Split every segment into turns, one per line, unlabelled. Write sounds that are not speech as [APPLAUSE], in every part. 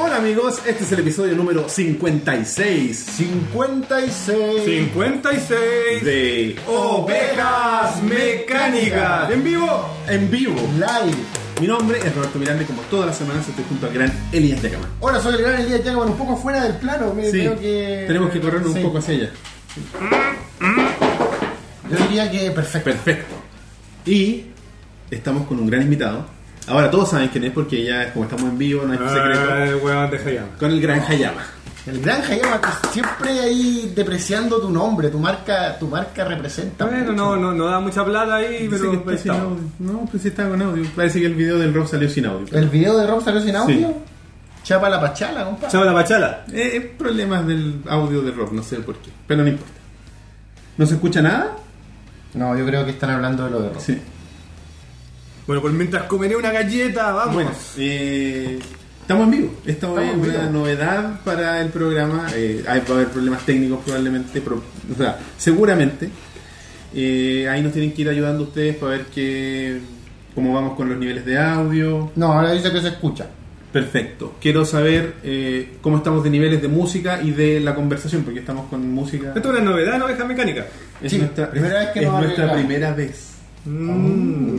Hola amigos, este es el episodio número 56
56.
56
de
Ovejas Mecánicas. En vivo.
En Vivo.
Live.
Mi nombre es Roberto Miranda y como todas las semanas estoy junto al gran Elías de Cama.
Hola, soy el gran Elías Jackman, un poco fuera del plano. me-
Sí,
creo que...
tenemos que correr un
Sí.
poco hacia allá.
Yo diría que perfecto.
Perfecto. Y estamos con un gran invitado. Ahora todos saben quién es porque ya es como estamos en vivo, no hay secreto.
Ay, weón, deja ya.
Con el gran Hayama.
El gran Hayama que siempre ahí depreciando tu nombre, tu marca, tu marca representa.
Bueno,
mucho.
no, no, no da mucha plata ahí,
Dice
pero
que está
ahí
sin
está.
audio. No, pues sí está con audio. Parece que el video del Rob salió sin audio.
El video de Rob salió sin audio.
Sí.
Chapa la pachala, compa.
Chao la bachala.
Eh, problemas del audio de Rob, no sé por qué. Pero no importa. ¿No se escucha nada?
No, yo creo que están hablando de lo de Rob.
Sí.
Bueno, pues mientras comeré una galleta, vamos.
Bueno, eh, estamos en vivo. Esto
Estamos
es
en vivo.
una novedad para el programa. Eh, hay- va a haber problemas técnicos probablemente, pero- o sea, seguramente. Eh, ahí nos tienen que ir ayudando ustedes para ver qué, cómo vamos con los niveles de audio.
No, ahora dice que se escucha.
Perfecto. Quiero saber eh, cómo estamos de niveles de música y de la conversación, porque estamos con música.
Esto es una novedad en Ovejas Mecánicas.
Es
Sí,
nuestra,
primera vez que
es
nos
nuestra
arreglamos.
primera vez.
Mm.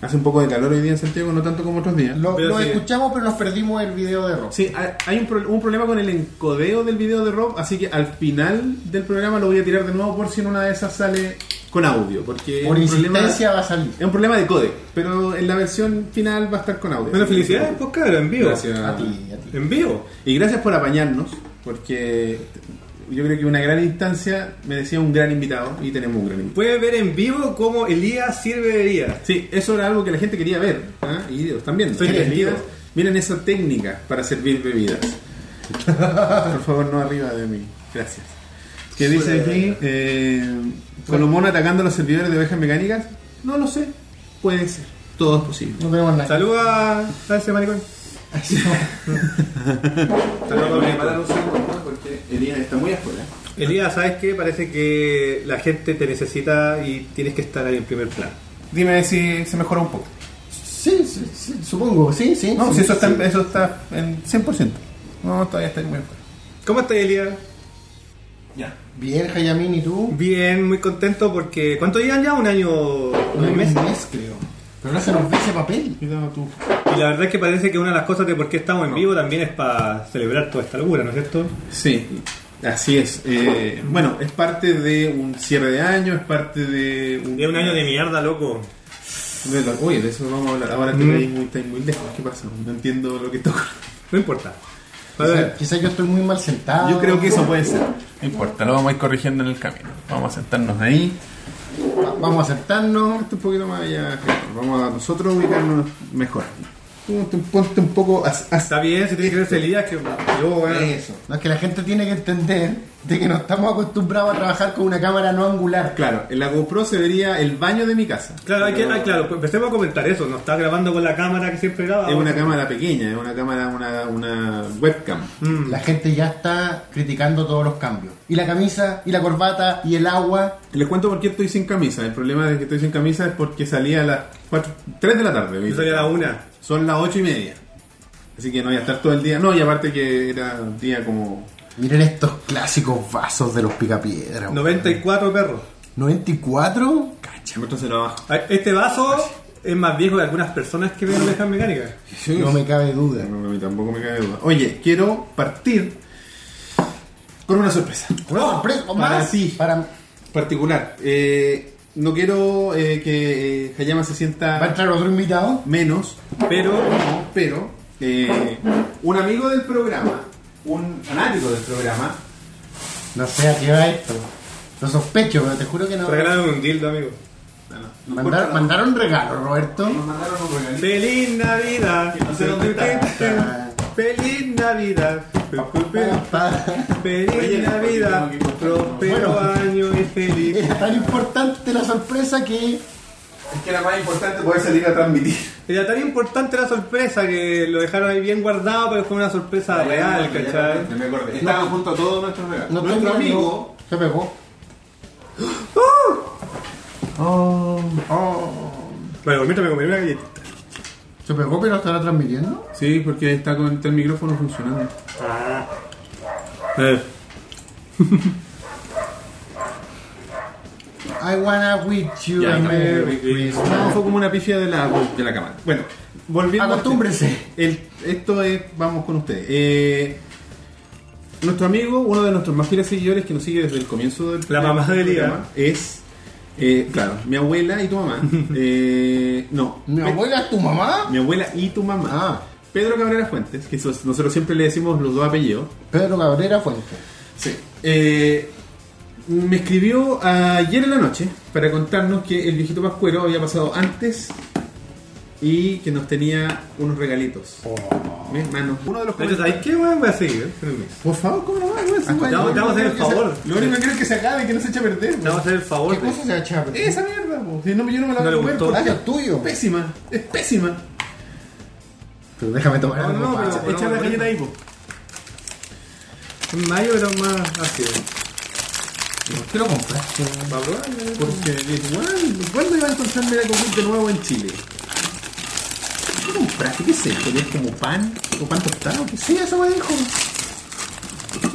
Hace un poco de calor hoy día en Santiago, no tanto como otros días.
Lo,
Pero
lo
sí.
escuchamos, pero nos perdimos el video de Rob.
Sí, hay- hay un, pro- un problema con el encodeo del video de Rob, así que al final del programa lo voy a tirar de nuevo por si en una de esas sale con audio, porque
Por
es, un problema,
insistencia va a salir.
es un problema de codec, pero en la versión final va a estar con audio.
Bueno, felicidades, pues cabrón, en vivo.
Gracias.
A ti, a ti.
En vivo.
Y gracias por apañarnos, porque yo creo que una gran instancia merecía un gran invitado y tenemos un gran invitado.
Puedes ver en vivo cómo Elías sirve de día.
Sí, eso era algo que la gente quería ver, ¿ah? y lo están viendo.
Estoy
Las
entendido.
bebidas, Miren esa técnica para servir [LAUGHS] bebidas. Por favor, no arriba de mí. Gracias. Que dice aquí, eh, Colomón atacando a los servidores de ovejas mecánicas. No lo sé, puede ser. Todo es posible.
No tenemos nada.
Saluda a ese maricón.
porque Elías está muy afuera.
Elías, ¿sabes qué? Parece que la gente te necesita y tienes que estar ahí en primer plano.
Dime si se mejora un poco.
Sí, sí, sí, supongo, sí, sí.
No,
sí,
si eso está,
sí.
en- eso está en 100%. No, todavía está muy afuera.
¿Cómo estás, Elías?
Ya.
Bien, Jayamin, ¿y tú?
Bien, muy contento porque. ¿Cuánto llevan ya? ¿Un año? ¿Un
Un
mes?
mes, creo. Pero no se nos ve ese papel.
Cuidado tú.
Y la verdad es que parece que una de las cosas de por qué estamos en vivo también es para celebrar toda esta locura, ¿no es cierto?
Sí, así es. Eh, bueno, es parte de un cierre de año, es parte de un,
Es un año de mierda, loco.
de lo- Uy, de eso vamos a hablar. Ahora te
Mm.
veis muy, estáis muy lejos. ¿Qué pasa? No entiendo lo que está ocurriendo.
No importa. A
Quizás
ver,
yo estoy muy mal sentado.
Yo creo que eso puede ser.
No importa, lo vamos a ir corrigiendo en el camino. Vamos a sentarnos ahí.
Va- Vamos a sentarnos.
Ponte un poquito más allá. Héctor. Vamos a nosotros ubicarnos mejor. Ponte, ponte un poco hasta.
está bien, si tiene que verse Elías, que yo, bueno,
Eso. No, es que la gente tiene que entender de que no estamos acostumbrados a trabajar con una cámara no angular.
Claro, en la GoPro se vería el baño de mi casa.
Claro, hay que,
Pero
ah, claro, pues empecemos a comentar eso. No está grabando con la cámara que siempre graba.
Es una cámara pequeña, es una cámara, una, una webcam.
Mm.
La gente ya está criticando todos los cambios. Y la camisa, y la corbata, y el agua.
Les cuento por qué estoy sin camisa. El problema de que estoy sin camisa es porque salí a las 3 de la tarde.
Yo
¿viste?
salí a la una.
Son las 8 y media. Así que no voy a estar todo el día. No, y aparte que era un día como...
Miren estos clásicos vasos de los picapiedras.
94 perros.
94.
Cacha, me entonces lo abajo.
Ay, Este vaso es más viejo que algunas personas que ven ovejas mecánicas.
No me cabe duda.
No, a mí tampoco me cae duda. Oye, quiero partir con una sorpresa.
Una sorpresa
para
más
ti.
para
Particular. Eh, no quiero eh, que eh, Hayama se
¿Va a
sienta
entrar otro invitado?
menos,
Pero
No, pero eh, un amigo del programa, un fanático del programa,
No sé a qué va esto. Lo sospecho, pero te juro que no.
regalaron un dildo, amigo.
nos
Mandar-
cortaron-
mandaron regalo, Roberto.
nos mandaron un regalito.
¡Feliz Navidad!
No sé dónde
está.
¡Feliz Navidad!
Oye,
¡Feliz Navidad!
porque tengo que-
¡Próspero
Bueno.
año y feliz!
Era tan importante la sorpresa que
Es que era más importante poder salir a transmitir.
Era tan importante la sorpresa que lo dejaron ahí bien guardado porque fue una sorpresa real, ¿cachai?
Me acordé. Estaban junto a todos nuestros regalos.
no
Nuestro
tengo-
amigo.
Se pegó.
Bueno, mientras me comí una galleta.
¿Se pegó pero estará transmitiendo?
Sí, porque está con está el micrófono funcionando.
Eh,
I wanna with you
Ya,
a
no,
Merry
no,
Christmas.
fue como una pifia de la, de la cámara. Bueno, volviendo. al tema.
Acostúmbrese.
El- esto es, vamos con ustedes. Eh, nuestro amigo, uno de nuestros más fieles seguidores que nos sigue desde el comienzo del
La mamá de Lía.
programa, es, eh, claro, mi abuela y tu
[LAUGHS]
mamá. Eh, no,
¿Mi
Pe-
abuela es tu mamá?
mi abuela y tu mamá.
Ah,
Pedro Cabrera Fuentes, que sos- nosotros siempre le decimos los dos apellidos.
Pedro Cabrera Fuente.
Sí. Eh, me escribió ayer en la noche para contarnos que el viejito Pascuero había pasado antes y que nos tenía unos regalitos. ¿Ves, mano? Oh. Uno de los
De hecho,
comentarios-
¿sabes qué, weón? Voy a seguir. ¿eh? permiso.
Por favor, ¿cómo no va? güey?
Ah,
güey,
te vamos-
lo
te vamos a hacer el
único que
favor.
se- Lo único que quiero es que se acabe, que no se eche a perder.
Te vamos a hacer el favor.
¿Qué
de-
cosa se ha echado?
Esa mierda, po. Si no, yo no me la voy
No le
a comer
gustó.
porque
Ah,
es
es tuyo.
pésima. Es pésima.
Pero déjame tomar
No,
algo.
no,
pasa.
pero echa la galleta ahí, po. Un mayo era más ácido.
¿Por qué lo compraste?
Para probarlo.
Porque, bueno, ¿cuándo iba a encontrarme la coquita de nuevo en Chile? ¿Qué compraste? ¿Qué es esto? ¿Es como pan? ¿O pan tostado? ¿Qué es
Sí, eso me dijo.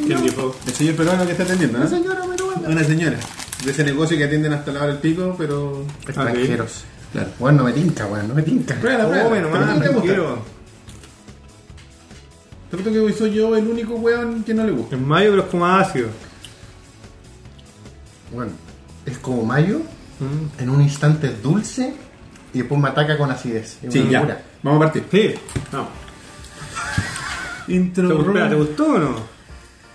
¿Quién dijo?
El señor peruano que está atendiendo,
La
¿no?
señora peruana.
Una señora. De ese negocio que atienden hasta la hora del pico, pero...
Ah,
Extranjeros.
Claro.
Bueno, no me tinca, bueno, no me tinca.
Prueba, prueba.
Come
Pero
nomás,
¿cómo te gusta?
Oh, tranquilo.
Te cuento que hoy soy yo el único weón que no le gusta.
En mayo, pero es como más ácido.
Bueno, es como mayo,
Mm.
en un instante es dulce y después me ataca con acidez. Es
Sí,
una locura.
ya. Vamos a partir.
Sí. No.
Intro.
¿Te gustó, espera, ¿te gustó o no?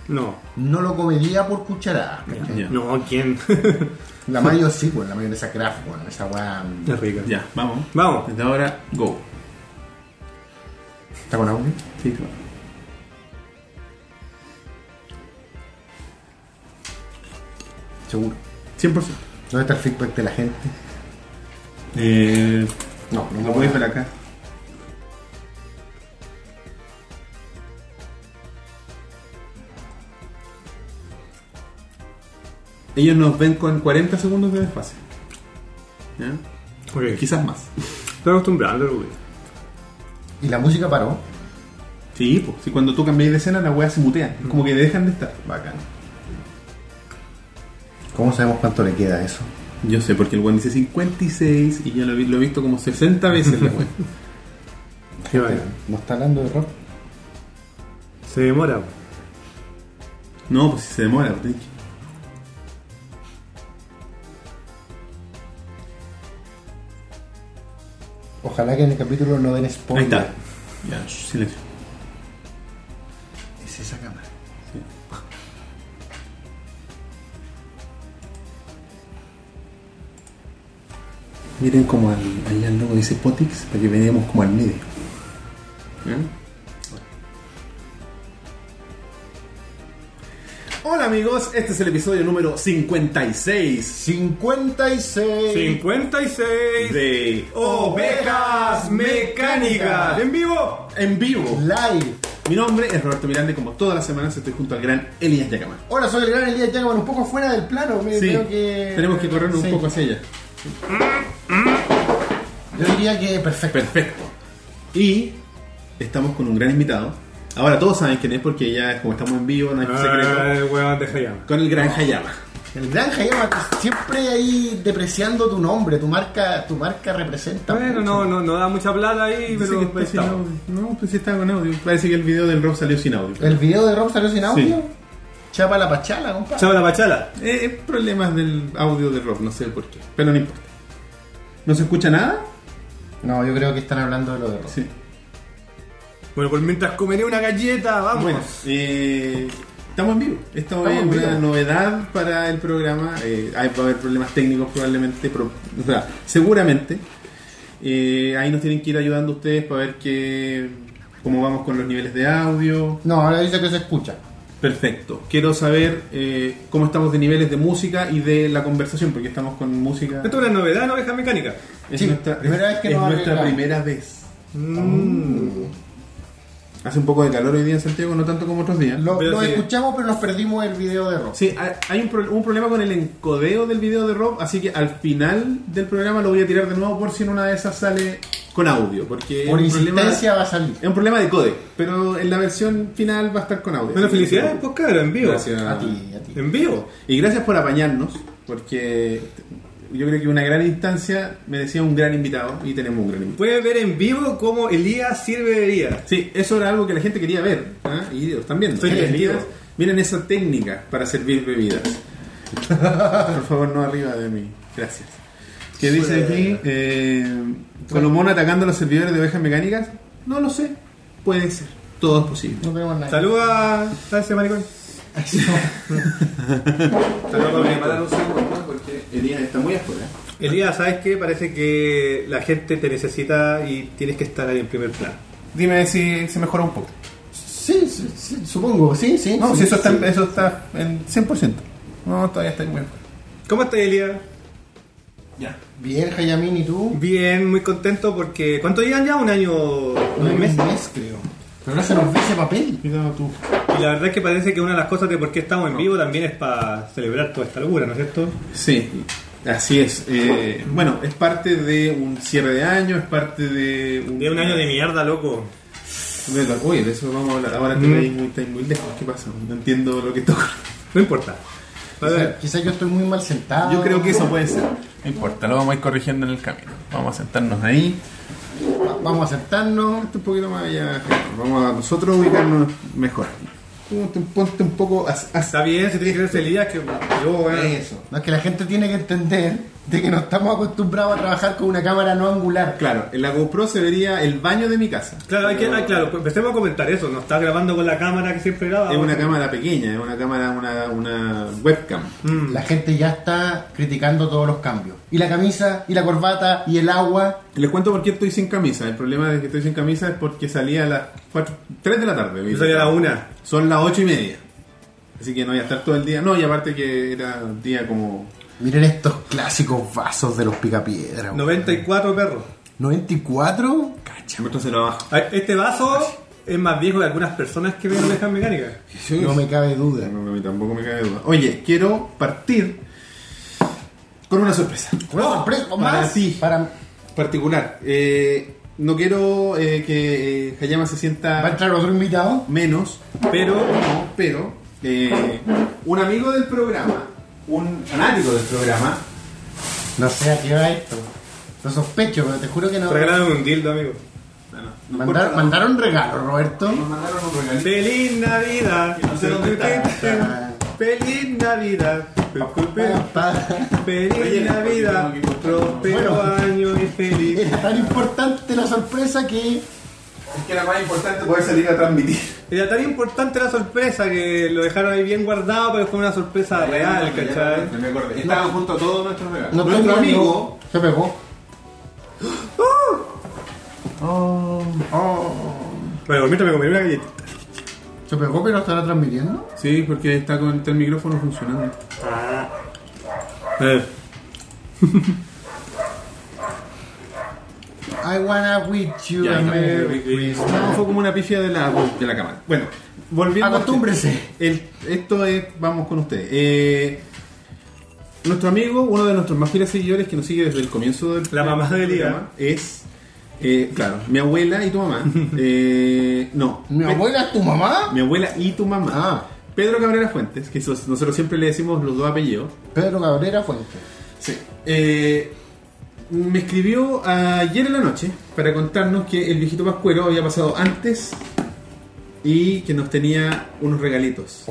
No.
No lo comería por cucharada. ¿cachai?
Ya.
No, [LAUGHS] ¿quién?
La mayo sí, bueno, la mayonesa craft, bueno, esa weá mm,
es rica.
Ya, vamos.
Vamos.
Desde ahora, go.
está con audio.
Sí, claro.
Seguro.
100%.
¿Dónde está el feedback de la gente?
Eh,
No, no
lo voy para acá. Ellos nos ven con 40 segundos de desfase. ¿Ya?
Ok.
Quizás más.
Estoy acostumbrado, güey.
Y la música paró.
Sí, pues. Si cuando tú cambias de escena, la weas se mutean. Es como que dejan de estar.
Bacán. ¿Cómo sabemos cuánto le queda a eso?
Yo sé, porque el weón dice 56 y ya lo, vi- lo he visto como 60 veces la [LAUGHS] wea.
Qué bacán.
¿No está hablando de rock?
Se demora. po.
No, pues si se demora, pues, tenés que-
Ojalá que en el capítulo no den spoiler.
Ahí está. Ya, shh, silencio.
Es esa cámara.
Miren como al, allá el logo dice Potix para que veamos como al medio. ¿Bien? Hola amigos, este es el episodio número 56
56.
56
de
Ovejas Mecánicas. ¿En vivo?
En Vivo.
Live.
Mi nombre es Roberto Miranda y como todas las semanas estoy junto al gran Elías Yacamán.
Hola, soy el gran Elías Jackman, un poco fuera del plano. me-
Sí,
creo que...
tenemos que correr un
Sí.
poco hacia allá.
Yo diría que perfecto.
Perfecto. Y estamos con un gran invitado. Ahora todos saben quién es porque ya Este es como estamos en vivo, no hay
Ah,
secreto.
Ay, weón, deja ya.
Con el gran Hayama.
El gran Hayama, que siempre ahí depreciando tu nombre, tu marca, tu marca representa.
Bueno,
mucho.
no, no, no da mucha plata ahí,
Dice
pero
que está
ahí
sin
está.
audio. No, pues sí estaba con audio. Parece que el video del Rob salió sin audio.
El video de Rob salió sin audio.
Sí.
Chapa la pachala, compadre.
Chao la pachala.
Eh, eh, problemas del audio de Rob, no sé por qué. Pero no importa. ¿No se escucha nada?
No, yo creo que están hablando de lo de Rob.
Sí.
Bueno, pues mientras comeré una galleta, vamos.
Bueno, eh, estamos en vivo. Esto
Estamos
es
en
una
vivo.
novedad para el programa. Eh, hay- va a haber problemas técnicos probablemente, pro- o sea, seguramente. Eh, ahí nos tienen que ir ayudando ustedes para ver qué, cómo vamos con los niveles de audio.
No, ahora dice que se escucha.
Perfecto. Quiero saber eh, cómo estamos de niveles de música y de la conversación, porque estamos con música.
Esto es una novedad en Oveja Mecánica.
Es
Sí,
nuestra,
primera
es-
vez que
es
nos
nuestra
arreglamos.
primera vez.
Mm.
Hace un poco de calor hoy día en Santiago, no tanto como otros días.
Lo,
Pero
lo
sí.
escuchamos, pero nos perdimos el video de Rob.
Sí, hay- hay un, pro- un problema con el encodeo del video de Rob, así que al final del programa lo voy a tirar de nuevo por si en una de esas sale con audio, porque
Por
es, un problema,
insistencia va a salir.
es un problema de codec, pero en la versión final va a estar con audio.
Bueno, felicidades, pues claro, en vivo.
Gracias.
A ti, a ti.
En vivo.
Y gracias por apañarnos, porque yo creo que una gran instancia merecía un gran invitado y tenemos un gran invitado.
Puedes ver en vivo cómo Elías sirve bebidas.
Sí, eso era algo que la gente quería ver. ¿ah? Y lo están viendo.
Estoy
Miren,
entendido.
bebidas. Miren esa técnica para servir [LAUGHS] bebidas. Por favor, no arriba de mí. Gracias. Que dice aquí, eh, Colomón atacando a los servidores de ovejas mecánicas. No lo sé. Puede ser. Todo es posible.
No tenemos nada.
Saluda a ese maricón.
Voy a parar un segundo, ¿no? porque Elías está muy afuera.
Elías, ¿sabes qué? Parece que la gente te necesita y tienes que estar ahí en primer plano.
Dime si se mejora un poco.
[LAUGHS] Sí, sí, sí, supongo, sí, sí.
No, si
sí,
eso está,
sí.
eso está en 100%. No, todavía está en buen.
¿Cómo estás, Elías?
Ya.
Bien, Jayamin, ¿y tú?
Bien, muy contento porque... ¿Cuánto llevan ya? ¿Un año? ¿Un mes?
Un mes, creo. Pero no se nos ve ese papel.
Cuidado tú.
Y la verdad es que parece que una de las cosas de por qué estamos en vivo también es para celebrar toda esta locura, ¿no es cierto?
Sí, así es. Eh, bueno, es parte de un cierre de año, es parte de un,
De un año de mierda, loco.
Bueno, Uy, de eso vamos a hablar. Ahora te
Mm.
veis muy, estáis muy lejos. ¿Qué pasa? No entiendo lo que toca.
No importa. A ver,
Quizás yo estoy muy mal sentado.
Yo creo que eso puede ser.
No importa, lo vamos a ir corrigiendo en el camino. Vamos a sentarnos ahí.
Va- Vamos a sentarnos.
Ponte un poquito más allá. Gerardo. Vamos a nosotros ubicarnos mejor. Ponte, ponte un poco. haz- haz-
está bien, si tienes que creerse Elías, que yo, bueno,
No, es que la gente tiene que entender de que no estamos acostumbrados a trabajar con una cámara no angular.
Claro, en la GoPro se vería el baño de mi casa.
Claro, hay que,
Pero
ah, claro, pues empecemos a comentar eso. No estás grabando con la cámara que siempre graba.
Es una cámara pequeña, es una cámara, una, una webcam.
Mm.
La gente ya está criticando todos los cambios. Y la camisa, y la corbata, y el agua.
Les cuento por qué estoy sin camisa. El problema de que estoy sin camisa es porque salí a las 3 de la tarde.
Yo salí a la una.
Son las 8 y media. Así que no voy a estar todo el día. No, y aparte que era un día como
Miren estos clásicos vasos de los picapiedra. güey.
94 perros.
94.
Métaselo abajo.
A ver, Este vaso es más viejo que algunas personas que ven ovejas mecánicas.
No me cabe duda.
No, a mí tampoco me cabe duda. Oye, quiero partir con una sorpresa
Una sorpresa,
para
más.
ti.
Para...
particular. Eh, no quiero eh, que eh, Hayama se
¿Va a
sienta
entrar otro invitado?
menos,
Pero
no, pero eh, un amigo del programa, un fanático del programa,
No sé a qué va esto. Lo sospecho, pero te juro que no.
regalaron un dildo, amigo.
no, no, no importa,
Mandar-
no,
mandaron regalo, Roberto.
nos mandaron un regalito.
¡Feliz Navidad!
No sé dónde
está.
¡Feliz Navidad!
Pa-
Oye,
¡Feliz Navidad!
tengo que encontrar uno.
¡Próspero
Bueno.
año y feliz!
Era [LAUGHS] tan importante la sorpresa que
Es que era más importante poder salir a transmitir.
Era tan importante la sorpresa que lo dejaron ahí bien guardado, pero fue una sorpresa real, ¿cachai?
Me acordé. Estaban junto a todos nuestros regalos.
no
Nuestro
tenía-
amigo
se pegó.
Bueno, mientras me comí una galleta.
Se pegó, pero estará transmitiendo.
Sí, porque está con está el micrófono funcionando.
Ah. Eh,
I wanna with you.
Ya,
a
no,
Merry Christmas.
no, fue como una pifia de la, de la cámara. Bueno, volviendo. a-
Acostúmbrese.
El- esto es, vamos con ustedes. Eh, nuestro amigo, uno de nuestros más fieles seguidores que nos sigue desde el comienzo del
La mamá de Elías.
programa, es, eh, claro, mi abuela y tu
[LAUGHS]
mamá. Eh, no,
¿Mi
Pe-
abuela es tu mamá?
mi abuela y tu mamá.
Ah.
Pedro Cabrera Fuentes, que sos- nosotros siempre le decimos los dos apellidos.
Pedro Cabrera Fuente.
Sí. Eh, me escribió ayer en la noche para contarnos que el viejito Pascuero había pasado antes y que nos tenía unos regalitos.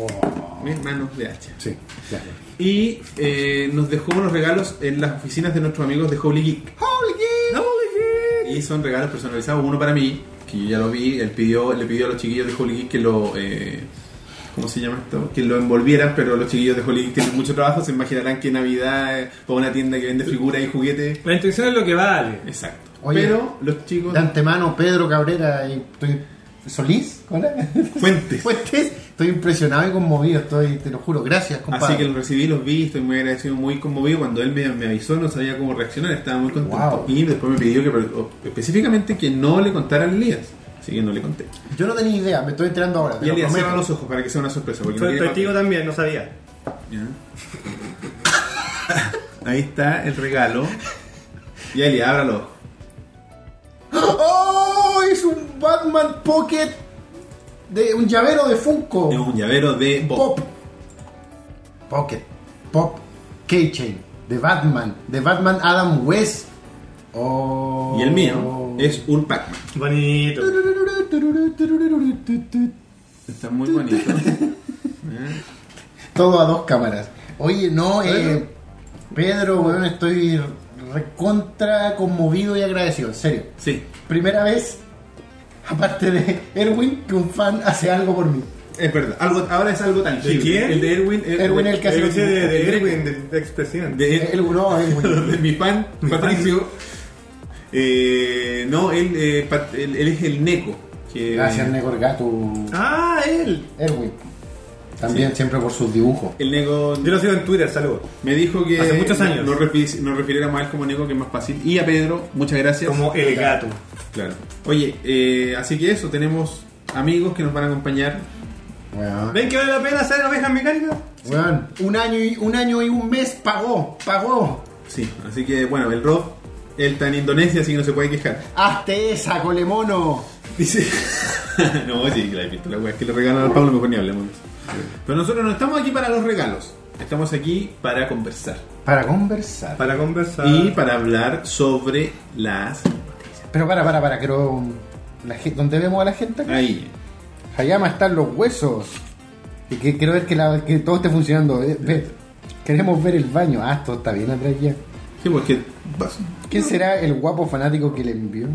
Mis manos de hacha.
Sí, claro.
Y eh, nos dejó unos regalos en las oficinas de nuestros amigos de Holy Geek. Y son regalos personalizados, uno para mí, que yo ya lo vi, él pidió, le pidió a los chiquillos de Holy Geek que lo... eh, ¿Cómo se llama esto? Que lo envolvieran, pero los chiquillos de Holy Geek tienen mucho trabajo, se imaginarán que Navidad eh, para una tienda que vende figuras y juguetes.
La intención es lo que vale.
Exacto.
Oye,
pero los chicos...
De antemano, Pedro Cabrera y estoy... ¿Solís? ¿Cuál es? [LAUGHS]
Fuentes.
Fuentes. Estoy impresionado y conmovido, estoy, te lo juro. Gracias, compadre.
Así que los recibí, los vi, estoy muy agradecido, muy conmovido. Cuando él me, me avisó, no sabía cómo reaccionar, estaba muy contento.
Wow.
Y después me pidió que, pero, o- específicamente que no le contara a Elías. Así que no le conté.
Yo no tenía idea, me estoy enterando ahora. te
Y
lo
Elías
prometo.
cierra los ojos para que sea una sorpresa. Porque no
Soy
tiene
testigo
papel.
también, no sabía.
[LAUGHS] Ya. Ahí está el regalo. Y Elías, ábralo.
¡Oh! Pac-Man Pocket de un llavero de Funko.
Es un llavero de
Pop. Pocket. Pop. Keychain. De Batman. De Batman Adam West. Oh.
Y el mío es un Pac-Man.
Bonito.
Está muy bonito.
Todo a dos cámaras. Oye, no, eh, Pedro, weón, estoy recontra conmovido y agradecido, en serio.
Sí,
Primera vez, aparte de Erwin, que un fan hace algo por mí.
es verdad. Algo, ahora es algo tangible.
¿De quién?
El de Erwin. el-
Erwin el que hace
El
los
de, de,
dibujos.
de Erwin, del expresidente.
de-
El- no, Eh,
[LAUGHS]
Erwin.
de mi fan, Patricio. Eh, no, él, eh, Pat- él, él es el Neco. Que,
[LAUGHS] Gracias, Negor Gato.
Ah, él.
Erwin. También siempre por sus dibujos.
El Neco
Yo lo sigo en Twitter, saludos.
me dijo que
Hace muchos años.
nos, refi- nos refiriéramos a él como Neco, que es más fácil. Y a Pedro, muchas gracias.
Como el gato.
Claro. Oye, eh, así que eso, tenemos amigos que nos van a acompañar.
Weón.
¿Ven que vale la pena hacer ovejas mecánicas?
Weón, un año y un año y un mes pagó, pagó.
Sí, así que bueno, el Rob, él está en Indonesia, así que no se puede quejar.
Hazte esa, colemono.
Dice. [LAUGHS] no, sí, la he visto, la wea es que le regalan al Pablo, mejor ni hablemos. de eso. Pero nosotros no estamos aquí para los regalos, estamos aquí para conversar
Para conversar.
Para conversar.
y para hablar sobre las.
Pero para, para, para, creo. La, gen- ¿Dónde vemos a la gente acá?
Ahí.
Hayama están los huesos. Y que quiero ver que, la- que todo esté funcionando. Eh, ve, queremos ver el baño. Ah, todo está bien atrás ya.
Sí, porque.
¿Quién será el guapo fanático que le envió?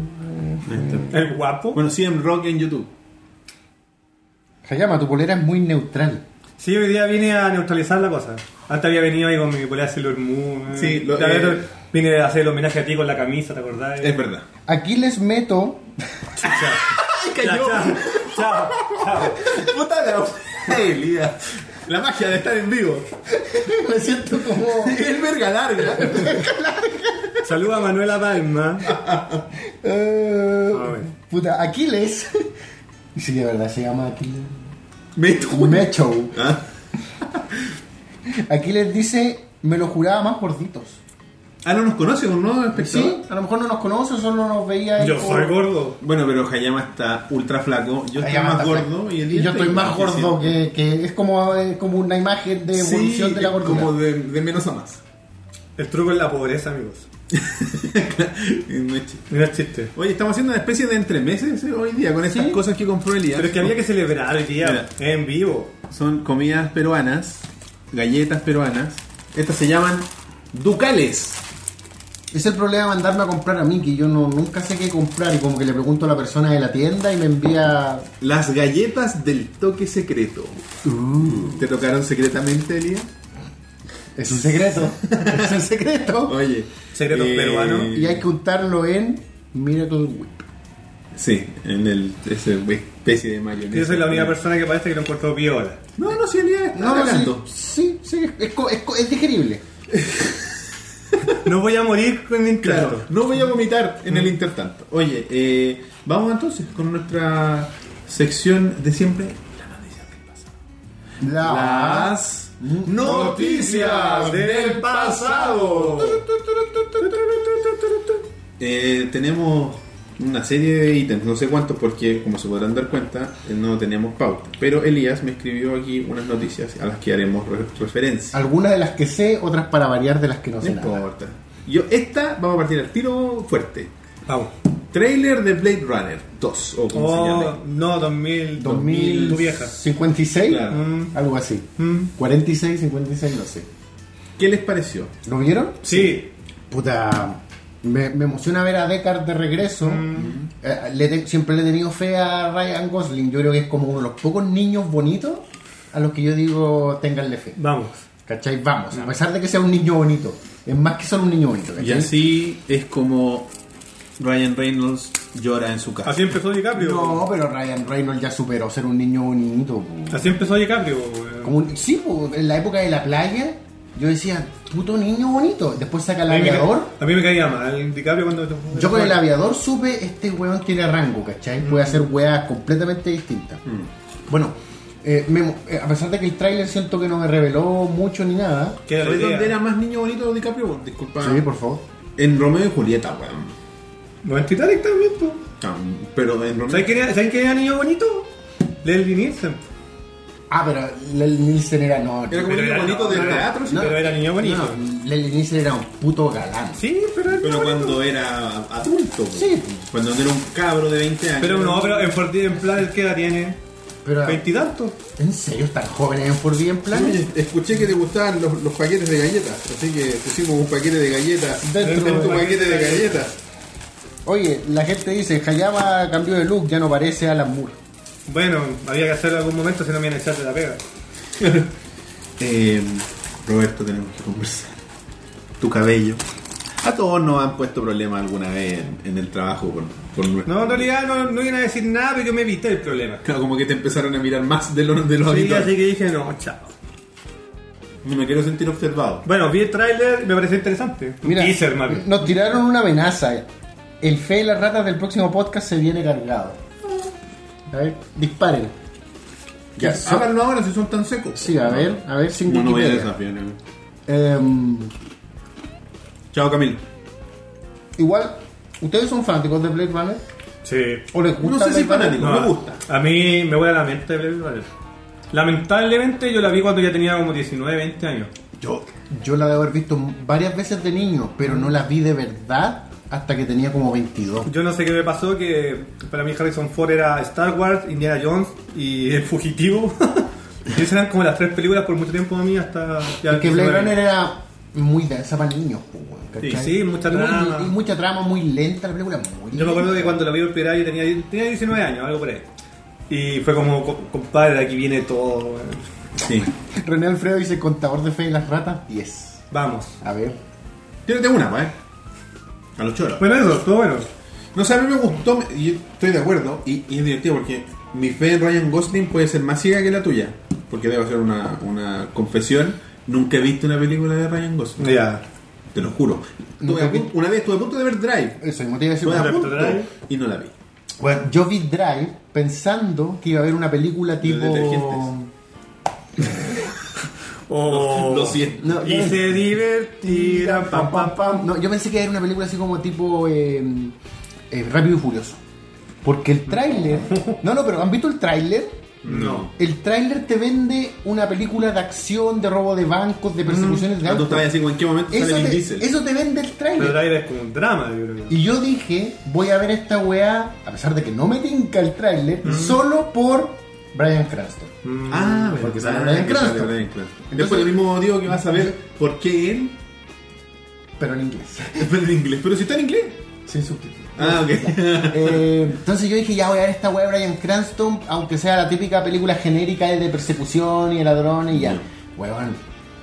El guapo.
Bueno, sí, en rock en YouTube.
Hayama, tu polera es muy neutral.
Sí, hoy día vine a neutralizar la cosa. Hasta había venido ahí con mi polea Sailor Moon. eh.
Sí, lo-
Otra vez
eh,
vine a hacer el homenaje a ti con la camisa, ¿te acordás?
Es verdad.
Aquí les meto. [LAUGHS]
Chao, chao, chao, chao.
Puta la habilidad. La magia de estar en vivo.
Me siento como.
Es verga larga.
Saluda a Manuela Palma.
eh,
A ver.
puta, Aquiles. [LAUGHS] Sí, de verdad se llama Aquiles.
Me tu-
Mecho.
Ah,
Aquiles dice: Me lo juraba más gorditos.
Ah, no nos conoce un nuevo espectador.
Sí, a lo mejor no nos conoce, solo nos veía. ahí
Yo
por-
soy gordo.
Bueno, pero Hayama está ultra flaco. Yo
Ahí
estoy
abajo
más
está
gordo.
flaco.
Y, el
yo
día
estoy más gordo
siento.
que, que es como, eh, como una imagen de
Sí,
evolución de la gordura.
Como de, de menos a más. [LAUGHS]
El truco es la pobreza, amigos.
No es chiste.
No es chiste.
Oye, estamos haciendo una especie de entremeses eh, hoy día con estas
Sí.
cosas que compró Elías.
Pero es que había que celebrar hoy día en vivo.
Son comidas peruanas, galletas peruanas. Estas se llaman ducales.
Es el problema de mandarme a comprar a mí, que yo no, nunca sé qué comprar y como que le pregunto a la persona de la tienda y me envía...
Las galletas del toque secreto. ¿Te tocaron secretamente, Elías?
Es un secreto, [LAUGHS] es un secreto.
Oye. eh,
Secreto peruano.
Y hay que untarlo en Miracle Whip.
Sí, en el, esa especie de mayonesa.
Yo soy la única persona que parece que lo encontró piola.
No, no, sí, Elías.
No, no, sí,
tanto.
sí, sí, es, co- es co- es digerible.
No voy a morir con el intento.
Claro, no voy a vomitar en el
Mm.
intertanto. Oye, eh, vamos entonces con nuestra sección de siempre.
La-
Las noticias del pasado. Eh, tenemos una serie de ítems, no sé cuántos porque como se podrán dar cuenta eh, no tenemos pauta. Pero Elías me escribió aquí unas noticias a las que haremos re- referencia.
Algunas de las que sé, otras para variar de las que Ah, no
No
sé nada.
importa. Yo, esta, vamos a partir al tiro fuerte.
Vamos.
Trailer de Blade Runner 2, o como se llame.
Oh, no, 2000.
2000
Tu vieja.
56,
Claro.
Mm. algo así.
Mm.
46, 56, no sé.
¿Qué les pareció?
¿Lo vieron?
Sí.
Puta, me, me emociona ver a Deckard de regreso. Eh, le te- siempre le he tenido fe a Ryan Gosling. Yo creo que es como uno de los pocos niños bonitos a los que yo digo, tenganle fe.
Vamos.
¿Cachai? Vamos, a pesar de que sea un niño bonito. Es más que solo un niño bonito. ¿cachai?
Y así es como Ryan Reynolds llora en su casa.
Así empezó DiCaprio.
No, pero Ryan Reynolds ya superó ser un niño bonito. po.
Así empezó DiCaprio. weón.
Como un- sí, po, en la época de la playa, yo decía, puto niño bonito. Después saca el
A mí me ca-
aviador.
A mí me caía mal DiCaprio cuando...
Yo con el aviador supe, este weón tiene rango, ¿cachai? Puede hacer weas completamente distintas.
Mm.
Bueno, eh, me mo- eh, a pesar de que el tráiler siento que no me reveló mucho ni nada.
Que era la
¿Sabes
idea.
dónde era más niño bonito
Ah.
DiCaprio? Disculpa.
Sí, por favor.
En Romeo y Julieta, weón.
Bueno, en Titanic también, po.
Tam- Pero en
¿Saben quién era, ¿saben quién era niño bonito? Leslie Nielsen.
Ah, pero Leslie Nielsen era no.
Era como un niño
era-
bonito
no,
del
no,
teatro, sí.
no.
Pero era niño bonito.
No, Leslie Nielsen era un puto galán.
Sí, pero era
Pero
niño bonito.
cuando era adulto, pues.
Sí.
cuando era un cabro de 20 años.
Pero no, pero en Fortnite en plan, ¿qué edad tiene?
Pero,
Veintitantos.
¿En serio están jóvenes en Por Día en plan?
Oye, escuché que te gustaban los, los paquetes de galletas, así que pusimos un paquete de galletas
Dentro
en tu
de-
paquete de galletas.
Oye, la gente dice, Hayama cambió de look, ya no parece Alan Moore.
Bueno, había que hacerlo en algún momento si no me iban a echar de la pega.
Eh, Roberto, tenemos que conversar. Tu cabello. A todos nos han puesto problemas alguna vez en, en el trabajo por, por nuestro-
No, en realidad no, no iban a decir nada, pero yo me evité el problema.
Claro, como que te empezaron a mirar más de los de los
Sí,
habitual.
así que dije, no, chao.
No me quiero sentir observado.
Bueno, vi el tráiler y me pareció interesante.
Mira,
Teaser, más
[LAUGHS]
bien.
nos tiraron una amenaza. El fe de las ratas del próximo podcast se viene cargado. A ver, disparen.
Ya,
Sí.
háganlo Ah, ahora si son tan secos.
Sí, a ver, a ver, sin
No, no voy a
Wikipedia.
desafiar. ¿no?
Em,
Chao, Camilo.
igual, ¿ustedes son fanáticos de Blade Runner?
Sí.
¿O les gusta
No sé si
Blade Runner?
fanático. me gusta.
A mí me voy a la mente Blade Runner. Lamentablemente yo la vi cuando ya tenía como 19, 20 años.
Yo.
Yo la debo haber visto varias veces de niño, pero no la vi de verdad hasta que tenía como 22.
Yo no sé qué me pasó, que para mí Harrison Ford era Star Wars, Indiana Jones y [LAUGHS] El Fugitivo. y esas eran como las tres películas por mucho tiempo a mí hasta... ya
Porque
el
Blade
19.
Runner era muy densa para niños, pues, weón, ¿cachai?
Sí, sí, mucha
Y muy-
trama.
Y, mucha trama, muy lenta la película, muy
Yo me acuerdo que
lenta.
cuando la vi por primera vez yo tenía, tenía 19 años, algo por ahí. Y fue como, "Co- compadre, de aquí viene todo. weón.
Sí.
René Alfredo dice contador de fe de las ratas, 10.
Vamos.
A ver.
Tírate una, pa, eh. A los choros.
Bueno, eso, todo bueno.
No sé, a mí me gustó, me- y estoy de acuerdo, y, y es divertido porque mi fe en Ryan Gosling puede ser más ciega que la tuya, porque debo hacer una, una confesión, nunca he visto una película de Ryan Gosling,
Ya.
te lo juro. Estuve
Nunca
a
vi-
punto- una vez estuve a punto de ver Drive,
Eso mismo te iba a decir.
estuve a
Drive.
punto
Drive.
y no la vi.
Bueno, yo vi Drive pensando que iba a haber una película tipo.
detergentes.
Oh.
Lo siento.
No,
y
no.
se divertirán, pam, pam, pam.
No, yo pensé que iba a haber una película así como tipo. eh, eh, Rápido y Furioso. Porque el tráiler. No, no, pero ¿han visto el tráiler?
No.
El tráiler te vende una película de acción, de robo de bancos, de persecuciones de
Ah, Tú
autos.
estabas así, como, ¿en qué momento
Eso,
sale Vin Diesel?
te, eso te vende el
Pero
tráiler.
Driver es como un drama, yo creo.
Y yo dije, voy a ver esta weá, a pesar de que no me tinca el tráiler, solo por Brian Cranston.
Mm.
Ah,
Porque
verdad,
sale Bryan
que sale
Cranston.
Bryan Cranston. Después
Entonces-
el mismo odio que vas a ver por qué él,
Pero en inglés. [LAUGHS]
pero en inglés, pero si está en inglés.
Sin subtítulos.
Ah, ok.
Eh, entonces yo dije, ya voy a ver esta weá de Brian Cranston, aunque sea la típica película genérica de persecución y de ladrones y ya. Weón.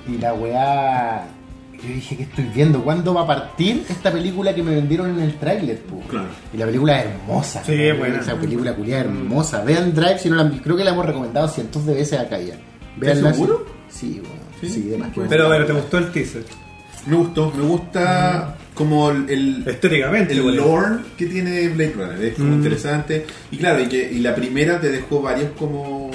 Y la weá. Yo dije, ¿qué estoy viendo? ¿Cuándo va a partir esta película que me vendieron en el tráiler? po?
Claro.
Y la película es hermosa.
Sí,
weón.
es buena.
Esa película culiada hermosa. Vean Drive si no la han- Creo que la hemos recomendado cientos de veces acá ya. Veanla. si-
seguro?
Sí, weón. Sí, de más.
Pues-
Pero bueno, ¿te gustó el teaser?
[LAUGHS] Me gustó, me gusta como el- el,
Estéticamente,
el
igual.
lore que tiene Blade Runner es como
Mm.
interesante y claro y, que, y la primera te dejó varios como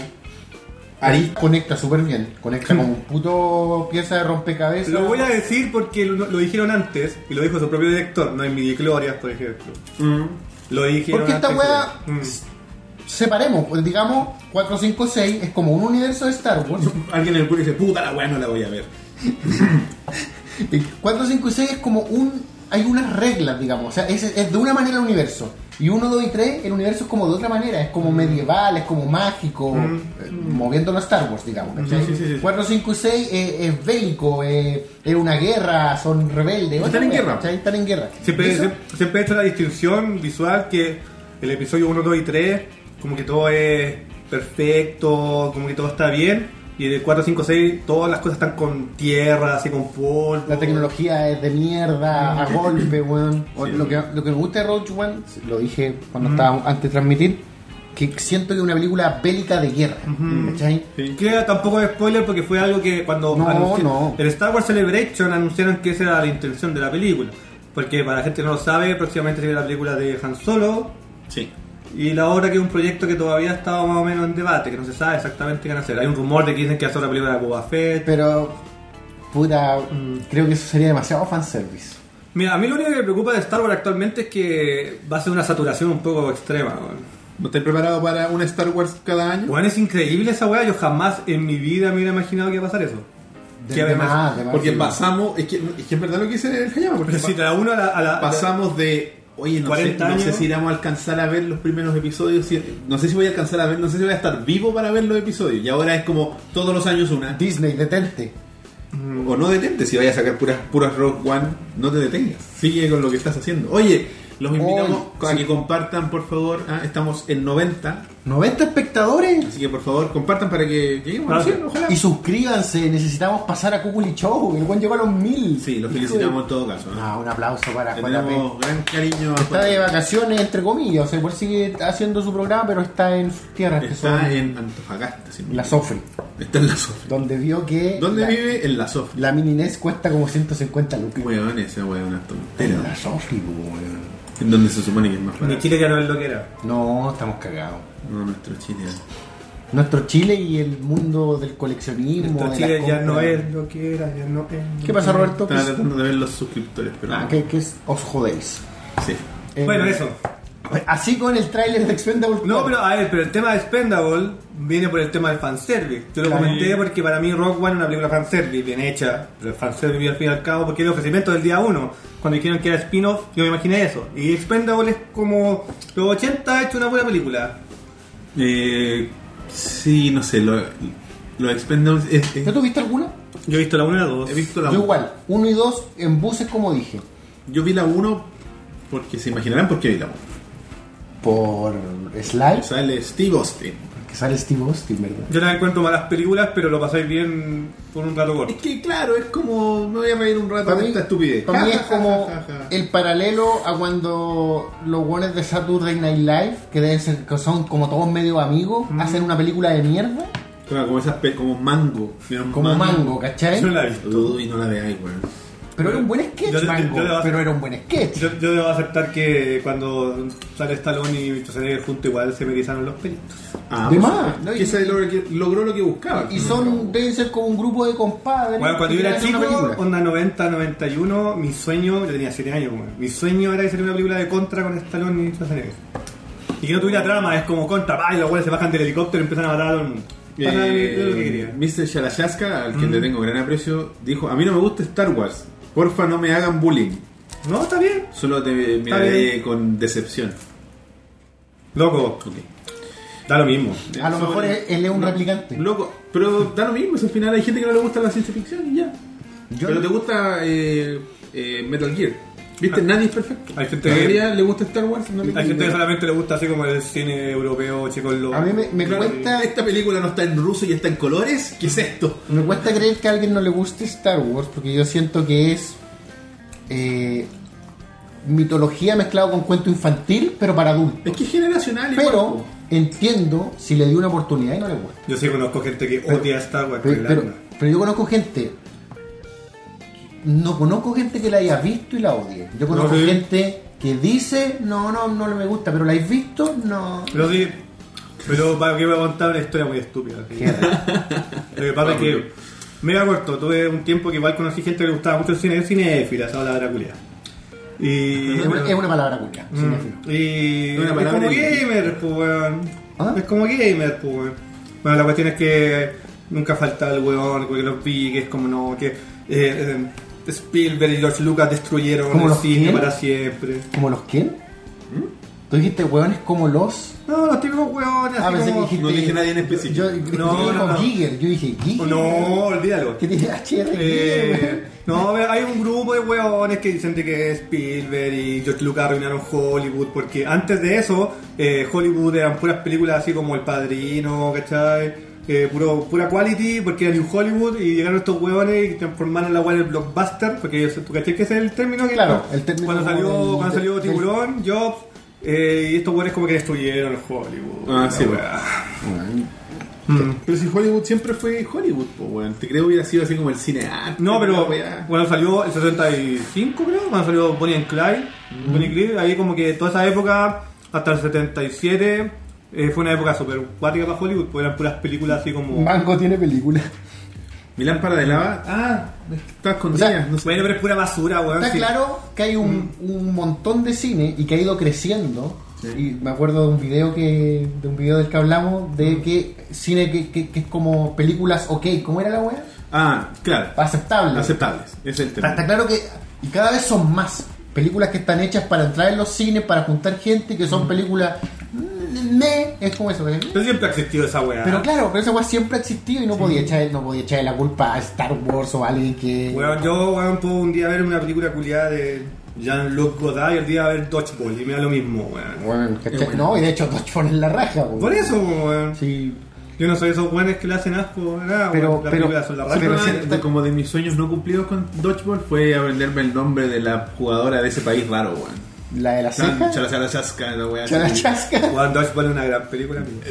Ari
aristas
conecta súper bien.
[LAUGHS]
Conecta como un puto pieza de rompecabezas.
Lo voy a decir porque lo, lo dijeron antes y lo dijo su propio director, no en mi glorias, por ejemplo. Lo dijeron
Porque esta
antes.
weá-
Mm.
separemos, pues, digamos, 4, 5, 6 es como un universo de Star Wars.
alguien en el público dice puta la weá no la voy a ver
4, 5 y 6 es como un... Hay unas reglas, digamos, o sea, es, es de una manera el universo. Y 1, 2 y 3, el universo es como de otra manera, es
Mm.
como medieval, es como mágico, eh, moviéndolo a Star Wars, digamos. ¿cachai?
Sí, sí, sí, sí.
4, 5 y 6 es, es bélico, es, es una guerra, son rebeldes.
Están en
otra,
guerra.
¿cachai? Están en guerra. Y
Siempre,
eso-
siempre, siempre he hecho la distinción visual que el episodio 1, 2 y 3, como que todo es perfecto, como que todo está bien. Y en el 4, 5, 6, todas las cosas están con tierra, así con polvo.
La tecnología es de mierda, a golpe, weón. O
Sí.
Lo, que, lo que me gusta de Roach One, lo dije cuando estaba antes de transmitir, que siento que es una película bélica de guerra. ¿Cachai?
Que tampoco es spoiler porque fue algo que cuando
No,
anunciaron-
no.
en Star Wars Celebration anunciaron que esa era la intención de la película. Porque para la gente que no lo sabe, próximamente se viene la película de Han Solo
sí
y la otra que es un proyecto que todavía estaba más o menos en debate, que no se sabe exactamente qué van a hacer. Hay un rumor de que dicen que hacer una película de Boba Fett.
Pero, puta, creo que eso sería demasiado fanservice.
Mira, a mí lo único que me preocupa de Star Wars actualmente es que va a ser una saturación un poco extrema. weón.
¿No estás preparado para un Star Wars cada año?
Weón, es increíble esa weá. Yo jamás en mi vida me hubiera imaginado que iba a pasar eso.
De-
Que
de
además-
más, de más,
Porque
sí.
pasamos, es que, es que en verdad lo que dice el Hayama, porque
Pero si te da uno a la. a la-
pa- pasamos de, oye, no, sé,
40
no sé
años.
si iremos a alcanzar a ver los primeros episodios, si- no sé si voy a alcanzar a ver, no sé si voy a estar vivo para ver los episodios, y ahora es como todos los años una,
Disney, detente.
o no detente, si vayas a sacar puras, puras Rock One, no te detengas, sigue con lo que estás haciendo. Oye, los invitamos
Oye,
a
sí.
que compartan, por favor, ah, estamos en 90,
90 espectadores.
así que por favor compartan para que lleguemos a
Claro.
100, ojalá.
Y suscríbanse, necesitamos pasar a Cuculi Show. El buen llegó a los mil.
Sí, los
Hijo de-
felicitamos en todo caso. ¿no?
Ah, un aplauso para
Le
Juan Apé.
tenemos gran cariño a
Está
Juan
de
Apé.
vacaciones, entre comillas. O sea, igual sigue haciendo su programa, pero está en sus tierras, que son
Está en Antofagasta, si no me
la
equivoco.
Sofri,
Está en la Sofri.
donde vio que
¿Dónde
la,
vive? En la Sofri.
la mini NES cuesta como 150 lucas.
Weón, esa weón es
La
tontera.
Sofri, weón.
En donde se supone que es más
Mi
barato.
Chile ya no es lo que era.
No, estamos cagados.
No, nuestro Chile.
Nuestro Chile y el mundo del coleccionismo.
Nuestro
de
Chile
las
ya no
compras.
es lo que era, ya no es.
¿Qué pasa, Roberto?
Estaba tratando de ver los suscriptores, pero.
Ah,
no.
que, que es, os jodéis.
Sí.
Eh,
Bueno, eso.
Así con el tráiler de Expendable
No,
4.
pero a ver, pero el tema de Spendable viene por el tema del fanservice. Yo lo
Claro.
comenté porque para mí Rock One es una película fanservice, bien hecha, pero fanservice al fin y al cabo porque era el ofrecimiento del día 1. Cuando dijeron que era spin-off, yo me imaginé eso. Y Spendable es como los 80 hecho una buena película.
Eh, sí, no sé. Lo, lo Expendables. es- es-
¿No tuviste alguna?
Yo he visto la 1 y la 2.
he visto la
Yo
1.
igual, uno y dos en buses como dije.
Yo vi la 1 porque se imaginarán por qué vi la 1.
Por Slides,
Sale Steve Austin.
que sale Steve Austin, ¿verdad?
Yo las encuentro malas películas, pero lo pasáis bien por un rato corto.
Es que claro, es como. Me voy a reír un rato
Para
de
mí,
esta estupidez.
para mí
Ja,
es
ja, ja,
como
ja, ja.
el paralelo a cuando los guones de Saturday Night Live, que, deben ser- que son como todos medio amigos, hacen una película de mierda,
Claro, como esas. pe- Como mango. Eran
como mango, ¿cachai?
Yo la he visto.
Uy, no la veáis, weón.
Pero era un buen sketch,
Yo- yo-
mango,
yo le voy a-
pero era un buen sketch.
Yo, yo debo aceptar que cuando sale Stallone y Schwarzenegger juntos igual se me erizaron los pelitos.
Ah,
De
pues,
más, ¿no?
que
Y-
se logró, que- logró lo que buscaba.
y son, deben ser como un grupo de compadres.
Bueno, cuando yo
que
era
hacen una
chico,
película.
onda 90, 91, mi sueño, yo tenía 7 años, weón, mi sueño era que saliera una película de Contra con Stallone y Schwarzenegger. Y que no tuviera trama, es como Contra, pa, y los güeyes se bajan del helicóptero y empiezan a matar a todo el mundo. Pasa lo que
Eh,
quería. Mm.
Mr. Shalashaska, al quien le tengo gran aprecio, dijo: A mí no me gusta Star Wars. Porfa, no me hagan bullying.
No, está bien.
Solo te miraré con decepción.
Loco,
Ok.
da lo mismo.
A lo
Sobre-
mejor él él es un
No,
replicante.
Loco, pero da lo mismo. si al final hay gente que no le gusta la ciencia ficción y ya.
Yo-
pero te gusta eh, eh, Metal Gear. ¿Viste? Nadie es perfecto.
Ah. Hay gente
La
que-
mayoría le gusta Star Wars. No le
Hay gente que solamente le gusta así como el cine europeo, checoslovaco.
A mí me, me
Claro,
cuesta
Esta película no está en ruso y está en colores. ¿Qué es esto?
me cuesta creer que a alguien no le guste Star Wars porque yo siento que es eh, mitología mezclado con cuento infantil pero para adultos.
Es que es generacional igual,
Pero
po.
entiendo si le di una oportunidad y no le gusta.
Yo sí conozco gente que odia Star Wars con
Pero,
el
pero,
alma.
pero yo conozco gente. No conozco gente que la haya visto y la odie. Yo conozco
sí.
gente que dice, no, no, no me gusta, pero la has visto,
[LAUGHS]
no.
Pero sí, pero para que voy a contar una historia muy estúpida. ¿sí? Lo que pasa es que me iba corto, tuve un tiempo que igual conocí gente que le gustaba mucho el cine, cinéfila, esa palabra culia. Y.
es, una, es una palabra culia.
Mm,
cinéfilo.
y
Una
es
palabra
como
en-
gamer, pues weón.
¿Ah?
Es como gamer, pues weón. Bueno, la cuestión es que nunca falta el weón, porque los vi, que es como no, que eh, eh, Spielberg y George Lucas destruyeron
¿Como
el
los
cine
quién?
para siempre.
¿Como los quién?
¿Mm?
Tú dijiste hueones como los.
No, los típicos weones,
Ah,
así
pensé que
como-
dijiste.
no dije nadie en específico.
Yo,
No,
yo
no, no.
Giger, yo dije Giger.
No, olvídalo.
¿Qué tiene HR?
Eh, no, a ver, hay un grupo de hueones que dicen de que Spielberg y George Lucas arruinaron Hollywood, porque antes de eso, eh, Hollywood eran puras películas así como El Padrino, ¿cachai? Eh, puro, pura quality, porque era New Hollywood, y llegaron estos hueones y transformaron la hueá en el blockbuster, porque ellos- tú cachai que ese es el término que
Claro, el término
cuando salió,
como del-
cuando salió
del-
Tiburón, Jobs, eh, y estos hueones como que destruyeron Hollywood.
Ah,
la
sí,
hueá.
Bueno,
Mm.
Pero si Hollywood siempre fue Hollywood, pues, weón. Te creo hubiera sido así como el cine arte,
No,
la
pero
weá.
cuando salió el 75, creo, cuando salió Bonnie and Clyde,
Mm.
Bonnie and Clyde, ahí como que toda esa época, hasta el 77, pues eh, fue una época súper cuática para Hollywood, porque eran puras películas así como.
Mango tiene película.
Mi lámpara de lava. Ah, está escondida.
O sea,
no sé.
Bueno, pero es pura basura, weón.
Está
Ah, sí.
claro que hay un, un montón de cine y que ha ido creciendo.
Sí.
Y me acuerdo de un video que de un video del que hablamos de que cine que, que- que es como películas ok, ¿cómo era la weá?
Ah, claro.
Aceptable.
Aceptables. Es el
Está,
tema.
está claro que y cada vez son más películas que están hechas para entrar en los cines, para juntar gente, que son películas mm, meh, es como eso. ¿eh?
Pero siempre ha existido esa weá.
Pero claro, pero esa weá siempre ha existido y no podía echar, no podía echarle la culpa a Star Wars o a alguien que
Weón, yo, weón, puedo un día ver una película culiada de Jean-Luc Godard y el día ver Dodgeball y me da lo mismo, weón.
Bueno, ¿cachai? No, y de hecho Dodge pone la raja, weón.
Por eso, weón.
Sí.
Yo no soy esos weones que le hacen asco, nada,
Pero-
weón. Las
pero-
películas son la
sí, pero
Una
raja.
si-
de- de- como de mis sueños no cumplidos con Dodgeball fue aprenderme el nombre de la jugadora de ese país raro, weón.
La de la
Chan-
ceja. [LAUGHS]
Chala, chala, chasca, la weá.
Chala
así.
chasca.
Weón, Dodgeball es una gran película, amigo.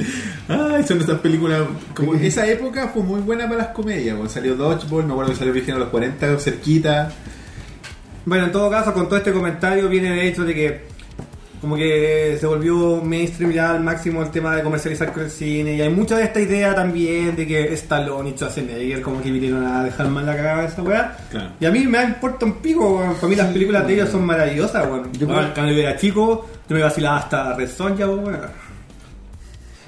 Ay, son estas películas. Como esa época fue muy buena para las comedias, weón. Salió Dodgeball, me acuerdo que salió Virgen a los 40, cerquita.
Bueno, en todo caso, con todo este comentario viene de hecho de que como que se volvió mainstream ya al máximo el tema de comercializar con el cine y hay mucha de esta idea también de que Stallone y Schwarzenegger como que vinieron a dejar mal la cagada de esa weá.
Claro.
Y a mí me importa un pico, weón. Para mí las películas de ellos son maravillosas, weón.
Yo
Weón,
creo-
Cuando yo era chico, yo me vacilaba hasta Red Sonja, weón.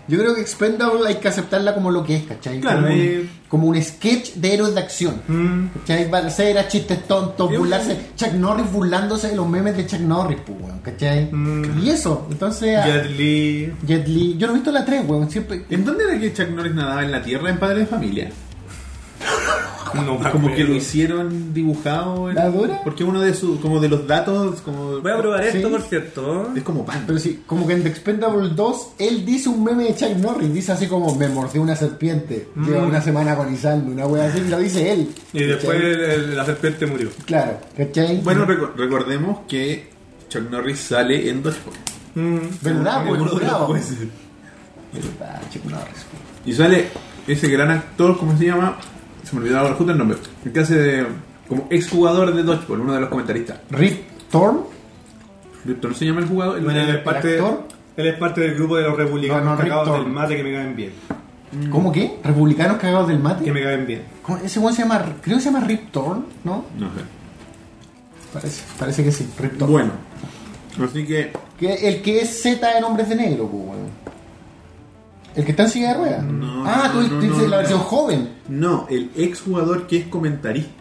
Yo creo que Expendable hay que aceptarla como lo que es, ¿cachai?
Claro,
como, un-
eh.
como un sketch de héroes de acción.
Mm.
¿Cachai? Balacera, chistes tontos,
Sí,
burlarse. Chuck Norris burlándose de los memes de Chuck Norris, pues, weón, ¿cachai? Y eso, entonces. ah,
Jet Li.
Jet Li. Yo no he visto la 3, weón. Siempre.
¿En dónde era que Chuck Norris nadaba en la tierra en Padre de Familia?
No me
Como
acuerdo.
que lo hicieron dibujado. en-
¿La dura?
Porque uno de sus, como de los datos, como.
Voy a probar esto,
Sí.
por cierto.
Es como pan.
Pero sí, como que en The Expendable 2, él dice un meme de Chuck Norris. Dice así como: Me mordió una serpiente.
Mm.
Lleva una semana agonizando, una wea así. y Lo dice él.
Y después
¿cachai?
el- el- la serpiente murió. Mm.
Claro, ¿cachai?
Bueno, reco- recordemos que Chuck Norris sale en Dodgeball.
Mm.
¿Verdad?
Uno
Pues,
de los
bravo.
jueces.
Ah, Chuck Norris.
Y sale ese gran actor, ¿cómo se llama? Se me olvidó ahora justo el nombre. El que hace de. como exjugador de Dodgeball, uno de los comentaristas.
Rick Thorne.
Víctor, ¿no se llama el jugador? El-
Bueno, él es
¿El
parte,
actor?
él es parte del grupo de los republicanos
No, no,
cagados
Rick Thorne.
del mate que me caen bien.
Mm.
¿Cómo qué? ¿Republicanos cagados del mate?
Que me caen bien.
¿Cómo? Ese weón se llama, creo que se llama Rip Torn, ¿no?
No sé.
Parece, parece que sí, Rip Torn.
Bueno. Así que.
Que el que es Z en Hombres de Negro, pues, weón. El que está en silla de ruedas.
No,
ah, tú
no, no,
dices
no, no.
la versión joven.
No, el exjugador que es comentarista.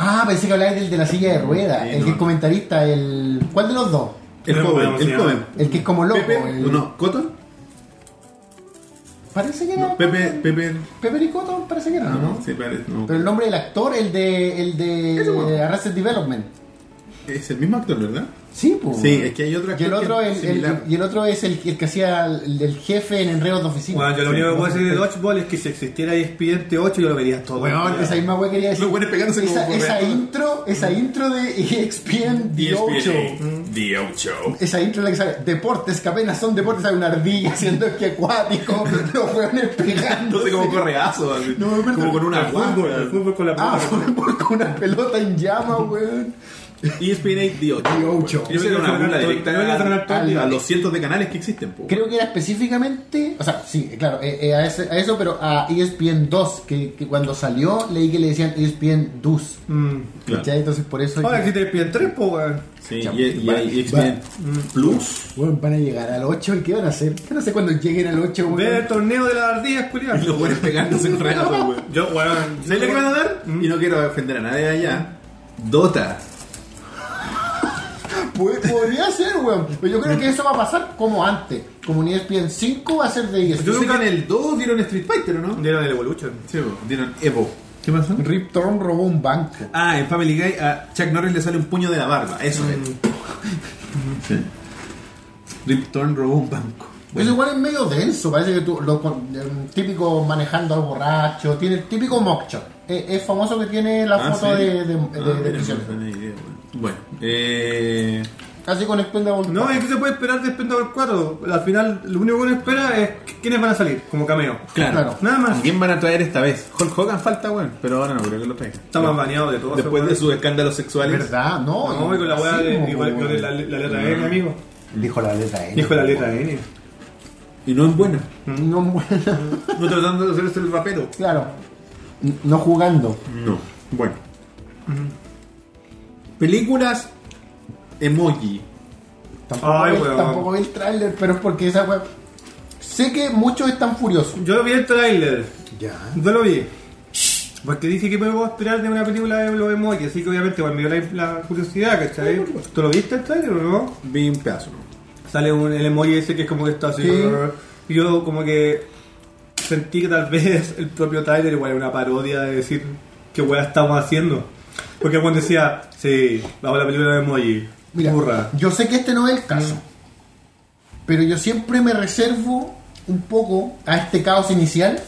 Ah, pensé que hablabas del de la silla de ruedas.
Sí,
el
no,
que es
no.
comentarista, el. ¿Cuál de los dos?
El
No,
joven,
¿cómo se
el
llama?
joven.
El que es como loco.
Pepe,
el-
no, Cotton.
Parece que era.
No, Pepe, Pepe.
Pepe Ricoto, parece que era,
Ah,
¿no?
no, sí, parece, no.
Pero el nombre del actor, el de. El
Ese
de
weón.
Arrested Development.
Es el mismo actor, ¿verdad?
Sí, pues.
Sí, es que hay otro
Y el
actor
otro,
que
el,
es
el-
similar.
y el otro es el, el que hacía el, el jefe en enredos de oficina.
Bueno, yo lo
Sí,
único que
no
puedo
sé.
decir de Dodgeball es que si existiera Expediente 8 yo lo vería todo.
Weón, esa misma weá quería decir.
Los buenos pegándose como
esa,
por
esa
reactor.
intro, esa intro de [LAUGHS] E ESPN
E
D8.
The Ocho.
Esa intro en la que sale deportes que apenas son deportes, hay una ardilla haciendo esquí acuático, [LAUGHS] los weones pegando.
No sé cómo correazo, así.
No, me acuerdo.
como con una
el fútbol, el
guagua.
fútbol con la
Ah, [LAUGHS]
pelota.
fútbol con una pelota en llama, weón.
ESPN 8, The Ocho.
The Ocho.
Yo creo que una burla directa
Yo creo que era un
a,
actor.
a los cientos de canales que existen. po.
Creo que era específicamente, o sea, sí, claro, eh, eh, a, ese- a eso, pero a E ESPN 2, que, que cuando salió leí que le decían E ESPN 2.
Mm.
Claro.
¿Cachai? Entonces por eso...
Ahora existe Expediente 3, po, weón.
Sí,
Chao.
y, y hay ESPN Plus. [LAUGHS]
Weón, van a llegar al 8 y ¿qué van a hacer? ¿Qué van a hacer cuando lleguen al 8, weón?
Ve el torneo de las ardillas,
Y
culiado.
los buenos pegándose con regazo, güey.
Yo, weón.
¿Sabes lo que van a dar? Y no quiero ofender a nadie de allá. Dota.
Pu- podría ser, weón. Pero yo creo que eso va a pasar como antes. Como un E ESPN 5 va a ser de E
Yo
ESPN.
sé que en el 2 dieron Street Fighter, ¿o no?
Dieron el Evolution.
Sí, po, dieron Evo. ¿Qué pasó?
Rip Torn robó un banco.
Ah, en Family Guy a Chuck Norris le sale un puño de la barba. Eso es. Mm. [LAUGHS] Sí. Rip Torn robó un banco.
Eso igual es medio denso. Parece que tú, lo, con- eh, típico manejando al borracho. Tiene el típico mockshot. Es, es famoso que tiene la
Ah,
foto
¿sí?
de, de, de-
Ah,
de- de
mira,
prisionero.
no tenía idea, bueno. Bueno, eh,
Así con Expendable.
No, ¿y qué se puede esperar de Expediente 4? Al final, lo único que uno espera es qu- quiénes van a salir como cameo.
claro.
Claro.
Nada más.
¿Quién van a traer esta vez? Hulk Hogan falta, weón, pero ahora no creo que lo traigan.
Está más baneado de todos.
Después
weón.
de sus escándalos sexuales.
¿Verdad? No.
No, y con la weá
sí,
de.
weón.
Igual que la, la letra N, amigo.
Dijo la letra N.
Dijo la letra N.
Y no es bueno.
Mm. No, [LAUGHS] bueno.
No tratando de hacerse el rapero.
Claro. N- No jugando.
No. Bueno. Películas emoji.
Tampoco,
Ay,
vi,
weón.
tampoco vi el tráiler, pero es porque esa web. Sé que muchos están furiosos.
Yo vi el tráiler,
Ya.
yo lo vi. Porque dice que me puedo esperar de una película de los emojis, así que obviamente me dio la, la curiosidad, ¿cachai?
pues.
¿Tú lo viste el tráiler o no?
Vi un pedazo. ¿no?
Sale un, el emoji ese que es como que está así.
Sí.
y Yo como que sentí que tal [LAUGHS] vez el propio trailer igual era una parodia de decir qué hueá estamos haciendo. Porque cuando decía, sí, vamos a la película de emoji,
Mira,
burra.
yo sé que este no es el caso.
Mm.
Pero yo siempre me reservo un poco a este caos inicial.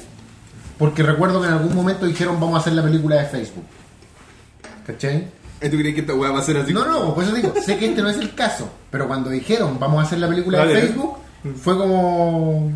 Porque recuerdo que en algún momento dijeron vamos a hacer la película de Facebook. ¿Cachai?
¿Y ¿Tú crees que esta weá va a ser así?
No, no, por eso digo, sé que este no es el caso, pero cuando dijeron vamos a hacer la película
Dale.
de Facebook,
Mm.
fue como.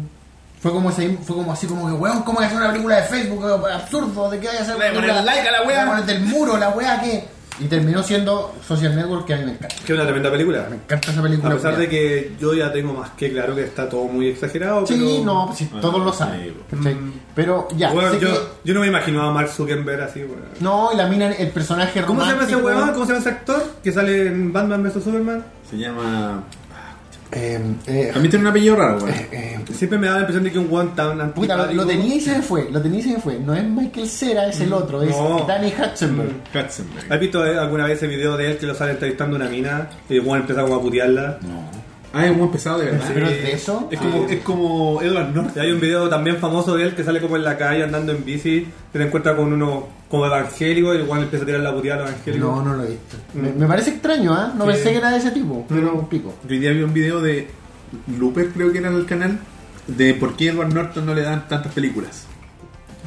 Fue como, ese- fue como así, como que, weón, ¿cómo voy a hacer una película de Facebook? Absurdo, ¿de qué voy a hacer?
Le voy a poner like a la wea.
Le voy a poner del muro, la wea que. Y terminó siendo Social Network, que a mí me encanta.
Que es una tremenda película.
Me encanta esa
A
película.
pesar
culiao.
de que yo ya tengo más que claro que está todo muy exagerado.
Sí,
pero- Ah,
no, pues sí, todos lo saben. ¿cachai? Pero ya,
Bueno,
sé
yo,
que-
yo no me imaginaba a Mark Zuckerberg así, weón.
No, y la mina, el personaje
¿Cómo se llama ese
romántico-
weón? ¿Cómo se llama ese actor que sale en Batman vs Superman?
Se llama.
Eh, eh,
También tiene un apellido raro, weón.
eh,
Siempre me da la impresión de que un weón tan
Puta, lo, lo
antipático-
tenía y se me fue, lo tenía y se me fue. No es Michael Cera, es el otro, es
Mm, no. Mm.
Danny Hutchenberg.
Katzenberg.
¿Has visto eh, alguna vez ese video de él que lo sale entrevistando una mina y el weón empieza como a putearla?
Ah, es muy pesado de verdad.
Pero es de eso.
Es como, es como Edward
Y
Norton.
hay un video también famoso de él que sale como en la calle andando en bici, se le encuentra con uno como evangélico y el weón le empieza a tirar la puteada a los evangélicos.
Ah, No, no lo he visto. Me, me parece extraño, ¿ah? No
Mm. Sí. Mm.
pensé que era de ese tipo, pero pico.
Yo hoy día vi un video de Looper, creo que era en el canal, de por qué Edward Norton no le dan tantas películas.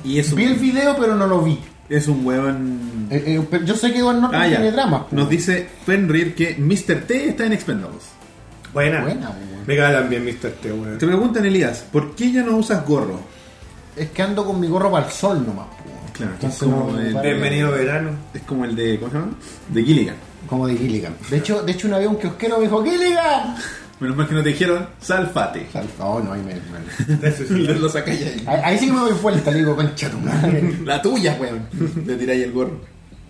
Y es
Vi el
un,
video, pero no lo vi.
es un huevón.
Eh, eh, pero yo sé que Edward Norton
Ah, ya.
tiene dramas.
Nos dice Fenrir que Mr. T está en Expendables.
Buena.
Buena, weón.
Me cae también Mr. T, weón.
Te preguntan, Elías, ¿por qué ya no usas gorro?
Es que ando con mi gorro para el sol nomás, weón.
Claro,
Entonces,
es como
no-
el-
para-
Bienvenido verano.
Es como el de. ¿Cómo se llama? De Gilligan.
Como de Gilligan. De hecho, de hecho una vez un kiosquero me dijo, ¡Gilligan!
Menos mal que no te dijeron, salfate.
No, no, ahí me... me-
[LAUGHS]
[LAUGHS]
Lo sacáis ahí.
Ahí, ahí sí que me doy vuelta, le digo, concha tu madre.
La tuya, weón. Le tiráis el gorro.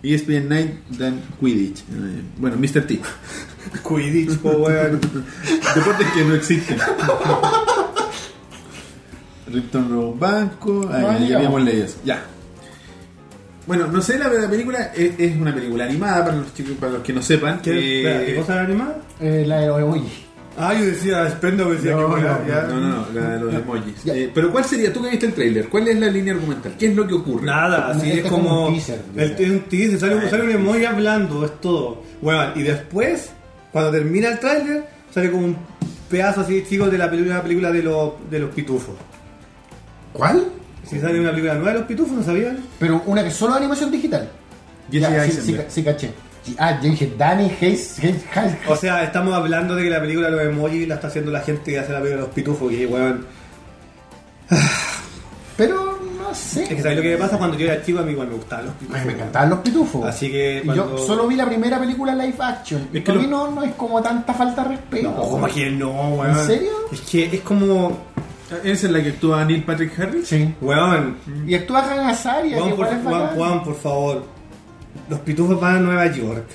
ESPN 9 dan Quidditch. Eh, Bueno, Mr. T.
Cuidich, po, weón.
Deportes que no existen. Ripton robó un banco. Ah,
No,
ya, ya
digamos.
habíamos leído eso. Ya. Bueno, no sé, la, la película es, es una película animada para los chicos, para los que no sepan.
¿Qué,
Eh,
espera, ¿qué cosa era animada?
Eh, la de Oye.
Ah, yo decía, Spendo decía
No,
que
no,
buena, ya.
No, no, no, la de los emojis.
Ya.
Eh, pero ¿cuál sería, tú que viste el trailer, cuál es la línea argumental? ¿Qué es lo que ocurre?
Nada, así
Este
es como.
como un teaser,
el-
dice.
es un teaser, sale,
Ah,
sale un
el
emoji hablando, es todo. Bueno, y después, cuando termina el tráiler, sale como un pedazo así chico de la película, una película de los, de los pitufos.
¿Cuál?
Si sale una película nueva de los pitufos, ¿no sabían?
Pero una que solo animación digital.
Jesse
Ya, sí, sí,
Eisenberg.
sí, caché. Y- Ah, yo dije, Danny Hayes. Hayes- Hayes-
O sea, estamos hablando de que la película de los emojis la está haciendo la gente que hace la película de los pitufos, que weón.
Pero no sé.
Es que sabéis lo que me pasa cuando yo era chico, a mí igual me gustaban los pitufos.
Ay, me encantaban los pitufos.
Así que
Y
cuando-
Yo solo vi la primera película live action. Y
Es que
para
lo-
mí no, no es como tanta falta de respeto.
No, como que no, weón.
¿En serio?
Es que es como.
¿Esa es la que actúa Neil Patrick Harris?
Sí.
Weón,
Y actúa Hannah Azaria, que
Juan, por,
igual es
Juan,
bacán.
Juan, por favor. Los pitufos van a Nueva York.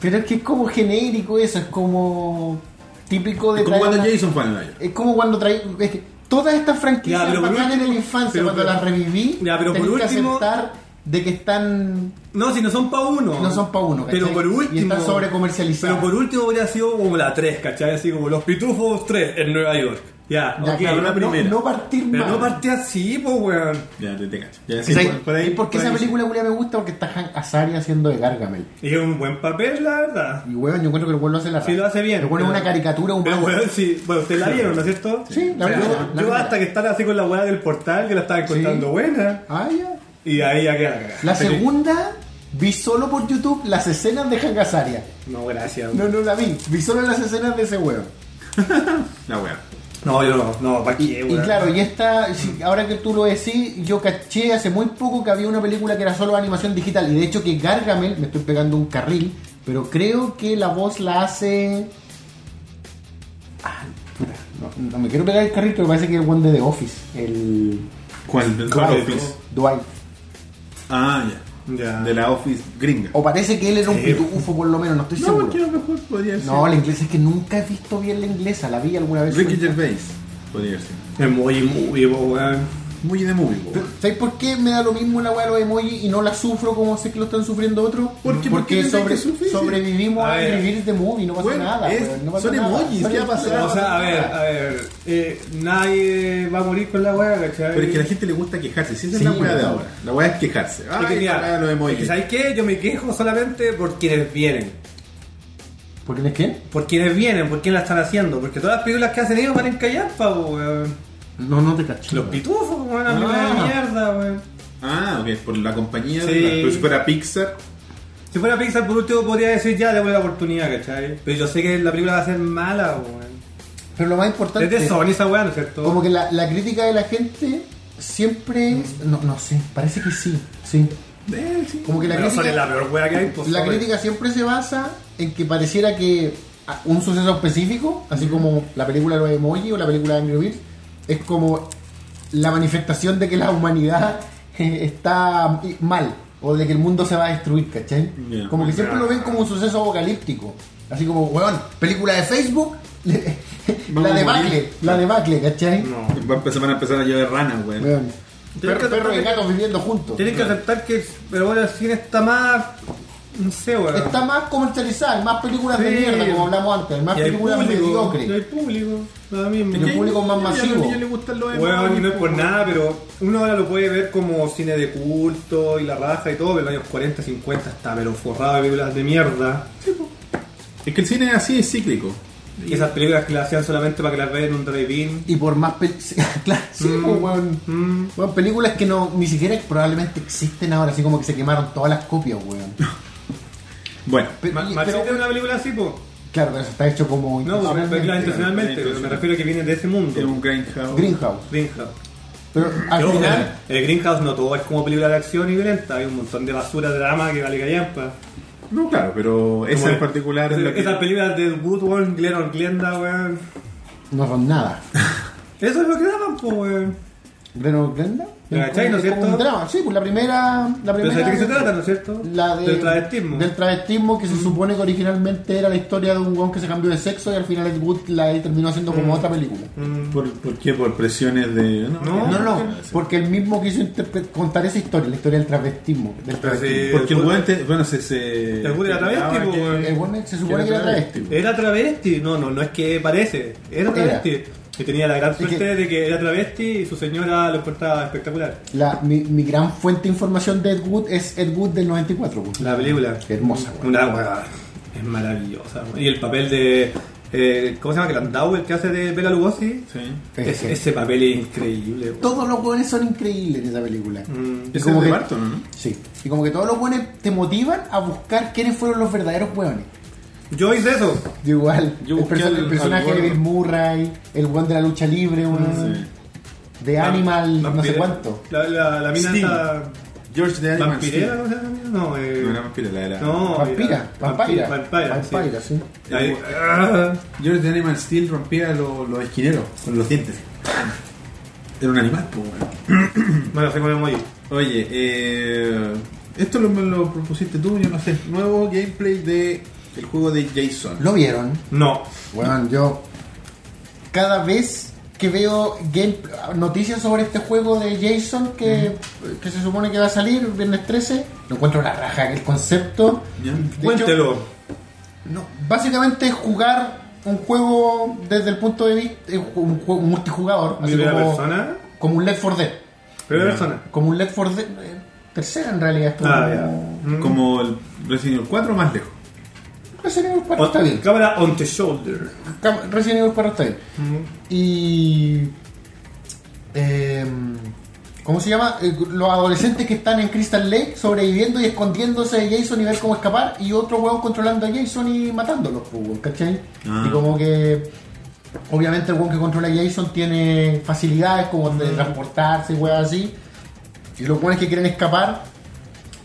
Pero es que es como genérico eso, es como típico de
Es como
traer
cuando
una-
Jason fue a Nueva York.
Es como cuando traí. Es que todas estas franquicias
Ya, pero por
bacanes de
último-
la infancia,
pero-
cuando
pero-
las reviví,
Ya, pero
tenés
por
que
último-
aceptar de que están.
No, si no son pa' uno.
No son pa' uno, ¿cachai?
Pero por
Y
último.
están sobrecomercializadas.
Pero por último hubiera sido como la 3, ¿cachai? Así como los pitufos 3 en Nueva York. Ya,
ya,
ok.
claro,
la
no-
primera.
No, partir
Pero
mal.
no partí así, pues, weón.
Ya, te, te cacho. Ya,
Sí,
sí,
¿sabes?
por- por ahí-
¿Y por qué
por
esa
ahí-
película culia, me gusta? Porque está Hank Azaria haciendo de Gargamel.
Y es un buen papel, la verdad. [LAUGHS]
Y weón, yo encuentro que el weón lo hace la
Sí, lo hace bien.
El weón es
pero-
una caricatura humana.
Pero, weón, sí. Bueno, ustedes la vieron, ¿no es cierto?
Sí, la
Yo-
verdad. la
Yo,
verdad.
hasta que estaba así con la weá del portal, que la estaba encontrando
Sí.
buena.
Ah, ya.
Y ahí ya queda la cagada.
La segunda vi solo por YouTube las escenas de Hank Azaria.
No, gracias.
No, no la vi. Vi solo las escenas de ese weón.
La wea.
No, yo no. No, ¿para
Y,
qué, weón?
y claro, y esta, si- ahora que tú lo decís, yo caché hace muy poco que había una película que era solo animación digital. Y de hecho que Gargamel, me estoy pegando un carril, pero creo que la voz la hace... Ah, puta, no, no me quiero pegar el carril, pero me parece que es el one de The Office. El...
¿Cuál?
Dwight. Dwight.
Ah, ya.
Ya.
De la office gringa.
O parece que él era un
Sí.
pitufo, por lo menos, no estoy Oh,
no,
seguro.
porque a lo mejor podría ser.
No, la inglesa es que nunca he visto bien la inglesa, la vi alguna vez.
Ricky Gervais podría ser.
Emoji movie, po, weón.
Muy de movie, po.
Pero, ¿Sabes por qué me da lo mismo la weá de los emojis y no la sufro como sé que lo están sufriendo otros?
¿Por qué? ¿Por qué
Porque
tendrían
sobre-
que sufrir?
sobrevivimos
A
a
ver.
vivir de movie, no pasa
Bueno,
nada.
es-
weón, no pasa
son
nada.
emojis,
Son
¿qué ha
emojis.
pasado?
O sea, a ver, a ver. eh, nadie va a morir con la weá, ¿cachai?
Pero es que a la gente le gusta quejarse. Si esa
Sí,
es la weá de
weón.
ahora. La weá es quejarse.
Es que
Ay,
mira,
la weá de
es
los
que
emojis.
¿Sabes qué? Yo me quejo solamente por quienes vienen.
¿Por quién es quién?
Por quienes vienen, por quién la están haciendo. Porque todas las películas que hacen ellos van en callampa, po, weón.
No, no te cacho.
Los pitufos, weón, la
Ah.
película de mierda, weón.
Ah, ok, por la compañía.
Sí.
de- Pero si fuera Pixar,
Si fuera Pixar, por último podría decir ya, le voy a la oportunidad, ¿cachai? Pero yo sé que la película va a ser mala, weón.
Pero lo más
Es
importante
de Sony esa weá, ¿no es cierto?
como Eh. que la, la crítica de la gente siempre es- no, no sé, parece que sí, sí.
eh, sí.
Como que la
Pero
crítica
Sony es la peor weá que hay, pues,
La
Sony.
crítica siempre se basa en que pareciera que a- un suceso específico, así como la película de los emojis o la película de Angry Birds, es como la manifestación de que la humanidad eh, está mal o de que el mundo se va a destruir, ¿cachai?
Ya.
Como que siempre
Ya.
lo ven como un suceso apocalíptico. Así como, weón, película de Facebook, [LAUGHS]
Vamos
la
a
debacle,
morir.
la debacle, ¿cachai?
No.
Va a empezar- van a empezar a llover ranas, weón.
Weón.
Tienen que
Perro, perro y
aceptar-
gatos viviendo juntos.
Tienen que aceptar que pero bueno, el cine está más. No sé, weón.
Está más comercializada, hay más películas de
Sí.
mierda, como hablamos antes, hay más
Y hay
películas
público.
mediocres.
Y hay público. Nada mismo.
Pero el público más
Y a los
masivo.
niños les gustan los
Weón, y no es por
po.
nada, pero uno ahora lo puede ver como cine de culto y la raja y todo, pero en los años 40, 50 está, pero forrado de películas de mierda.
Es que el cine es así, es cíclico.
Y esas películas que las hacían solamente para que las vean en un drive-in.
Y por más películas. claro, [LAUGHS] sí, pues, weón.
Mm.
Weón, películas que no, ni siquiera probablemente existen ahora, así como que se quemaron todas las copias,
[LAUGHS]
weón.
Bueno,
Pe-
Ma-
y-
Maxi
pero-
tiene una película así, po?
claro, pero eso está hecho como.
No, porque
intencionalmente.
películas intencionalmente, pero me refiero a que viene de ese
es un
mundo.
Grindhouse.
Greenhouse.
Greenhouse.
Pero al
Pero,
final.
El Greenhouse no todo es como película de acción y violenta, hay un montón de basura, drama que vale callampa.
No, claro, pero esa
Como-
en particular es
esa-
la que...
Esas películas de Woodward, Glenn Glenda, weón.
No son
[LAUGHS]
nada.
Eso es lo que daban, po, weón.
¿Greno Glenda?
¿La cachai, no es
Como
cierto?
un drama, sí, pues la primera. La
Pero
primera
¿sabes de qué se trata, no es cierto?
La de-
Del travestismo. Mm.
Del travestismo que se supone que originalmente era la historia de un weón que se cambió de sexo y al final Ed Wood la terminó haciendo como otra película.
Mm.
¿Por, por qué? ¿Por presiones de...?
No,
No, no, Ah, porque el mismo quiso interpre- contar esa historia, la historia del travestismo. Del
Pero
travestismo.
sí,
Porque el
fue-
weón te- Bueno, se... se
El weón era travesti,
Ah,
po,
que-
weón.
El weón se supone que era travesti.
Era travesti, no, no, no es que parece, era
Era.
travesti. Y tenía la gran
que-
suerte de que era travesti y su señora lo encontraba espectacular.
La, mi, mi gran fuente de información de Ed Wood es Ed Wood del 94. pues.
La película.
Qué hermosa, weón.
Una weá. Es maravillosa, weón. Y el papel de. eh, ¿Cómo se llama? Landau, el que hace de Bela Lugosi.
Sí.
Es-
Ese-
ese papel es increíble, weón.
Todos los weones son increíbles en esa película.
Mm.
Ese
como
es de
que-
Barton, ¿no?
Sí. Y como que todos los weones te motivan a buscar quiénes fueron los verdaderos weones.
Yo hice eso.
Yo igual,
Yo
el,
busqué
perso-
al-
el
al
personaje de
gordo. Ah,
Bill Murray, el weón de la lucha libre, weón,
Sí.
de Animal, no sé
Vampirella.
cuánto.
La, la, la mina
Sting.
esta.
George de Animal
¿Vampirera?
Steel.
¿Cómo se llama la mina? No, eh.
No era vampira, la era...
No,
Vampira,
era-
vampira,
Vampira.
vampira,
sí.
sí.
Ahí- ah.
George de Animal Steel rompía lo- los esquineros con los dientes. Era un animal, pues, weón.
Bueno, fue con emoji.
Oye, eh, esto lo, lo propusiste tú, yo no sé. Nuevo gameplay de el juego de Jason.
¿Lo vieron?
No.
Bueno, yo cada vez que veo game- noticias sobre este juego de Jason que, que se supone que va a salir viernes 13, lo encuentro la raja, que el concepto.
¿Ya?
De
Cuéntelo.
hecho, no, básicamente es jugar un juego desde el punto de vista eh, un juego multijugador, así
Primera
como,
persona.
como un Left 4 Dead,
Primera
Ya.
persona.
como un Left 4 Dead eh, tercera en realidad. esto
Ah,
no-
ya.
Mm.
Como el Resident Evil 4 más lejos.
Resident Evil 4
On-
está bien.
Cámara on the shoulder.
Cam- Resident Evil 4 está bien. Y. em, ¿Cómo se llama? Eh, Los adolescentes que están en Crystal Lake sobreviviendo y escondiéndose de Jason y ver cómo escapar. Y otro hueón controlando a Jason y matándolos, pues, weón, ¿cachai?
Ah.
Y como que. Obviamente el hueón que controla a Jason tiene facilidades como de transportarse y weas así. Y los hueones que quieren escapar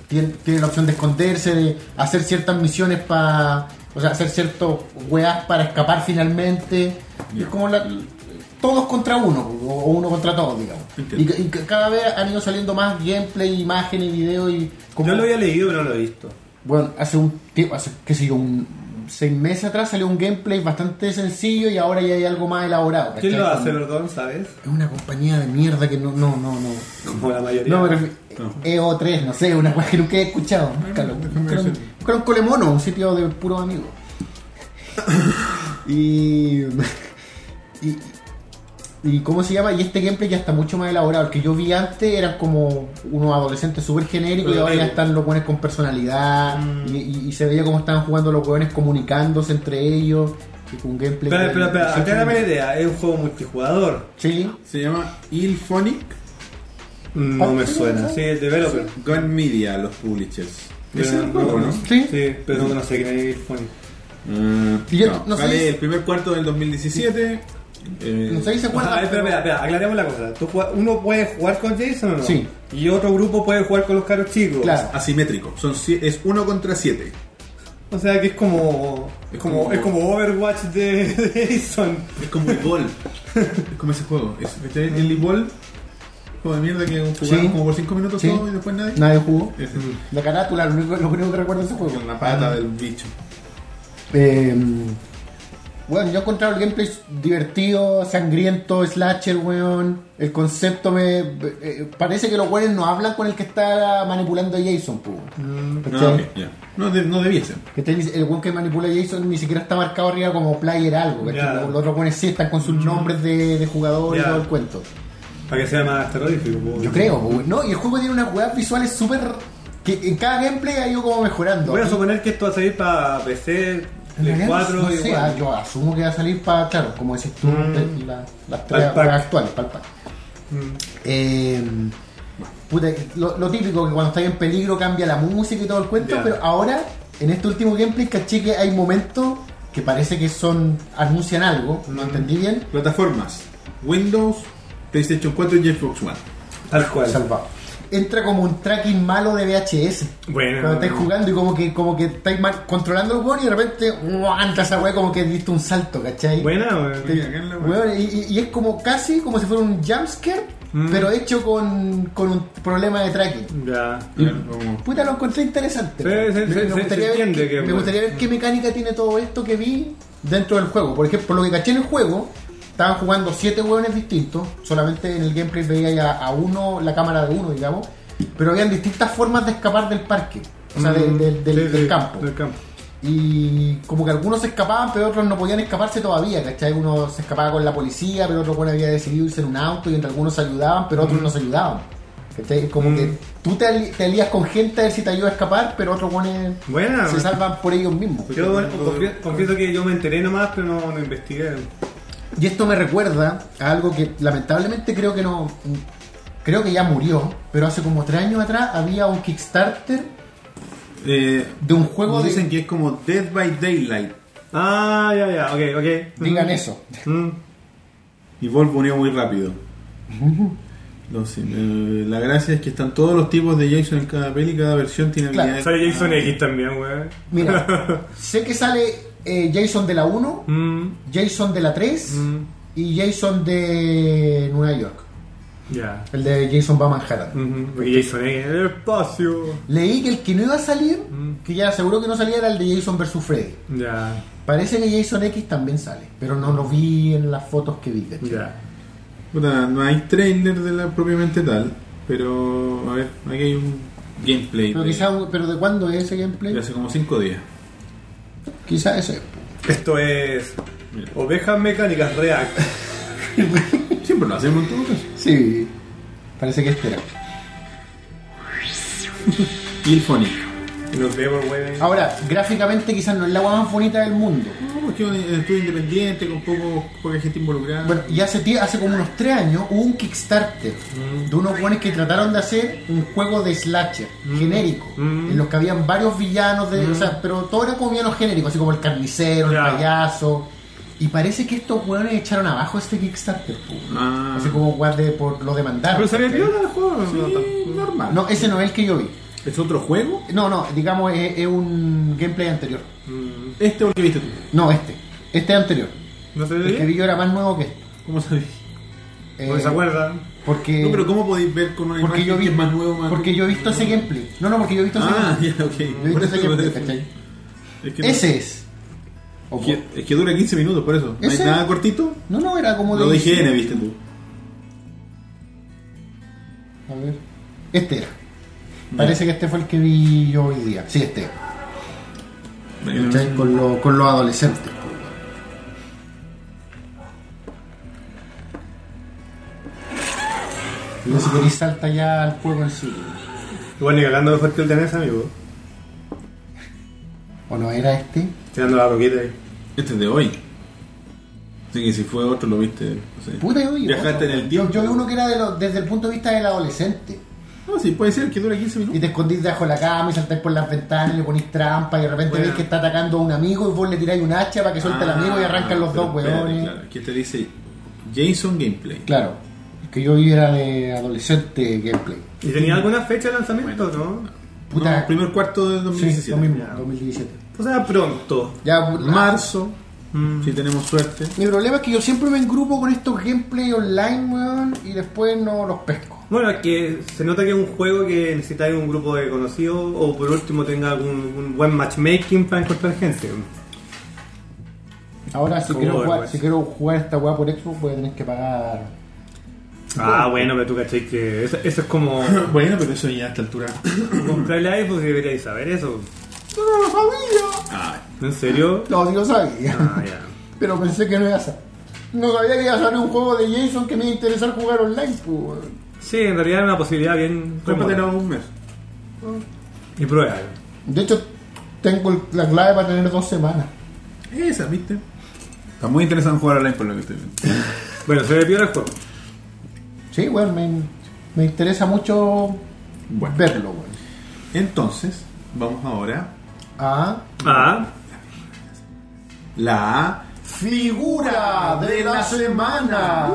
tienen, tienen la opción de esconderse, de hacer ciertas misiones para. O sea, hacer ciertos weas para escapar finalmente. Y es como la. todos contra uno, o uno contra todos, digamos. Y,
Entiendo.
ca- y ca- cada vez han ido saliendo más gameplay, imágenes, videos y... como-
Yo lo había leído, pero no lo he visto.
Bueno, hace un tiempo, hace, qué sé yo, un, seis meses atrás salió un gameplay bastante sencillo y ahora ya hay algo más elaborado.
¿Quién
¿cachai?
lo hace,
Con-
perdón, sabes?
Es una compañía de mierda que no, no, no, no.
Como la mayoría.
No, me refiero.
Ah, No.
EO3, no sé, una cosa que nunca he escuchado.
Ah,
Búscalo.
déjame
Búscalo en-
decirlo.
búscalo en Colemono, un sitio de puros amigos. y, y. y cómo se llama? Y este gameplay ya está mucho más elaborado. El que yo vi antes eran como unos adolescentes súper genéricos y
Pero
ahora ya
luego.
están los buenos con personalidad.
Mm.
Y, y- y se veía cómo estaban jugando los hueones comunicándose entre ellos. Y con gameplay.
Espera,
que-
espera, espera. Acá dame la
Sí.
idea. Es un juego multijugador.
Sí.
Se llama Ilphonic
Ah,
No me suena. Sí, el developer.
Gun Media, los publishers.
Eh,
Pero
Ese es el juego, ¿no?
Sí.
Sí, pero no, no sé qué es Funny.
Eh,
Mm,
Y yo
no,
no sé
sale
si-
el primer cuarto del 2017. eh,
No sé si se
O
acuerdan.
sea, espera,
pero-
espera, espera, aclaremos la cosa. Tú juega- uno puede jugar con Jason o no.
Sí.
Y otro grupo puede jugar con los caros chicos.
Claro.
Asimétrico. Son, si- es uno contra siete.
O sea que es como. Es
Es
como,
como-
es como Overwatch de, de Jason.
Es como
[LAUGHS]
Evolve. es como ese juego. Es, ¿cachai? el Evolve, juego de mierda que jugaron
Sí.
como por 5 minutos
Sí.
todo y después nadie.
Nadie jugó.
Ese.
La carátula, lo único, lo único que recuerdo de ese juego.
Con la pata del bicho.
Eh, bueno, yo he encontrado el gameplay divertido, sangriento, slasher, weón. El concepto me. eh, parece que los weones no hablan con el que está manipulando a Jason, pues.
No, ok, ya. no, de- no debía ser.
Que te- El weón que manipula a Jason ni siquiera está marcado arriba como player algo. ¿cachai?
Ya.
Los, los otros weones sí están con sus nombres de, de jugador y
Ya.
todo el cuento.
Para que sea más terrorífico. po.
Yo creo, po, weón. ¿no? Y el juego tiene unas weas visuales súper. que en cada gameplay ha ido como mejorando.
Voy a suponer que esto va a salir para PC,
En
Play
realidad,
4
no
y
sé,
bueno.
ah, yo asumo que va a salir para, claro, como decís tú,
Mm.
la- las
Pa'l
tres
pack.
las actuales, para el pack.
Mm.
Eh, puta, lo, lo típico que cuando estás en peligro cambia la música y todo el cuento,
Ya.
pero ahora, en este último gameplay, caché que hay momentos que parece que son anuncian algo, no
Mm.
entendí bien,
Plataformas: Windows, PlayStation 4 y Xbox One.
Tal cual.
salvado. Entra como un tracking malo de VHS.
Bueno.
Cuando estáis jugando y como que, como que estáis mar- controlando el juego y de repente, ¡guau! entra esa weá como que diste un salto, ¿cachai?
Buena, weón.
Mira, acá en la-
Weón, y- y, y es como casi como si fuera un jumpscare,
Mm.
pero hecho con, con un problema de tracking.
Ya.
Mira, como-
Puta, lo encontré interesante.
Sí,
weón.
sí,
me,
sí,
me
sí,
gustaría
se
ver
entiende
qué-
que, Mm.
me
weón.
gustaría ver qué mecánica tiene todo esto que vi dentro del juego. Por ejemplo, lo que caché en el juego, estaban jugando siete hueones distintos. Solamente en el gameplay veía ya a uno, la cámara de uno, digamos. Pero habían distintas formas de escapar del parque, o sea, de-
Mm,
de- del,
sí,
del
sí,
campo.
Del campo.
Y como que algunos se escapaban, pero otros no podían escaparse todavía, ¿cachai? Uno se escapaba con la policía, pero otro bueno, había decidido irse en un auto y entre algunos se ayudaban, pero otros no se ayudaban. ¿Cachai? Como
Mm.
que tú te, ali- te alías con gente a ver si te ayuda a escapar, pero otros bueno,
Buena,
se
weón.
salvan por ellos mismos.
Yo bueno, confie- confieso que yo me enteré nomás, pero no, no investigué.
Y esto me recuerda a algo que lamentablemente creo que no. Creo que ya murió, pero hace como tres años atrás había un Kickstarter
Eh,
de un juego de.
Dicen que es como Dead by Daylight.
Ah, ya, ya, ok, ok.
Digan
Mm.
eso.
Mm.
Y Volvo unió muy [LAUGHS] rápido. Los, eh, la gracia es que están todos los tipos de Jason en cada peli, cada versión tiene
Claro,
habilidades.
Sale Jason X también, weón.
Mira, sé que sale eh, Jason de la 1.
Mm,
Jason de la 3
mm,
y Jason de Nueva York.
Ya.
El de Jason va a Manhattan.
Mhm, Porque Jason X en el espacio.
Leí que el que no iba a salir,
Mm.
que ya seguro que no salía, era el de Jason vs. Freddy.
Ya,
Parece que Jason X también sale, pero no lo vi en las fotos que vi. ¿cachai?
ya.
Puta, no hay trailer de la propiamente tal, pero a ver, aquí hay un gameplay
Pero
de,
quizá, pero ¿de cuándo es ese
de
gameplay?
hace como 5 días.
Quizá ese.
Esto es.
Mira.
Ovejas mecánicas React.
[LAUGHS] Siempre lo hacemos en todo caso.
Sí, parece que este era.
Y el Phonic.
Y nos vemos, weón.
Ahora, gráficamente quizás no es la guay más bonita del mundo.
No, es que es un eh, estudio independiente con poco, poca gente involucrada.
Bueno, y hace, tie- hace como unos 3 años hubo un Kickstarter
Mm.
de unos buenos que trataron de hacer un juego de slasher genérico,
Mm.
en los que habían varios villanos, de, o sea, pero todo era como villanos genéricos, así como el carnicero,
Ya.
el payaso. Y parece que estos hueones echaron abajo este Kickstarter, po.
Ah,
así como guas de- por lo demandaron.
Pero salió
¿cachai?
piola el juego.
sí,
No, tampoco.
normal.
No, ese no es el que yo vi.
¿Es otro juego?
No, no, digamos es, es un gameplay anterior.
Mm,
Este o el que viste tú.
No, este. Este es anterior.
¿No se ve
El que
bien?
vi yo era más nuevo que este.
¿Cómo sabéis?
Eh,
¿No Pues se acuerdan?
Porque,
No, pero ¿cómo podéis ver con una
Eh, porque
imagen
yo
que
vi,
es más nuevo, más
porque yo he visto ese gameplay. No, no, porque yo he visto ese
Ah,
gameplay.
ya, ok.
Yo he
Por
visto ese
eso lo
gameplay,
de-
¿cachai?
es que no-
Ese es. O-
Es que- es que dura 15 minutos, por eso. ¿No hay
Ese-
nada cortito?
no, no, era como
Lo de IGN,
dije
viste tú.
A ver. Este era. Parece que este fue el que vi yo hoy día. Sí, este. ¿Cachai? Con, lo- con los adolescentes. po, weón. No sé por qué salta ya al juego en sí. weón.
Igual ni cagando mejor que el de NES, amigo.
¿O no era este?
Tirando la roquita ahí.
Este es de hoy. Así que si fue otro, lo viste. No, sé.
Puta, yo vi
Viajaste
otro.
en el tiempo.
Yo, yo vi uno que era de los- desde el punto de vista del adolescente.
no sí, puede ser que dura 15
Y
minutos.
te escondís debajo de la cama y saltáis por las ventanas y le ponís trampa y de repente
Bueno. Ah,
veis que está atacando a un amigo y vos le tiráis un hacha para que suelte al amigo y arrancan los
pero
dos
espérate,
hueones.
Claro, aquí te dice Jason Gameplay.
Claro, el que yo vi era de adolescente gameplay.
¿Y tenía alguna fecha de lanzamiento, no?
Puta,
No, primer cuarto de
sí, lo
2017.
mismo,
ya.
2017.
O sea, pronto.
Ya, puta.
Marzo,
Mm.
si tenemos suerte.
Mi problema es que yo siempre me engrupo con estos gameplay online, weón, y después no los pesco.
Bueno, es que se nota que es un juego que necesitáis un grupo de conocidos o por último tenga algún un buen matchmaking para encontrar gente.
Ahora, si
Como
quiero, jugar,
Overwatch.
si quiero jugar esta weá por Xbox, voy a tener que pagar.
Ah, bueno, pero tú cachai que eso, eso es como [COUGHS]
Bueno, pero eso ya a esta altura.
comprar el iPhone y deberíais saber eso.
¡No, no
¡Ah,
lo sabía!
Ay, [LAUGHS]
¿En serio?
No, sí lo sabía.
Ah, ya.
Pero pensé que no iba a salir. No sabía que iba a salir un juego de Jason que me iba a interesar jugar online, pues, weón.
Sí, en realidad era una posibilidad bien
cómpratelo
remota.
a un mes.
Y pruébalo.
De hecho, tengo el- la clave para tener dos semanas.
Esa, viste. Está muy interesante en jugar online por lo que estoy viendo.
Bueno, se le pidió el juego.
Sí, weón, me, me interesa mucho
Bueno,
verlo, weón.
entonces, vamos ahora.
Ah.
Ah,
La
Figura de la semana.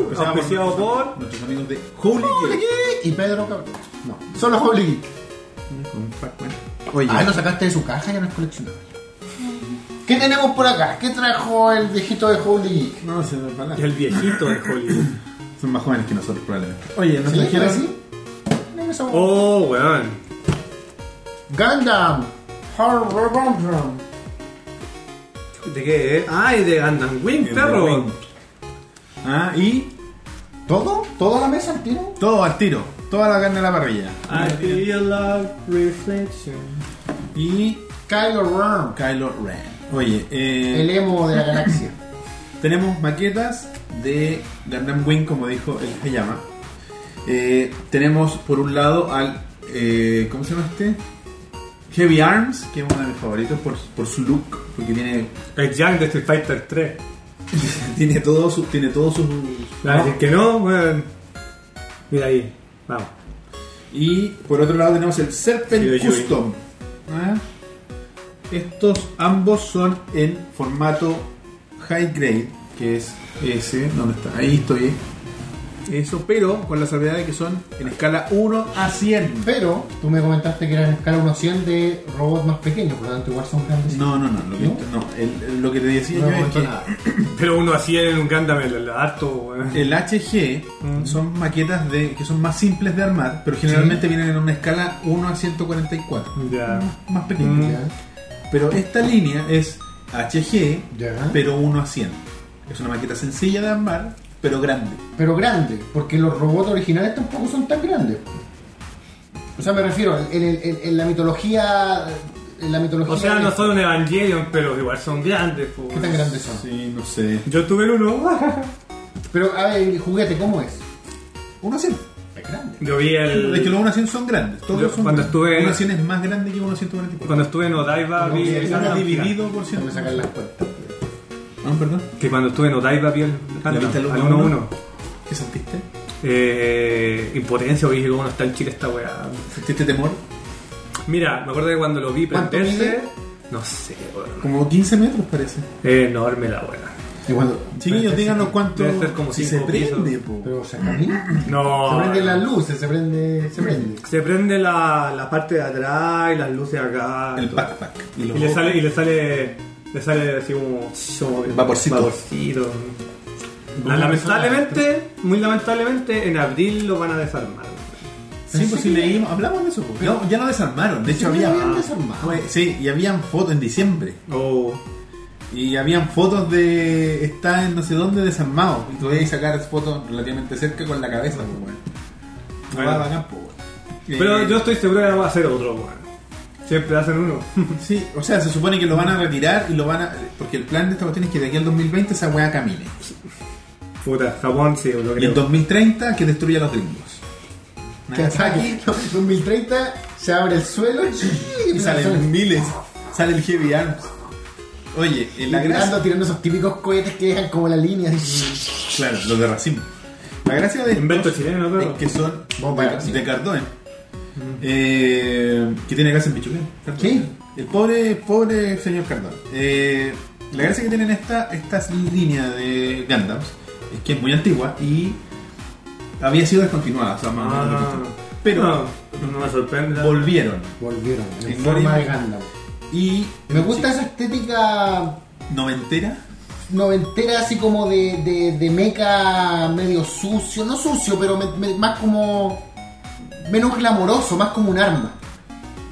Empezamos
auspiciado
nuestros-
por-
nuestros amigos de Holy
Holy
Geek.
Geek. Y Pedro Cabrera. No, solo Holy Geek.
Con Pac-Man. Oye,
Ah, lo sacaste de su caja, ya no es coleccionable. ¿Qué tenemos por acá? ¿Qué trajo el viejito de Holy Geek?
no, se me para.
y el viejito de Hollywood.
Son más jóvenes que nosotros probablemente. Oye, nos
¿Sí?
trajeron
¿Sí? No me sabo-
Oh, weón.
Gundam. Hard Gundam.
¿De qué? Eh? Ah, y de Gundam Wing,
el de
perro.
Wing. Ah, y
¿Todo? ¿Toda la mesa al tiro?
todo al tiro. Toda la carne a la parrilla.
I feel like reflection.
Y
Kylo Ren.
Kylo Ren. Oye, eh,
El emo de la galaxia.
tenemos maquetas de Gundam Wing, como dijo el Hayama. Eh, tenemos por un lado al. eh, ¿Cómo se llama este? Heavy Arms, que es uno de mis favoritos por, por su look, porque tiene [LAUGHS]
El Jack de Street Fighter 3.
tiene todo su tiene todo su
Va a decir que no, weón. Mira ahí, vamos.
y por otro lado tenemos el Serpent
Sí, yo-
Custom ¿Ah? estos ambos son en formato high grade que es ese donde está ahí estoy eso pero con la salvedad de que son en escala 1 a 100
[LAUGHS] Pero tú me comentaste que eran en escala 1 a 100 de robots más pequeños, por lo tanto igual son grandes.
no no no lo que,
¿No?
no, el- el- lo que te decía
No
yo es
aguantó
que
nada.
Pero uno así en un Gundam, el, el harto, weón.
El HG
Mm.
son maquetas de, que son más simples de armar, pero generalmente vienen en una escala 1 a 144.
Ya.
Más pequeña.
Ya,
Mm. Pero esta línea es HG,
ya. Pero,
pero 1 a 100. Es una maqueta sencilla de armar, pero grande.
grande, porque los robots originales tampoco son tan grandes. O sea, me refiero, en, el- en- en la mitología. En la mitología.
O sea, no
de-
son un Evangelion, pero igual son grandes, po,
¿Qué
weón.
tan grandes son?
Sí, no sé.
Yo tuve el uno.
Pero, a ver, el juguete, ¿cómo es?
1 a 100.
Es grande.
Yo vi
De que
el.
los 1 a 100 son grandes. Todos
Yo,
son
cuando
grandes.
estuve-
1 a 100 es más grande que 1 a 144.
Cuando estuve en Odaiba vi el
Está
Está
Gundam gigante.
dividido por
Déjame
100.
sacar las cuentas.
Ah, perdón.
Que cuando estuve en Odaiba vi el
¿Le
Gundam,
viste
al
el
1-1.
1-1? ¿Qué sentiste?
Eh, impotencia, dije, cómo no está en Chile esta weá.
¿Sentiste temor?
Mira, me acuerdo que cuando lo vi
¿Cuánto
prenderse.
mide?
No sé, weón.
Como 15 metros parece.
Es enorme la weá.
Y cuando-
Chiquillos, díganos cuánto.
Debe ser como
si se
cinco
prende,
pisos.
po.
Pero se camina.
No.
Se prenden las luces, se prende. Se prende.
Se prende la, la parte de atrás y las luces acá.
El
todo.
backpack. Y,
Y
los
le
ojos.
sale, y le sale. Le sale así como.
Vaporcito.
Vaporcito. Ah, lamentablemente, muy lamentablemente, en abril lo van a desarmar.
Sí, pues si leímos, hablamos de eso. pues.
No.
No, ya lo desarmaron. De hecho,
Sí,
había.
lo habían desarmado.
Fue- sí, y habían fotos en diciembre.
O
Y habían fotos de. Está en no sé dónde desarmado. Y tú veías sacar fotos relativamente cerca con la cabeza, pues, weón.
Bueno.
Ah, bacán, pues, weón.
Pero
Eh,
yo estoy seguro que va a ser otro, weón. Siempre hacen uno. [LAUGHS]
Sí, o sea, se supone que lo van a retirar y lo van a. Porque el plan de esta cuestión es que de aquí al 2020 esa weá camine.
Puta, Japón sí, lo
Y el
creo.
2030 que destruya a los gringos.
Que ataque. 2030 se abre el suelo y
Y salen miles. Sale el Heavy Arms. Oye, en la gracia.
tirando, tirando esos típicos cohetes que dejan como la línea. así.
Claro, los de Racimo. La gracia de.
Invento
estos
chileno,
es
claro.
que son
Bomba
de-
de Racimo.
de Cardone. Eh, que tiene casa en Pichulén.
Sí.
El pobre, pobre señor Cardone. Eh, la gracia que tienen esta, estas líneas de Gundams es que es muy antigua y había sido descontinuada. o sea, más o menos
Ah,
descontinuada. pero
no, no me sorprende.
volvieron.
Volvieron, en
En
forma de
Gordon.
Gundam.
Y
Me gusta esa estética
noventera.
noventera, así como de, de, de meca medio sucio. No sucio, pero me- me- más como. menos glamoroso, más como un arma.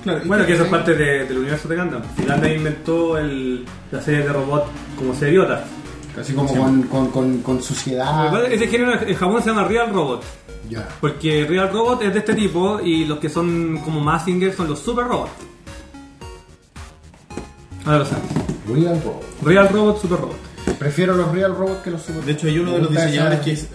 Claro, y
Bueno, que eso es parte de- del universo de Gundam. Finlandia inventó el, la serie de robots como seriotas.
Así como con, con, con, con suciedad.
Ese género en Japón se llama Real Robot.
Ya.
Porque Real Robot es de este tipo y los que son como Massinger son los Super Robots. Ahora lo sabes.
Real Robot.
Real Robot, Super Robot.
Prefiero los Real Robots que los Super
De hecho, hay uno de
Me
los
gusta
diseñadores
esa-
que es. eh,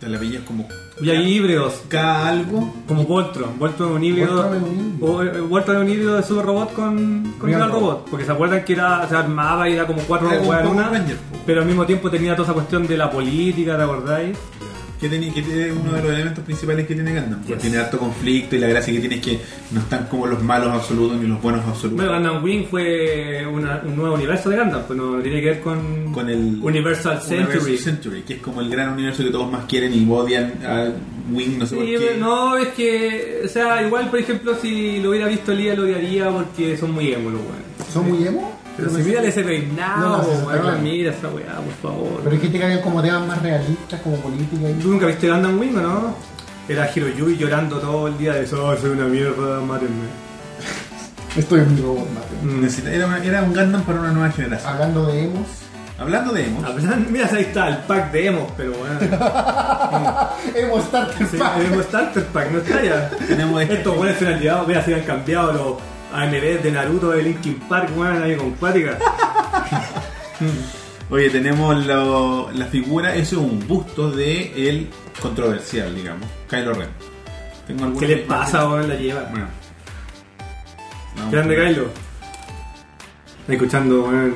Te la pillas como.
Y hay híbridos,
K algo.
como Voltron. Voltron es un híbrido.
Voltron es un híbrido.
o, eh, Voltron es un híbrido de Super Robot con, con
Real
Real Robot.
Robot.
Porque se acuerdan que era, se armaba y era como cuatro
Era como
hueá en
Power
una,
Ranger, po.
Pero al mismo tiempo tenía toda esa cuestión de la política, ¿te acordáis?
que tiene, que tiene uno de los elementos principales que tiene Gundam. que
Yes.
Tiene harto conflicto y la gracia que tiene es que no están como los malos absolutos ni los buenos absolutos.
Bueno, Gundam Wing fue una- un nuevo universo de Gundam, pues no tiene que ver con,
con el
Universal Century.
Universal Century, que es como el gran universo que todos más quieren y odian a Wing, no sé
Sí,
por qué.
pero no, es que, o sea, igual por ejemplo si lo hubiera visto Lía lo odiaría porque son muy emo los weones.
¿Son muy emo?
Pero si mira ese
No,
reinado,
no, sí, está
weón,
claro.
mira esa weá, por favor.
Pero es que te cambian como temas más realistas, como política y...
¿Tú nunca viste Gundam Wing o no? Era Hiroyui llorando todo el día de eso, soy una mierda, mátenme.
Estoy un robot, mate.
Mm.
Necesita- Era, una- era un Gundam para una nueva generación.
Hablando de emos...
Hablando de Emos,
A pesar- Ah, pues, Mira, ahí está el pack de emos,
[LAUGHS]
pero bueno.
emo Starter
Sí,
Pack.
el emo starter pack, no está ya.
tenemos este.
Estos weones se han llevado, mira, se han cambiado los AMB de Naruto, de Linkin Park, weón, ahí con cuática.
Oye, tenemos lo- la figura, eso es un busto de el controversial, digamos, Kylo Ren. Tengo
¿Qué
algunas
le
imágenes.
pasa, weón? La lleva.
Bueno. Vamos
Grande
por-
Kylo. Está escuchando, weón.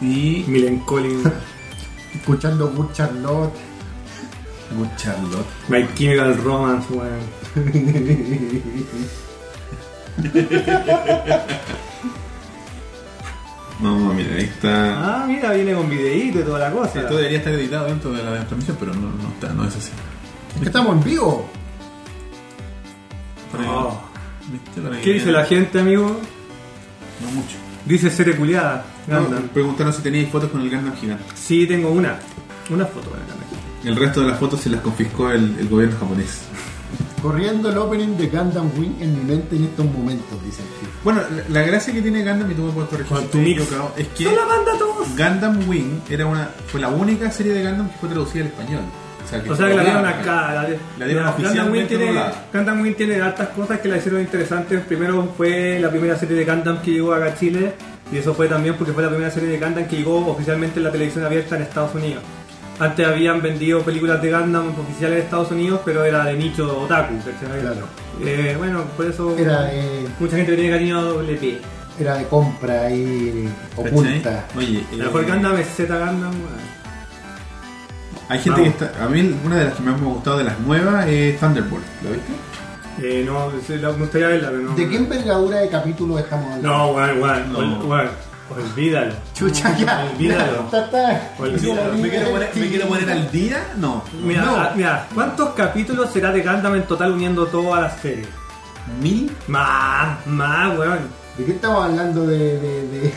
Y
Milen Collins,
Escuchando Good Charlotte.
Good Charlotte.
My Chemical Romance, weón.
No, mira, ahí está.
Ah, mira, viene con videíto y toda la cosa.
Esto debería estar editado dentro de la transmisión, pero no, no está, no es así.
Es que estamos en vivo.
Para que-
Oh.
¿viste? Para que
¿Qué dice
vean.
la gente, amigo?
No mucho.
Dice ser culiada. Gundam.
No, preguntaron si teníais fotos con el Gundam gigante.
Sí, tengo una. Una foto con el Gundam.
El resto de las fotos se las confiscó el, el gobierno japonés.
Corriendo el opening de Gundam Wing en mi mente en estos momentos, dicen.
Bueno, la, la gracia que tiene Gundam, y tú me puedes corregir si
Con tu
estoy
mix.
equivocado, es que
¡No la manda a todos!
Gundam Wing era una, fue la única serie de Gundam que fue traducida al español.
O sea que la
fue
dieron
doblada.
acá. La,
La dieron
Gundam Wing
oficialmente
tiene,
doblada.
Gundam Wing tiene hartas cosas que la hicieron interesantes. Primero fue la primera serie de Gundam que llegó acá a Chile. Y eso fue también porque fue la primera serie de Gundam que llegó oficialmente en la televisión abierta en Estados Unidos. Antes habían vendido películas de Gundam oficiales de Estados Unidos, pero era de nicho otaku. ¿cachai?
Claro.
Eh, bueno, por eso
Era de,
mucha gente le tiene cariño a WP.
era de compra ahí
¿Cachai?
oculta.
Oye,
La
eh,
mejor Gundam es Z Gundam. bueno.
hay gente
Vamos.
que está. A mí, una de las que más me ha gustado de las nuevas es Thunderbolt. ¿La viste?
Eh, no, sí, la- me gustaría verla, pero no.
¿De qué envergadura de capítulo estamos hablando?
No, weón, weón,
No.
ol- weón, olvídalo.
Chucha, ya.
Olvídalo.
Ta, ta.
Olvídalo.
¿Me quiero, poner, ¿Me quiero poner al día? No.
Mira,
No.
ah, mira, ¿cuántos capítulos será de Gundam en total uniendo todas las series?
¿Mil?
Más, más, weón.
¿De qué estamos hablando de, de, de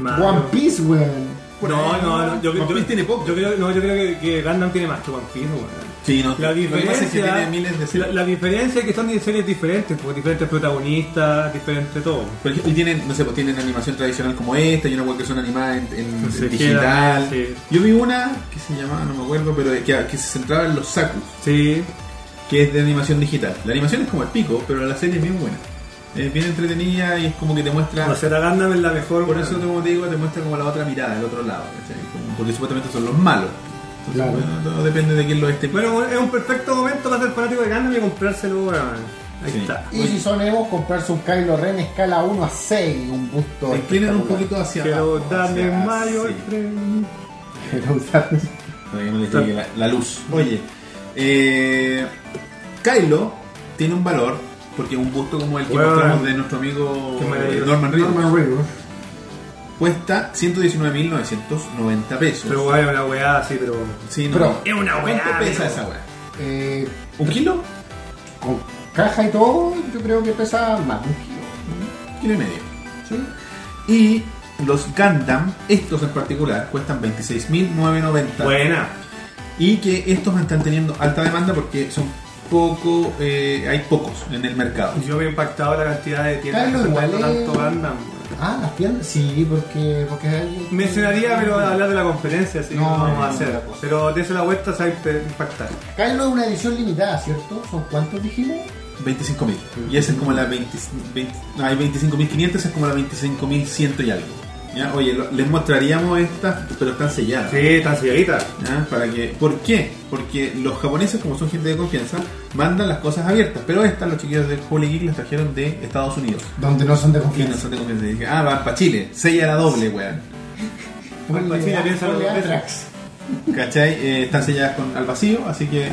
Más.
One Piece, weón?
por
no,
ahí.
no, no, yo,
One
yo,
Piece tiene poco.
Yo creo, no, yo creo que, que Gundam tiene más que One Piece, weón.
Sí, no.
La
Lo que pasa
diferencia,
es que tiene miles de series.
la, la diferencia es que son series diferentes, pues, diferentes protagonistas, diferente todo.
Por ejemplo, y tienen, no sé, pues tienen animación tradicional como esta y una web que son animadas en, en-
No sé,
en digital.
queda, sí.
Yo vi una
¿Qué se llamaba? No me acuerdo, pero de que, que se centraba en los sakus,
Sí,
que es de animación digital. La animación es como el pico, pero la serie es bien buena. Es bien entretenida y es como que te muestra.
o sea, la Gundam es la mejor.
por
weón.
eso, como te digo, te muestra como la otra mirada, el otro lado. ¿cachai? Como- porque supuestamente son los malos. Entonces,
Claro.
bueno, todo depende de quién lo esté.
Bueno, weón, es un perfecto momento para ser fanático de Gundam y comprárselo, weón. Ahí
Sí.
está.
Y Pues si son Evo, comprarse un Kylo Ren escala 1 a 6, un busto.
Te inclinan un
espectacular.
poquito hacia
Quiero
abajo,
darle
hacia-
Mario
sí.
el tren.
Pero usar-
Para que no les llegue la, la luz. Oye, eh, Kylo tiene un valor porque un busto como el que
Bueno,
mostramos de nuestro amigo eh,
qué maravilloso.
Norman Reedus
Norman Reedus.
cuesta 119.990 pesos.
Pero weón, es una weá así, pero.
Sí, no.
Pero-
Es una
¿Cuánto
weá.
pesa
amigo.
esa weá?
Eh,
¿Un kilo?
con caja y todo, yo creo que pesa más de un kilo.
Kilo y medio.
¿sí?
Y los Gundam, estos en particular, cuestan 26.990.
Buena.
Y que estos están teniendo alta demanda porque son poco, eh, hay pocos en el mercado.
Yo me he impactado la cantidad de tiendas
Carlos,
que están
igual
dando
es-
tanto Gundam. weón.
Ah, las tiendas. Sí, porque, porque hay.
Mencionaría, pero hablar de la conferencia, así
No,
que no vamos a
no, no,
hacer.
no.
Pero desde la vuelta se va a imp- impactar.
Kylo es una edición limitada, ¿cierto? ¿Son cuántos dijimos?
25.000. Y esa es como la 20, 20 no, hay 25.500, esa es como la 25.100 y algo. ¿ya? Oye, lo- les mostraríamos estas, pero están selladas.
Sí, tan selladita.
¿ya? Para que, ¿Por qué? Porque los japoneses, como son gente de confianza, mandan las cosas abiertas. Pero estas, los chiquillos de Holy Geek las trajeron de Estados Unidos.
Donde no son de
Y no
confianza.
son de confianza. Y dije, ah, van para Chile. Sella la doble, weón.
Ponle-
Pues sí, piensa
ponle
dos veces.
Atrax.
¿Cachai? Eh, están selladas con, al vacío, así que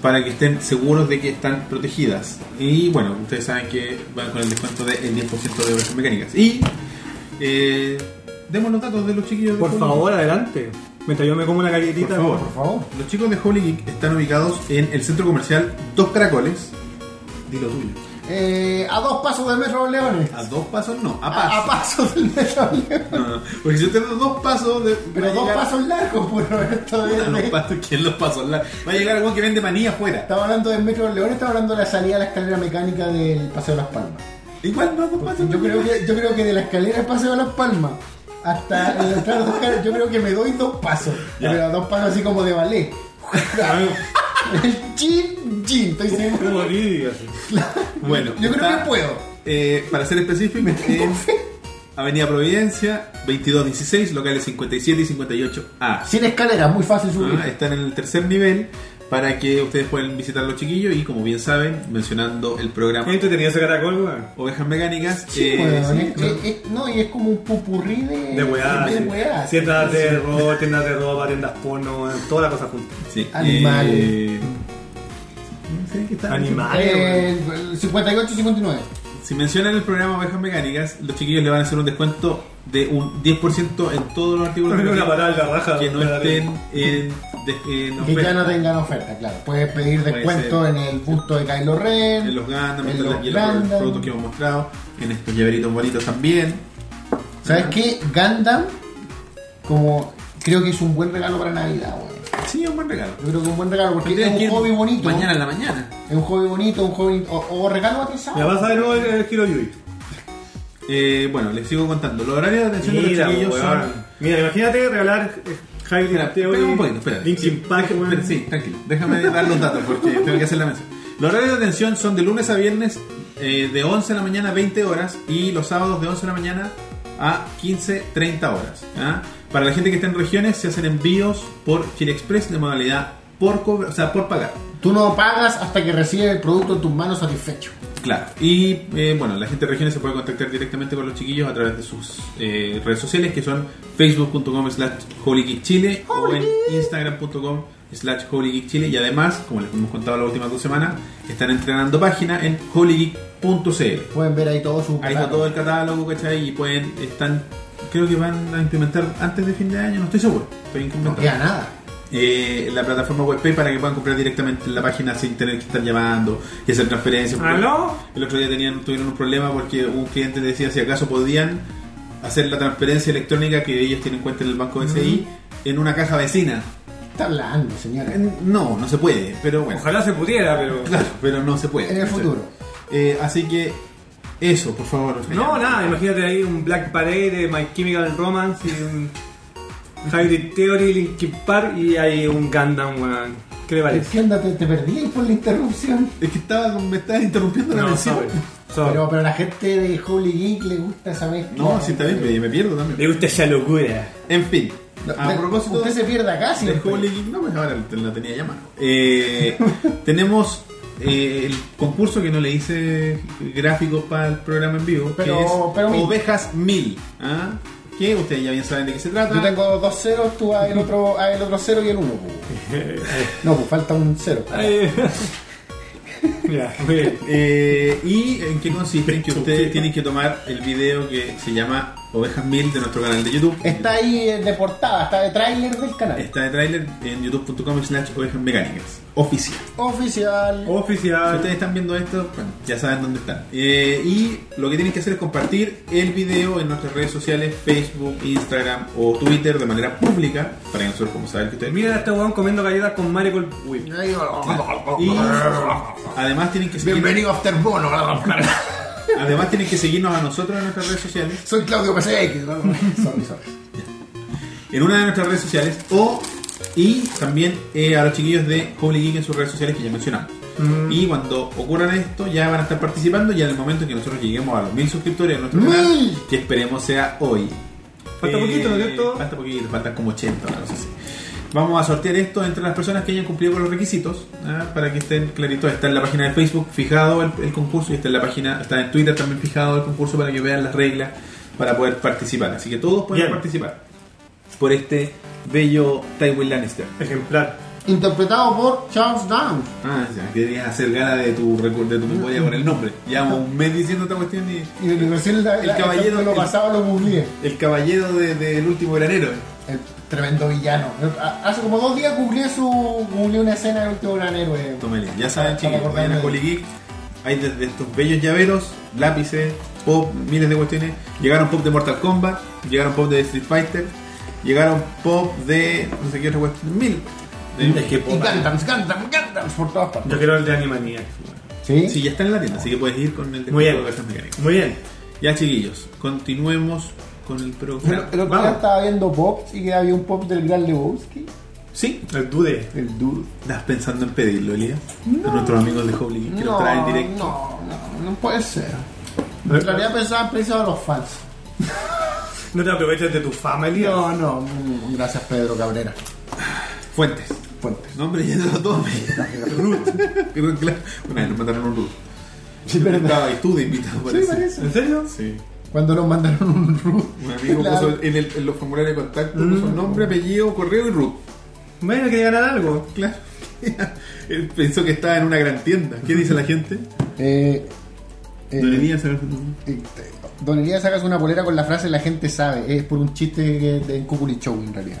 para que estén seguros de que están protegidas. Y bueno, ustedes saben que van con el descuento del 10% de obras mecánicas. Y eh, demos los datos de los chiquillos de
Por
Holy
favor, adelante. Mientras yo me como una
Geek.
galletita.
Por favor.
Por favor.
Los chicos de Holy Geek están ubicados en el centro comercial Dos Caracoles. Dilo tuyo.
Eh, a dos pasos del Metro Leones.
A dos pasos no, a
A,
paso. [LAUGHS]
a pasos del Metro Leones.
No, no, Porque si usted da dos pasos. de- va
Pero
a
dos
llegar-
pasos largos, pues Roberto.
Ah, no,
de-
pasos, ¿quién los pasos? La- Va a llegar algún que vende manía afuera.
Estaba hablando del Metro Leones, estaba hablando de la salida a la escalera mecánica del Paseo de las Palmas.
Igual no, dos pasos.
Pues Yo creo que, yo creo que de la escalera del Paseo de las Palmas hasta el entrar a dos caras, yo creo que me doy dos pasos.
Ya.
Pero dos pasos así como de ballet. El chin, chin, estoy seguro.
Como Lidia, así.
Bueno,
Yo creo
está-
que puedo.
Eh, para ser
[LAUGHS]
específico, en Avenida Providencia, 2216, locales 57 y 58A.
Sin escalera, muy fácil subir.
Ah, Están en el tercer nivel para que ustedes puedan visitar los chiquillos y como bien saben, mencionando el
Qué
programa
entretenido ese caracol, weón.
Ovejas Mecánicas,
Sí,
eh,
weón,
sí,
es-
claro.
es- es- no, y es como un pupurrí de,
De weá.
de
sí.
weá.
Sí, tiendas de ropa, tiendas de ropa, tiendas porno, weón, toda la cosa junta.
sí,
Animal.
eh, sí, que está-
Animales, weón.
Eh, el 58 y 59.
Si mencionan el programa Ovejas Mecánicas, los chiquillos le van a hacer un descuento de un 10% en todos los artículos
Una patada en la raja.
que no estén en, de- en
Que ya no
oferta.
tengan oferta, claro. Puedes pedir
Puede
descuento en el busto de Kylo Ren.
en los Gundam,
en
en
los
los, los
Gundam.
productos que hemos mostrado, en estos llaveritos bonitos también.
¿Sabes qué? Gundam, como creo que es un buen regalo para Navidad, weón.
Sí, es un buen regalo.
Yo creo que es un buen regalo porque
Tendrían
es
que ir
un hobby bonito.
Mañana en la mañana.
Es un hobby bonito, un hobby. O, o regalo
Me
atrasado.
pasa de nuevo el, el Hiro Yui.
Eh, bueno, les sigo contando. Los horarios de atención
Mira,
de los chiquillos
weón. Mira, imagínate regalar eh, Hybrid
Espera,
Theory,
espera un poquito, espera.
Linkin Park,
son.
weón.
Espera, sí, tranquilo. Déjame dar los datos porque tengo que hacer la mención. Los horarios de atención son de lunes a viernes eh, de 11 de la mañana a 20 horas y los sábados de 11 de la mañana a 15, 30 horas. ¿ah? Para la gente que está en regiones se hacen envíos por Chile Express de modalidad por, cobra- o sea, por pagar.
Tú no pagas hasta que recibes el producto en tus manos satisfecho.
Claro, y eh, bueno, la gente de regiones se puede contactar directamente con los chiquillos a través de sus eh, redes sociales que son facebook.com slash holygeekchile o en instagram.com slash holygeekchile y además, como les hemos contado las últimas dos semanas, están entrenando página en holygeek.cl
Pueden ver ahí todo su.
Ahí está todo el catálogo, ¿cachai? Y pueden, están, creo que van a implementar antes de fin de año, no estoy seguro, estoy
No
incompleto.
queda nada.
Eh, la plataforma webpay para que puedan comprar directamente en la página sin tener que estar llamando y hacer
¿Ah,
transferencias. porque
¿Aló?
El otro día tenían, tuvieron un problema porque un cliente decía si acaso podían hacer la transferencia electrónica que ellos tienen cuenta en el banco BCI en una caja vecina.
Está hablando, señora. En,
En- No, no se puede, pero bueno.
Ojalá se pudiera, pero.
Claro, pero [LAUGHS] no se puede.
el
¿cachai?
futuro.
Eh, así que eso, por favor.
No, nada, imagínate ahí un Black Parade de My Chemical Romance y un Hybrid Theory, Linkin Park y hay un Gundam, weón. ¿Qué le parece?
Entienda, te, te perdí por la interrupción.
Es que estaba, me estabas interrumpiendo la
No,
mención.
sorry. Sorry.
Pero, pero a la gente de Holy Geek le gusta esa mezcla.
No, sí, también me, me pierdo también.
Me gusta esa locura.
En fin,
No,
a
de-
propósito
usted se pierde acá, sí.
del Holy Geek, no, pues ahora te- la tenía llamada. Eh, [LAUGHS] tenemos eh, el concurso que no le hice gráficos para el programa en vivo,
Pero-
que es
pero mil.
Ovejas 1000. ¿ah? Que ustedes ya bien saben de qué se trata.
Yo tengo dos ceros, tú haz el otro, haz el otro cero y el uno. pues.
[LAUGHS]
No, pues falta un cero.
Ay, Ya, muy bien.
Eh, ¿Y en qué consiste? En que ustedes tienen que tomar el video que se llama Ovejas 1000 de nuestro canal de YouTube.
Está ahí eh, de portada, está de tráiler del canal.
Está de trailer en youtube.com slash ovejas mecánicas. Oficial.
Oficial.
Si
Oficial.
ustedes están viendo esto, bueno, ya saben dónde están. Eh, y lo que tienen que hacer es compartir el video en nuestras redes sociales, Facebook, Instagram o Twitter de manera pública, para que nosotros como saber que ustedes
Miren a este weón comiendo galletas con Mario Col. Uy.
Y además tienen que seguir-
Bienvenido a Afterbono.
además tienen que seguirnos a nosotros en nuestras redes sociales.
[LAUGHS] Soy Claudio PCX. Sorry, sorry.
en una de nuestras redes sociales o y también eh, a los chiquillos de Holy Geek en sus redes sociales que ya mencionamos.
Mm.
Y cuando ocurran esto, ya van a estar participando. Y en el momento en que nosotros lleguemos a los mil suscriptores en nuestro canal,
¡Mil!
que esperemos sea hoy. Eh,
Falta poquito, ¿no es cierto?
Falta poquito, faltan como 80, una cosa así. Vamos a sortear esto entre las personas que hayan cumplido con los requisitos, ¿ah? para que estén claritos. Está en la página de Facebook fijado el, el concurso y está en la página, está en Twitter también fijado el concurso para que vean las reglas para poder participar. Así que todos pueden
Bien.
participar por este bello Tywin Lannister.
Ejemplar.
Interpretado por Charles Dance.
Ah, ya, querías hacer gala de tu recu- de tu memoria con el nombre. Llevamos un mes diciendo esta cuestión y
Y recién la,
El
la-
caballero-
lo
el-
pasado lo googleé.
el caballero del de, del último granero.
El tremendo villano. Ha- Hace como dos días googleé su. googleé una escena del último gran héroe.
Tómale, ya saben
Estamos
chicos, vayan a
acordando.
Holy Geek. Hay desde estos bellos llaveros, lápices, pop, miles de cuestiones. Llegaron pop de Mortal Kombat, llegaron pop de Street Fighter, llegaron pop de no sé qué otra cuestión, mil.
Es que
Y
puta.
Gantams, Gantams, Gantams por todas partes.
Yo quiero el de Animaniacs. weón.
¿Sí?
Sí, ya está en la tienda, así que puedes ir con el de
Muy bien.
de Ovejas Mecánicas.
Muy bien.
Ya chiquillos, continuemos con el
Pero
programa.
el otro día
Vamos.
estaba viendo pops y que había un pop del gran Lebowski.
Sí,
El dude.
El dude.
estás pensando en pedirlo, Elías. A nuestros amigos de Holy Geek que lo traen directo.
No, no, no puede ser. En realidad pensaba pensaba los fans.
No te aproveches de tu fama, Elías.
No, no, mm, gracias Pedro Cabrera.
Fuentes.
Fuentes.
Nombre ya te lo
[LAUGHS]
tomé. Ruth. [LAUGHS] Creo que claro. Una vez nos mandaron un Ruth.
Sí,
Estaba ahí tú de invitado,
Sí,
parece.
parece.
¿En serio?
Sí.
Cuando nos mandaron un root.
Un amigo
La-
puso en, el, en los formularios de contacto puso nombre, apellido, correo y Ruth.
Bueno, que ganar algo.
Claro. [LAUGHS] Él pensó que estaba en una gran tienda. ¿Qué dice la gente?
Eh, eh,
Debería saber su nombre.
eh, Don Elías sacas una polera con la frase la gente sabe. Es por un chiste que- de Cuculi Show en realidad.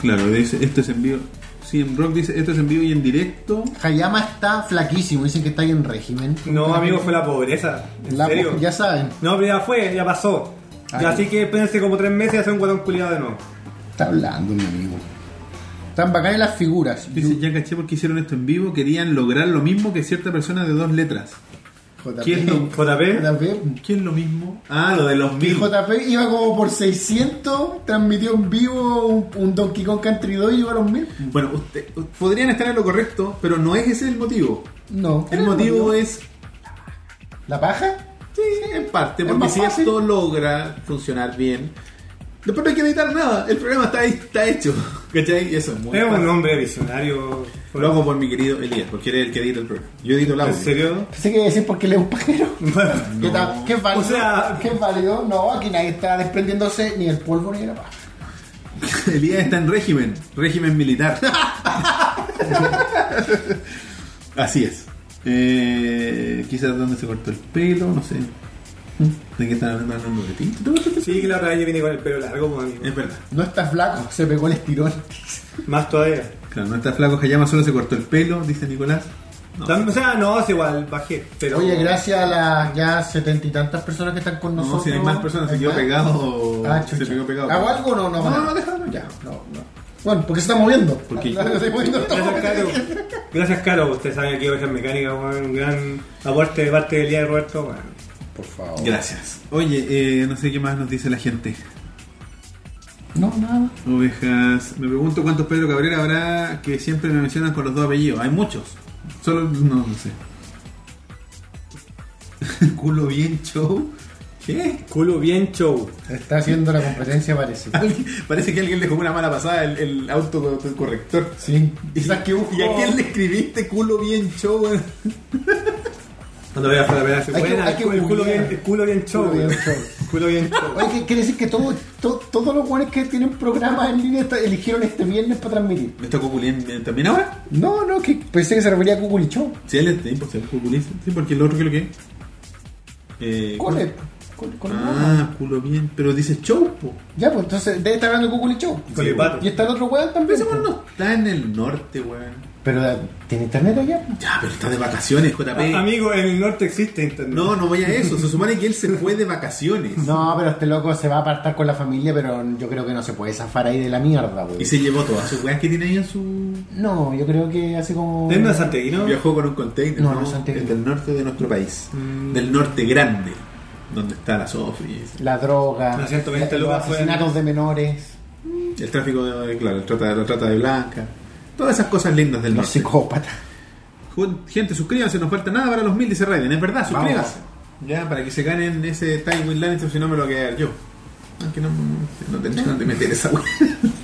Claro, dice, esto es en vivo. Sí, en Rock dice, esto es en vivo y en directo.
Hayama está flaquísimo, dicen que está ahí en régimen.
No, amigo, fue la pobreza. ¿En
La-
serio?
Ya saben,
No, pero ya fue, ya pasó.
Ay.
Así que espérense como tres meses y hacer un guatón culiado de nuevo.
está hablando mi amigo. Están bacanas las figuras.
Dice, ya caché porque hicieron esto en vivo. Querían lograr lo mismo que cierta persona de dos letras.
JP.
¿Quién no?
JP.
JP.
¿Qué es lo mismo? Ah, lo de los mil.
JP iba como por 600, transmitió en vivo un, un Donkey Kong Country 2 y llegó a los 1000.
Bueno, usted- podrían estar en lo correcto, pero no es ese el motivo.
No.
El motivo es,
¿La paja?
sí, en parte,
Es
porque
más
si
fácil.
esto logra funcionar bien, después no hay que editar nada, el programa está, ahí- está hecho. [LAUGHS] ¿Cachai? Y Eso es muy
Es un
fácil.
hombre visionario.
Lo hago por mi querido Elías, porque él es el que edita el programa. Yo edito el
¿En
audio.
serio?
Pensé que iba a decir porque le es un
[LAUGHS]
pajero. [LAUGHS] ¿Qué, tal? ¿Qué es válido?
O sea-
¿Qué es válido? No, aquí nadie está desprendiéndose ni el polvo ni la paja.
[LAUGHS] Elías está en régimen, régimen militar. Así es. Eh, quizás donde se cortó el pelo, no sé. ¿Mm? ¿De qué están hablando? ¿Hablando de ti?
Sí, que la otra vez yo vine con el pelo largo, pues, amigo.
Es verdad.
No está flaco, se pegó el estirón.
Más todavía.
Claro, no está flaco Hayama, solo se cortó el pelo, dice Nicolás.
No, También, o sea, no, es igual, bajé. Pero
Oye, gracias a las ya setenta y tantas personas que están con
No,
nosotros.
si hay más personas, se
Hay
quedó
más.
pegado.
Ah,
se
chucha.
quedó pegado.
¿Hago algo o no? No,
No,
no,
no, déjalo
ya. No, no. Bueno, porque se está moviendo. [LAUGHS]
Porque-
Claro, se está moviendo todo.
Gracias, Caro. Gracias, Caro. Usted sabe que Ovejas Mecánicas, weón, un gran aporte de parte del día de Roberto. weón.
Por favor.
Gracias. Oye, eh, no sé qué más nos dice la gente.
No, nada.
Ovejas. Me pregunto cuántos Pedro Cabrera habrá que siempre me mencionan con los dos apellidos. Hay muchos. Solo no, no sé. [LAUGHS] Culo bien show. ¿Qué?
Culo bien show.
Está haciendo la
[LAUGHS]
competencia parecida.
Alguien- Parece que alguien le jugó una mala pasada el, el autocorrector.
Sí. Quizás que busco.
¿Y a quién le escribiste culo bien show?
Cuando veas la pelea,
Hay que-
buena,
hay que
el, culo
googlear.
bien, el culo bien show.
Culo bien
weón.
show.
Culo
[LAUGHS]
bien show.
Oye, que- quiere decir que todo- to- todos los buenos que tienen programas en línea está- eligieron este viernes para transmitir.
¿Me está cuculiendo también ahora?
No, no, que pensé que se refería a Google Show.
Sí, él es imposible cuculín. Sí, porque el otro creo que. Eh,
Cole. Cole, cole
Ah, culo bien. Pero dice show, po.
Ya, pues entonces debe estar hablando Google Show.
Colipato.
Y está el otro weón también.
Ese
pues.
weón no está en el norte, weón.
Pero eh, tiene internet allá. pues.
Ya, pero está de vacaciones, JP.
Ah,
A- Amigo, en el norte existe internet.
No, no voy a eso. Se supone que él se fue de vacaciones.
No, pero este loco se va a apartar con la familia, pero yo creo que no se puede zafar ahí de la mierda, weón.
Y se llevó todas sus weas que tiene ahí en su.
No, yo creo que hace como.
¿Es de Santiaguino?
Viajó con un container.
No, no Mm. es Santiago.
Es del norte de nuestro país. Del norte grande. Donde está la Sofri.
La droga,
Las 120
los
lucas fueron-
asesinatos de menores,
El tráfico de. Claro, el trata, la trata de blanca. Todas esas cosas lindas del
los
norte.
psicópatas.
Ju- Gente, suscríbanse. Nos falta nada para los mil, dice Raiden. Es verdad,
Vamos.
suscríbanse. Ya, para que se ganen ese Tywin Lannister, si no me lo voy a quedar yo. Aunque no, no, te- no te meter esa wea. [LAUGHS]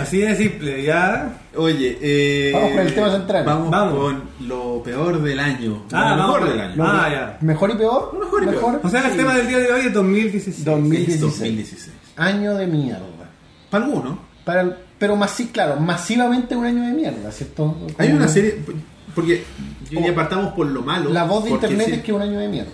Así de simple, ya.
Oye, eh,
Vamos con el tema central.
Vamos,
Vamos.
con lo peor del año.
Ah,
lo mejor
vamos.
del año.
Lo- Ah,
que-
ya.
¿Mejor y peor?
Mejor y peor.
O sea, el
Sí.
tema del día de hoy es 2016.
2016.
2016.
Año de mierda.
Para algunos,
Para el- Pero más sí, claro, masivamente un año de mierda, ¿cierto?
hay
Como-
una serie. Porque yo
Como-
diría partamos por lo malo.
Oh. La voz de
porque
internet
sí-
es que un año de mierda.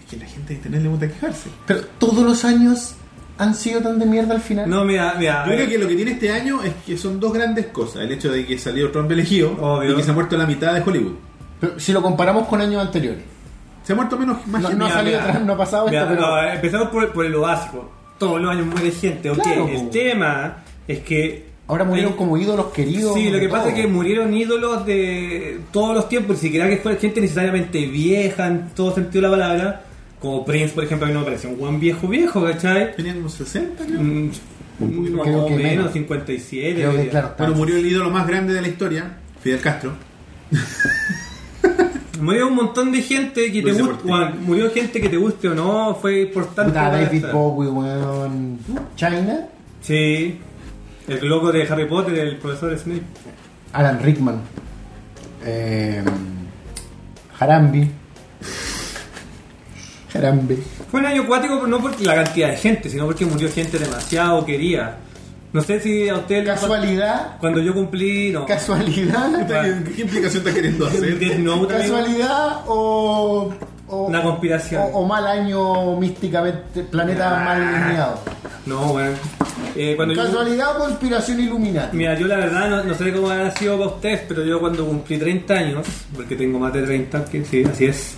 es que la gente de internet le gusta quejarse.
Pero todos los años han sido tan de mierda al final.
No, mira, mira. eh,
Yo creo que lo que tiene este año es que son dos grandes cosas: el hecho de que salió Trump elegido
Obvio.
y que se ha muerto la mitad de Hollywood.
Pero si lo comparamos con años anteriores.
Se ha muerto menos más
No,
gente.
no ha
mira,
salido
mira.
atrás, no ha pasado
Mira,
esto, pero...
no, eh, empezamos por, por lo básico. Todos los años muere gente. ok.
Claro,
el
po.
tema es que.
Ahora murieron
hay-
como ídolos queridos.
Sí, lo
de
que pasa
todo.
es que murieron ídolos de todos los tiempos, ni siquiera que fuera gente necesariamente vieja en todo sentido de la palabra. Como Prince, por ejemplo, a mí no me parece un buen viejo viejo, ¿cachai?
Tenía como 60, creo.
Mm, Más
Creo
o
que
menos,
menos.
57.
Creo que,
diría.
claro, está-
Bueno, murió el ídolo más grande de la historia, Fidel Castro.
Murió un montón de gente que
Lo
te
hice
guste,
por ti.
Juan, murió gente que te guste o no, fue importante.
Puta,
para
David
esta-
Bowie, weón. China,
Sí, el loco de Harry Potter, el profesor Snape.
Alan Rickman. Eh, Harambe. Harambe.
Fue un año cuático, pero no por la cantidad de gente, sino porque murió gente demasiado querida. No sé si a usted
Casualidad.
cuando yo cumplí, no.
Casualidad.
¿Qué, qué implicación está queriendo hacer?
Death Note, pues, amigo.
Casualidad o. o-
Una conspiración.
O, o mal año místicamente. Planeta mal iluminado.
No, bueno. Eh, cuando yo-
Casualidad o conspiración iluminada.
Mira, yo la verdad no, no sé cómo ha sido para ustedes, pero yo cuando cumplí 30 años, porque tengo más de 30, que sí, así es,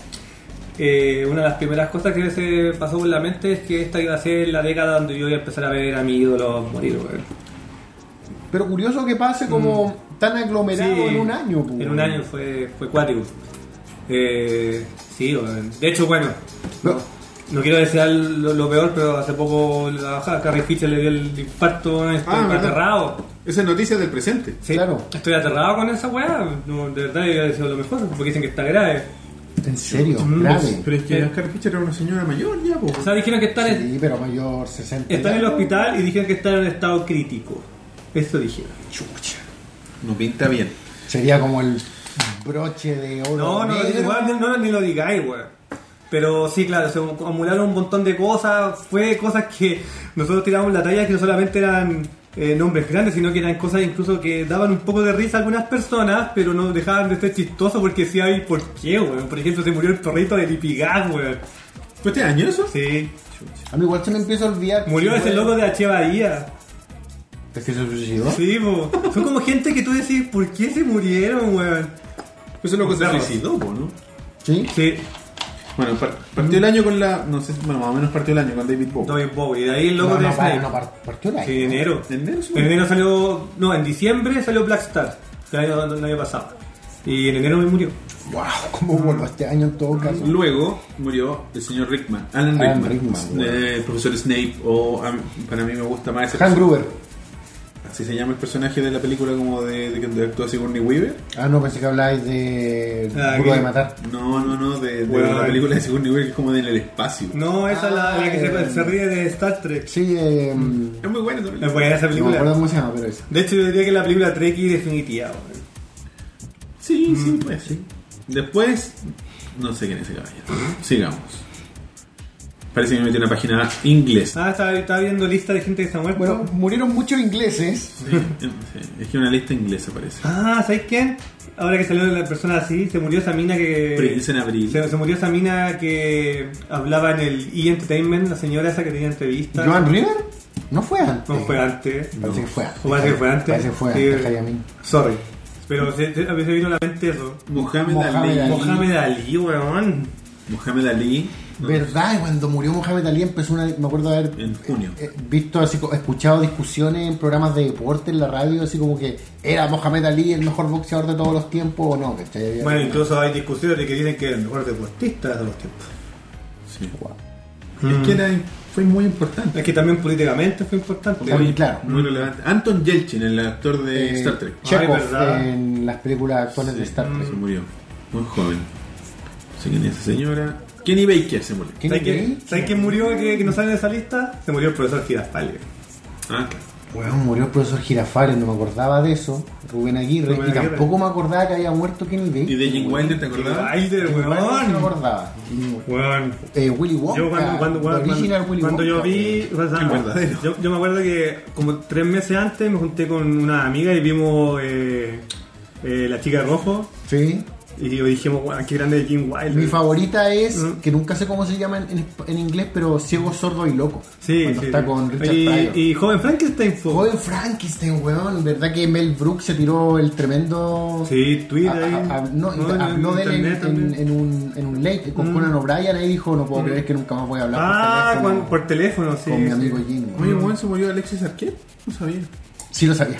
eh, una de las primeras cosas que se pasó por la mente es que esta iba a ser la década donde yo iba a empezar a ver a mi ídolo morir, weón.
Pero curioso que pase como tan aglomerado
Mm. Sí,
en un año. pues.
En un año fue, fue cuático. Eh, sí, weón. de hecho, bueno,
No.
no quiero desear lo, lo peor, pero hace poco la a Carrie Fisher le dio el infarto, estoy
Ah, ¿verdad?
aterrado.
Esa es noticia del presente.
Sí,
Claro.
Estoy aterrado con esa weá. No, de verdad, yo hubiera deseado lo mejor, porque dicen que está grave.
En serio,
Mm,
grave.
Pero es que
Eh.
Oscar Fischer era una señora mayor ya, po.
O sea, dijeron que está en,
Sí, pero mayor 60.
está en el
ya.
hospital y dijeron que está en estado crítico. Eso dijeron.
Chucha.
No pinta bien.
Sería como el broche de oro.
No, no,
negro.
igual no, no, ni lo digáis, weón. Pero sí, claro, se acumularon un montón de cosas. Fue cosas que nosotros tirábamos la talla que no solamente eran eh, nombres grandes, sino que eran cosas incluso que daban un poco de risa a algunas personas, pero no dejaban de ser chistosos porque sí hay por qué, weón. Por ejemplo, se murió el perrito de Lipigás, weón.
¿Fue este año eso?
Sí.
A mí igual se me empieza a olvidar.
Murió
que
ese
fue-
loco de H. Bahía.
¿Es que se suicidó?
Sí, po. Son como gente que tú decís, ¿por qué se murieron, weón?
Pues Eso es lo que se
Perros.
suicidó, po, ¿no?
¿Sí?
Sí,
Bueno, par- partió el año con la. No sé, bueno, más o menos partió el año con David Bowie.
David Bowie. Y de ahí el loco
No,
de
no,
Snake.
para, no, par- partió la.
Sí, enero.
¿En enero sí?
En enero salió. No, en diciembre salió Black Star. El año, el año pasado. Y en enero me murió.
Wow, cómo voló este año en todo caso.
Mm.
Luego murió el señor Rickman, Alan Rickman,
Alan Rickman,
eh, profesor Snape, o a mí- para mí me gusta más ese
Han Gruber.
Así se llama el personaje de la película como de, de que actúa Sigourney Weaver.
Ah, no, pensé que habláis de.
Ah,
Duro
que-
de matar.
No, no, no, de, de
Bueno,
la película de Sigourney Weaver que es como de en el espacio.
No, esa es la, la que
Ah,
se, se ríe de Star Trek.
Sí, eh. mm,
Es muy buena esa película.
Es buena esa
No me
película.
acuerdo cómo se llama, pero es.
de hecho, yo diría que es la película Trek y definitiva. güey.
Sí, sí, pues sí. Después, no sé quién es ese caballero. Sigamos. Parece que me metí en una página inglesa.
Ah, estaba, estaba viendo lista de gente que se ha muerto.
Bueno, murieron muchos ingleses.
Sí, [LAUGHS] sí, es que una lista inglesa parece.
Ah, ¿sabes quién? Ahora que salió la persona así, se murió esa mina que.
Prince en abril.
Se, se murió esa mina que hablaba en el E! Entertainment, la señora esa que tenía entrevistas.
¿Joan River? No fue antes.
No fue antes.
Parece que fue antes.
O parece que fue antes.
Parece que fue antes,
Sí.
Jaime.
Sorry. Pero se- se- a veces vino a la mente eso.
Mohamed,
Mohamed
Ali.
Ali.
Mohamed Ali, weón.
Mohamed Ali.
¿Verdad? Y Cuando murió Mohamed Ali empezó una. Me acuerdo de haber
En junio.
eh, visto, así, co- escuchado discusiones en programas de deporte en la radio, así como que era Mohamed Ali el mejor boxeador de todos los tiempos o no. ¿cachai? Había-
Bueno, incluso hay discusiones de que dicen que es el mejor deportista de todos los tiempos.
Sí.
Mm.
Es que era, fue muy importante.
Es que también políticamente fue importante.
También, claro.
Muy relevante. Anton Yelchin, el actor de
Eh,
Star Trek.
Chekhov
Ay, ¿verdad? Mm.
en las películas actuales de Star
Se
Trek.
murió. Muy joven. No sé quién es esa señora. Kenny Baker se murió.
¿Quién
¿Sabes
es
quién,
gay?
¿Sabes quién murió que, que no sale de esa lista? Se murió el profesor Girafales.
Ah, claro.
Weón, murió el profesor Girafales, no me acordaba de eso. Rubén Aguirre.
Rubén
y
Aguirre.
tampoco me acordaba que había muerto Kenny Baker.
Y de Jim Wilder, ¿te acordás?
Wilder,
No me
Este, weón.
acordaba. Jim Wilder.
Weón.
Eh, Willy Wonka.
Yo cuando, cuando,
the
cuando,
original Willy
cuando yo
Wonka.
vi, o sea,
El verdadero.
Yo, yo me acuerdo que como tres meses antes me junté con una amiga y vimos eh, eh, La chica de rojo
Sí.
y yo dijimos, guau, qué grande Jim Wilder.
Mi favorita es,
Mm.
que nunca sé cómo se llama en, en- en inglés, pero Ciego, Sordo y Loco.
Sí,
Cuando
sí.
está con Richard
y,
Pryor.
y joven Frankenstein fue.
Joven Frankenstein, weón. ¿Verdad que Mel Brooks se tiró el tremendo...
Sí, tweet
A-
ahí.
a- a- no,
No, en-
habló
en
de él
internet
en, en-
también.
en un, en un late con
Mm.
Conan O'Brien. Ahí dijo: No puedo creer que nunca más voy a hablar
Ah,
por
cuando-
teléfono
por teléfono, sí.
con mi
sí.
amigo Jim. weón.
Oye, bueno, se murió Alexis Arquette. No sabía.
Sí, lo
[LAUGHS]
sabía.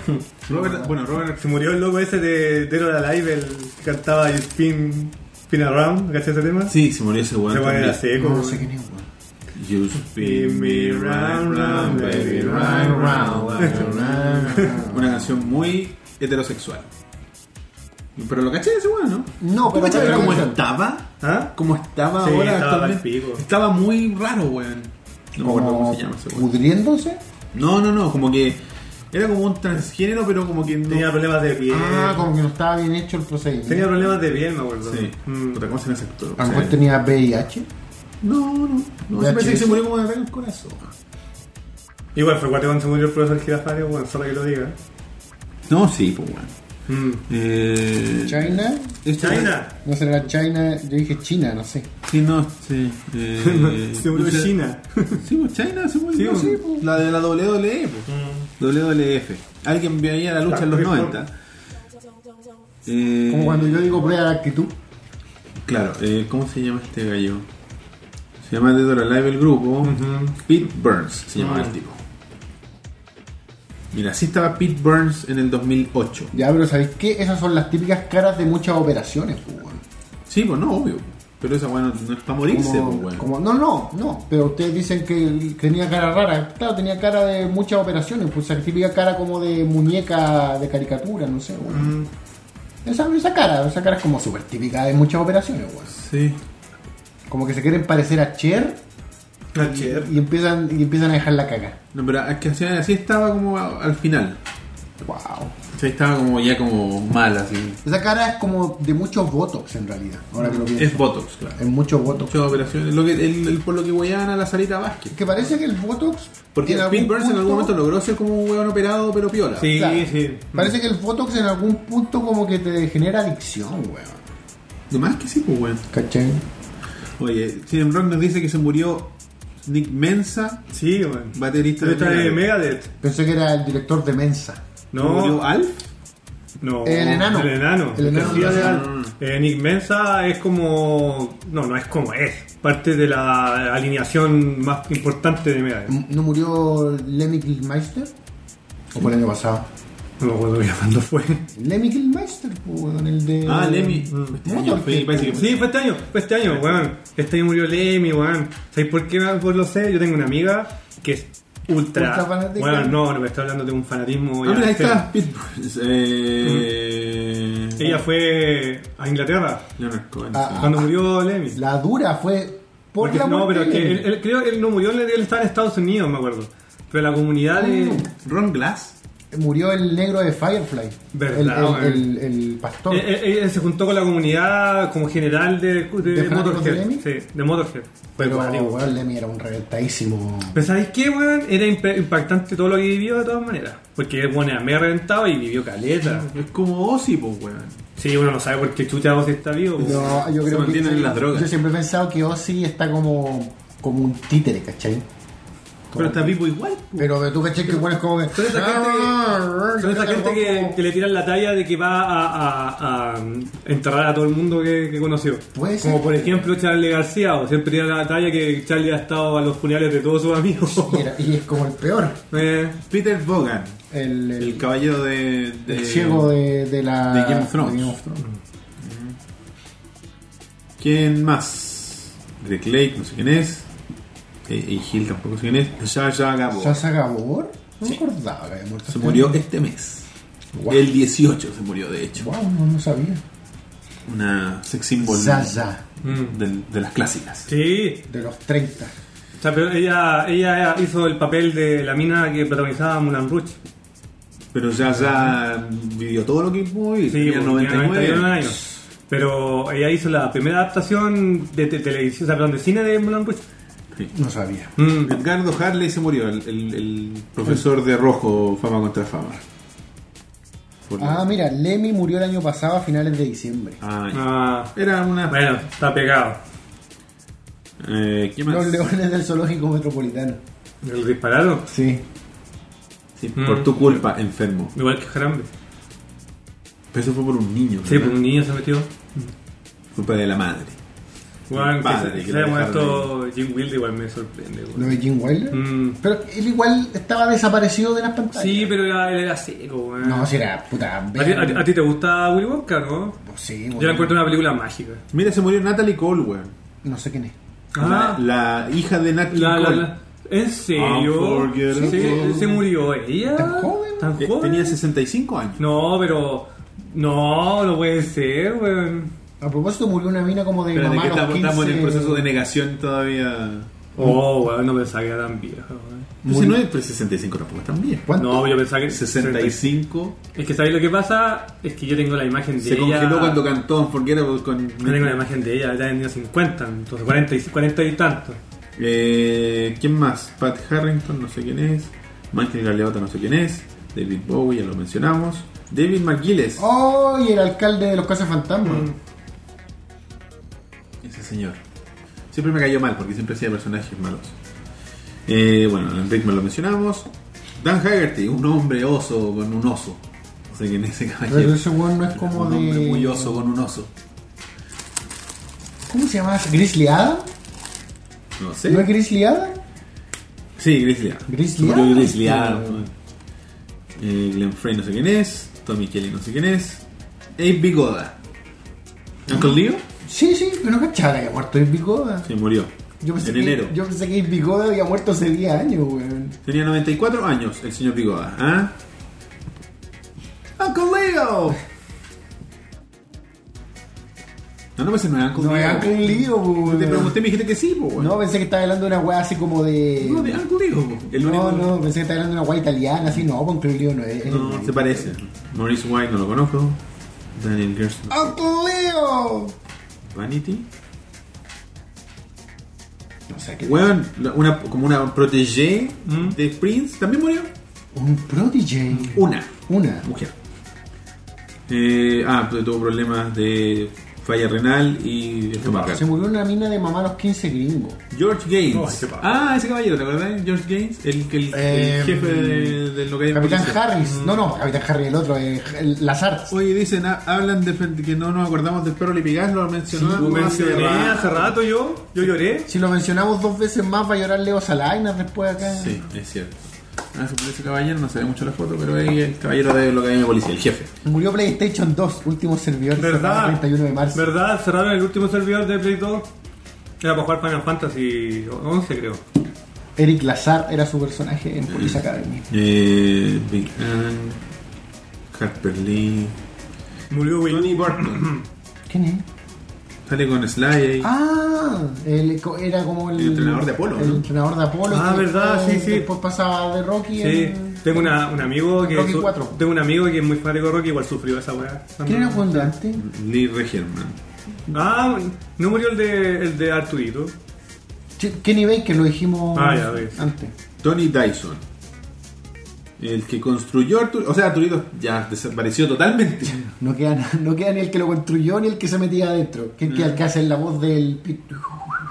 Robert, bueno, Robert
Se murió el loco ese de Dead or Alive, el que cantaba You Spin, spin Around, ¿cachai ese tema?
Sí, se murió ese weón.
Se pone
también.
la seco.
no sé quién es, weón.
You spin me round, round, baby, round, round, round. Una canción muy heterosexual. Pero lo caché ese weón, ¿no?
No,
¿Tú
pero-
cachai
pero-
cómo
pero-
estaba?
¿Ah?
Como estaba
Sí,
ahora
estaba
actualmente.
pa'l pico.
Estaba muy raro, weón. No me acuerdo cómo se llama ese weón.
¿Pudriéndose?
No, no, no, como que era como un transgénero, pero como que no.
Tenía problemas de piel.
Eh,
Ah, como que no estaba bien hecho el procedimiento.
Tenía problemas de piel, me acuerdo.
Sí,
Mm.
puta, ¿cómo se llama ese actor?
A lo
Sí.
mejor tenía VIH.
No, no, no.
VHS.
Se parece que se murió como de ataque al corazón.
Igual fue cuando se murió el profesor Girafales, bueno, solo que lo diga.
No, sí, pues weón.
Mm.
Eh,
China.
este-
China.
No será China. Yo dije China, no sé.
Sí, no, sí. Eh,
[LAUGHS] se murió
este
usted-
China.
Sí, pues China se murió.
Sí,
sí, pues. La de la
E,
WWE, pues.
Mm.
WWF. Alguien veía la lucha en los
Está rico.
90. Eh,
Como cuando yo digo prueba de actitud.
Claro, eh, ¿cómo se llama este gallo? Se llama Dead or Alive el grupo.
Ujú.
Pete Burns se llamaba
Ujú.
el tipo. Mira, así estaba Pete Burns en el 2008.
Ya, pero ¿sabéis qué? Esas son las típicas caras de muchas operaciones, pues, weón.
Sí, pues no, obvio. Pero esa bueno, no es para morirse,
Como-
pues weón.
como- no, no, no. Pero ustedes dicen que tenía cara rara. Claro, tenía cara de muchas operaciones. Pues la típica cara como de muñeca de caricatura, no sé, weón.
Mm.
Esa, esa cara, esa cara es como súper típica de muchas operaciones, weón.
Sí.
Como que se quieren parecer a Cher
Ayer.
y empiezan, y empiezan a dejar la caca.
No, pero es que así, así estaba como a- al final.
Wow.
O sea, estaba como ya como mal, así.
Esa cara es como de muchos botox en realidad. Ahora que lo pienso.
Es Botox, claro.
Es mucho botox.
Muchas operaciones. Lo que, el, el- por lo que hueaban a la Sarita Vázquez.
Que parece que el botox.
Porque
en algún
Pete Burns en algún
punto-
momento logró ser como un hueón operado, pero piola.
Sí,
Claro.
sí.
Parece que el botox en algún punto como que te genera adicción, weón.
De más que sí, pues weón.
¿Cachai?
Oye, Steven Rock nos dice que se murió Nick Mensa,
Sí, weón.
baterista
Pero está de
Megadeth.
Megadeth.
Pensé que era el director de Mensa.
¿Se murió
No,
Alf?
No,
El enano.
El enano.
El enano.
García de
No,
Al-
no, no.
eh, Nick Mensa es como. No, no es como es. Parte de la alineación más importante de Mega.
M- ¿No murió Lemmy Kilmeister? ¿O fue el año pasado?
No me acuerdo ya cuándo fue.
Lemmy Kilmeister, pues, weón, el de.
Ah, Lemmy.
Mm.
Este año fue- parece que-
Sí, fue este año, fue este año, weón. Este año murió Lemmy, weón. ¿Sabéis por qué weón? Pues lo sé? Yo tengo una amiga que es ultra.
Ultra fanática.
Bueno, no, no, me está hablando de un fanatismo.
Ah,
ya
mira, ahí
extremo.
está. Pitbull. Eh,
Ella fue a Inglaterra
Leonard Cohen.
Ah,
cuando murió Lemmy.
La dura fue por
Porque-
la
no,
muerte
pero que
de
él,
Lemmy.
él- creo que él no murió, él, él estaba en Estados Unidos, me acuerdo. Pero la comunidad de.
Oh.
sí. Ron Glass.
Murió el negro de Firefly.
Verdad,
el, el, el- el pastor.
Él, él- él Eh, se juntó con la comunidad como general de, de,
¿De fanáticos de
Motorhead.
Lemmy?
sí, de Motorhead. Fue
pero
fanático.
weón, Lemmy era un reventadísimo.
Pero ¿sabes qué, weón? Era imp- impactante todo lo que vivió de todas maneras. Porque el weón era medio reventado y vivió caleta.
Es como Ozzy, pues, weón.
Sí, uno no sabe por qué chucha vos está vivo. po.
No, yo
Se
creo que.
mantienen en las drogas.
Yo siempre he pensado que Ozzy está como, como un títere, ¿cachai?
Pero está vivo igual.
Pero tú, ¿cachai? Que bueno, es como que. "Ah,
Son esa gente que- Son esa gente que, que le tiran la talla de que va a, a- a, um, enterrar a todo el mundo que, que conoció.
Puede ser.
Como por ejemplo Charlie García, o siempre tira la talla que Charlie ha estado a los funerales de todos sus amigos.
Y, era- y es como el peor.
[LAUGHS] Eh,
Peter Vaughan,
El, el,
el caballero de. de
el ciego de, de la.
de Game of Thrones.
de Game of Thrones.
¿Quién más? Rick Lake, no sé quién es. Eh, y Hill tampoco sé quién es. Ya, ya, Gabo.
¿Sasa Gabor? No me acordaba que había muerto.
Se
este
murió
año.
este mes.
Guau.
El 18 se murió, de hecho.
Wow, no, no sabía.
Una sex symbol
Sasa,
mm.
del- de las clásicas.
Sí,
de los 30.
o sea, pero ella, ella hizo el papel de la mina que protagonizaba Mulan Rouge.
Pero ya, ya vivió todo lo que pudo y
Sí,
tenía
porque
99.
tenía 99 años. Pero ella hizo la primera adaptación de, te- televisión, o sea, perdón, de cine de Mulan Rouge.
No sabía.
Mm.
Edgardo Harley se murió, el, el- el profesor de rojo, fama contra fama. Por la-
Ah, mira, Lemmy murió el año pasado a finales de diciembre.
Ah, ya.
Ah,
Era una.
bueno, está pegado.
Eh, ¿Qué más?
Los leones del zoológico metropolitano.
¿El dispararon?
Sí.
Sí,
Mm.
Por tu culpa, enfermo.
Igual que Jarambe.
Pero eso fue por un niño.
Sí,
¿verdad?
pues un niño se metió.
Culpa de la madre.
Juan,
Padre,
que se,
que
se
lo
haya
dejaron
muerto Jim Wilde igual me sorprende.
¿Lo
weón.
de Jim Wilder?
Mm.
Pero él igual estaba desaparecido de las pantallas.
Sí, pero era- él era seco, weón.
No, si era puta.
¿A ti, a ti- a ti te gusta Willy Wonka, no?
Pues sí,
Yo
bueno.
la encuentro una película mágica.
Mira, se murió Natalie Colwell.
No sé quién es.
Ah,
La, la hija de Natalie
la, la,
Cole.
la- ¿En serio?
Unforgettable.
Sí, se murió ella.
Ah, ¿Tan joven?
¿Tan
Eh,
joven?
Tenía 65 años.
No, pero. No, no puede ser, weón.
A propósito, murió una mina como de
Pero de
mamá
que
a
estamos,
los
estamos en el
15.
proceso de negación todavía.
Oh, weón, no pensaba que era tan vieja, weón.
Pues si no es pero 65 tampoco es tan bien.
¿Cuánto?
No, yo pensaba que.
65.
Es que, ¿sabéis lo que pasa? Es que yo tengo la imagen de
Se
ella.
congeló cuando cantó Unforgettable con.
Yo tengo la imagen de ella, ella tenía 50, entonces 40 y, 40 y tanto.
Eh, ¿Quién más? Pat Harrington, no sé quién es. Michael Galeota, no sé quién es. David Bowie, ya lo mencionamos. David McGuinness.
Oh, y el alcalde de los Casas Fantasmas.
Mm. Ese señor. Siempre me cayó mal porque siempre hacía personajes malos. Eh, bueno, Enrique me lo mencionamos. Dan Haggerty, un hombre oso con un oso. No sé quién es ese
Pero
caballero.
ese weón no es como
un
de.
hombre muy oso con un oso.
¿Cómo se llama? ¿Grizzly Adam?
No sé.
¿No es Grizzly Adam?
Sí, Grizzly Adams.
Grizzly
Murió
Adams.
Grizzly Adams, weón. Eh, Glenn Frey no sé quién es. Tommy Kelly no sé quién es. Abe Bigoda. ¿Uncle Leo?
Sí, sí, pero no cachaba que había muerto Ace Bigoda.
Se murió.
Yo pensé
en
que,
enero.
Yo pensé que Ace Bigoda había muerto hace 10 años, weón.
Tenía 94 años el señor Bigoda. ¿Ah? ¡Uncle Leo! No, no pensé no es Uncle
No
Leo.
es Uncle Leo,
Yo Te
weón.
pregunté y me dijiste que sí, po, weón.
No, pensé que estaba hablando de una weá así como de.
No, de Uncle Leo. po. El único...
No, no, pensé que estaba hablando de una weá italiana, así no, pues, con Uncle Leo no es.
No, se parece. Maurice White no lo conozco. Daniel Gerson.
¡Uncle Leo!
Vanity.
No sé qué.
Weón, la- una, como una protégé
Mm.
de Prince, también murió.
Un protege.
Una
Una.
mujer. Eh, ah, pero tuvo pues problemas de falla renal y estomacal.
Se murió una mina de mamá a los 15 gringos.
George
Ay,
Gaines.
qué paja.
ah, ese caballero, ¿te acordás? George Gaines, el, que- el- el
Eh, mm,
jefe de- del local de
Capitán
policía.
Harris. No, no, Capitán Harris el otro, eh, el Lazar.
Oye, dicen, ha- hablan de frente- que no nos acordamos del perro Lipigas, lo mencionó.
Lo
hace
mencioné
rato.
hace rato yo, yo lloré.
Si lo mencionamos dos veces más, va a llorar Leo Salainas después acá.
Sí, es cierto. Ah, se parece caballero, no se ve mucho la foto, pero ahí el caballero de lo que hay en la policía, el jefe.
Murió PlayStation 2, último servidor cerrado
¿Verdad?
el 31 de marzo.
¿Verdad? Cerraron el último servidor de Play 2. Era para jugar Final Fantasy 11, creo.
Eric Lazar era su personaje en Police Academy.
Eh, Big Ann, Harper Lee.
Murió Will.
Tony Burton.
¿Quién es?
Sale con Sly ahí.
Ah, el, co- era como el,
El entrenador de Apolo,
El
¿no?
entrenador de Apolo.
Ah,
que
verdad,
después-
sí, sí.
Después pasaba de Rocky.
Sí,
en-
tengo una- un amigo que
Rocky
su-
cuatro.
tengo un amigo que es muy fanático de Rocky igual sufrió esa weá.
¿Quién era cuando antes?
Lee Regerman.
Ah, no murió el de el de Arturito.
Ch- Kenny Baker lo dijimos
Ah, ya ves.
antes.
Tony Dyson. El que construyó Arturo. O sea, Arturito ya desapareció totalmente.
No queda, na- no queda ni el que lo construyó ni el que se metía adentro. Que, que, al que hace la voz del. pit-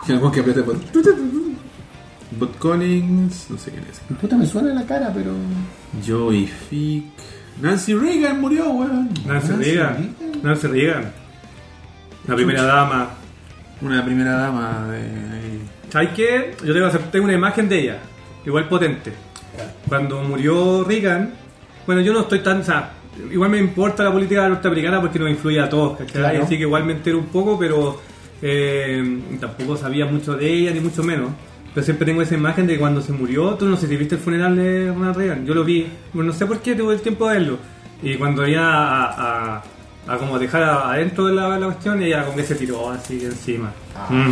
Tenemos que apretar por- Bot Collins. No sé quién es.
Puta, me suena la cara, pero.
Joey Fick. Nancy Reagan murió, weón.
Nancy
Nancy
Reagan.
Reagan.
Nancy Reagan. La primera dama.
Una primera dama de.
¿Sabes qué? Yo tengo, tengo una imagen de ella, igual potente. Cuando murió Reagan, bueno, yo no estoy tan. o sea, igual me importa la política norteamericana porque nos influye a todos, ¿cachai?
Claro.
Así que igual me entero un poco, pero eh, tampoco sabía mucho de ella, ni mucho menos. Pero siempre tengo esa imagen de cuando se murió, tú no sé si viste el funeral de Ronald Reagan, yo lo vi, bueno, no sé por qué tuve el tiempo de verlo. Y cuando iba a, a- a como dejar a- adentro de la, la cuestión, ella como que se tiró así encima. Mm.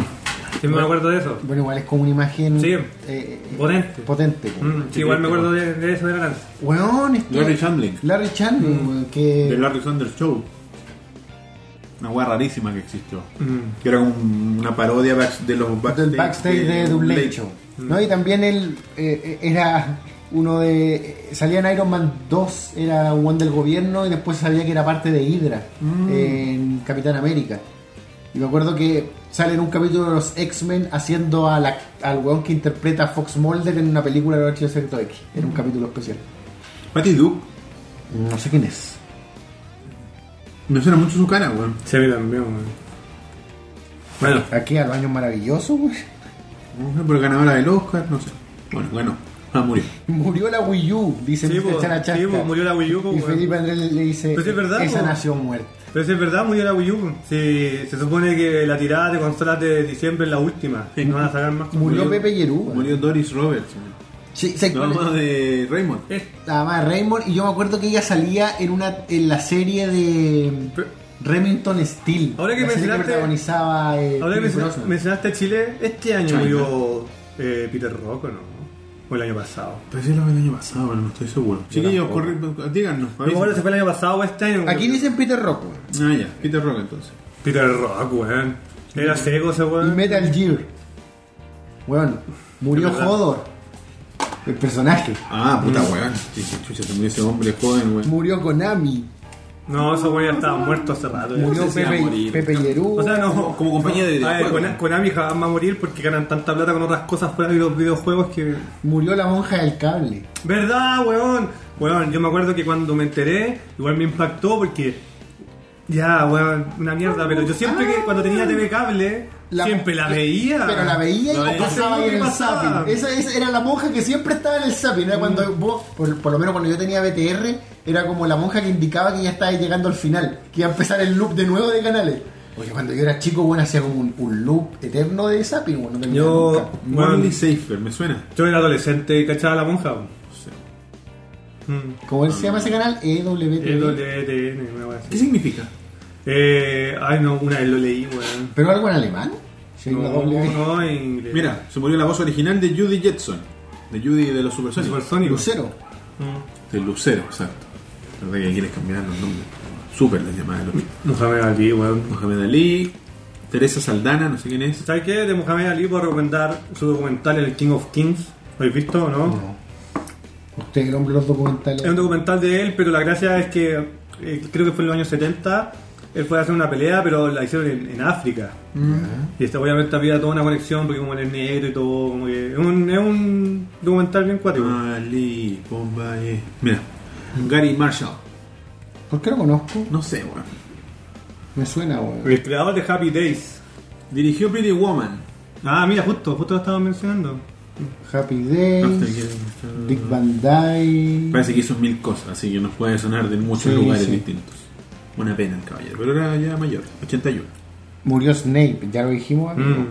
Siempre me acuerdo de eso.
Bueno, igual es como una imagen.
Sí.
eh,
Potente.
Potente. po.
Mm, sí, igual me acuerdo de, de eso de la lanza.
Weón, este.
Larry Chandling.
Larry Chandler,
Mm.
weón, que.
The Larry Sanders Show. Una weá rarísima que existió.
Mm.
Que era un- una parodia back- de los backstage,
del backstage de
un
Dublin
late
Show.
Mm.
¿no? Y también él eh, era uno de. Salía en Iron Man 2, era un buen del gobierno y después sabía que era parte de Hydra
Mm.
en Capitán América. Y me acuerdo que sale en un capítulo de los X-Men haciendo a la- al weón que interpreta a Fox Mulder en una película de los Archivos Secretos X. Era
Mm.
un capítulo especial.
Patty Duke.
No sé quién es.
Me suena mucho su cara, weón.
Se ve también, weón. Bueno,
Aquí a los años maravillosos, [LAUGHS] güey.
No sé, por ganadora del Oscar, no sé. Bueno, bueno. [LAUGHS] Ah, murió.
Murió la Wii U, dice
Sí,
Mr.
po,
Charachasca.
sí, po, murió la Wii U, po,
Y
weón.
Felipe Andrés le dice:
Pero sí es verdad,
Esa
po.
nació muerta.
pero si es verdad, murió la Wii U. pues. Sí, se supone que la tirada de consolas de diciembre es la última. No van a sacar más.
Murió Pepe Yerú.
Murió Doris Roberts, weón.
Sí, ¿sabes
la
cuál es?
mamá de Raymond.
Eh,
La mamá de Raymond. Y yo me acuerdo que ella salía en una en la serie de
Pero-
Remington Steel.
Ahora que
la serie
mencionaste-
protagonizaba. eh,
ahora que
Pierce
menciona-
Brosnan.
mencionaste a Chile, este año
China.
murió eh, Peter Rocco, ¿no? O el año pasado.
Parece que lo del año pasado, pero no estoy seguro. Chiquillos, corre, díganos.
No me acuerdo si
avisen.
fue el año pasado o este año.
Aquí dicen Peter Rock weón.
Ah, ya. Peter Rock, entonces.
Peter Rocco, weón. Era seco ese
y
weón.
Metal Gear. Bueno, murió
Es verdad.
Hodor, el personaje.
Ah, puta weón. Sí, sí, chucha, se murió ese hombre joven, weón.
Murió Konami.
No, ese weón ya estaba muerto hace rato. ya.
Murió
se iba a
Pepe,
morir.
Pepe Yerú.
O sea, no.
como compañía de
A ver,
videojuegos.
Kona- Konami jamás va a morir porque ganan tanta plata con otras cosas fuera de los videojuegos que.
Murió la monja del cable.
¡Verdad, weón! Weón, yo me acuerdo que cuando me enteré, igual me impactó porque. Ya, weón, una mierda, pero yo siempre que cuando tenía TV cable, siempre la veía.
Pero la veía y
La
la
veía.
pasaba ahí en el
Pasaba. Mm.
zapping. Esa, esa era la monja que siempre estaba en el zapping. Era cuando vos, por, por lo menos cuando yo tenía BTR, era como la monja que indicaba que ya estaba llegando al final, que iba a empezar el loop de nuevo de canales. Porque cuando yo era chico, bueno, hacía como un, un loop eterno de zapping. Bueno, no terminaba
Yo.
nunca.
Weón,
Molly Seifer, me suena.
yo era adolescente y cachaba la monja. weón.
No sé.
Mm.
Como él se llama ese canal,
E
E EWT.
EWTN, una weá
¿Qué
así.
significa?
Eh. Ay, no, una vez lo leí, weón.
Pero algo en alemán. Sí, la
No,
W.
no, en inglés.
Mira, se murió la voz original de Judy Jetson. De Judy de los Supersónicos.
Supersónico.
Lucero.
Mm.
De Lucero, exacto. La verdad que quieres cambiar los nombres. Super les llamaba el otro.
Mohamed Ali, weón.
Mohamed Ali, Teresa Saldana, no sé quién es.
¿Sabes qué? De Mohamed Ali puedo recomendar su documental El King of Kings. ¿Lo habéis visto o no?
Usted, el hombre de los documentales.
eh, Es un documental de él, pero la gracia es que eh, creo que fue en los años 70 él fue a hacer una pelea, pero la hicieron en, en África. Y esta obviamente había toda una conexión, porque como él es negro y todo, como que. Es un, es un documental bien cuático.
Ali, Bombay. Mira, Gary Marshall.
¿Por qué lo conozco?
No sé, weón.
Me suena, weón.
El creador de Happy Days.
Dirigió Pretty Woman.
Ah, mira, justo, justo lo estaba mencionando.
Happy
No sé
Days,
quién-
Dick Van Dyke.
Parece que hizo mil cosas, así que nos puede sonar de muchos
Sí,
lugares
sí.
distintos. Una pena el caballero, pero era ya mayor, 81.
Murió Snape, ya lo dijimos. amigo.
Mm.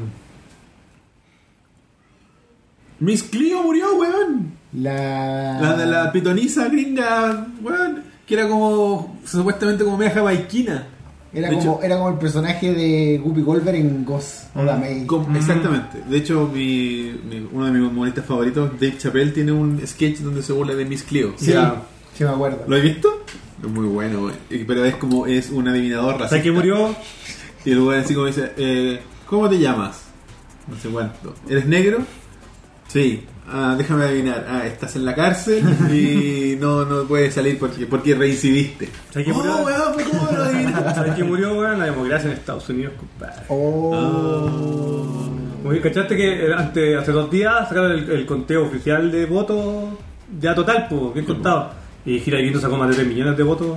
Miss Clio murió, weón.
La...
La de la pitonisa gringa, weón. Que era como, supuestamente como media jamaiquina.
Era,
De
como, era como el personaje de Guppy Golver en Ghost.
Mm.
Hola, May.
Mm.
Com- Exactamente. De hecho, mi, mi- uno de mis humoristas favoritos, Dave Chappelle, tiene un sketch donde se burla de Miss Clio.
Sí,
Ya.
sí me acuerdo.
¿Lo has visto? Es muy bueno, güey. Y- pero es como es un adivinador racista.
¿Sabes que murió?
Y el lugar así como dice, eh, ¿cómo te llamas? No sé cuánto. ¿Eres negro? Sí. Ah, déjame adivinar. Ah, estás en la cárcel
[LAUGHS]
y no, no puedes salir porque, porque reincidiste.
¿Sabes que murió?
Oh, weón, ¿cómo lo adivinaste?
¿Sabes que murió, weón? La democracia en Estados Unidos, compadre.
Ah.
Oh.
Como que ¿Cachaste que eh, ante- hace dos días sacaron el, el conteo oficial de votos ya total, pues, bien contado? Y Hillary Clinton sacó más de 3 millones de votos.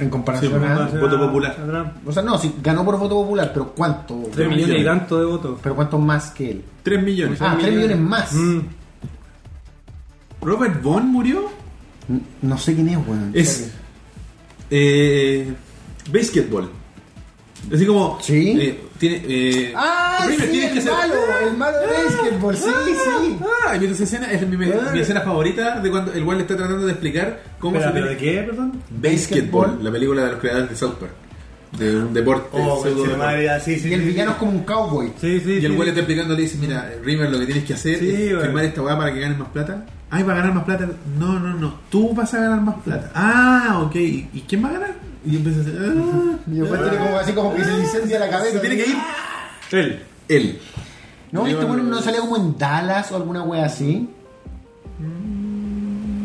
En comparación
Sí,
a...
Comparación
voto
a-
popular.
a Trump.
O sea, no, sí, ganó por voto popular, pero ¿cuánto?
3 millones y
millones.
tanto de votos.
Pero ¿cuánto más que él?
3 millones.
Ah, 3 millones más.
Mm.
¿Robert Vaughn murió?
N- No sé quién es, weón.
Es eh, basketball. Así como
Sí.
eh, tiene eh,
¡Ah,
primero
sí,
tienes
el
ser-
malo! El malo de básquetbol, sí, sí.
Ah, y mientras escena es mi, mi- mi escena favorita de cuando el cual le está tratando de explicar cómo
Espera,
se
¿pero
tiene-
de qué, perdón?
Basketball, la película de los creadores de South Park, de un deporte. pseudo
Oh,
coche de
deporte.
madre, sí, sí.
Y el
sí,
villano es como un cowboy.
Sí, sí.
y el
sí.
güey le está explicando, le dice, mira, River, lo que tienes que hacer
Sí,
es
güey.
firmar esta weá para que ganes más plata. Ay, va a ganar más plata. No, no, no. Tú vas a ganar más plata. Ah, ok. ¿Y y quién va a ganar? Y empieza a hacer, ah,
Y después tiene como así como que se licencia la cabeza.
Se tiene que ir
Él.
él.
No, este bueno no salía como en Dallas o alguna wea así.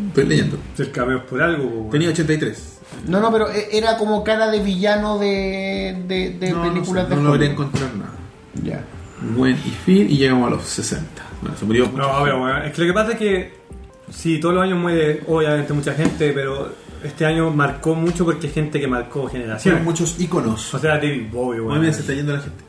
Estoy leyendo.
Si El cameo es por algo, po, weón.
Tenía 83.
No, no, pero e- era como cara de villano de, de, de
no,
películas
no, sé,
Este de
no logré
Hollywood.
encontrar nada.
Ya.
Buen y fin y llegamos a los 60. Bueno, se murió.
No, pero bueno, es que lo que pasa es que sí, todos los años muere obviamente mucha gente, pero este año marcó mucho porque es gente que marcó
Hicieron
generaciones.
muchos iconos.
O sea, David Bowie,
Muy
weón.
bien, se está yendo la gente.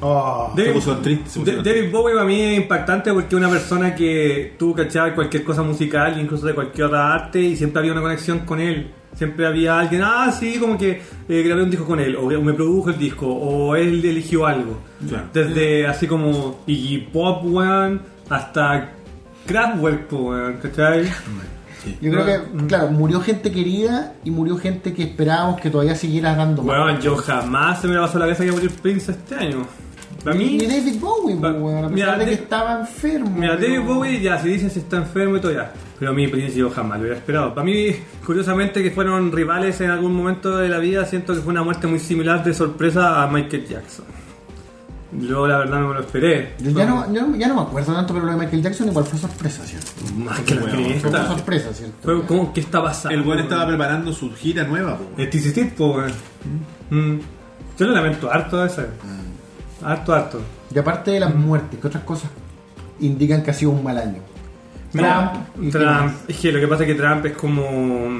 Ah.
Oh.
Ah, Se puso triste, se puso
Da-
triste.
David Bowie para mí es impactante porque es una persona que tuvo que echar cualquier cosa musical, incluso de cualquier otra arte, y siempre había una conexión con él. Siempre había alguien, ah, sí, como que eh, grabé un disco con él, o me produjo el disco, o él eligió algo.
Claro.
Desde así como Iggy Pop, weón, hasta Kraftwerk, po, weón,
[LAUGHS]
¿cachai?
Sí.
Yo creo
Mm.
que, claro, murió gente querida y murió gente que esperábamos que todavía siguiera dando más.
Weón, yo jamás se me pasó la cabeza que iba a morir Prince este año. Para mí,
Ni David Bowie,
Pa-
weón, a
Mira,
pesar de que
Dave-
estaba enfermo.
Mira,
pero-
David Bowie ya, si dicen si está enfermo y todo ya. Pero a mí Prince yo jamás lo hubiera esperado. Para mí, curiosamente, que fueron rivales en algún momento de la vida, siento que fue una muerte muy similar de sorpresa a Michael Jackson. Yo la verdad no me lo esperé.
Yo ya no, yo no- ya no me acuerdo tanto, pero lo de Michael Jackson igual fue sorpresa, ¿cierto?
Más que la
Bueno,
Fue una
cresta.
sorpresa, ¿cierto?
Fue como, ¿qué está pasando?
El buen estaba preparando su gira nueva. po.
El TCT, po,
pues,
weón. Mm. Yo lo lamento harto de eso.
Mm.
Harto, harto.
Y aparte de las muertes, ¿qué otras cosas indican que ha sido un mal año? Trump. ¿y qué
Trump.
más?
Es que lo que pasa es que Trump es como.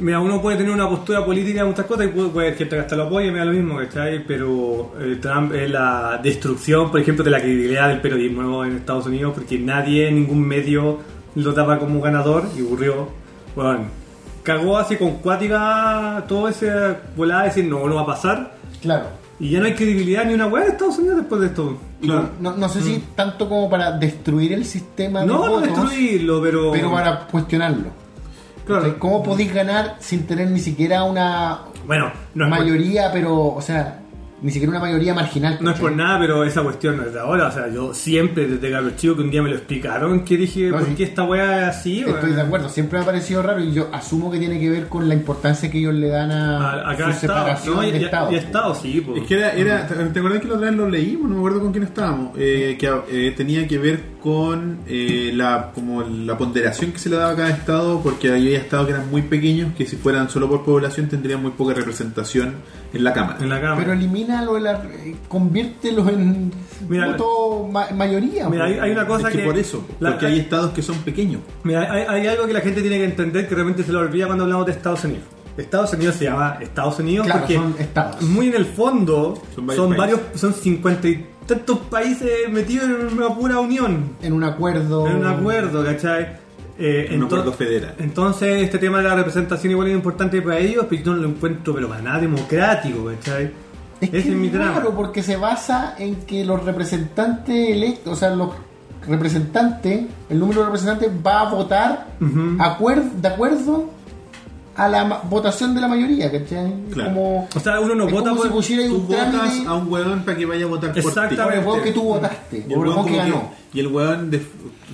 Mira, uno puede tener una postura política en muchas cosas y puede, puede que hasta lo apoye, me da lo mismo, ¿cachai? Pero eh, Trump es la destrucción, por ejemplo, de la credibilidad del periodismo en Estados Unidos, porque nadie, ningún medio lo daba como ganador y ocurrió. Bueno, cagó así con cuática todo ese volada de decir no, no va a pasar.
Claro.
Y ya no hay credibilidad ni una weá en Estados Unidos después de esto.
Claro.
No, no sé si tanto como para destruir el sistema de
Mm. No, no
votos,
destruirlo, pero.
pero para cuestionarlo.
Claro.
O sea, ¿Cómo podéis ganar sin tener ni siquiera una
Bueno, no es
mayoría, pero, o sea, ni siquiera una mayoría marginal.
No es por
¿cachai?
nada, pero esa cuestión no es de ahora. O sea, yo siempre, desde cabro chico, que un día me lo explicaron, que dije,
No,
¿por
sí.
qué esta weá es así?
Estoy
weón?
de acuerdo, siempre me ha parecido raro y yo asumo que tiene que ver con la importancia que ellos le dan a,
A- a cada
su
estado.
separación
No, y,
de
y-
Estado.
y estado, sí, po.
Es que era, era- ¿te acuerdas que la otra vez lo leímos? No me acuerdo con quién estábamos. Eh, que eh, tenía que ver con eh, la como la ponderación que se le daba a cada estado, porque había estados que eran muy pequeños, que si fueran solo por población tendrían muy poca representación en la Cámara.
en la cama.
Pero elimínalo, de la, conviértelo en
Mira,
voto ma- mayoría.
Mira,
po.
hay- hay una cosa
es que,
que-
por eso,
la-
porque hay estados que son pequeños.
Mira, hay, hay algo que la gente tiene que entender que realmente se lo olvida cuando hablamos de Estados Unidos. Estados Unidos se llama Estados Unidos
Claro,
porque
son estados.
muy en el fondo
Son
son
varios
varios, son, cincuenta y tantos países metidos en una pura unión,
En un acuerdo.
en un acuerdo, ¿cachai? Eh,
Un
ento-
acuerdo federal.
Entonces este tema de la representación igual es importante para ellos, pero yo no lo encuentro pero para nada democrático, ¿cachai?
Es que
Ese
es
mi drama.
raro porque se basa en que los representantes electos, o sea, los representantes, el número de representantes va a votar
Ujú.
acuer- de acuerdo a la ma- votación de la mayoría, ¿cachai?
Claro.
Como,
O sea, uno no
es
vota
como
por...
si pusiera ahí
Tú
un
votas
trámite
a un huevón para que vaya a votar por ti.
por el
Exactamente.
voto que tú votaste,
Y
por
el
el
weón
voto que
como que-
ganó.
y el weón de-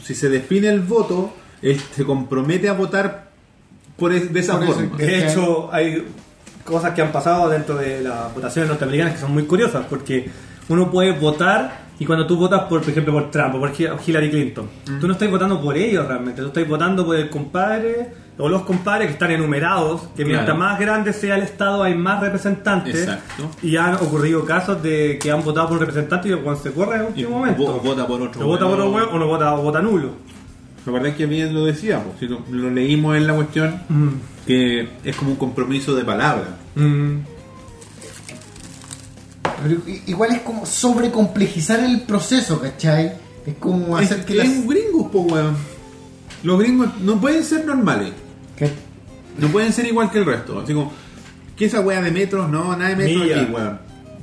si se define el voto, él se compromete a votar por es- de esa
Por eso,
forma.
eh,
De
¿Cachai?
hecho, hay cosas que han pasado dentro de las votaciones norteamericanas que son muy curiosas, porque uno puede votar y cuando tú votas, por, por ejemplo, por Trump o por Hi- Hillary Clinton, tú no estás votando por ellos realmente, tú estás votando por el compadre o los compadres que están enumerados, que mientras
Claro.
más grande sea el Estado hay más representantes.
Exacto.
Y han ocurrido casos de que han votado por un representante y cuando se corre en el
Y
último momento.
vo- vota por otro
O vota por
weón.
otro weón o no vota o vota nulo.
La verdad es que bien lo decíamos, si lo, lo leímos en la cuestión, que es como un compromiso de palabra.
Mm.
Pero i- igual es como sobrecomplejizar el proceso, ¿cachai? Es como
Es,
hacer que
que
las-
es gringos, po, weón. Los gringos no pueden ser normales,
que-
no pueden ser igual que el resto. Así como, ¿qué esa weá de metros? No, nada de metros
Milla.
aquí, weón.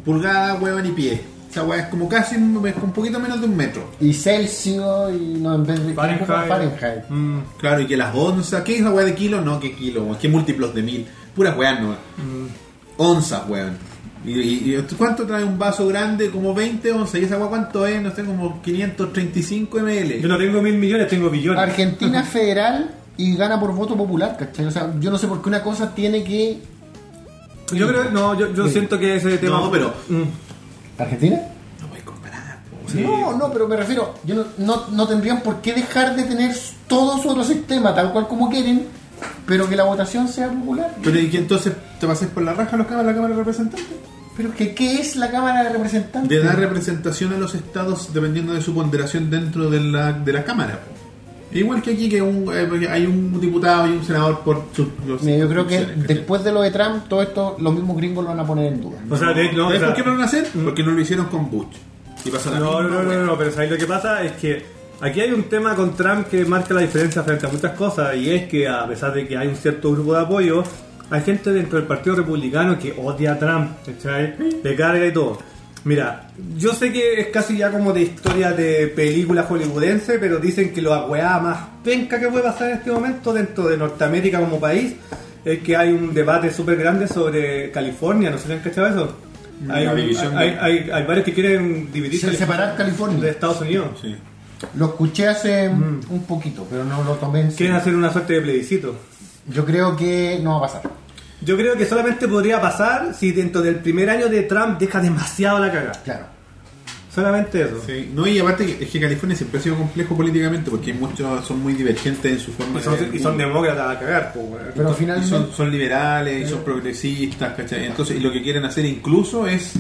Pulgada, weón y pie. Esa weá es como casi un, es un poquito menos de un metro.
Y Celsius, y no, en vez de
Fahrenheit.
Fahrenheit.
Mm.
Claro, y que las onzas, ¿qué es la weá de kilo? No, que kilo, que múltiplos de mil. Puras weá no.
Mm.
Onzas, weón. Y, y- y cuánto trae un vaso grande? Como 20 onzas. ¿Y esa weá cuánto es? No sé, como 535
Yo
ml.
no tengo mil millones, tengo billones.
Argentina federal y gana por voto popular, ¿cachai? O sea, yo no sé por qué una cosa tiene que.
Yo creo, no, yo, yo
Sí.
siento que ese tema.
No, pero-
Mm.
¿Argentina?
No voy a comparar, po.
Sí.
No, no, pero me refiero, yo no, no, no tendrían por qué dejar de tener todo su otro sistema, tal cual como quieren, pero que la votación sea popular.
Pero ¿y que entonces te pases por la raja a los cámaras, la Cámara de Representantes?
Pero que qué es la Cámara de Representantes.
De dar representación a los estados dependiendo de su ponderación dentro de la, de la Cámara. po. Igual que aquí que un- eh, hay un diputado y un senador por sus... los-
Mira, yo creo que
opciones, ¿cachai?
después de lo de Trump, todo esto, los mismos gringos lo van a poner en duda.
O sea, de- no, o
¿Sabes
sea, mm.
por qué no lo van a hacer? Porque no lo hicieron con Bush. Y pasa la
no,
misma,
no, no, no,
weón.
no, pero ¿sabes lo que pasa? Es que aquí hay un tema con Trump que marca la diferencia frente a muchas cosas, y es que a pesar de que hay un cierto grupo de apoyo, hay gente dentro del Partido Republicano que odia a Trump, ¿cachai? Le carga y todo. Mira, yo sé que es casi ya como de historia de película hollywoodense, pero dicen que la weá más penca que puede pasar en este momento dentro de Norteamérica como país es que hay un debate súper grande sobre California, no sé si han cachado eso.
La
Hay, un-
división de-
hay- hay- hay varios que quieren dividir
Se- Separar
de
California.
Estados Unidos.
Sí.
Lo escuché hace
Mm.
un poquito, pero no lo tomé en
Quieren
serio.
hacer una suerte de plebiscito.
Yo creo que no va a pasar.
Yo creo que solamente podría pasar si dentro del primer año de Trump deja demasiado la cagada.
Claro.
Solamente eso.
Sí. No, y aparte que- es que California siempre ha sido complejo políticamente porque muchos son muy divergentes en su forma
Y, son,
de
y son demócratas a cagar, po, weón.
Pero
Y
finalmente.
son, son liberales y son progresistas, ¿cachai? Entonces, y lo que quieren hacer incluso es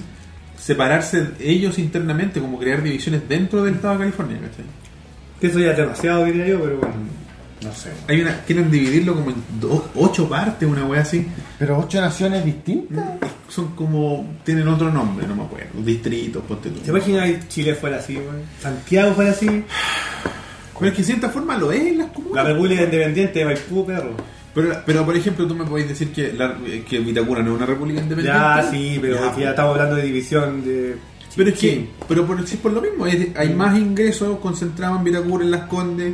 separarse ellos internamente, como crear divisiones dentro del Estado de California, ¿cachai?
Que eso ya es demasiado, diría yo, pero bueno.
No sé.
Hay una, quieren dividirlo como en do- ocho partes, una wea así.
Pero ocho naciones distintas.
Son como, tienen otro nombre, no me acuerdo. Distritos, ponte tú.
¿Te imaginas que Chile fuera así, weón? Santiago fuera así.
Pero es que de cierta forma lo es en las comunas.
La República Independiente de Maipú, perro.
Pero, pero por ejemplo, tú me podéis decir que, la, que Vitacura no es una república independiente.
Ya, sí, pero
Ya, pues.
aquí ya estamos hablando de división de.
Pero es
Sí.
que, pero por, sí, por lo mismo, es- hay más ingresos concentrados en Vitacura, en Las Condes,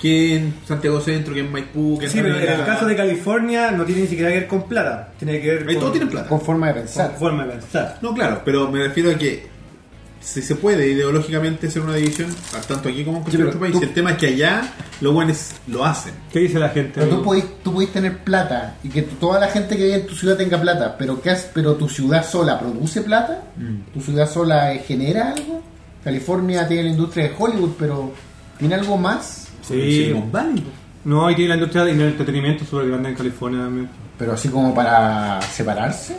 que en Santiago Centro, que en Maipú, que en
Sí, pero en el
Tarapacá.
caso de California no tiene ni siquiera que ver con plata, tiene que ver
Ahí todos tienen
Con
plata.
forma de
con
pensar.
forma de pensar.
No, claro, pero me refiero a que si se puede ideológicamente hacer una división, tanto aquí como en cualquier
pero
otro país.
tú-
El tema es que allá los buenos lo hacen.
¿Qué dice la gente?
Pero tú podís, tú podís tener plata y que t- toda la gente que vive en tu ciudad tenga plata, pero ¿qué haces? ¿Pero tu ciudad sola produce plata? ¿Tu ciudad sola eh, genera algo? California tiene la industria de Hollywood, pero ¿tiene algo más?
Sí.
Silicon Valley.
No, y tiene la industria del entretenimiento súper grande en California también.
Pero así como para separarse.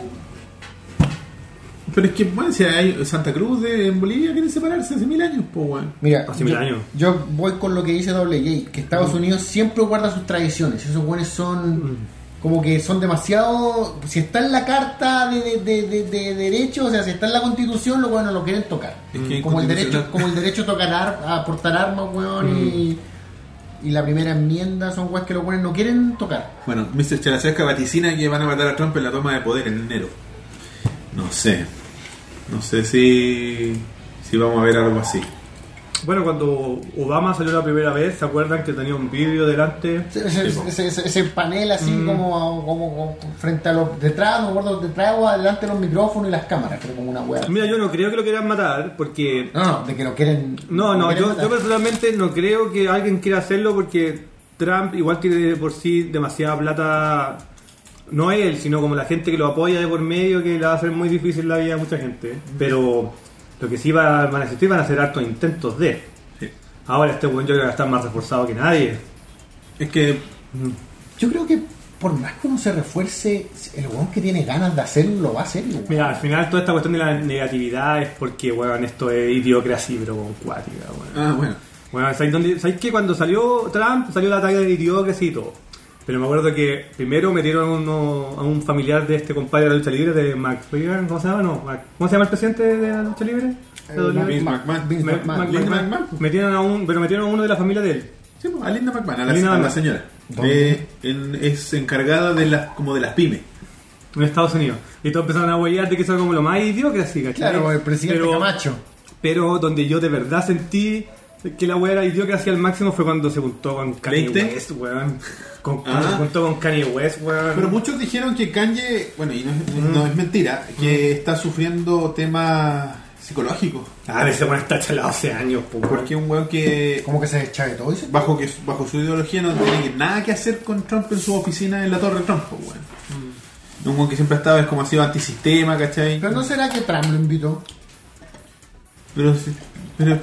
Pero es que, bueno, si hay Santa Cruz de- en Bolivia quieren separarse hace mil años, pues, weón.
Mira,
Hace mil
yo,
años.
yo voy con lo que dice Doble J, que Estados
Mm.
Unidos siempre guarda sus tradiciones. Esos buenos son como que son demasiado... Si está en la carta de, de, de, de- de derechos, o sea, si está en la constitución, los buenos lo quieren tocar. Mm.
Es que
como, el
constitucional.
derecho, como el derecho a tocar ar- a portar armas, weón, y,
Mm.
y la primera enmienda son weas que los buenos no quieren tocar.
Bueno, Mr. Chalacerca vaticina que van a matar a Trump en la toma de poder en enero. No sé. No sé si, si vamos a ver algo así.
Bueno, cuando Obama salió la primera vez, ¿se acuerdan que tenía un vídeo delante?
Ese, ese-
Sí, po. Mm.
ese- ese- ese panel así como, como, como frente a los detrás, no me acuerdo, detrás o adelante de los micrófonos y las cámaras, pero como una wea.
Mira, yo no creo que lo quieran matar porque...
No, no, de que lo quieren.
No,
lo
no,
quieren
yo,
matar.
yo personalmente no creo que alguien quiera hacerlo porque Trump igual tiene de por sí demasiada plata, no él, sino como la gente que lo apoya de por medio, que le va a hacer muy difícil la vida a mucha gente. Pero lo que sí va- van a existir van a ser hartos intentos de...
Sí.
Ahora este buen yo creo que va a estar más reforzado que nadie.
Es que
Yo creo que por más que uno se refuerce, el weón que tiene ganas de hacerlo lo va a hacer. weón.
Mira, al final toda esta cuestión de la negatividad es porque, weón, esto es idiocracia, pero con cuática, weón.
Ah, bueno.
Bueno, ¿sabéis, dónde- sabéis que cuando salió Trump salió la talla de idiocracia y todo? Pero me acuerdo que primero metieron a, uno- a un familiar de este compadre de la lucha libre, de McFarlane, ¿cómo se llama? No, Mac- ¿Cómo se llama el presidente de la lucha libre?
Eh,
De WWE.
Vince
Ma-
McMahon.
Vince
Me-
McMahon.
Mac-
Linda
Mac-
McMahon.
Metieron a un, pero metieron a uno de la familia de él.
Sí, pues, a Linda McMahon, a la,
Linda
a la
McMahon.
señora.
¿Dónde?
Eh, en- es encargada de las, como de las pymes.
En Estados Unidos. Y todos empezaron a huellar de que eso era como lo más idiocracia, ¿cachai?
Claro, el presidente
Pero-
Camacho.
Pero donde yo de verdad sentí que la wea era idiocracia al máximo fue cuando se juntó con Kanye
¿Leíste?
West, weón. Con,
Ah.
Se juntó con Kanye West, weón.
Pero muchos dijeron que Kanye, bueno, y no es,
Mm.
no es mentira, que está sufriendo temas psicológicos.
Ah, de ese weón está chalado hace años, po, weón.
Porque un weón que
Como que se deschavetó y se.
bajo que bajo su ideología no tiene nada que hacer con Trump en su oficina en la Torre Trump, pues, weón.
Mm.
Un weón que siempre ha estado es como ha sido antisistema, ¿cachai?
Pero no será que Trump lo invitó.
Pero, si- pero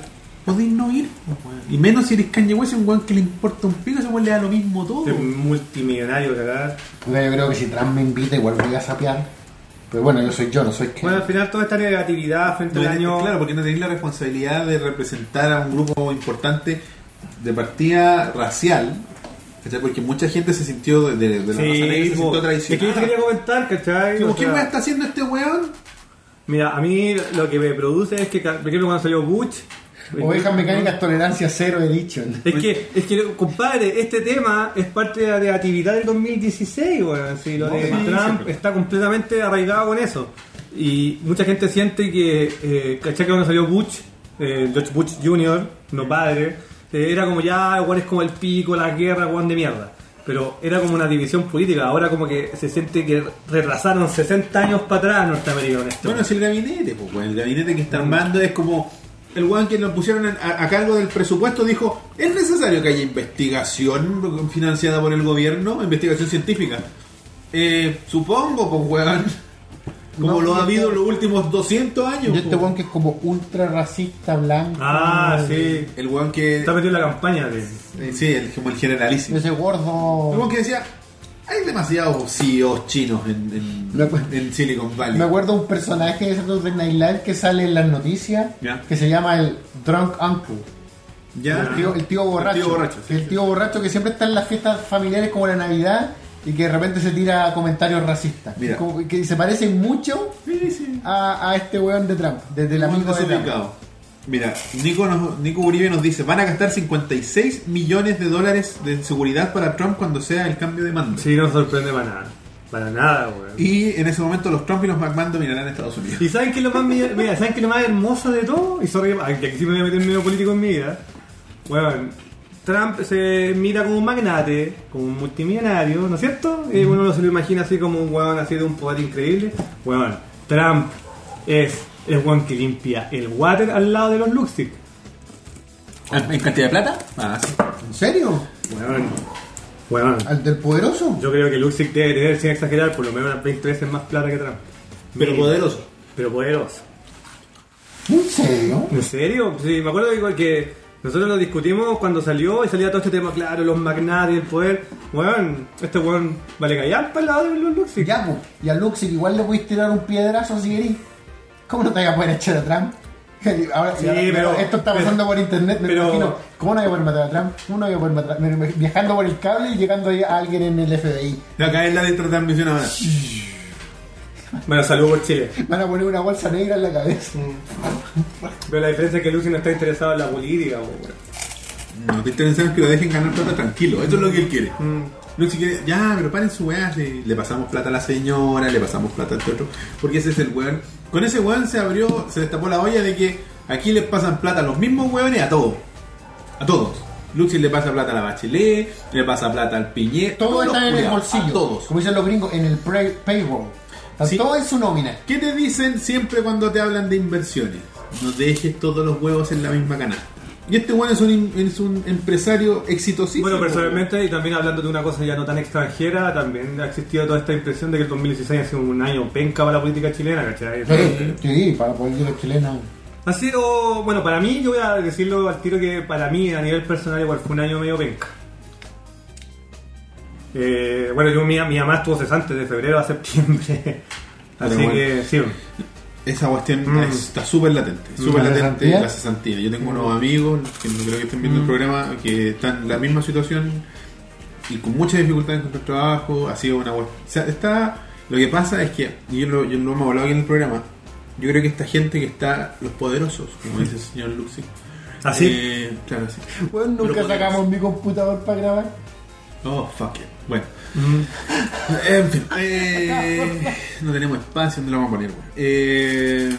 podéis no ir, pues, weón. Y menos si eres Kanye West, un weón que le importa un pico, ese weón le da lo mismo todo.
Este multimillonario, cagar.
Puta, yo creo que si Trump me invita, igual voy a sapear. Pero bueno, yo soy yo, no soy que.
Bueno, al final toda esta negatividad frente
No
al
tenés-
año.
Este Claro, porque no tenéis la responsabilidad de representar a un grupo importante de partida racial. ¿cachai? Porque mucha gente se sintió de, de- de la raza negra, se
po.
sintió
es que yo te quería
traicionada.
comentar, ¿cachai?
Como,
O
¿Qué
sea,
weón está haciendo este weón?
Mira, a mí lo que me produce es que, por ejemplo, cuando salió Butch.
Ovejas mecánicas, tolerancia cero edition.
Es que, es que, compadre, este tema es parte de la negatividad del 2016, weón. Sí, lo
No,
de
sí,
Trump
siempre.
está completamente arraigado con eso. Y mucha gente siente que, eh, ¿cachai? Que cuando salió Bush, eh, George Bush Jr., no padre, eh, era como ya, weón, es como el pico, la guerra, weón, de mierda. Pero era como una división política. Ahora como que se siente que retrasaron 60 años para atrás Norteamérica con esto.
Bueno, si el gabinete, pues, weón, el gabinete que está armando es como el weón que lo pusieron en- a, a cargo del presupuesto dijo, es necesario que haya investigación financiada por el gobierno, investigación científica. Eh, supongo, pues, weón, como
No,
lo ha
y este-
habido en los últimos 200 años.
Y este
pues.
weón que es como ultra racista blanco.
ah, sí.
El weón que...
Está metido en la campaña de...
eh, Sí, el, como el generalísimo.
Ese
El
gordo.
weón que decía, hay demasiados CEOs chinos en, en-
Me acuerdo.
en Silicon Valley.
Me acuerdo un personaje de Saturday Night Live que sale en las noticias
Ya.
que se llama el Drunk Uncle.
Ya.
El tío, el tío borracho.
El tío borracho, sí,
El
sí.
tío borracho que siempre está en las fiestas familiares como la Navidad y que de repente se tira comentarios racistas.
Mira.
Y como que se parece mucho
Sí, sí.
a, a este weón de Trump, desde el
Muy
amigo de Trump.
desubicado. Mira, Nico, nos- Nico Uribe nos dice, van a gastar 56 millones de dólares de seguridad para Trump cuando sea el cambio de mando.
Sí, no sorprende para nada. Para nada, weón.
Y en ese momento los Trump y los McMahon dominarán Estados Unidos.
¿Y saben qué es lo más, mi- mira, ah, ¿saben qué es lo más hermoso de todo? Y sorry, ay, que aquí sí me voy a meter medio político en mi vida. Bueno, Trump se mira como un magnate, como un multimillonario, ¿no es cierto? Eh, uno no se lo imagina así como un weón así de un poder increíble. Bueno, Trump es el weón que limpia el water al lado de los Luxig.
[LAUGHS] ¿En cantidad de plata? Ah, sí.
¿En serio?
Weón, weón.
¿Al del poderoso?
Yo creo que Luxig debe tener, sin exagerar, por lo menos unas 20 veces más plata que Trump.
Pero
Mínimo.
poderoso.
Pero poderoso.
¿En serio?
¿En serio? Sí, me acuerdo igual que nosotros lo discutimos cuando salió y salía todo este tema, claro, los magnates, el poder. Weón, este weón vale callar para el lado de los Luxig.
Ya, pues. Y a Luxir igual le puedes tirar un piedrazo si querís. ¿Cómo no te vas a poder echar a Trump? [LAUGHS] Ahora,
Sí,
ahora-
pero-
esto está pasando por internet, me
pero-
imagino. ¿Cómo no voy a poder matar a Trump? ¿Cómo no voy a poder matar a me- me- Viajando por el cable y llegando ahí a alguien en el FBI.
Ya acá es la de transmisión ahora.
Bueno, saludos por Chile.
Van a poner una bolsa negra en la cabeza.
Mm.
Pero la diferencia es que Luxig no está interesado en la política, weón.
No, te interesa es que lo dejen ganar plata tranquilo. Eso es lo que él quiere.
Mm.
No, si quiere, ya, pero paren su weá. si Le pasamos plata a la señora, le pasamos plata al otro. Porque ese es el weón. Con ese weón se abrió, se destapó la olla de que aquí les pasan plata a los mismos weones a todos. A todos. Luxi le pasa plata a la Bachelet, le pasa plata al Piñet.
Todo
todos
está
los
en el
culiados,
bolsillo.
A todos.
Como dicen los gringos, en el pre- payroll. Está
Sí.
Todo en su nómina.
¿Qué te dicen siempre cuando te hablan de inversiones? No dejes todos los huevos en la misma canasta. Y este weón es un, in- es un empresario exitosísimo.
Bueno, personalmente, y también hablando de una cosa ya no tan extranjera, también ha existido toda esta impresión de que el 2016 ha sido un año penca para la política chilena, ¿cachai?
Sí, sí, para políticos chilenos.
Ha sido, bueno, para mí, yo voy a decirlo al tiro que para mí, a nivel personal, igual fue un año medio penca. Eh, bueno, yo, mi, mi mamá estuvo cesante de febrero a septiembre. [LAUGHS] Así
bueno.
que, sí.
Esa cuestión
Mm.
está súper latente. Súper
¿La
latente
cesantía? Mm.
la cesantía. Yo tengo unos amigos que no creo que estén viendo el programa que están en la misma situación y con mucha dificultad en encontrar trabajo. Ha sido una hue- O sea, está. Lo que pasa es que, y yo lo, yo lo hemos hablado aquí en el programa, yo creo que esta gente que está, los poderosos, como dice el señor Luxi.
¿Ah,
Así.
Eh, claro, sí.
Bueno, nunca
Pero
sacamos mi computador para grabar.
Oh, fuck it. Bueno.
Eh,
En fin. eh, no tenemos espacio, ¿dónde lo vamos a poner? güey? Eh,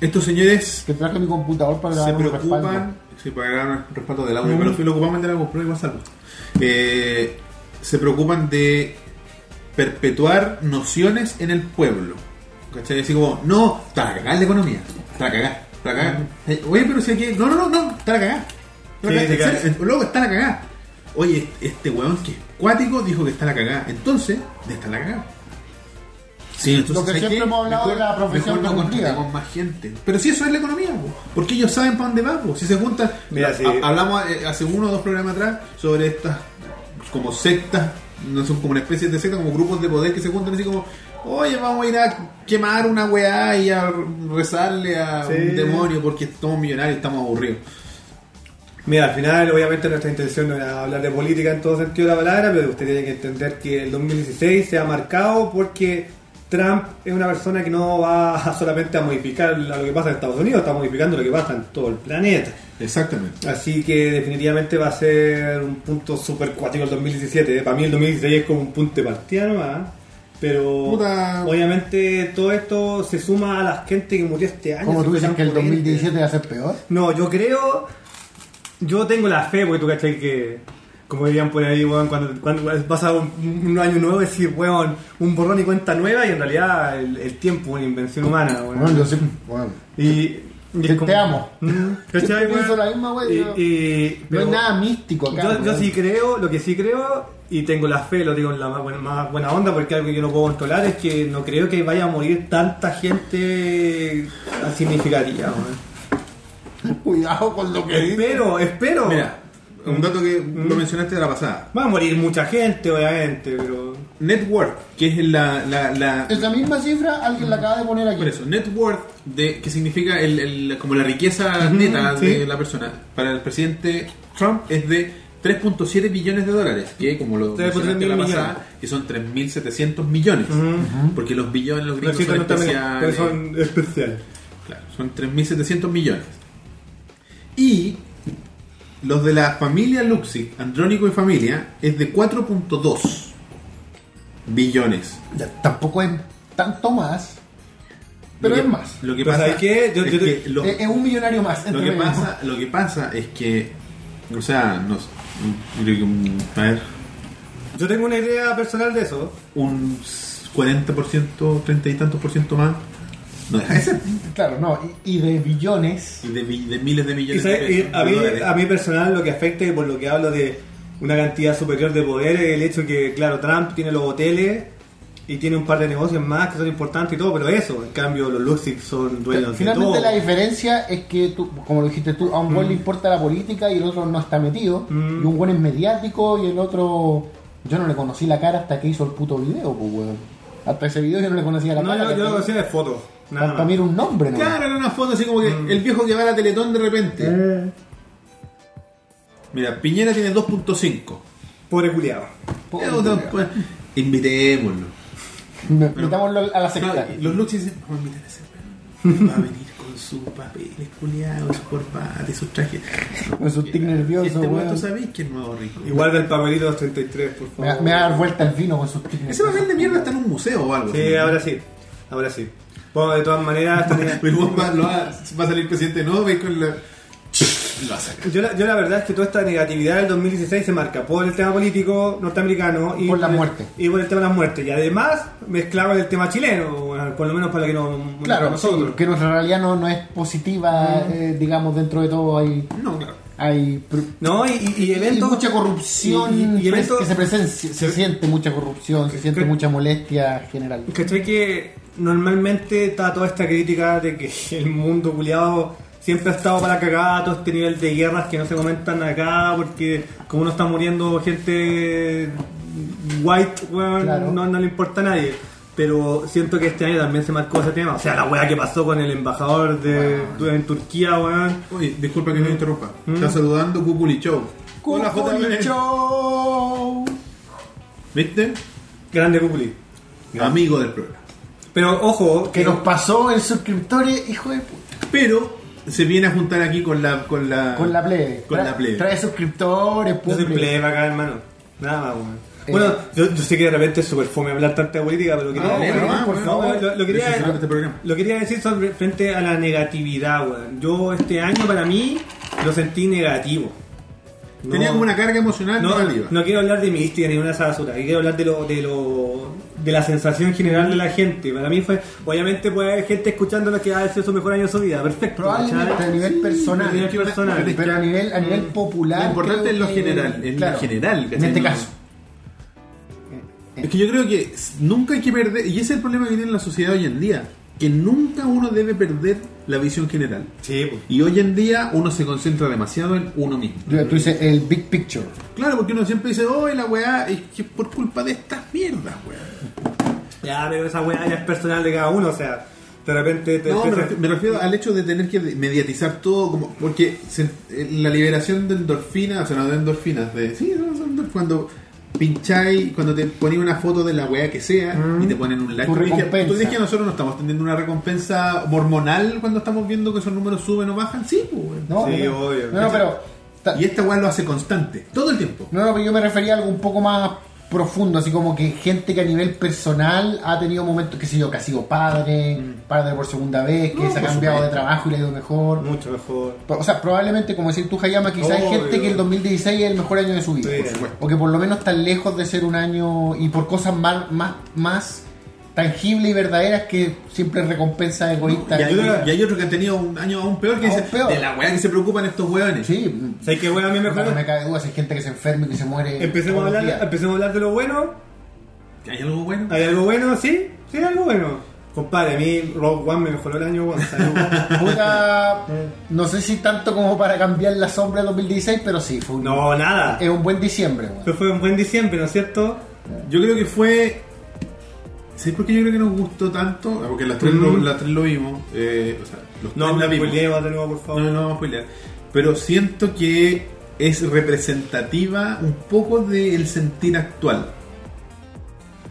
estos señores
Que traje mi computador para
se
grabar un
preocupan.
respaldo.
Sí, para grabar un respaldo del audio, pero si lo ocupamos de la GoPro igual salvo. Eh, se preocupan de perpetuar nociones en el pueblo. ¿Cachai? Así como, no, está la cagada la economía. Está la cagada, está la cagada. Eh, Oye, pero si aquí. No, no, no, no, está la cagada. Está la
Sí,
cagada,
te
en
cae.
serio, Luego está la cagada. Oye, este huevón que es cuático dijo que está la cagada. Entonces, de está la cagada. Sí, entonces,
Lo que
¿sabes
siempre
qué?
hemos hablado de la profesión
mejor no
cumplida.
contratemos más gente. Pero si eso es la economía, po. porque ellos saben para dónde va. po. Si se juntan,
Mira,
ha-
sí.
hablamos eh, hace uno o dos programas atrás sobre estas como sectas, no son como una especie de secta, como grupos de poder que se juntan así como, oye, vamos a ir a quemar una weá y a rezarle a
Sí.
un demonio porque somos millonarios, estamos aburridos.
Mira, al final, obviamente, nuestra intención no era hablar de política en todo sentido de la palabra, pero usted tiene que entender que el 2016 se ha marcado porque Trump es una persona que no va [LAUGHS] solamente a modificar lo que pasa en Estados Unidos, está modificando lo que pasa en todo el planeta.
Exactamente.
Así que definitivamente va a ser un punto super cuático el 2017. Para mí el 2016 es como un punto de partida nomás. Pero
Puta.
obviamente todo esto se suma a la gente que murió este año.
¿Cómo tú
Se
dices
fue
que el
tan potente.
2017 va a ser peor?
No, yo creo. Yo tengo la fe, porque tú cachai que. Como dirían por ahí, weón, cuando, cuando pasa un, un año nuevo, decir, weón, un borrón y cuenta nueva, y en realidad el, el tiempo es una invención humana, weón.
Bueno, yo sí. Bueno.
y, y es
Te- te amo.
Mm,
[LAUGHS]
¿Cachai,
Yo pienso
weón?
la misma, weón,
Y-
yo-
y-
No
pero-
es nada místico acá.
yo, yo
weón.
sí creo, lo que sí creo, y tengo la fe, lo digo en la más buena, más buena onda, porque algo que yo no puedo controlar es que no creo que vaya a morir tanta gente tan significativa. weón.
[LAUGHS] Cuidado con lo que dices.
Espero, espero.
Mira, un dato que
Mm.
lo mencionaste de la pasada.
Va a morir mucha gente, obviamente, pero.
Net worth, que es la, la, la,
Esa misma cifra alguien la acaba de poner aquí.
Por eso, net worth, de, que significa el, el- como la riqueza
Ujú,
neta
sí.
de la persona, para el presidente Trump es de 3.7 billones de dólares, que como lo
3.7
mencionaste la
mil
pasada, que son 3.700 millones,
Ujú.
porque los billones, los gringos
Los
son
chicos no están- pero
especiales,
son especiales.
claro, son 3.700 millones. Y los de la familia Luxi, Andrónico y familia, es de 4.2 billones.
Ya, tampoco es tanto más. pero
Lo que-
es más.
Lo que
Pero
pasa
¿sabes qué? Yo-
es
yo te- Eh,
que lo-
es, es un millonario más.
lo
entre
que
medio.
pasa, lo que pasa es que, o sea, no sé, yo creo que un- a ver,
Yo tengo una idea personal de eso.
un 40%, 30 y tantos por ciento más, no deja de ser,
Claro, no. Y, y de billones.
y de, mi- de miles de
Y
millones de
sabe- y
pesos,
a,
de
mí,
dólares.
a mí personal lo que afecta y por lo que hablo de una cantidad superior de poder es el hecho que, claro, Trump tiene los hoteles y tiene un par de negocios más que son importantes y todo, pero eso, en cambio los Luxig son dueños de
Finalmente
todo.
la diferencia es que tú, como lo dijiste tú, a un buen le importa la política y el otro no está metido.
Mm.
Y un buen es mediático y el otro... Yo no le conocí la cara hasta que hizo el puto video, pues, weón. Hasta ese video yo no le conocía la
No,
cara.
yo, yo lo
hasta-
conocía de fotos. Nada
Hasta
más.
mí era un nombre, ¿no?
Claro, era una foto así como que el viejo que va a la Teletón de repente.
Eh.
Mira, Piñera tiene 2.5.
Pobre culiado.
Pobre
Eh, otro-
culiao.
pues, Invitémoslo.
Me- Metámoslo a
[LAUGHS]
la secta.
Claro, y los Lux dicen, vamos a invitar a ese weón. Va a venir con sus papeles culiados, su corbata y sus trajes.
Con su tic nervioso,
Este weón,
weón.
tú sabéis que es el nuevo rico.
Igual del papelito de los 33, por
Me, va-
favor.
me va a dar vuelta el vino con sus
Ese papel de mierda está en un museo o algo.
Sí,
[LAUGHS]
ahora sí. Ahora sí. Bueno, de todas maneras, tenía-
[LAUGHS]
El weón va, lo va, va a salir presidente no, ve con la. Lo hace.
Yo la, yo la verdad es que toda esta negatividad del 2016 se marca por el tema político norteamericano y
Por la
el-
muerte.
y por el tema de las muertes. Y además mezclaba el tema chileno, bueno, por lo menos para que no para
Claro, sí,
nosotros.
que nuestra realidad no, no es positiva, eh, digamos, dentro de todo hay...
No, claro.
hay pr-
No, y, y- y eventos.
y mucha corrupción
y- y- y eventos-
que se presencia, se siente mucha corrupción, se siente
que-
mucha molestia general.
¿Cachai que normalmente está toda esta crítica de que [LAUGHS] el mundo culiado siempre ha estado para la cagada, todo este nivel de guerras que no se comentan acá, porque como no está muriendo gente white, weón,
Claro.
no, no le importa a nadie. Pero siento que este año también se marcó ese tema. O sea, la weá que pasó con el embajador de, en Turquía, weón.
Oye, disculpa que
Mm.
me interrumpa. Está saludando Kukuli Show.
Cuculi Show.
¿Viste?
Grande Cuculi.
Amigo del programa.
Pero ojo,
Que nos pasó el suscriptores, hijo de puta.
Pero se viene a juntar aquí con la. Con la,
Con la plebe.
Con
Tra-
la plebe.
Trae suscriptores,
Yo soy
pobre.
plebe acá, hermano. Nada más, weón.
Eh.
Bueno, yo, yo sé que de repente es súper fome hablar tanta política, pero quería,
No,
decir-
pero,
no,
por
weón,
favor.
lo, lo quería,
De eso se trata este programa.
lo quería decir sobre, frente a la negatividad, weón. Yo este año para mí lo sentí negativo. No-
Tenía como una carga emocional
no,
negativa.
no quiero hablar de mística ni una esa basura, quiero hablar de lo, de lo de la sensación general de la gente. Para mí fue, obviamente puede haber gente escuchándolo que ha sido su mejor año de su vida, perfecto.
Probablemente a
¿cachai?
nivel personal.
a nivel personal.
Pero a nivel, a nivel popular.
Mm. Lo importante
creo
es lo
que-
general, en
claro,
lo general.
En
¿cachai?
este
No-
caso.
Es que yo creo que s- nunca hay que perder, y ese es el problema que tiene la sociedad hoy en día, que nunca uno debe perder la visión general.
Sí, pues.
Y hoy en día uno se concentra demasiado en uno mismo.
Yo- Tú dices el big picture.
Claro, porque uno siempre dice, oh, la weá, es que por culpa de estas mierdas, weá.
Ya, pero esa weá ya es personal de cada uno, o sea, de repente te
No, me refi- me
empiezas-
refiero, al hecho de tener que de- mediatizar todo, como porque se- eh, la liberación de endorfinas, o sea, no de endorfinas, de. Sí, son- son endorfinas, cuando pincháis, cuando te ponéis una foto de la weá que sea y te ponen un like.
Mm. Tu
Tú dices-
recompensa.
Tú dices que nosotros no estamos teniendo una recompensa hormonal cuando estamos viendo que esos números suben o bajan. Sí, pues, weón.
No,
Sí,
no,
obvio.
No, no, pero. ta-
Y esta weá lo hace constante, todo el tiempo.
No, no, pero yo me refería a algo un poco más profundo, así como que gente que a nivel personal ha tenido momentos, qué sé yo, que ha sido padre, padre por segunda vez, que
Mm. No,
se ha
por
cambiado
supuesto.
de trabajo y le ha ido mejor.
Mucho mejor.
Pero, O sea, probablemente, como decir tú, Hayama, quizás hay
Obvio.
gente que el 2016 es el mejor año de su vida.
Sí.
por supuesto. O que por lo menos están lejos de ser un año y por cosas más, más, más tangibles y verdaderas que siempre recompensa egoísta.
Y hay, y hay otro que ha tenido un año aún peor que
Aún
dice,
peor.
de la weá que se preocupan estos weones.
Sí,
¿Sabes qué weá a mí me
no
mejor?
me cabe duda si hay gente que se enferma y que se muere. todos
Empecemos a,
los
hablar,
días.
empecemos a hablar de lo bueno.
¿Hay algo bueno?
¿Hay algo bueno? ¿Sí? ¿Sí hay algo bueno? Compadre, a mí Rogue One me mejoró el año, weón. Salud.
[LAUGHS]
Puta, no sé si tanto como para cambiar la sombra del 2016, pero sí, fue un,
No, nada.
es un buen diciembre. weón.
Pero fue un buen diciembre, ¿no es cierto?
Yo creo que fue. ¿Sabes por qué yo creo que nos gustó tanto? Ah, Porque las tres, lo,
Mm.
las tres lo vimos. eh, o sea, los
No,
tres la
me
vimos.
spoileemos de nuevo, por
No,
favor.
no, no vamos a spoilear. Pero siento que es representativa un poco del sentir actual.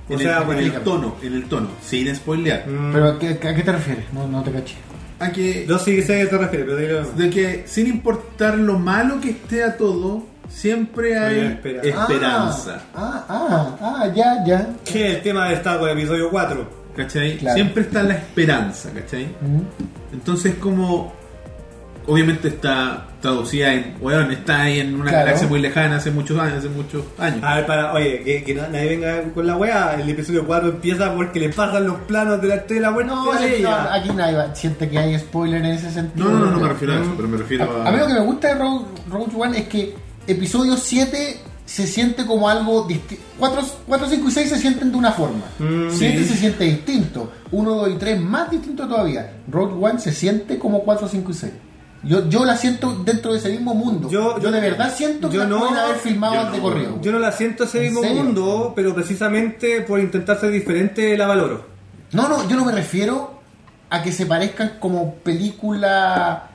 O
en
sea,
el, en
bueno,
el tono, en el tono, sin spoilear.
Mm.
Pero ¿a qué, a qué te refieres? No, no te caché.
A que,
Yo sí que sé a qué te refieres, pero dilo.
de que sin importar lo malo que esté a todo, siempre hay
Hay esperanza.
esperanza.
Ah, ah, ah, ah, ya, ya.
¿Qué? El tema de Star Wars, episodio 4.
¿cachai?
Claro.
Siempre está la esperanza, ¿cachai?
Ujú.
Entonces como... Obviamente está traducida en... Bueno, está ahí en una
Claro. Ah,
galaxia muy lejana hace muchos años, hace muchos años.
A ver, para, oye, que, que na- nadie venga con la wea. El episodio 4 empieza porque le pasan los planos de la estrella buena
No,
estrella.
no, aquí nadie va- siente que hay spoiler en ese sentido.
No, no, no, no me refiero a eso, pero me refiero
mm, A, a mí lo que me gusta de Rogue, Rogue One es que episodio 7 se siente como algo distinto. 4, 5 y 6 se sienten de una forma. 7 se siente distinto. 1, 2 y 3 más distinto todavía. Rogue One se siente como 4, 5 y 6. Yo, yo la siento dentro de ese mismo mundo.
Yo-
Yo, de verdad siento que
yo
la
no-
pueden haber
yo
filmado de
no,
corrido.
Yo no la siento ese
¿En
mismo
serio?
mundo, pero precisamente por intentar ser diferente la valoro.
No, no, yo no me refiero a que se parezcan como película.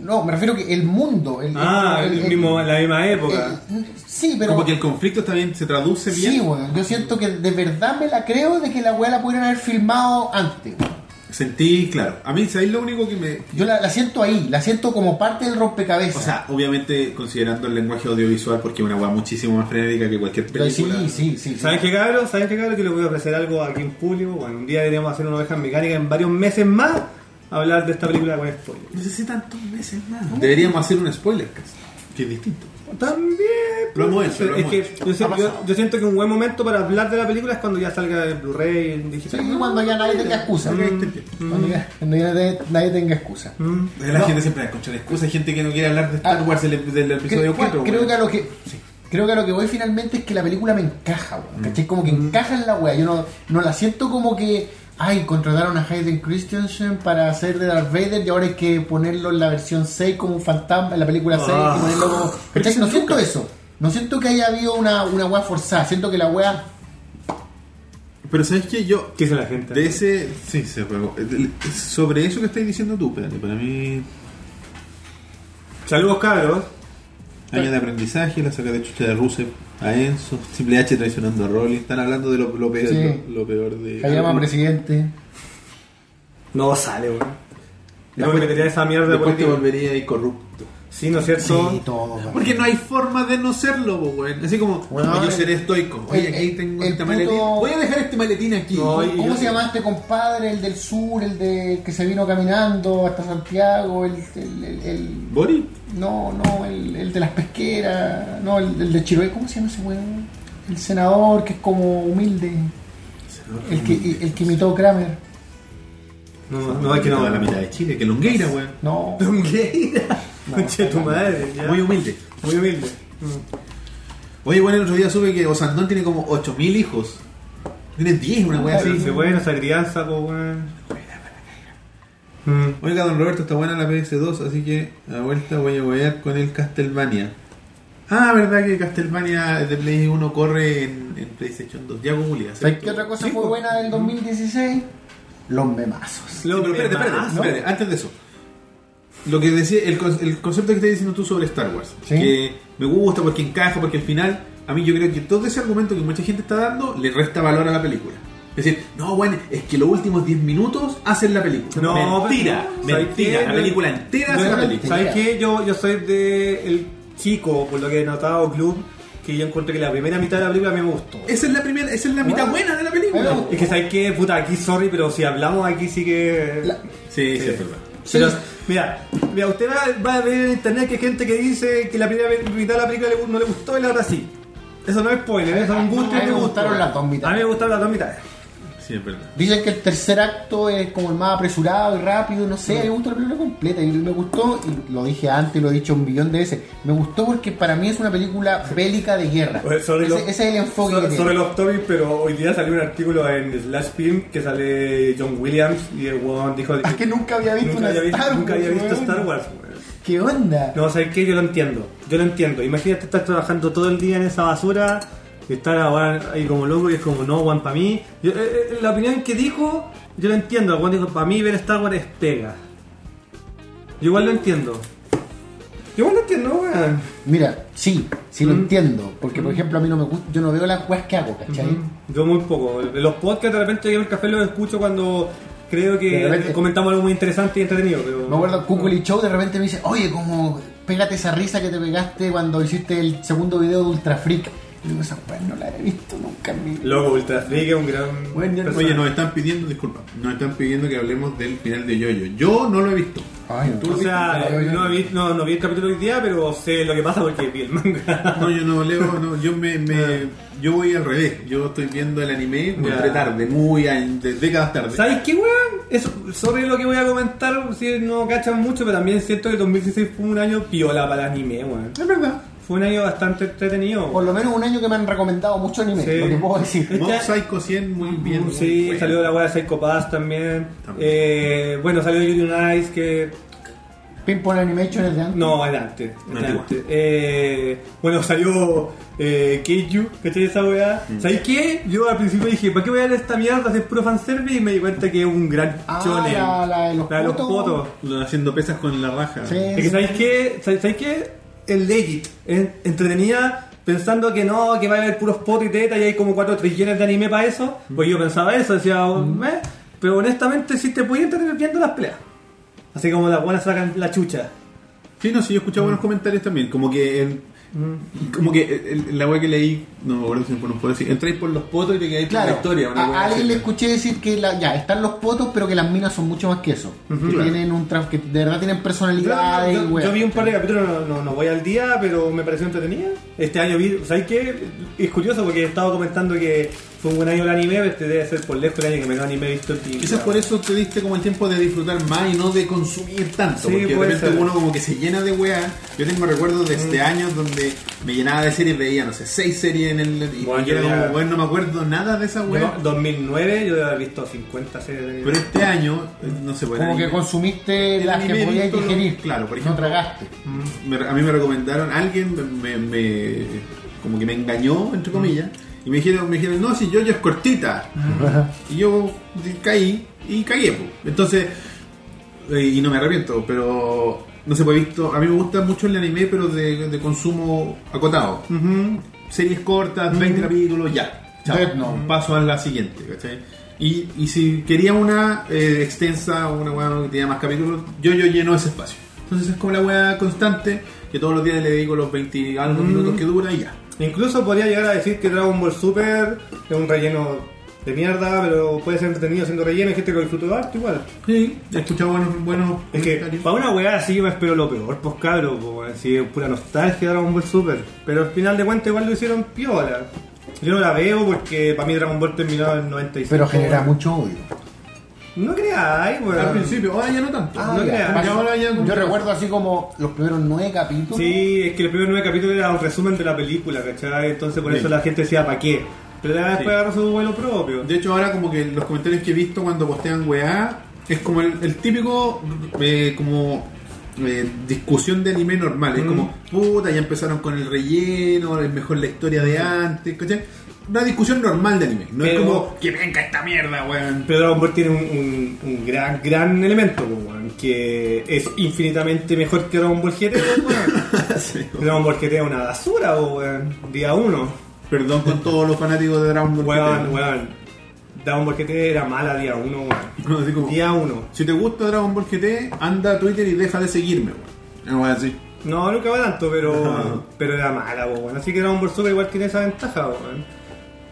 No, me refiero que el mundo. El,
Ah,
el-
el,
el-
mismo, la misma
el-
época.
sí, pero.
Como que el conflicto está bien, se traduce bien.
Sí, bueno, yo siento que de verdad me la creo de que la weá la pudieran haber filmado antes.
Sentí, claro. A mí, ¿sabéis lo único que me...
Yo la, la siento ahí, la siento como parte del rompecabezas.
O sea, obviamente considerando el lenguaje audiovisual, porque es una weá muchísimo más frenética que cualquier
Pero sí,
película.
sí, sí, sí.
¿Saben qué, cabros? ¿Saben qué, cabros? Que les voy a ofrecer algo aquí en público. Bueno, un día deberíamos hacer una oveja mecánica en varios meses más. Hablar de esta película con spoiler.
No sé si tantos meses más. Deberíamos hacer un spoiler cast, que es distinto.
También.
Lo hemos
pues,
hecho, lo
es
hemos
que
hecho.
Yo,
Ha
siento, yo-
pasado.
yo siento que un buen momento para hablar de la película es cuando ya salga el Blu-ray en
Sí,
digital.
cuando ya nadie tenga excusa. Cuando ya, cuando ya nadie, nadie tenga excusa.
Mm.
La gente siempre escucha excusas, hay gente que no quiere hablar de Star Wars del, del episodio
Ah. Creo-
4.
creo,
weón.
que a lo que creo que a lo que voy finalmente es que la película me encaja weón, ¿cachai? como que encaja en la wea yo no, no la siento como que ay contrataron a Hayden Christensen para hacer de Darth Vader y ahora hay que ponerlo en la versión 6 como un fantasma en la película 6 y ponerlo como- ¿cachai? no siento eso no siento que haya habido una, una wea forzada siento que la wea
Pero ¿sabes qué? Yo...
¿Qué dice la gente?
De ese... Sí, se pegó. Sobre eso que estáis diciendo tú, espérate, para mí...
Saludos, cabros.
Años de aprendizaje, la saca de chucha de Rusev a Enzo, Triple H traicionando a Rolling. Están hablando de lo, lo peor,
Sí.
lo, lo peor de.
la llama presidente
No sale, weón. Yo me
Después-
metería en esa mierda
Después te
política.
volvería ahí corrupto.
Sí, ¿no es cierto?
sí todo weón.
Porque no hay forma de no serlo, po, weón. Así como,
Weón,
no, yo
el-
seré estoico. Oye,
el-
aquí tengo
el
este
puto-
maletín. Voy a dejar este maletín aquí.
No, y-
¿Cómo
yo-
se llama este compadre? El del sur, el de el que se vino caminando hasta Santiago, el- el- el- el
¿Bori?
No, no, el, el de las pesqueras, no, el, el de Chiroé, ¿cómo se llama ese weón? El senador que es como humilde, el que, el que imitó a Kramer.
No, no, es que no.
A la mitad de Chile, que longueira, weón.
No,
Dungueira.
No,
Conche tu
no.
madre. ya.
Muy humilde.
Muy humilde.
Oye, bueno, el otro día supe que Osandón tiene como 8000 hijos. Tiene 10, una weá
Sí,
así.
se puede esa crianza, po, weón. Mm.
Oiga, don Roberto, está buena la PS2, así que a la vuelta voy a huear con el Castlevania. Ah, verdad que Castlevania de Play 1 corre en, en PlayStation 2. Ya Julia,
¿sabes qué otra cosa
Sí,
fue
po.
buena del 2016? Los memazos.
Sí, pero espérate, espérate,
Demás,
espérate, antes de eso. Lo que decía, el, con- el concepto que estás diciendo tú sobre Star Wars,
Sí.
que me gusta porque encaja, porque al final, a mí yo creo que todo ese argumento que mucha gente está dando le resta valor a la película. Es decir, no, bueno, es que los últimos 10 minutos hacen la película.
No,
mentira,
pero-
mentira.
¿sabes
La
qué?
película entera
Yo-
hace la
no-
película.
¿Sabes qué? Yo, yo soy de el chico, por lo que he notado, club, que yo encuentro que la primera mitad de la película a mí me gustó.
Esa es la primera, esa es la mitad buena de la
Ahí
película.
vamos.
Es que sabes qué, puta, aquí sorry, pero si hablamos aquí sí que.
La-
Sí,
sí, es
verdad.
Sí.
Pero, mira, mira, usted va, va a ver en internet que hay gente que dice que la primera mitad de la película le- no le gustó y la otra sí. Eso no es spoiler, eso es un gusto
A
y
mí
me
me gustaron las dos mitades.
A mí me gustaron las dos mitades.
Sí, es verdad.
Dicen que el tercer acto es como el más apresurado y rápido, no sé, a mí me gustó la película completa y me gustó, y lo dije antes y lo he dicho un millón de veces, me gustó porque para mí es una película bélica de guerra.
Oye,
Ese,
sobre los-
ese es el enfoque que
Sobre,
tiene.
sobre los topics, pero hoy día salió un artículo en Slash Film que sale John Williams y el weón dijo
Es que nunca había visto
nunca
una
había visto,
Star
nunca
Wars,
había visto
weón.
Star Wars. weón.
¿Qué onda?
No, ¿sabes qué? Yo lo entiendo. Yo lo entiendo. Imagínate estar trabajando todo el día en esa basura, estar ahora ahí como loco y es como, no, Juan, para mí. Yo, eh, eh, la opinión que dijo, yo lo entiendo. Juan dijo, para mí ver Star Wars es pega. Yo igual lo entiendo. Yo igual lo entiendo, weón.
Mira, sí, sí
Mm.
lo entiendo. Porque, por ejemplo, a mí no me gusta, yo no veo las weas que hago, ¿cachai?
Yo muy poco. Los podcasts de repente yo en el café los escucho cuando creo
De
que
repente.
comentamos algo muy interesante y entretenido. Pero...
Me acuerdo, Cuculi Show de repente me dice, oye, como, pégate esa risa que te pegaste cuando hiciste el segundo video de Ultra Freak. Digo, esa weá no la he visto nunca en mi vida.
Loco, Ultra Freak es un gran.
Bueno, yo no-
Oye,
personaje.
nos están pidiendo, disculpa, nos están pidiendo que hablemos del final de Yoyo. Yo no lo he visto.
Ay,
O sea, no vi, no, no vi el capítulo hoy día, pero sé lo que pasa porque vi el manga.
No, yo no leo, no, yo me, me- yo voy al revés. Yo estoy viendo el anime
Ah. Ya.
de tarde, muy a- de décadas tarde.
[LAUGHS] ¿Sabes qué, weón? Eso, sobre lo que voy a comentar, si no cachan mucho, pero también es cierto que 2016 fue un año piola para el anime, weón.
Es verdad.
Fue un año bastante entretenido.
Por lo menos un año que me han recomendado mucho anime,
Sí.
lo que puedo
[LAUGHS]
decir.
Este-
Mob Psycho 100 muy bien. muy
Sí,
bueno.
salió la weá de Psycho Pass también.
También.
Eh, bueno, salió Yuri on Ice, que
Pimple Animation es de antes.
No, adelante.
Antigua.
adelante. Eh, bueno, salió eh, Keiju, ¿cachai esa weá? ¿Sabéis qué? Yo al principio dije, ¿para qué voy a ver esta mierda si es puro fanservice? Y me di cuenta que es un gran
Ah,
shonen.
la- la de los potos.
potos.
Lo- Haciendo pesas con la raja.
Sí,
Es que ¿sabéis qué? ¿Sabéis sabéis qué? Es legit. Es entretenida pensando que no, que va a haber puros potos y tetas y hay como 4 trillones de anime para eso. Pues yo pensaba eso, decía, "Meh", pero honestamente sí te podías entretener viendo las peleas. Así como las buenas sacan la chucha.
Sí, no, sí, yo he
Mm.
escuchado buenos comentarios también. Como que en- como que el- el- la wea que leí, no me acuerdo si fue por decir, entráis por los potos y te quedáis por
Claro,
la historia. una
a-
wea
a alguien
así.
le escuché decir que la- ya están los potos, pero que las minas son mucho más que eso. que
Claro.
tienen un trans, que de verdad tienen
Yo,
personalidad.
yo- yo vi un par de capítulos, no, no, no voy al día, pero me pareció entretenida. Este año vi, ¿sabes qué? Es curioso porque he estado comentando que fue un buen año el anime, este debe ser por lejos el año que menos anime he visto. en mi
Quizás
vida.
por eso te diste como el tiempo de disfrutar más y no de consumir tanto.
Sí,
porque de
puede
repente
ser. Mm.
uno como que se llena de weá. Yo tengo recuerdos de este año donde me llenaba de series, veía, no sé, seis series en el. Y
Bueno,
yo era
yo ya-
como, bueno, no me acuerdo nada de esa
Yo,
weá.
2009 yo debo haber visto 50 series de anime.
Pero este año, eh, no sé, bueno.
Como que
anime-
consumiste
el
las
anime
que podías
visto lo-
digerir.
claro, por
No
ejemplo.
tragaste.
me- a mí me recomendaron, alguien me, me- como que me engañó,
Mm.
entre comillas, y me dijeron, me dijeron, no, si yo, yo es
[LAUGHS]
cortita. y yo di- caí y cagué. po. Entonces, eh, y no me arrepiento, pero no se puede visto. A mí me gusta mucho el anime, pero de, de consumo acotado. Series cortas, 20 capítulos, ya. Chao.
Death Note.
Paso a la siguiente, ¿cachai? Y, y si quería una eh, extensa, una weá que tenía más capítulos, yo, yo lleno ese espacio. Entonces es como la weá constante que todos los días le dedico los 20 y algo minutos que dura y ya.
Incluso podría llegar a decir que Dragon Ball Super es un relleno de mierda, pero puede ser entretenido siendo relleno, hay gente que lo disfrutó harto igual.
Sí, he escuchado buenos, buenos
Es que
comentarios.
para una weá así yo me espero lo peor, pues cabro, pues así es pura nostalgia Dragon Ball Super. Pero al final de cuentas igual lo hicieron piola. Yo no la veo porque para mí Dragon Ball terminó en 96.
Pero genera
weón.
mucho odio.
No creáis,
al
weón.
principio, ahora ya no tanto.
Ah, no creas.
Más-
Ya ahora ya como-
yo recuerdo así como los primeros nueve capítulos.
Sí, es que el primer nueve capítulos era un resumen de la película, ¿cachai? Entonces por
Sí.
eso la gente decía, ¿para qué? Pero la después
Sí.
agarró su vuelo propio.
De hecho, ahora como que los comentarios que he visto cuando postean weá, es como el, el típico eh, como eh, discusión de anime normal. Es
Mm.
como, puta, ya empezaron con el relleno, es mejor la historia de antes, ¿cachai? Una discusión normal de anime. No
Pero-
es como, que venga esta mierda, weón.
Pero Dragon Ball tiene un, un- un gran, gran elemento, pues, weón, que es infinitamente mejor que Dragon Ball GT, pues,
[LAUGHS] [LAUGHS]
weón.
Sí.
Dragon Ball GT es una basura, pues, weón. Día 1.
Perdón con todos los fanáticos de Dragon Ball. que
Weón,
te-
weón. Dragon Ball GT era mala día 1, weón.
No, [LAUGHS] así como,
Día 1.
si te gusta Dragon Ball GT, anda a Twitter y deja de seguirme, weón. Una weá así.
No, nunca va tanto, pero, pero era mala, po, weón. Así que Dragon Ball Super igual tiene esa ventaja, po, weón.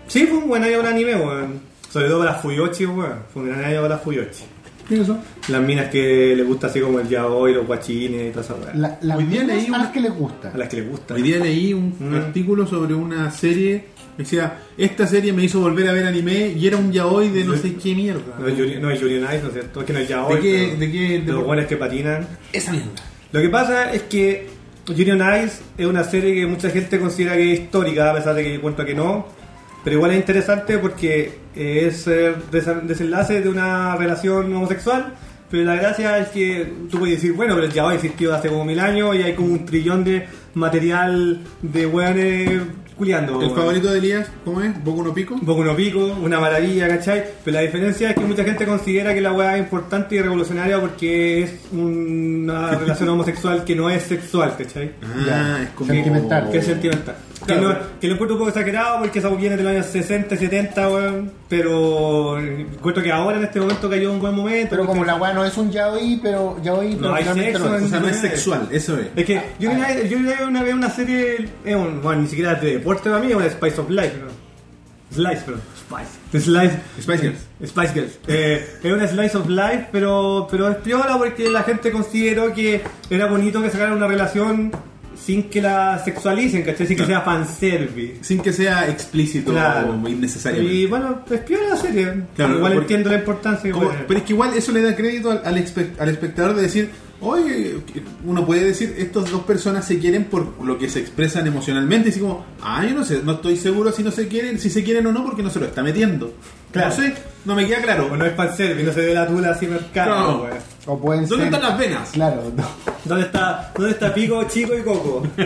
Sí, fue un buen año para el anime, weón. Sobre todo para Fuyoshi, weón. Fue un gran año para Fuyoshi.
¿Qué eso?
Las minas que les gusta así como el yaoi, los guachines y toda esa weón.
La, las
Hoy día
minas
leí
a
una-
las que les gusta.
A las que les gusta.
Hoy día leí un
Mm.
artículo sobre una serie que decía, esta serie me hizo volver a ver anime y era un yaoi de no
Yo-
sé qué mierda.
No es Yuri, no es Yuri on Ice, ¿no es cierto? Es que no es yaoi.
¿De qué-
pero
de qué- de
los
por-
buenos que patinan.
Esa mierda.
Lo que pasa es que Yuri on Ice es una serie que mucha gente considera que es histórica, a pesar de que yo cuento que no. Pero igual es interesante porque eh, es el desa- desenlace de una relación homosexual. Pero la gracia es que tú puedes decir, bueno, pero ya ha existido hace como mil años y hay como un trillón de material de hueones culiando.
El
weón.
favorito de Elías, ¿cómo es? ¿Boku no Pico?
Un poco uno pico, una maravilla, ¿cachai? Pero la diferencia es que mucha gente considera que la weá es importante y revolucionaria porque es una relación homosexual que no es sexual, ¿cachai?
Ah,
Ya.
es como...
Sentimental.
Que es sentimental. Que,
Claro.
lo, que lo encuentro un poco exagerado porque esa viene de los años 60, 70, weón. Pero encuentro que ahora en este momento cayó un buen momento.
Pero como
porque-
la weá no es un yaoi, pero yaoi, pero
No hay
finalmente
sexo
no es.
en-
O sea, no es sexual, eso es.
Es que yo, una, vez- yo una vez una serie, eh, un- bueno, ni siquiera de deporte para mí, o de Spice of Life, ¿no? Slice, pero Spice. The Slice.
Spice Girls.
Spice Girls. Eh, es una slice of life, pero, pero es piola porque la gente consideró que era bonito que sacaran una relación sin que la sexualicen, ¿cachai? Sin que sea fanservice.
Sin que sea explícito o innecesario.
Y bueno, es piola la serie.
Claro,
Igual
porque-
entiendo la importancia. que
Como-
puede tener.
pero es que igual eso le da crédito al, al espe- al espectador de decir, oye, uno puede decir, estas dos personas se quieren por lo que se expresan emocionalmente. Y así como, ah, yo no sé, no estoy seguro si no se quieren, si se quieren o no, porque no se lo está metiendo.
Claro.
No sé, no me queda claro.
O [LAUGHS] no es fanservice, no se ve la tula así marcada,
No.
weón.
O pueden
¿Dónde
ser-
están las venas?
Claro, no. [LAUGHS]
¿Dónde está, ¿Dónde está Pico, Chico
[LAUGHS]
y Coco?
¿Dónde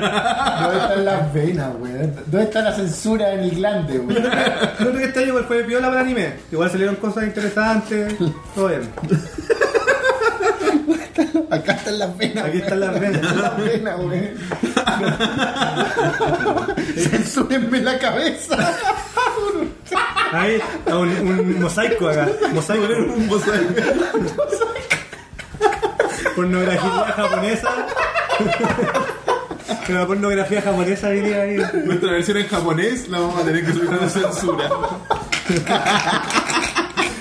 están las venas, weón? ¿Dónde está la censura en el glande, weón?
Yo creo que este año igual fue piola para el anime. Igual salieron cosas interesantes. Todo bien.
Acá están las venas.
Aquí están las venas.
Las
[LAUGHS]
venas, weón. Censúrenme la cabeza.
Ahí, un, un mosaico acá. Mosaico era un mosaico. Pornografía japonesa. [LAUGHS] Una pornografía japonesa diría ahí.
Nuestra versión en japonés la vamos a tener que subir a la censura.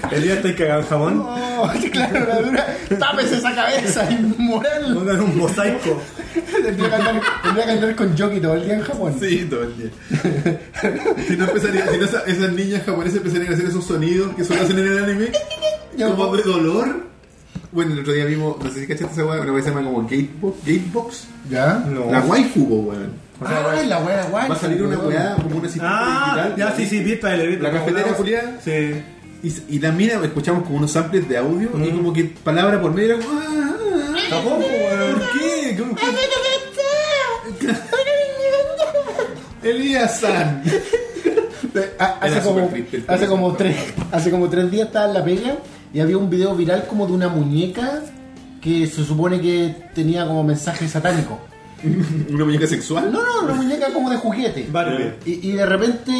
El día estoy cagado en jamón.
Oh, [LAUGHS] claro, la dura. Tápese esa cabeza, inmoral.
Pongan un mosaico.
Tendría que andar, tendría que andar con Yoki todo el día en Japón.
Sí, todo el día. Si no, empezaría, si no esa- esas niñas japonesas empezarían a hacer esos sonidos que solo hacen en el anime, como de dolor. Bueno, el otro día vimos, no sé si cachaste esa weá, una weá que se llama como Gatebox. Gatebox.
¿Ya?
No.
La waifu, po, weón.
Ah, la weá, guay.
Va a salir una weá como una asistente
Ah,
digital.
ya sí, sí, viste el
La cafetera Julián.
Sí.
Y, y la mina, escuchamos como unos samples de audio y como que palabra por medio era como, "Ah, ah, ah".
Japón, weón. ¿Por qué? ¿Cómo- cómo-
[LAUGHS] Elías [LAUGHS] San.
Eh, ha- Hace
Era
como,
súper triste.
hace, como tres, hace como tres días estaba en la pega y había un video viral como de una muñeca que se supone que tenía como mensaje satánico.
Una muñeca sexual.
No, no, una muñeca como de juguete.
Barbie.
Y, y de repente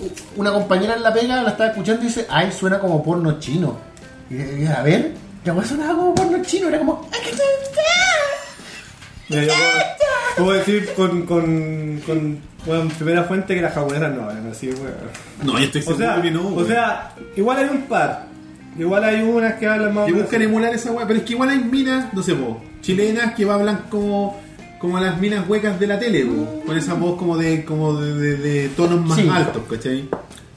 u- una compañera en la pega la estaba escuchando y dice, ay, suena como porno chino. Y, y a ver, ya pues sonaba como porno chino, era como...
Mira, yo puedo, puedo decir con, con, con bueno, primera fuente que las japonesas no hablan así, weón.
No, yo estoy
O
seguro
sea,
que no.
o
weón.
sea, igual hay un par. Igual hay unas que hablan más. o
que
menos
buscan
así.
emular esa weá, pero es que igual hay minas, no sé vos, chilenas que hablan como como las minas huecas de la tele, po, con esa voz como de como de, de- de tonos más
Sí.
altos, ¿cachai?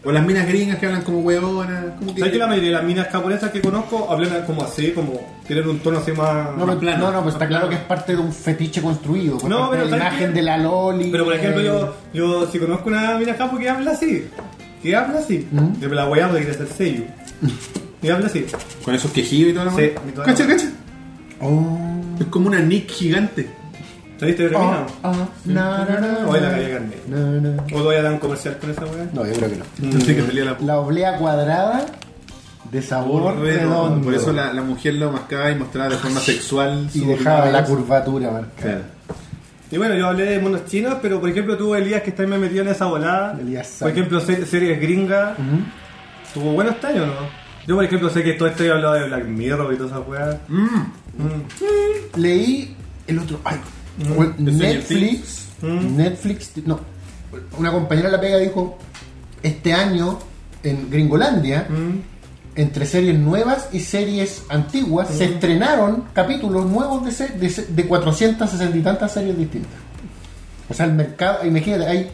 O las minas gringas que hablan como huevonas, como que,
¿Sabes que la mayoría de las minas japonesas que conozco hablan como así, como tienen un tono así más.
No,
No,
pero-
plano.
no, no, pues está claro que es parte de un fetiche construido. pues,
No,
parte
pero
de la
¿sabes
imagen
qué?
de la loli.
Pero por ejemplo,
eh,
yo, yo si conozco una mina japo que habla así, que habla así,
¿Mm?
yo me la voy a porque es el sello. Y habla así.
con esos quejidos y toda la
Sí,
weá.
y toda la
cacha,
weá.
cacha.
Oh.
Es como una Nick gigante.
¿Saliste de mina?
ah, na, na, na,
O en la calle Carne.
na, na.
¿O voy a dar un comercial con esa weá?
No, yo creo que no.
Entonces que pelea la
La oblea cuadrada de sabor redondo.
redondo. Por eso la, la mujer lo mascaba y mostraba de forma sexual
Y
su-
dejaba la curvatura marcada.
Claro.
Y bueno, yo hablé de monos chinos, pero por ejemplo tú, Elías, que estás más metido en esa volada.
Elías
por
sabe.
ejemplo, se- series gringas. ¿Tuvo bueno este año o no? Yo, por ejemplo, sé que todo esto he hablado de Black Mirror y todas esas weas.
Mm.
Leí el otro. Ay, bueno, Netflix. Netflix. No. Una compañera de la pega dijo: Este año en
Mm.
Gringolandia, entre series nuevas y series antiguas, se estrenaron capítulos nuevos de, se- de, se- de 460 y tantas series distintas. O sea, el mercado, imagínate, hay,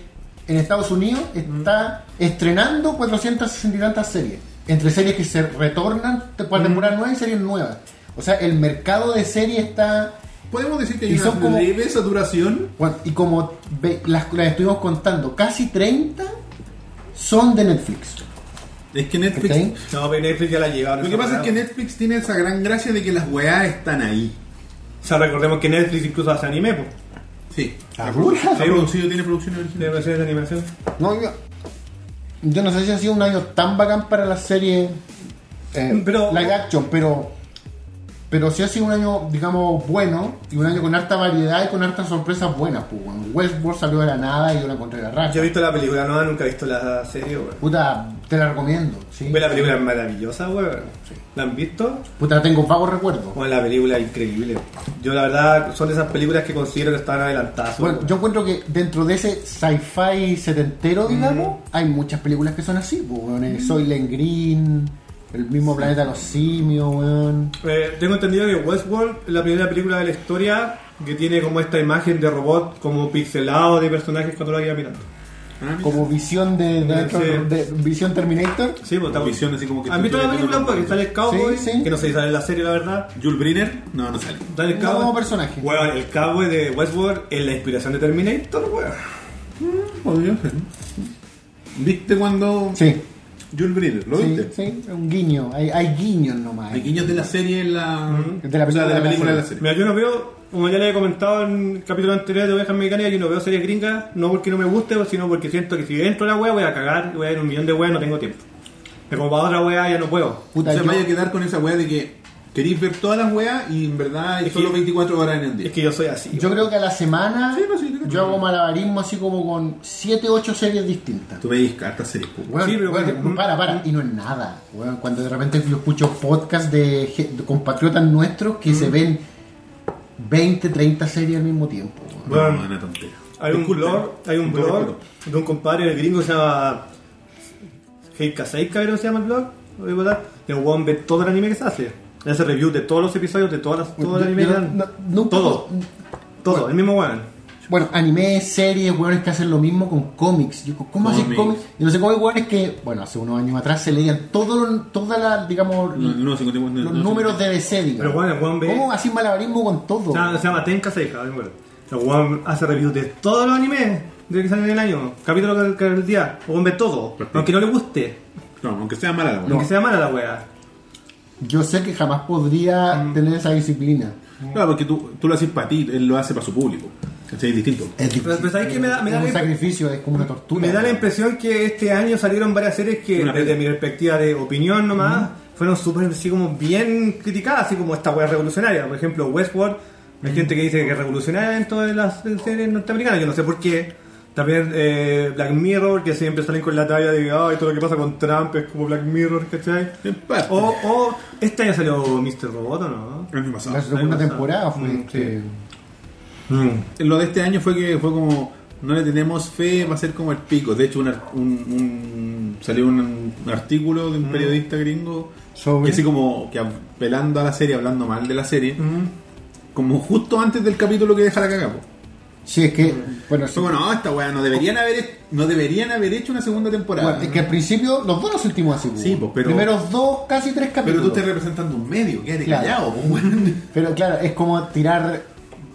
en Estados Unidos está estrenando 460 y tantas series. Entre series que se retornan te- por temporada nueva y series nuevas. O sea, el mercado de series está...
Podemos decir que hay
Y
una
son como-
leve saturación.
bueno, y como ve- las, las estuvimos contando, casi 30 son de Netflix.
Es que Netflix
¿cachai?
No, pero Netflix ya la llevaron.
Lo que
esa
pasa es
weá.
que Netflix tiene esa gran gracia de que las weas están ahí.
O sea, recordemos que Netflix incluso hace anime, pues.
Mm. Sí.
Ah,
¿Alguna?
Ha producido, tiene producción
De
original.
versiones de animación.
No, yo, yo no sé si ha sido un año tan bacán para las series eh,
Pero-
live action, pero Pero sí ha sido un año, digamos, bueno y un año con harta variedad y con hartas sorpresas buenas. Pues, bueno. Westworld salió de la nada y yo la encontré de la raja.
Yo he visto la película nueva, nunca he visto la serie, weón.
Puta, te la recomiendo. ¿sí?
Ve la película es maravillosa, weón. ¿La han visto?
Puta, tengo vagos recuerdos.
Bueno, la película es increíble. Yo la verdad son de esas películas que considero que están adelantadas.
Bueno,
weón.
yo encuentro que dentro de ese sci-fi
Mm.
setentero, digamos, hay muchas películas que son así. Pues, weón. Eh, Soylent Green, el mismo planeta de los simios, weón.
Eh, tengo entendido que Westworld es la primera película de la historia que tiene como esta imagen de robot como pixelado de personajes cuando la iba mirando.
Como visión de, de-
Sí.
de- visión Terminator.
Sí, pues está
Visión así como que
¿Han
tú-
visto
tú-
la
tú-
película?
tú-
Porque sale el cowboy,
Sí, sí.
que no sé si sale en la serie, la verdad.
Jules Briner, no, no sale.
Sale el
No,
cowboy.
como personaje.
Weón, el cowboy de Westworld es la inspiración de Terminator, weón.
Podría ser. ¿Viste cuando
Sí.
Jules Briner? ¿Lo
sí,
viste?
sí, un guiño. Hay, hay guiños nomás.
Hay guiños de la serie en la.
De la
o sea, de la película de la serie.
Mira, yo no veo, como ya le he comentado en capítulos anteriores de Ovejas Mecánicas, yo no veo series gringas, no porque no me guste, sino porque siento que si entro a la wea voy a cagar, voy a ir un millón de weas, no tengo tiempo. Pero como para otra wea ya no puedo.
Puta,
o sea,
yo-
vaya a quedar con esa weá de que queréis ver todas las weas y en verdad hay
Es que-
solo 24 horas en el día.
Es que yo soy así.
Yo creo que a la semana
Sí, no, sí, yo-
yo hago malabarismo así como con 7, 8 series distintas.
Tú veis cartas series, pues, po.
Weón,
Sí, pero
weón,
bueno,
para, para, y no es nada. weón. cuando de repente yo escucho podcasts de, ge- de compatriotas nuestros que
Mm.
se ven 20, 30 series al mismo tiempo. weón.
Bueno,
No, una tontera.
Hay un
Disculpen.
blog, hay un
Con todo
blog
respeto.
de un compadre del gringo que se llama Heika Seika, creo que se llama el blog, lo voy a botar, que el weón ve todo el anime que se hace. Le hace review de todos los episodios, de todas las, todo el
Yo-
anime
yo
que
no-
dan.
no- nunca-
todo, todo, el mismo weón.
Bueno, anime, series, weones que hacen lo mismo con cómics. Yo, ¿Cómo hacen
Cómics.
cómics? Yo no sé cómo hay weones que, bueno, hace unos años atrás se leían todos todas las, digamos,
No, no, 51, no,
los
no,
números de DC, digamos.
Pero bueno, el weón ve-
¿Cómo hacen malabarismo con todo?
Se llama, se llama Tenka Seika, el weón. El weón hace review de todos los animes de que salen en el año, capítulo que- que el día, el weón ve todo,
Perfecto.
aunque no le guste,
No, aunque sea mala la wea.
aunque sea mala la wea.
Yo sé que jamás podría
Mm.
tener esa disciplina.
Claro, porque tú, tú lo haces para ti, él lo hace para su público. ¿Cachai? Es distinto.
Es
Pero,
difícil.
pero ¿sabes qué? Me da- me da
es
la
un
imp-
sacrificio, es como una tortura.
Me da la impresión que este año salieron varias series que,
Una
desde
pena.
mi perspectiva de opinión nomás, fueron súper, así como bien criticadas, así como esta wea revolucionaria. Por ejemplo, Westworld, hay gente que dice que es revolucionaria dentro de las series norteamericanas, yo no sé por qué. También eh, Black Mirror, que siempre salen con la talla de, ay, todo lo que pasa con Trump es como Black Mirror, ¿cachai?
En parte.
Oh,
O, o este año salió Mr. Robot, ¿o no?
El año pasado.
La segunda
Ahí pasa.
temporada fue.
Mm,
este,
sí. Mm.
Lo de este año fue que fue como no le tenemos fe, va a ser como el pico. De hecho, un, ar- un- un- salió un, artículo de un periodista gringo
Mm. Sobre-
que así como que apelando a la serie, hablando mal de la serie,
Mm.
como justo antes del capítulo que deja la cagada.
Sí, es que. Bueno, sí.
Fue como, no, esta weá, no deberían haber no deberían haber hecho una segunda temporada.
Bueno, es que al principio los dos nos sentimos así.
Sí,
pues,
pues, pero-
Primeros dos, casi tres
Pero
capítulos.
tú estás representando un medio, quédate
Claro.
callado, po, weón.
Pero claro, es como tirar.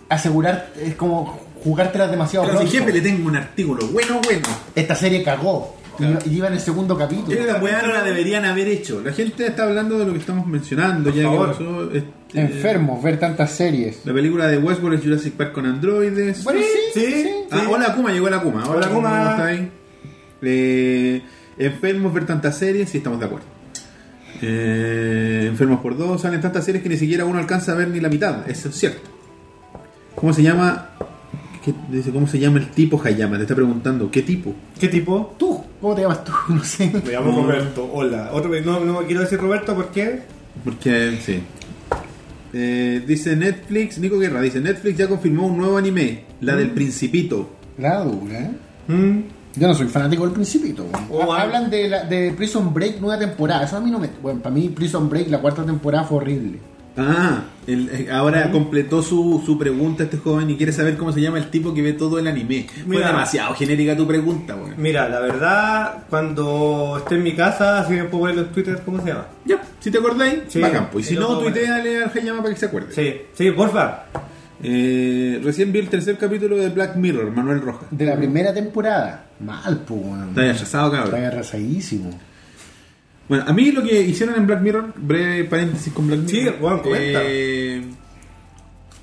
Asegurar. Es como jugártelas demasiado.
Pero si
pronto.
jefe le tengo un artículo bueno, bueno.
Esta serie cagó. y-
Claro.
Y iba en el segundo capítulo.
Era la weá no la deberían haber hecho. La gente está hablando de lo que estamos mencionando. ya que
favor.
pasó, este,
Enfermos, ver tantas series.
La película de Westworld es Jurassic Park con androides.
Bueno, sí, sí.
sí.
Ah, hola Kuma, llegó la Kuma.
Hola, Kuma.
¿cómo está ahí? Eh, enfermos ver tantas series, sí estamos de acuerdo. Eh, enfermos por dos, salen tantas series que ni siquiera uno alcanza a ver ni la mitad, eso es cierto. ¿Cómo se llama? ¿Qué- dice, ¿Cómo se llama el tipo Hayama? Te está preguntando, ¿qué tipo?
¿Qué tipo? Mm.
Tú, ¿cómo te llamas tú? [LAUGHS] No sé.
Me llamo
No.
Roberto, hola. Otro, no, no quiero decir Roberto porque
Porque, sí. Eh, dice Netflix, Nico Guerra, dice Netflix ya confirmó un nuevo anime, la del Principito.
La dura, ¿eh?
Mm.
Yo no soy fanático del Principito. weón.
Oh,
Ha-
ah.
Hablan de, la- de Prison Break nueva temporada. Eso a mí no me. Bueno, para mí Prison Break la cuarta temporada fue horrible.
Ah, el- eh,
Mm.
ahora completó su, su pregunta este joven y quiere saber cómo se llama el tipo que ve todo el anime. Fue
Mira. Mm.
demasiado genérica tu pregunta, weón.
Mira, la verdad, cuando esté en mi casa, si me puedo ponerlo en Twitter, ¿cómo se llama?
Ya, si te acordáis,
Sí.
bacán, pues. Y si
Sí, lo
no,
puedo
tuiteale al Hayama para que se acuerde.
Sí, sí, porfa.
Eh, recién vi el tercer capítulo de Black Mirror, Manuel Rojas.
De la primera temporada. Mal, pues, weón.
Mm. Está rechazado,
Está
cabrón.
arrasadísimo.
Bueno, a mí lo que hicieron en Black Mirror, breve paréntesis con Black Mirror.
Sí, weón, comenta.
eh,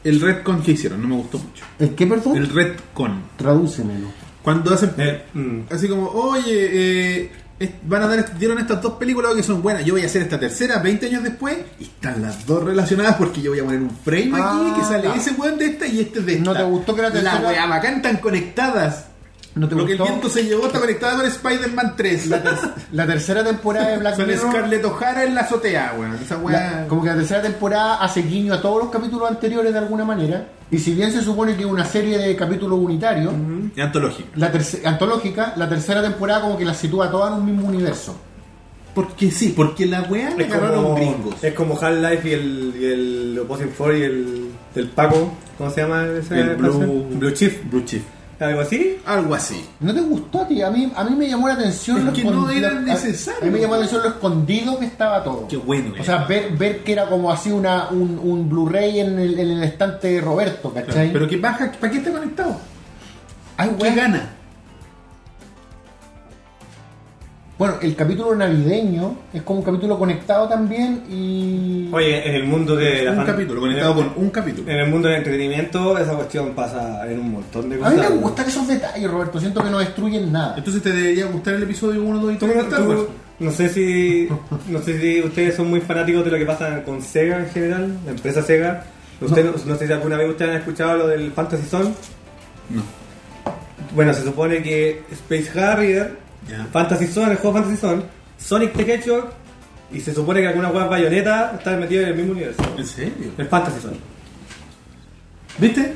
el retcon que hicieron, no me gustó mucho.
¿El qué, perdón?
El retcon.
Tradúcemelo.
Cuando hacen.
Eh, mm.
Así como, oye, eh, es- van a dar, dieron estas dos películas que son buenas. Yo voy a hacer esta tercera 20 años después y están las dos relacionadas porque yo voy a poner un frame
Ah,
aquí que sale
claro.
ese weón de esta y este de esta.
¿No te gustó que la tercera-
La weá bacán están conectadas.
¿No te
Lo que el
gustó?
viento se llevó está conectada con Spider-Man 3.
La, ter- la tercera temporada de
[LAUGHS]
Black
Sale
Mirror.
Scarlett O'Hara en la azotea, weón. Esa
la-
weá.
como que la tercera temporada hace guiño a todos los capítulos anteriores de alguna manera. Y si bien se supone que es una serie de capítulos unitarios,
Y antológica.
la terce- antológica, la tercera temporada como que la sitúa toda en un mismo universo.
Porque sí, porque la weá la agarraron gringos.
es como Half-Life y el, y el Opposing Force y el, el Paco. ¿Cómo se llama ese?
El Blue-
Blue Chief.
Blue Chief.
¿Algo así?
Algo así.
¿No te gustó, tío? A mí, a mí me llamó la atención
Es
lo
que no
escondi-
era
a-
necesario.
A mí me llamó la atención lo escondido que estaba todo.
Qué bueno, eh.
O sea, ver, ver que era como así una, un, un Blu-ray en el, en el estante de Roberto, ¿cachai?
Pero que baja, ¿para qué está conectado?
Ay,
¿Qué
weón.
gana?
Bueno, el capítulo navideño es como un capítulo conectado también y...
Oye, en el mundo de la
Un
fan-
capítulo, conectado con un capítulo.
En el mundo del entretenimiento, esa cuestión pasa en un montón de
a
cosas.
mí me gustan esos detalles, Roberto. Siento que no destruyen nada.
Entonces te debería gustar el episodio 1, 2 y
Tú-
3 de Star Wars.
tú- no sé si no sé si ustedes son muy fanáticos de lo que pasa con Sega en general, la empresa Sega. Usted, no. no sé si alguna vez ustedes han escuchado lo del Fantasy Zone.
No.
Bueno, se supone que Space Harrier,
Ya.
Fantasy Zone, el juego Fantasy Zone, Sonic the Hedgehog y se supone que alguna web bayoneta están metidas en el mismo universo.
¿En serio?
El Fantasy Zone.
¿Viste?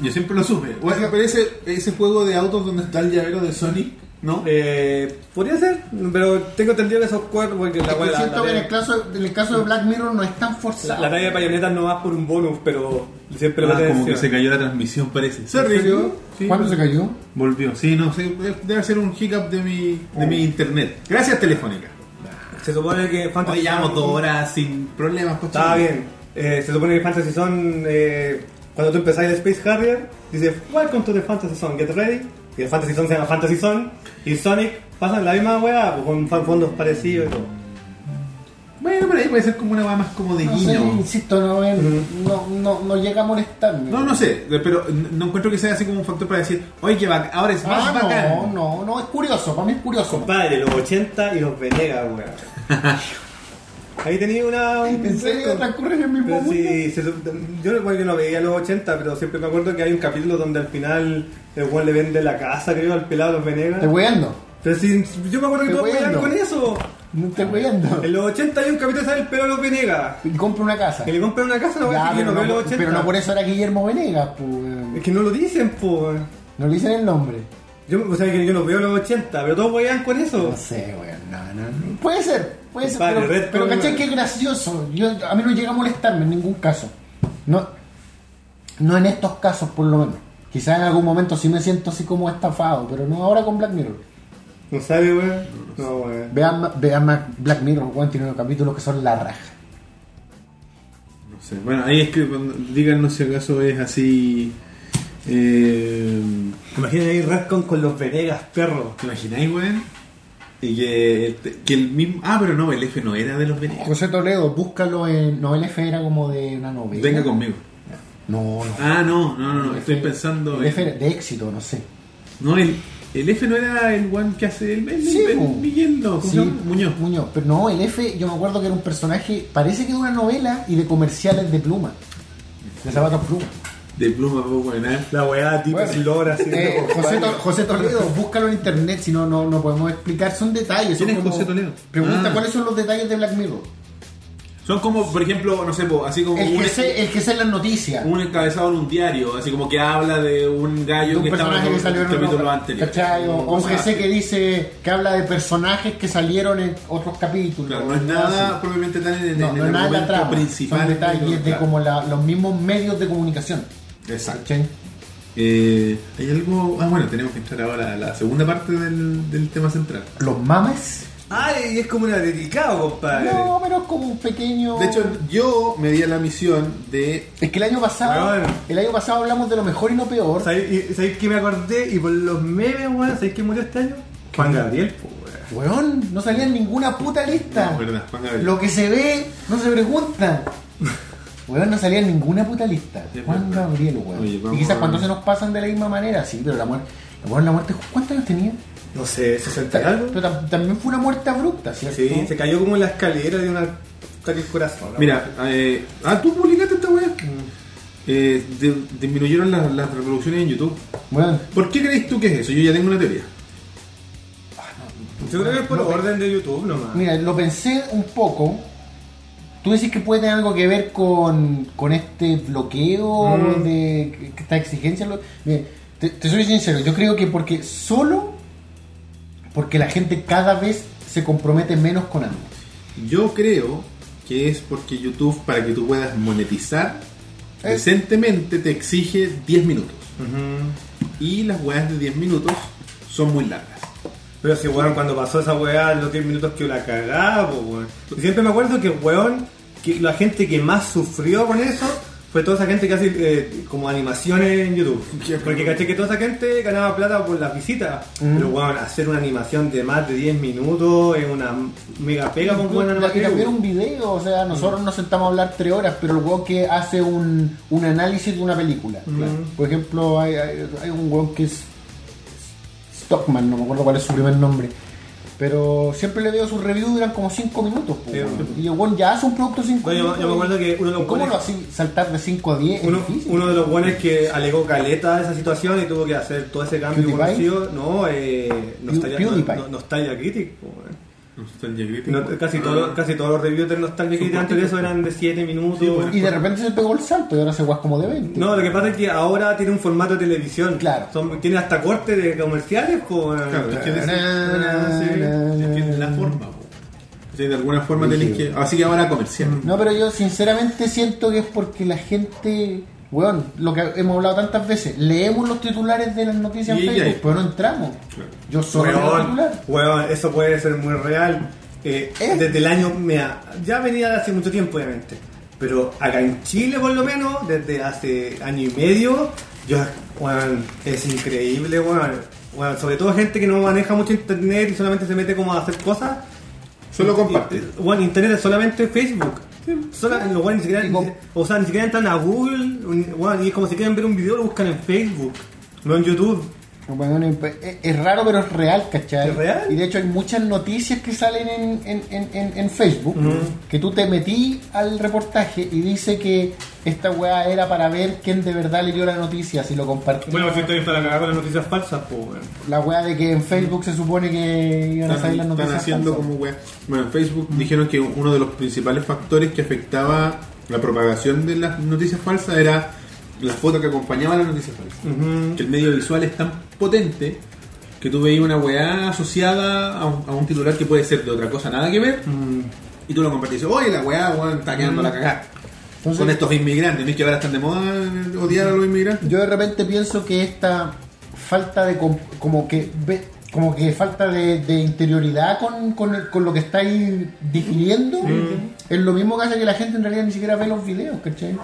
Yo siempre lo supe. Oiga, pero ese, ese juego de autos donde está el llavero de Sonic, ¿no?
Eh, Podría ser, pero tengo entendido que esos cuerpos porque la web
Yo
la-
siento
la-
que en el, caso, en el caso de Black Mirror no es tan
La,
forzado.
la talla de payonetas no va por un bonus, pero siempre lo
Ah, como que se
atención.
cayó la transmisión, parece.
¿En
Sorry.
serio?
Sí,
¿Cuándo se cayó?
Volvió. Sí, no, sí, debe ser un hiccup de mi, de mi internet. Gracias, Telefónica.
se supone que Fantasy
Hoy llevamos
Zone-
dos horas sin problemas, coche.
Está bien. Eh, se supone que Fantasy Zone, eh, cuando tú empezás el Space Harrier, dice Welcome to the Fantasy Zone, get ready. Y el Fantasy Zone se llama Fantasy Zone. Y Sonic pasan la misma weá, pues, con fan- fondos parecidos y todo.
Bueno, pero ahí puede ser como una va más como de
No sé,
guiño.
insisto, no, es-
Ujú.
no, no, no llega a molestarme.
No, no sé, pero no encuentro que sea así como un factor para decir, oye, que bac- ahora es más
Ah,
bacán.
no, no, no, es curioso, para mí es curioso.
Compadre, los 80 y los Venegas, weá.
[LAUGHS]
Ahí tenía una. un-
¿En serio transcurre en el mismo
Pero
mundo?
sí, se su- yo recuerdo que no veía los 80, pero siempre me acuerdo que hay un capítulo donde al final el Juan le vende la casa, creo, al pelado de los
Te
Venegas.
weando,
Pero si, yo me acuerdo que
Te
todos peleaban
weando.
con eso.
no te weando.
En los 80 hay un capítulo sale el pelado de los Venegas.
Y compra una casa.
Que le compran una casa, no voy
Ya,
a decir que
pero,
no veo
no,
los 80.
pero no por eso era Guillermo Venegas, pues.
Es que no lo dicen, pues.
No le dicen el nombre.
Yo, o sea, que yo no veo los 80, pero todos peleaban con eso.
No sé, weón, no, no, no. Puede ser, puede ser.
Compadre,
pero
Red
pero
Bull,
¿cachai
weón.
que es gracioso? Yo, a mí no llega a molestarme en ningún caso. No, no en estos casos, por lo menos. Quizás en algún momento sí me siento así como estafado, pero no ahora con Black Mirror.
No sabe, weón. No, weón.
Vean, ma- vean ma- Black Mirror, weón, tiene unos capítulos que son la raja.
No sé, bueno, ahí es que cuando- díganos si acaso es así. Eh,
Imagínate ahí Rascon con los Venegas, perro.
¿Te imagináis, weón? Y que, que el mismo. Ah, pero no, el F no era de los Venegas.
José Toledo, búscalo en. No, el F era como de una novela.
Venga conmigo.
No, no.
Ah, no, no, no, no, estoy
El F-
pensando.
El F
En,
era de éxito, no sé.
no, el, el F no era el one que hace el, el-
Sí,
el
po.
Miguel, no, ¿cómo se
Sí,
llama? Muñoz.
Muñoz. Pero no, el F, yo me acuerdo que era un personaje, parece que de una novela y de comerciales de pluma. De zapatos pluma.
De pluma, ¿eh? poco de nada.
La weá, tipo
Bueno.
Slora, así.
Eh,
como,
José,
compadre.
Toledo, José Toledo, búscalo en internet, si no, no, no podemos explicar. Son detalles. son
¿Quién es
como-
José Toledo?
Pregunta
Ah.
cuáles son los detalles de Black Mirror.
Son como, por ejemplo, no sé, po, así como.
El
un-
que se, el que se en las noticias.
un encabezado en un diario, así como que habla de un gallo
de un
que estaba
personaje
en
que
un
salió en
capítulo
una-
anterior.
¿cachai? O, o un
O sea,
GC que dice que habla de personajes que salieron en otros capítulos.
Claro, no es
Así.
nada propiamente tal en, en-
no,
en
no es
el
nada de la
momento
trama,
principal.
son detalles de
Claro.
como la- los mismos medios de comunicación.
Exacto.
¿cachai?
Eh, Hay algo. Ah, bueno, tenemos que entrar ahora a la segunda parte del, del tema central.
Los mames.
Ay, Ah, es como una dedicada, compadre.
No, pero es como un pequeño.
De hecho, yo me di a la misión de.
es que el año pasado,
Weón.
el año pasado hablamos de lo mejor y lo peor.
¿Sabéis y- sabéis qué me acordé? Y por los memes, weón, ¿sabéis quién murió este año? Juan Gabriel, po, weón.
Weón, no salía en ninguna puta lista.
No, verdad, Juan Gabriel.
Lo que se ve, no se
[LAUGHS]
pregunta. Weón, no salía en ninguna puta lista.
pues.
Es
Juan
verdad.
Gabriel, weón.
Oye, vamos
y quizás
a-
cuando se nos pasan de la misma manera, sí, pero la muerte. Weón, la muerte, ¿cuántos años tenía?
no sé, 60 y algo.
Pero tam- también fue una muerte abrupta, ¿cierto?
Sí, se cayó como en la escalera de un ataque al corazón. la
Mira, eh, ah, tú publicaste esta weá.
Mm.
Eh, di- disminuyeron las, las reproducciones en YouTube.
Bueno,
¿Por qué crees tú que es eso? Yo ya tengo una teoría.
weá. Yo creo que es por
No,
orden de YouTube nomás.
mira, lo pensé un poco. ¿Tú decís que puede tener algo que ver con, con este bloqueo
Mm.
de que- esta exigencia? Lo- Bien, te, te soy sincero, yo creo que porque solo porque la gente cada vez se compromete menos con algo.
Yo creo que es porque YouTube, para que tú puedas monetizar
Eh.
decentemente, te exige 10 minutos.
Ujú.
Y las weas de 10 minutos son muy largas.
Pero si, weón, cuando pasó esa weá, los 10 minutos que la cagaba, po, weón. Y siempre me acuerdo que, weón, que la gente que más sufrió con eso fue toda esa gente que hace eh, como animaciones en [LAUGHS] YouTube.
Qué
Porque caché que toda esa gente ganaba plata por las visitas. Pero, weón, hacer una animación de más de 10 minutos es una mega pega con buena Mm.
Y también
animación.
un video, o sea, nosotros nos sentamos a hablar tres horas, pero el weón que hace un, un análisis de una película.
Mm.
Por ejemplo, hay, hay- hay un weón que es Stockman, no me acuerdo cuál es su primer nombre. Pero siempre le veo sus reviews, duran como cinco minutos. po,
Sí,
weón.
bueno.
Y el weón ya hace un producto de cinco
No, yo-
minutos.
yo me acuerdo que uno de los
¿Y ¿Cómo
weones-
lo así saltar de 5 a 10?
Uno,
es difícil.
uno de los buenos que alegó caleta de esa situación y tuvo que hacer todo ese cambio
¿PewDiePie?
conocido, no, eh, nostalgia,
PewDiePie.
no- no- nostalgia critic, po, weón.
Nostalgia Critic.
No, casi,
Ah.
todos, los- casi todos los reviews de Nostalgia que antes de eso eran de 7 minutos.
Y de repente se pegó el salto y ahora se guas como de 20.
no, lo que pasa es que ahora tiene un formato de televisión.
Claro.
Son- tiene hasta corte de comerciales. eh. Con,
Ah, Claro, es que de,
Na, na,
sí,
na,
es que de la
na.
forma. po. O sea, de alguna forma tenés que. Así que ahora comercial.
No, pero yo sinceramente siento que es porque la gente, weón, lo que hemos hablado tantas veces, leemos los titulares de las noticias
Y
en
ya
Facebook,
hay.
pero no entramos.
Claro.
Yo solo leo el
Weón,
titular.
weón, eso puede ser muy real. Eh,
¿Eh?
Desde el año. mira, ya venía de hace mucho tiempo, obviamente. Pero acá en Chile, por lo menos, desde hace año y medio, yo, weón, es increíble, weón. Weón, sobre todo gente que no maneja mucho internet y solamente se mete como a hacer cosas.
Solo comparte.
Bueno, internet es solamente Facebook. Solo, los weones ni siquiera,
Y con-
o sea, ni siquiera entran a Google. un- weón, y es como si quieren ver un video, lo buscan en Facebook, no en YouTube.
Weón, es- es, es raro, pero es real, ¿cachai?
¿Es real?
Y de hecho hay muchas noticias que salen en, en, en, en, en Facebook, que tú te metí al reportaje y dice que esta weá era para ver quién de verdad leyó la noticia, si lo compartió.
Bueno, si estoy para cagar con las noticias falsas, pues, weón.
La weá de que en Facebook se supone que iban a
Están,
salir las
están
noticias.
haciendo
falsas.
como wea. Bueno, en Facebook dijeron que uno de los principales factores que afectaba la propagación de las noticias falsas era las fotos que acompañaban las noticias falsas. Que el medio visual es tan potente que tú veías una weá asociada a un, a un titular que puede ser de otra cosa, nada que ver,
Mm.
y tú lo compartís. Oye, la weá, weón, está quedando la cagada.
Entonces-
Con estos inmigrantes, ¿no es que ahora están de moda eh, odiar a los inmigrantes?
Yo de repente pienso que esta falta de com- como que ve- como que falta de, de interioridad con, con el- con lo que estáis difiriendo
Mm.
es lo mismo que hace que la gente en realidad ni siquiera ve los videos, ¿cachai?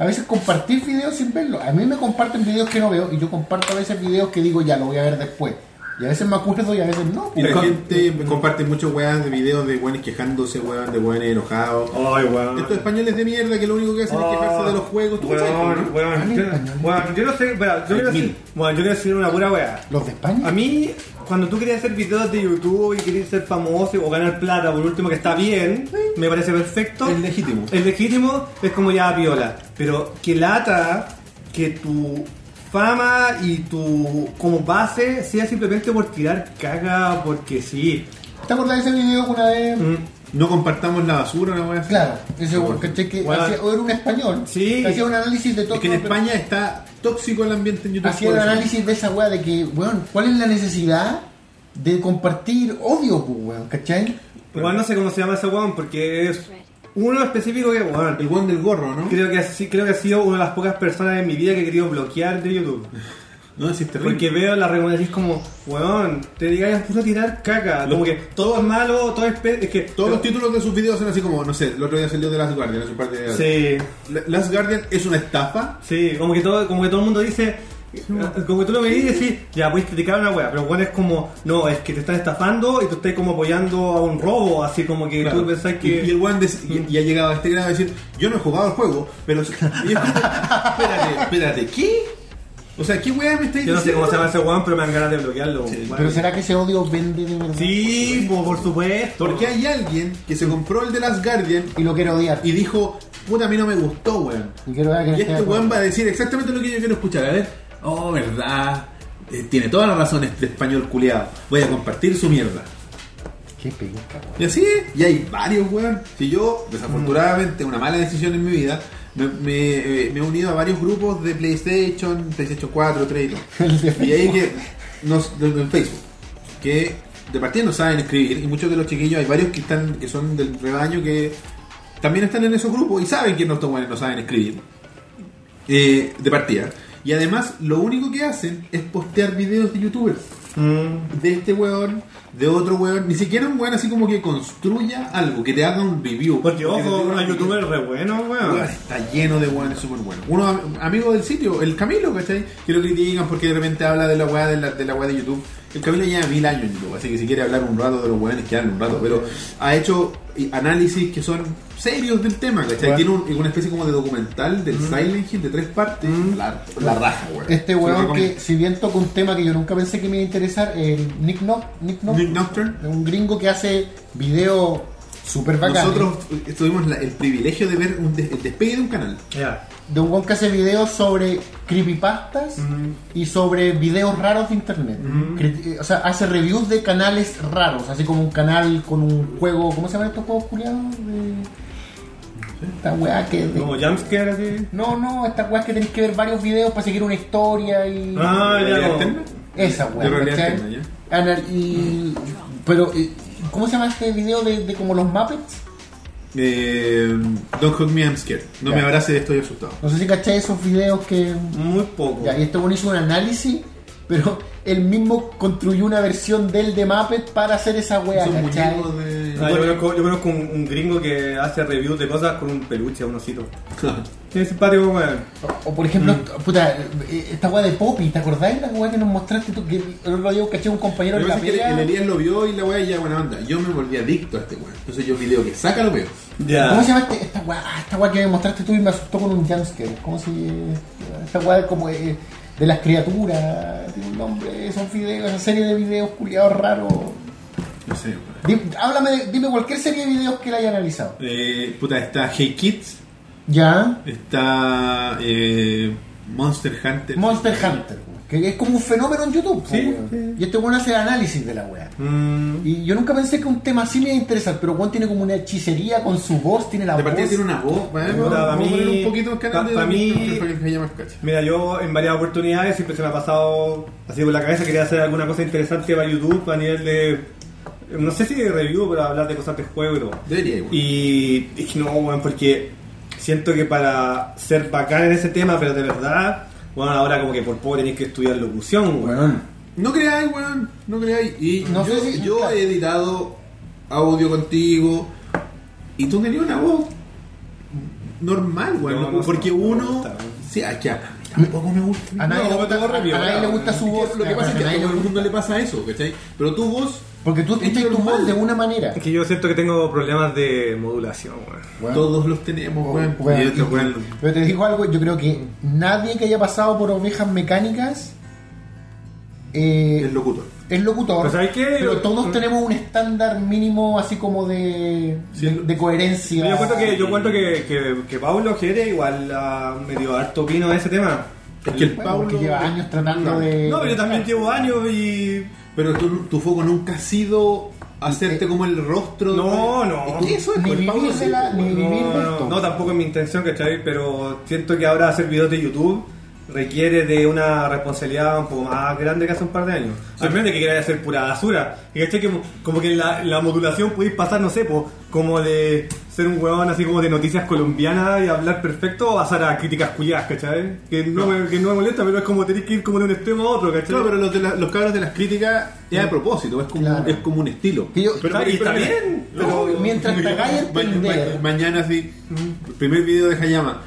A veces compartir videos sin verlos. A mí me comparten videos que no veo y yo comparto a veces videos que digo ya lo voy a ver después. Y a veces me acuerdo y a veces no.
Y la
porque-
gente comparte muchas weas de videos de weones quejándose, weón, de weones enojados.
Ay, weón.
Estos españoles de mierda que lo único que hacen es quejarse de los juegos. ¿Tú sabes,
Weón,
no?
weón. Yo, weón, yo no sé, weón, yo quiero
Mil.
decir, weón, yo quiero decir una pura weá.
Los de
A
España.
mí, cuando tú querías hacer videos de YouTube y querías ser famoso o ganar plata, por último, que está bien, me parece perfecto.
Es legítimo.
Es legítimo, es como ya viola. Pero que lata que tu fama y tu como base sea simplemente por tirar caga porque sí.
¿Te acordás de ese video que una vez?
Mm.
No compartamos la basura, una wea así.
Claro, ese ¿cachai? que
Bueno.
hacía- o era un español
Sí.
que hacía un análisis de todo.
Es que en
pero-
España está tóxico el ambiente en YouTube.
Hacía
Ah, por
el
eso.
análisis de esa weá de que, weón, ¿cuál es la necesidad de compartir odio, pues, weón? ¿Cachai?
Igual no sé cómo se llama ese weón porque es uno específico que, weón,
El weón del gorro, ¿no?
Creo que, sí- creo que ha sido una de las pocas personas en mi vida que he querido bloquear de YouTube.
No, sí, es terrible.
Porque veo las recomendaciones como, weón, te digas puso a tirar caca. Como que todo es malo, todo es. pe- Es que.
Todos los títulos de sus videos son así como, no sé, el otro día salió de Last Guardian, es un par de-
Sí,
La- Last Guardian es una estafa.
sí, como que todo, como que todo el mundo dice. Como que tú lo me y decís, ya puedes criticar a una wea, pero weón es como, no, es que te están estafando y tú estás como apoyando a un robo, así como que
Claro.
tú pensás
Y,
que.
y el weón des- y, y ha llegado a este [LAUGHS] grado de decir, yo no he jugado el juego, pero... y es como, espérate, espérate, ¿qué? O sea, ¿qué weá me estáis
Yo no sé
diciendo?
cómo se llama ese weón, pero me dan ganas de bloquearlo. weón.
Pero ¿será que ese odio vende de verdad?
Sí, po, por supuesto.
Porque hay alguien que se compró el de Last Guardian
Y lo quiero odiar.
y dijo, puta, a mí no me gustó, weón.
Y quiero ver que no
Y
esté de
este
acuerdo.
weón va a decir exactamente lo que yo quiero escuchar. A ver, oh, verdad. eh, tiene toda la razón este español culeado. Voy a compartir su mierda.
Qué penca, weón.
Y así es. Y hay varios, weón. Si yo, desafortunadamente, una mala decisión en mi vida, me, me, eh, me he unido a varios grupos de PlayStation, PlayStation 4, 3 y todo. Y ahí que, nos, de- en Facebook, que de partida no saben escribir, y muchos de los chiquillos, hay varios que están que son del rebaño que también están en esos grupos y saben que estos weones no saben escribir. Eh, de partida. Y además, lo único que hacen es postear videos de youtubers
Mm.
de este weón, de otro weón, ni siquiera un weón así como que construya algo, que te haga un review.
Porque
te
ojo,
diga
un
una
youtuber re bueno,
opinión. Weón,
weón.
Está lleno de weones súper buenos. Uno am- amigo del sitio, el Camilo, ¿cachai? Que lo critican porque de repente habla de la weá de la, de la weá de YouTube. El Camilo lleva mil años en YouTube, así que si quiere hablar un rato de los weones, que hablan un rato, pero ha hecho i- análisis que son serios del tema, ¿cachai?
Weón.
Tiene un- una especie como de documental del Silent Hill de tres partes. La, la raja, weón.
Este
Se lo
weón
recomiendo.
que, si bien toca un tema que yo nunca pensé que me iba a interesar, el Nick Knock, Nick Knock,
Nick Nocturne.
un gringo que hace video super bacán.
Nosotros tuvimos la- el privilegio de ver un des- el despegue de un canal.
Ya.
de un weón que hace videos sobre creepypastas y sobre videos raros de internet. Cri- eh, O sea, hace reviews de canales raros, así como un canal con un juego, ¿cómo se llaman estos juegos culiados? De... Esta weá que... de-
Como jumpscare así.
No, no, estas weas que tenés que ver varios videos para seguir una historia y...
Ah, ya.
¿Realidad
no.
alterna?
Esa
De
weá,
realidad
¿cachai?
alterna,
Anal- y... Pero, eh, ¿cómo se llama este video de, de como los Muppets?
Eh, don't hug me, I'm scared. No
Ya.
me abrace, estoy asustado.
No sé si cachai esos videos que...
Muy poco.
Ya, y este bueno hizo un análisis, pero él mismo construyó una versión del de Muppet para hacer esa wea,
Son
¿cachai?
muñecos
Ah,
de.
yo, conozco, yo conozco un, un gringo que hace reviews de cosas con un peluche, un osito.
[LAUGHS]
Qué simpático, weón.
O, o por ejemplo,
Mm.
puta, eh, esta wea de Poppy, ¿te acordáis la wea que nos mostraste tú? Que el otro día caché un compañero
Lo
de
que
la
pasa es que
pelea.
el Elías lo vio y la weá ya buena onda. Yo me volví adicto a este weón. Entonces yo video que saca lo veo.
Ya.
¿Cómo se llama este- esta wea? Ah, Esta wea que me mostraste tú y me asustó con un jumpscare. ¿Cómo se Esta wea como eh, de las criaturas, tiene un nombre, son videos, esa serie de videos culiados raros.
No sé, weón.
Di- háblame, de- dime cualquier serie de videos que la haya analizado.
Eh, puta, está Hey Kids,
Ya.
está eh, Monster Hunter.
Monster Hunter, que es como un fenómeno en YouTube. po,
Sí,
weón.
sí.
Y este weón hace análisis de la wea.
Mm,
Y yo nunca pensé que un tema así me iba a interesar, pero Juan tiene como una hechicería con su voz, tiene la
de
voz.
partida tiene una voz. weón.
Puta,
Vamos
pa'
a poner
mí-
un poquito el canal
pa-
de
pa' mí-
para que haya más cacha.
Mira, yo en varias oportunidades siempre se me ha pasado así por la cabeza, quería hacer alguna cosa interesante para YouTube a nivel de. No sé si de review, pero hablar de cosas de juego y todo.
Debería, weón.
Y dije, no, weón, porque siento que para ser bacán en ese tema, pero de verdad, bueno, ahora como que por poco tenéis que estudiar locución, weón.
Weón.
No creáis, weón, no creáis. Y
No
yo,
sé si-
yo
claro.
he editado audio contigo y tú tenías una voz normal, weón.
No, no,
porque
no, no me
uno.
gusta, weón.
sí, ah, es que a mí tampoco me gusta.
A nadie,
No,
le,
me
gusta,
tengo
a- a
rabia,
nadie le
weón.
gusta su voz.
Lo que pasa es
a
que a
nadie
todo
le
el mundo
gusta.
le pasa eso, ¿cachai? Pero tu voz,
Porque tú escuchas
Es
tu voz
normal.
de una manera.
Es que yo siento que tengo problemas de modulación, weón.
Weón. Oh,
todos los tenemos, weón.
Weón.
Y otro, weón,
Pero te digo algo, yo creo que nadie que haya pasado por ovejas mecánicas eh,
el locutor.
es locutor.
Pero ¿sabes qué?
pero
Yo-
todos
mm.
tenemos un estándar mínimo así como de,
Sí.
de, de coherencia.
Yo cuento que, yo encuentro que, que, que Pablo Jere igual ah, me dio harto opino de ese tema.
Es que el
Bueno,
Pablo.
porque lleva años tratando
No.
de.
eh, No, pero yo también llevo años y.
Pero tu, tu foco nunca ha sido hacerte como el rostro.
No, no.
Es que eso es
Eh, Ni
pues, el
vivir
Pablo
de
sí,
la-
weón.
ni
No,
vivir de
no,
esto.
no, tampoco es mi intención, ¿cachai? Pero siento que ahora hacer videos de YouTube requiere de una responsabilidad un poco más grande que hace un par de años. Sorprende que quieras hacer pura basura. Y ¿cachai? Que, como que la, la modulación podéis pasar, no sé, po, como de ser un huevón así como de noticias colombianas y hablar perfecto o pasar a críticas culiadas, ¿cachai? Que no, Me, que no me molesta, pero es como tenéis que ir como de un extremo a otro, ¿cachai?
No, pero los, de la- los cabros de las críticas es a propósito, es como,
Claro.
es como un estilo.
Que yo-
Ah, y
mira,
está bien,
no,
pero- mientras
mira,
tragáis
ma-
entender.
ma- Mañana sí, el primer video de Hayama.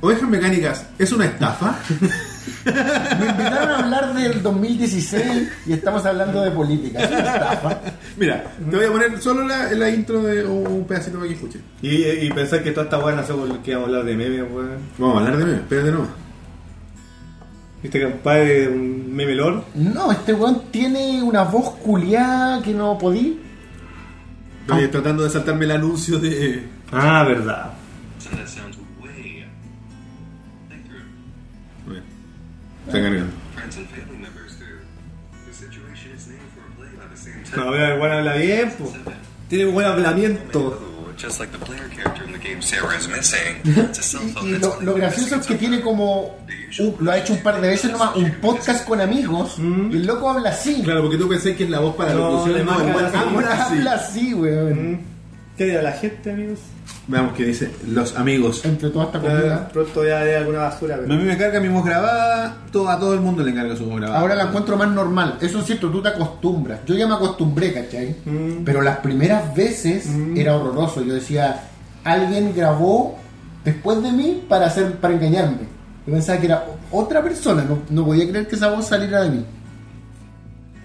Ovejas mecánicas, ¿es una
[LAUGHS]
estafa?
Me invitaron a hablar del 2016 y estamos hablando de política. Es una estafa.
Mira, te voy a poner solo la, la intro de o un pedacito para que escuchen.
Y, y pensar que toda esta weá nació porque vamos a hablar de memes, weón.
Vamos a hablar de memes, espérate nomás.
¿Viste que el padre es un meme lord?
No, este weón tiene una voz culiada que no podí.
Oye, tratando de saltarme el anuncio de.
Ah, verdad.
So that sounds way up. Thank you.
Bueno, Está cargando.
Friends and family members do. The situation is named for a play by the same
No,
Oh,
title.
mira, el weón habla bien, po. Tiene un buen hablamiento.
Ooh, Just like the player character in the game Sarah
[LAUGHS]
is missing. It's a cell
Y,
phone
y
that's
lo, lo gracioso es que tiene como. un- lo ha hecho un par de veces nomás, un podcast con amigos.
Mm.
Y el loco habla así.
Claro, porque tú pensé que es la voz para
No,
locución.
le
No,
marca
el
la
weón
Ahora
habla así.
habla así, weón.
Mm. ¿Qué dirá la gente, amigos?
Veamos qué dice. Los amigos.
Entre toda esta
Ya,
comida.
Pronto ya hay alguna basura,
A
pero-
mí me carga mi voz grabada. Todo, a todo el mundo le carga su voz grabada.
Ahora la encuentro más normal. Eso es cierto, tú te acostumbras. Yo ya me acostumbré, ¿cachai?
Mm.
Pero las primeras veces
Mm.
era horroroso. Yo decía, alguien grabó después de mí para hacer para engañarme. Yo pensaba que era o- otra persona. No, no podía creer que esa voz saliera de mí.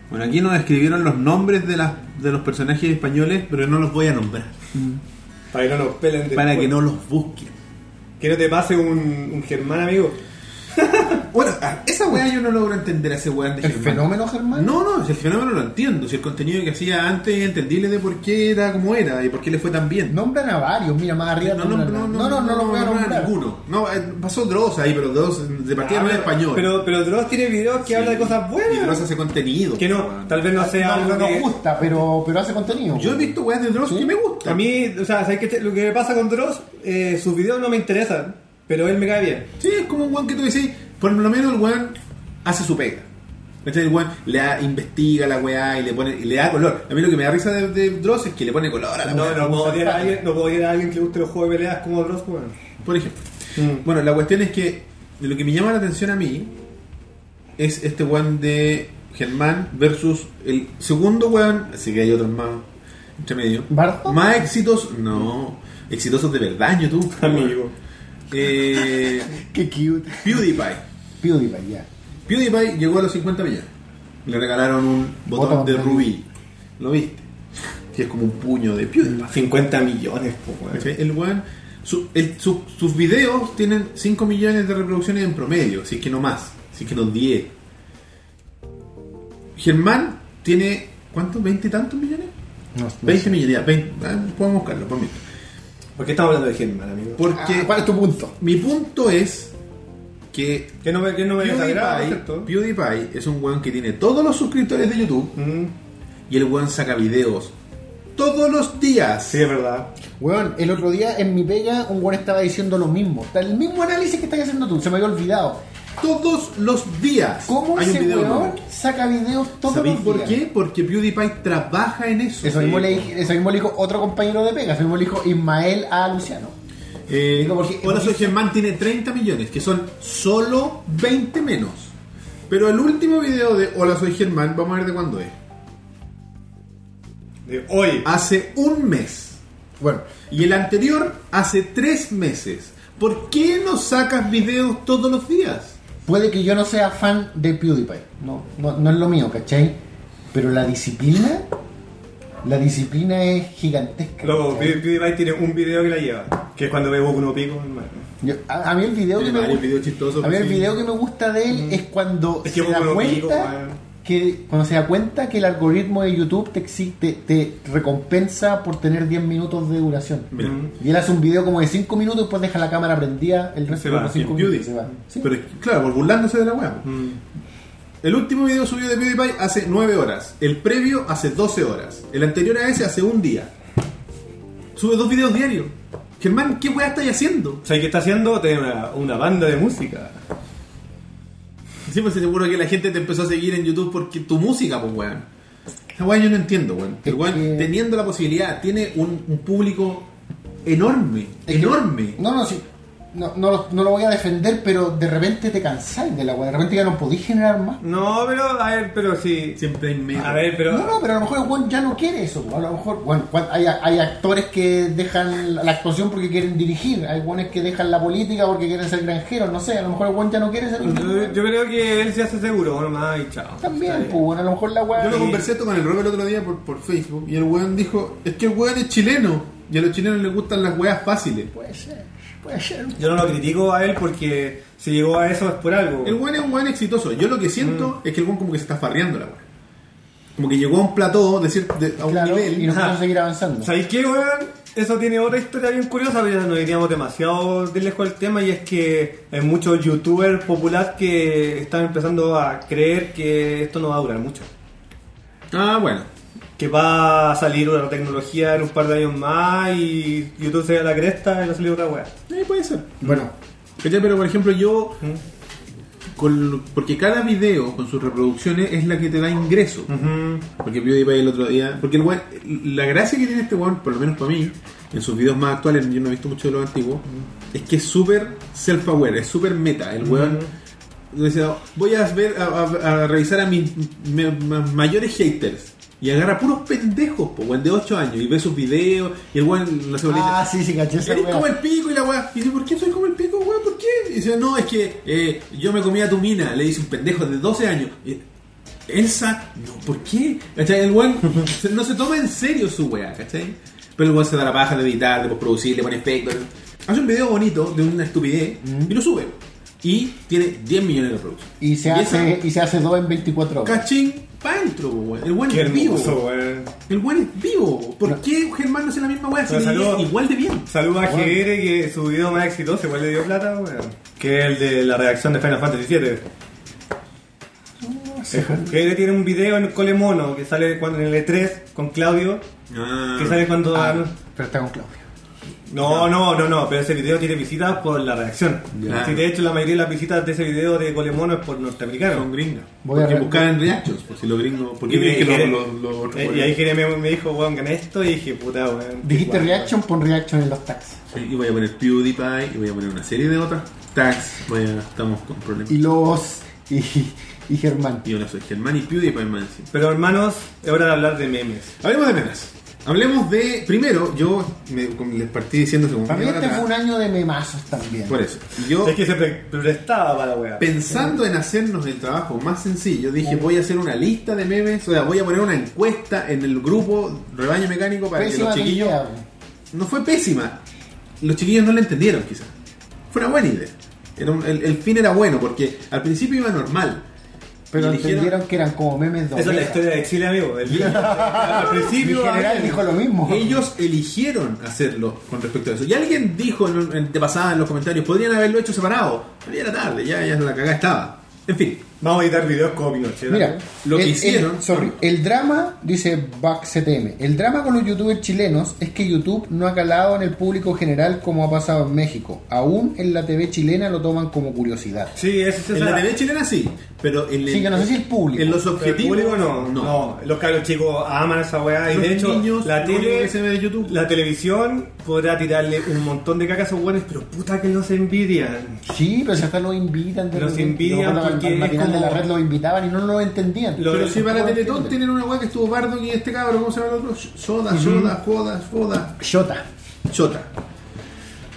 Bueno, aquí nos escribieron los nombres de, las, de los personajes españoles, pero no los voy a nombrar.
Para que no nos pelen después.
Para que no los busquen.
Que no te pase un, un Germán, amigo.
Bueno, a- esa weá yo no logro entender a ese weón de
El
Germán.
fenómeno, Germán.
No, no, si el fenómeno lo entiendo. Si el contenido que hacía antes es entendible de por qué era como era y por qué le fue tan bien.
Nombran a varios, mira, más arriba.
no, no,
nombran a-
no,
no, no los voy a
no,
nombrar.
ninguno. No, eh, pasó Dross ahí, pero Dross de partida no es
pero-
español.
Pero, pero Dross tiene videos que habla de cosas
y Dross
buenas.
hace contenido.
Que no,
weón.
tal vez no sea
No, no
algo
nos
que-
gusta, pero, pero hace contenido.
Yo he visto weas de Dross
¿Sí?
que me gustan.
A mí, o sea, ¿sabes qué? Te- lo que me pasa con Dross, eh, sus videos no me interesan, pero él me cae bien.
Sí, es como un weón que tú decís, por lo menos el weón hace su pega. ¿Cachai? El weón le da- investiga la weá y le pone y le da color. A mí lo que me da risa de, de Dross es que le pone color a la
No,
weá.
no puedo odiar a alguien, no puedo odiar a alguien que le guste los juegos de peleas como Dross, pues, weón.
Por ejemplo.
Mm.
Bueno, la cuestión es que lo que me llama la atención a mí es este weón de Germán versus el segundo weón, así que hay otros más entre medio.
¿Bardo?
Más exitosos, no, exitosos de verdad en YouTube.
Amigo.
Eh,
Qué cute.
PewDiePie.
PewDiePie, ya.
PewDiePie llegó a los 50 millones. Le regalaron un botón,
Botón
de
de
rubí. ¿Lo viste? Que es como un puño de PewDiePie.
50 millones, po, weón.
¿Cachai? El weón. su- el- su- sus videos tienen 5 millones de reproducciones en promedio, si es que no más, si es que no 10. Germán tiene. ¿Cuántos? ¿20 y tantos millones?
No, no
20
sé.
millones, ya, 20. Ah, podemos buscarlo, por mí.
¿Por qué estamos hablando de Germán, amigo?
Porque
Ah, ¿Cuál es tu punto?
mi punto es que
¿Qué no me, qué no me desagrada,
PewDiePie,
¿cierto?
PewDiePie es un weón que tiene todos los suscriptores de YouTube
Mm.
y el weón saca videos todos los días.
Sí, es verdad.
Weón, el otro día en mi pega un weón estaba diciendo lo mismo. Está El mismo análisis que estás haciendo tú, se me había olvidado.
Todos los días.
¿Cómo
Hay un
ese
video
weón
nuevo.
saca videos todos
¿Sabéis
los
por
días?
qué? Porque PewDiePie trabaja en eso.
Eso mismo, le, dije- eso mismo le dijo otro compañero de pega, eso mismo le dijo Ismael a Luciano.
Eh,
Digo, porque-
Hola, soy Germán, tiene 30 millones, que son solo 20 menos. Pero el último video de Hola, soy Germán, vamos a ver de cuándo es.
De hoy.
Hace un mes.
Bueno,
Y el anterior hace tres meses. ¿Por qué no sacas videos todos los días?
puede que yo no sea fan de PewDiePie, no, no, no es lo mío, ¿cachai? Pero la disciplina, la disciplina es gigantesca.
Luego,
¿cachai?
Pew- PewDiePie tiene un video que la lleva, que es cuando ve Boku no Pico, hermano.
Yo- a, a mí el video que
Tiene
me
varios
gu-
videos chistosos,
a mí el
sí.
video que me gusta de él es cuando
Mm. Es que
se
vos
da
me lo
cuenta
digo, weón.
que cuando se da cuenta que el algoritmo de YouTube te, exi- te, te recompensa por tener 10 minutos de duración.
Mira.
Mm.
Y él hace un video como de 5 minutos y después deja la cámara prendida el resto
Se
de
va,
los
sí,
5 minutos. y se va. Sí.
Pero claro, por burlándose de la web.
Mm.
El último video subido de PewDiePie hace 9 horas. El previo hace 12 horas. El anterior a ese hace un día. Sube dos videos diarios. Germán, ¿qué weá estáis haciendo?
¿Sabes qué está haciendo? Tiene una, una banda de música.
Sí, pues seguro que la gente te empezó a seguir en YouTube porque tu música, pues weón. Esa weá yo no entiendo, weón. El
Es
weón,
que-
teniendo la posibilidad, tiene un, un público enorme. enorme.
No, no, sí. No, no, lo- no lo voy a defender, pero de repente te cansáis de la weá. De repente ya no podéis generar más.
No, pero, a ver, pero sí.
Siempre hay menos.
A ver, pero.
No, no, pero a lo mejor el weón ya no quiere eso. po. A lo mejor bueno, cuan- hay, hay actores que dejan la actuación porque quieren dirigir. Hay weones que dejan la política porque quieren ser granjeros. No sé, a lo mejor el weón ya no quiere ser
Yo,
granjero.
yo creo que él se hace seguro, nomás y chao. Está
También,
bien.
pues, bueno, a lo mejor la
Yo
weá.
lo conversé esto con el Rob el otro día por, por Facebook y el weón dijo, es que el weón es chileno. Y a los chilenos les gustan las weas fáciles.
Puede ser, puede ser.
Yo no lo critico a él porque si llegó a eso es por algo.
El weón es un weón exitoso. Yo lo que siento
Mm.
es que el weón como que se está farreando la wea. Como que llegó a un plató, de cier- de- a un
Claro,
nivel. Ah.
y nosotros
Ajá.
seguir avanzando.
¿Sabéis qué, weón? Eso tiene otra historia bien curiosa, pero ya nos iríamos demasiado de lejos del tema y es que hay muchos youtubers populares que están empezando a creer que esto no va a durar mucho.
Ah, bueno.
Que va a salir una tecnología en un par de años más y YouTube se da la cresta y va a salir otra weá.
Eh, puede ser.
Bueno,
¿Cachai? Pero por ejemplo yo,
¿Mm?
con- porque cada video con sus reproducciones es la que te da ingreso. Porque PewDiePie el otro día, porque el weón- la gracia que tiene este weón, por lo menos para mí, en sus videos más actuales, yo no he visto mucho de los antiguos, es que es súper self-aware, es súper meta. El weón dice, voy a ver, a, a- a revisar a mis me- ma- mayores haters. Y agarra puros pendejos, po, weón, de 8 años, y ve sus videos, y el weón, la cebollita,
ah, sí, sí, caché esa
Eres como
wea.
el pico y la weá. Y dice, ¿por qué soy como el pico, weá? ¿Por qué? Y dice, no, es que eh, yo me comía tu mina. Le dice un pendejo de 12 años. Y- Elsa, no, ¿por qué? ¿Cachai? El weón se- no se toma en serio su weá, ¿cachai? Pero el weón se da la paja de editar, de producir, le pone efectos. Hace un video bonito de una estupidez y lo sube. Y tiene 10 millones de reproducciones.
Y se, hace, y se hace dos en 24
esa-
horas.
Cachín pa' dentro, weón. El weón
Qué
es vivo.
hermoso, weón.
El weón es vivo. ¿Por
No.
qué Germán no hace la misma weá? Si
Pero
le
saludo-
llega igual de bien.
Saludos a GR que su video más exitoso igual le dio plata, weón. Que es el de la redacción de Final Fantasy VII. GR tiene un video en Cole Mono que sale cuando en el E3 con Claudio. Que sale cuando.
Ah,
no-
pero está con Claudio.
No, no, no, no, pero ese video tiene visitas por la redacción.
Ya.
Sí, de hecho, la mayoría de las visitas de ese video de Colemono es por
Son
norteamericanos.
gringas.
Voy a
porque
re-
buscaban reactions, por si los gringos. Porque
Y, me-
creen que
Jere-
los los- los otros
eh, y
pueblos-
ahí Jeremy me, me dijo, weón, gané esto y dije, puta, weón.
Dijiste
igual,
reaction, pon reaction en los tags.
Sí, Y voy a poner PewDiePie, y voy a poner una serie de otras tags. Voy a- estamos con problemas.
Y los. Y, y Germán.
Y yo no soy Germán y PewDiePie más encima.
weón. Pero hermanos, es hora de hablar de memes.
Hablemos de memes. Hablemos de. Primero, yo me- con- les partí diciendo según
Para mí este fue un año de memazos también.
Por eso. Yo,
Es que se pre- prestaba para la weá.
pensando en hacernos el trabajo más sencillo, dije: voy a hacer una lista de memes. O sea, voy a poner una encuesta en el grupo Rebaño Mecánico para que
Pésima
los chiquillos.
idea, güey.
no fue pésima. Los chiquillos no la entendieron, quizás. Fue una buena idea. Era un- el, el fin era bueno, porque al principio iba normal.
Pero
Y dijeron-
entendieron que eran como memes de
Esa es la
oveja.
historia de Chile, amigo. El
Ah,
al
Ah, Mi
principio.
general
había-
dijo lo mismo.
Ellos eligieron hacerlo con respecto a eso. Y alguien dijo en, en- de pasada en los comentarios, podrían haberlo hecho separado. Pero ya era tarde, ya, ya la cagada estaba. En fin,
Vamos a editar videos como Pinochet.
Mira,
Lo que hicieron-
El, sorry, el drama, dice BackCTM, el drama con los youtubers chilenos es que YouTube no ha calado en el público general como ha pasado en México. Aún en la TV chilena lo toman como curiosidad.
Sí, ese es
en la TV chilena sí, pero en,
Sí,
el-
que no sé si el público.
en los
El
objetivos.
público no, no. Los cabros chicos aman esa weá y
Los
de hecho
niños,
la
lo único
tele,
que se ve de YouTube.
la televisión podrá tirarle un montón de cacas a esos weones, pero puta que los envidian.
Sí, pero si hasta los invitan. de
Los
repente,
envidian
luego al-
porque
al
es
matinal de la
como-
red los invitaban y no lo entendían.
Lo-
Pero si para
no
Teletón
entienden.
tienen una weá que estuvo Bardo y este cabrón, ¿cómo se llama el otro? Soda, soda, joda, joda.
Shota.
Chota.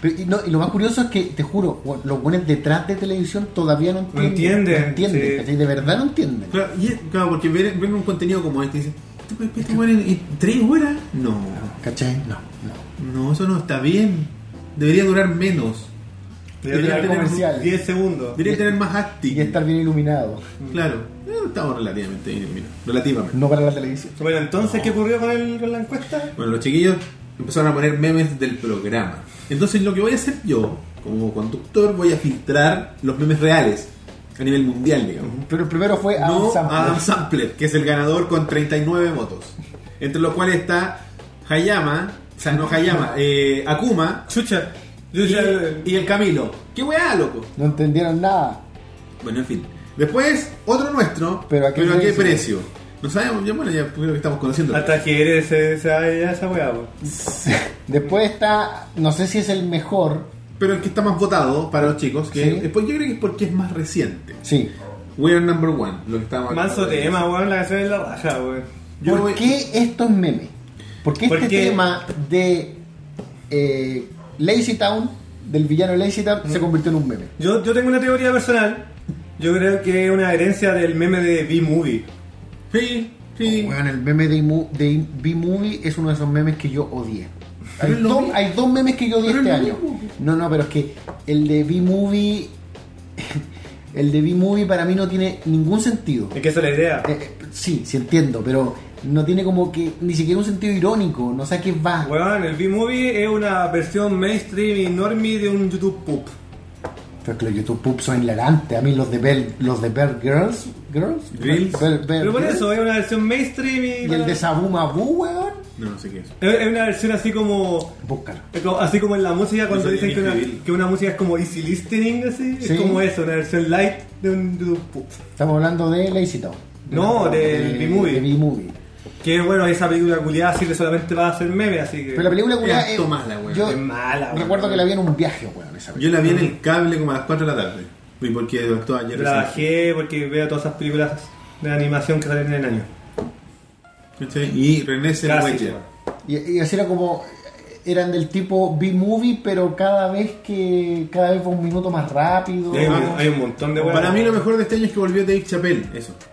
Pero- y, no, y lo más curioso es que, te juro, bueno, los buenos detrás de televisión todavía no entienden.
entienden,
no entienden,
sí.
¿cachai? De verdad no entienden.
Claro, y es- claro, porque ver, ver un contenido como este y dicen, "Este weón, este weón en, en tres horas? No,
¿Cachai? No, no.
no, eso no está bien. Debería durar menos. Deberían
Deberían
tener
comerciales.
10 segundos.
Debería tener más
Y
acting.
estar bien iluminado.
Claro, Eh, estamos relativamente bien, mira, relativamente.
No para la televisión.
Bueno, entonces, ¿qué ocurrió con, el- con la encuesta?
Bueno, los chiquillos empezaron a poner memes del programa. Entonces, lo que voy a hacer yo, como conductor, voy a filtrar los memes reales a nivel mundial, digamos.
Pero el primero fue Adam
No
Sandler.
Adam Sampler, que es el ganador con 39 votos. Entre los cuales está Hayama, o sea, no
[LAUGHS]
Hayama, eh, Akuma
Chucha. Yo
y,
ya-
y el Camilo. ¡Qué weá, loco!
No entendieron nada.
Bueno, en fin. Después, otro nuestro,
Pero ¿a qué precio?
precio? No sabemos, ya, bueno, ya creo que estamos conociendo.
hasta que eres esa, esa weá, po.
Después está, no sé si es el mejor.
Pero el que está más votado para los chicos, que
Sí.
es- pues yo creo que es porque es más reciente.
Sí.
We're number one, lo que estábamos
Manso
hablando de-
tema, weón, la canción es la raja, weón.
Yo
¿Por
voy-
qué esto es meme? Porque este
Porque-
tema de eh, Lazy Town, del villano de Lazy Town, se convirtió en un meme.
Yo, yo tengo una teoría personal. Yo creo que es una herencia del meme de B-Movie.
Sí, sí.
Oh, Bueno, el meme de, Imu- de B-Movie es uno de esos memes que yo odié. Hay,
es lo
dos,
mismo.
hay dos memes que yo vi
Pero
este
es lo
año.
mismo.
No, no, pero es que el de B-Movie. [LAUGHS] El de B-Movie para mí no tiene ningún sentido.
Es que esa es la idea.
Eh, eh, sí, sí entiendo, pero no tiene como que ni siquiera un sentido irónico, no sé a qué va.
Weón, el B-Movie es una versión mainstream y normie de un YouTube poop.
Pero es que los YouTube Pups son hilarantes. A mí los de Bell, los de Bell Girls, Girls,
Grills.
Bell- Bell
Pero por
Girls.
eso, es una versión mainstream y.
y el de Sabumabu, weón.
No, no sé qué es.
Es es una versión así como.
Búscalo.
Es como- Así como en la música, cuando
No sabía
dicen que
ni
una,
escribir.
que una música es como easy listening, así,
Sí.
es como eso, una versión light de un YouTube poop.
Estamos hablando de Lazy Town.
No, del
De-
B-Movie.
de B-Movie.
Que bueno, esa película culiada sirve solamente para hacer meme, así que.
Pero la película culiá
Es
es-
mala, weón.
Yo
Es mala, weón.
recuerdo que la vi en un viaje, weón, esa
Yo
película.
la vi en el cable como a las 4 de la tarde. Y porque actuó ayer.
Trabajé porque veo todas esas películas de animación que salen en el año.
¿Cachai? Y René
Casi,
Zellweger.
weón.
Y, y así era como. Eran del tipo B-Movie, pero cada vez que. Cada vez fue un minuto más rápido.
Y Hay, un- hay un montón de
Para
weas.
mí lo mejor de este año es que volvió Dave Chappelle, eso. [LAUGHS]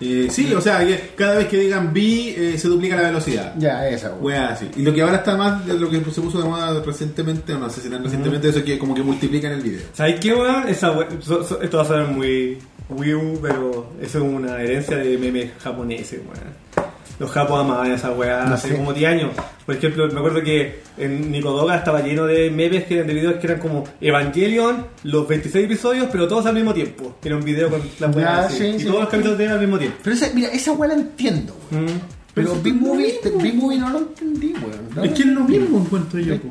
Eh, sí, o sea, que cada vez que digan vi eh, se duplica la velocidad.
Ya, esa, weón.
Wea así. Y lo que ahora está más de lo que se puso de moda recientemente, o no sé si tan recientemente, eso que como que multiplican el video.
¿Sabes qué, weón? Esa we- so- so- esto va a sonar muy Wii pero eso es una herencia de memes japoneses, weón. Los japos amaban esa weá
No
hace
sé.
como 10 años. Por ejemplo, me acuerdo que en Nicodoga estaba lleno de memes que eran de videos que eran como Evangelion, los 26 episodios, pero todos al mismo tiempo. Era un video con las
Ya,
weas así.
sí,
y
sí.
todos los capítulos tenían al mismo tiempo.
Pero esa, mira, esa weá la entiendo, weón.
Mm.
Pero B-Movie B-Movie no lo entendí, weón. ¿no?
Es que es lo mismo, encuentro yo. po.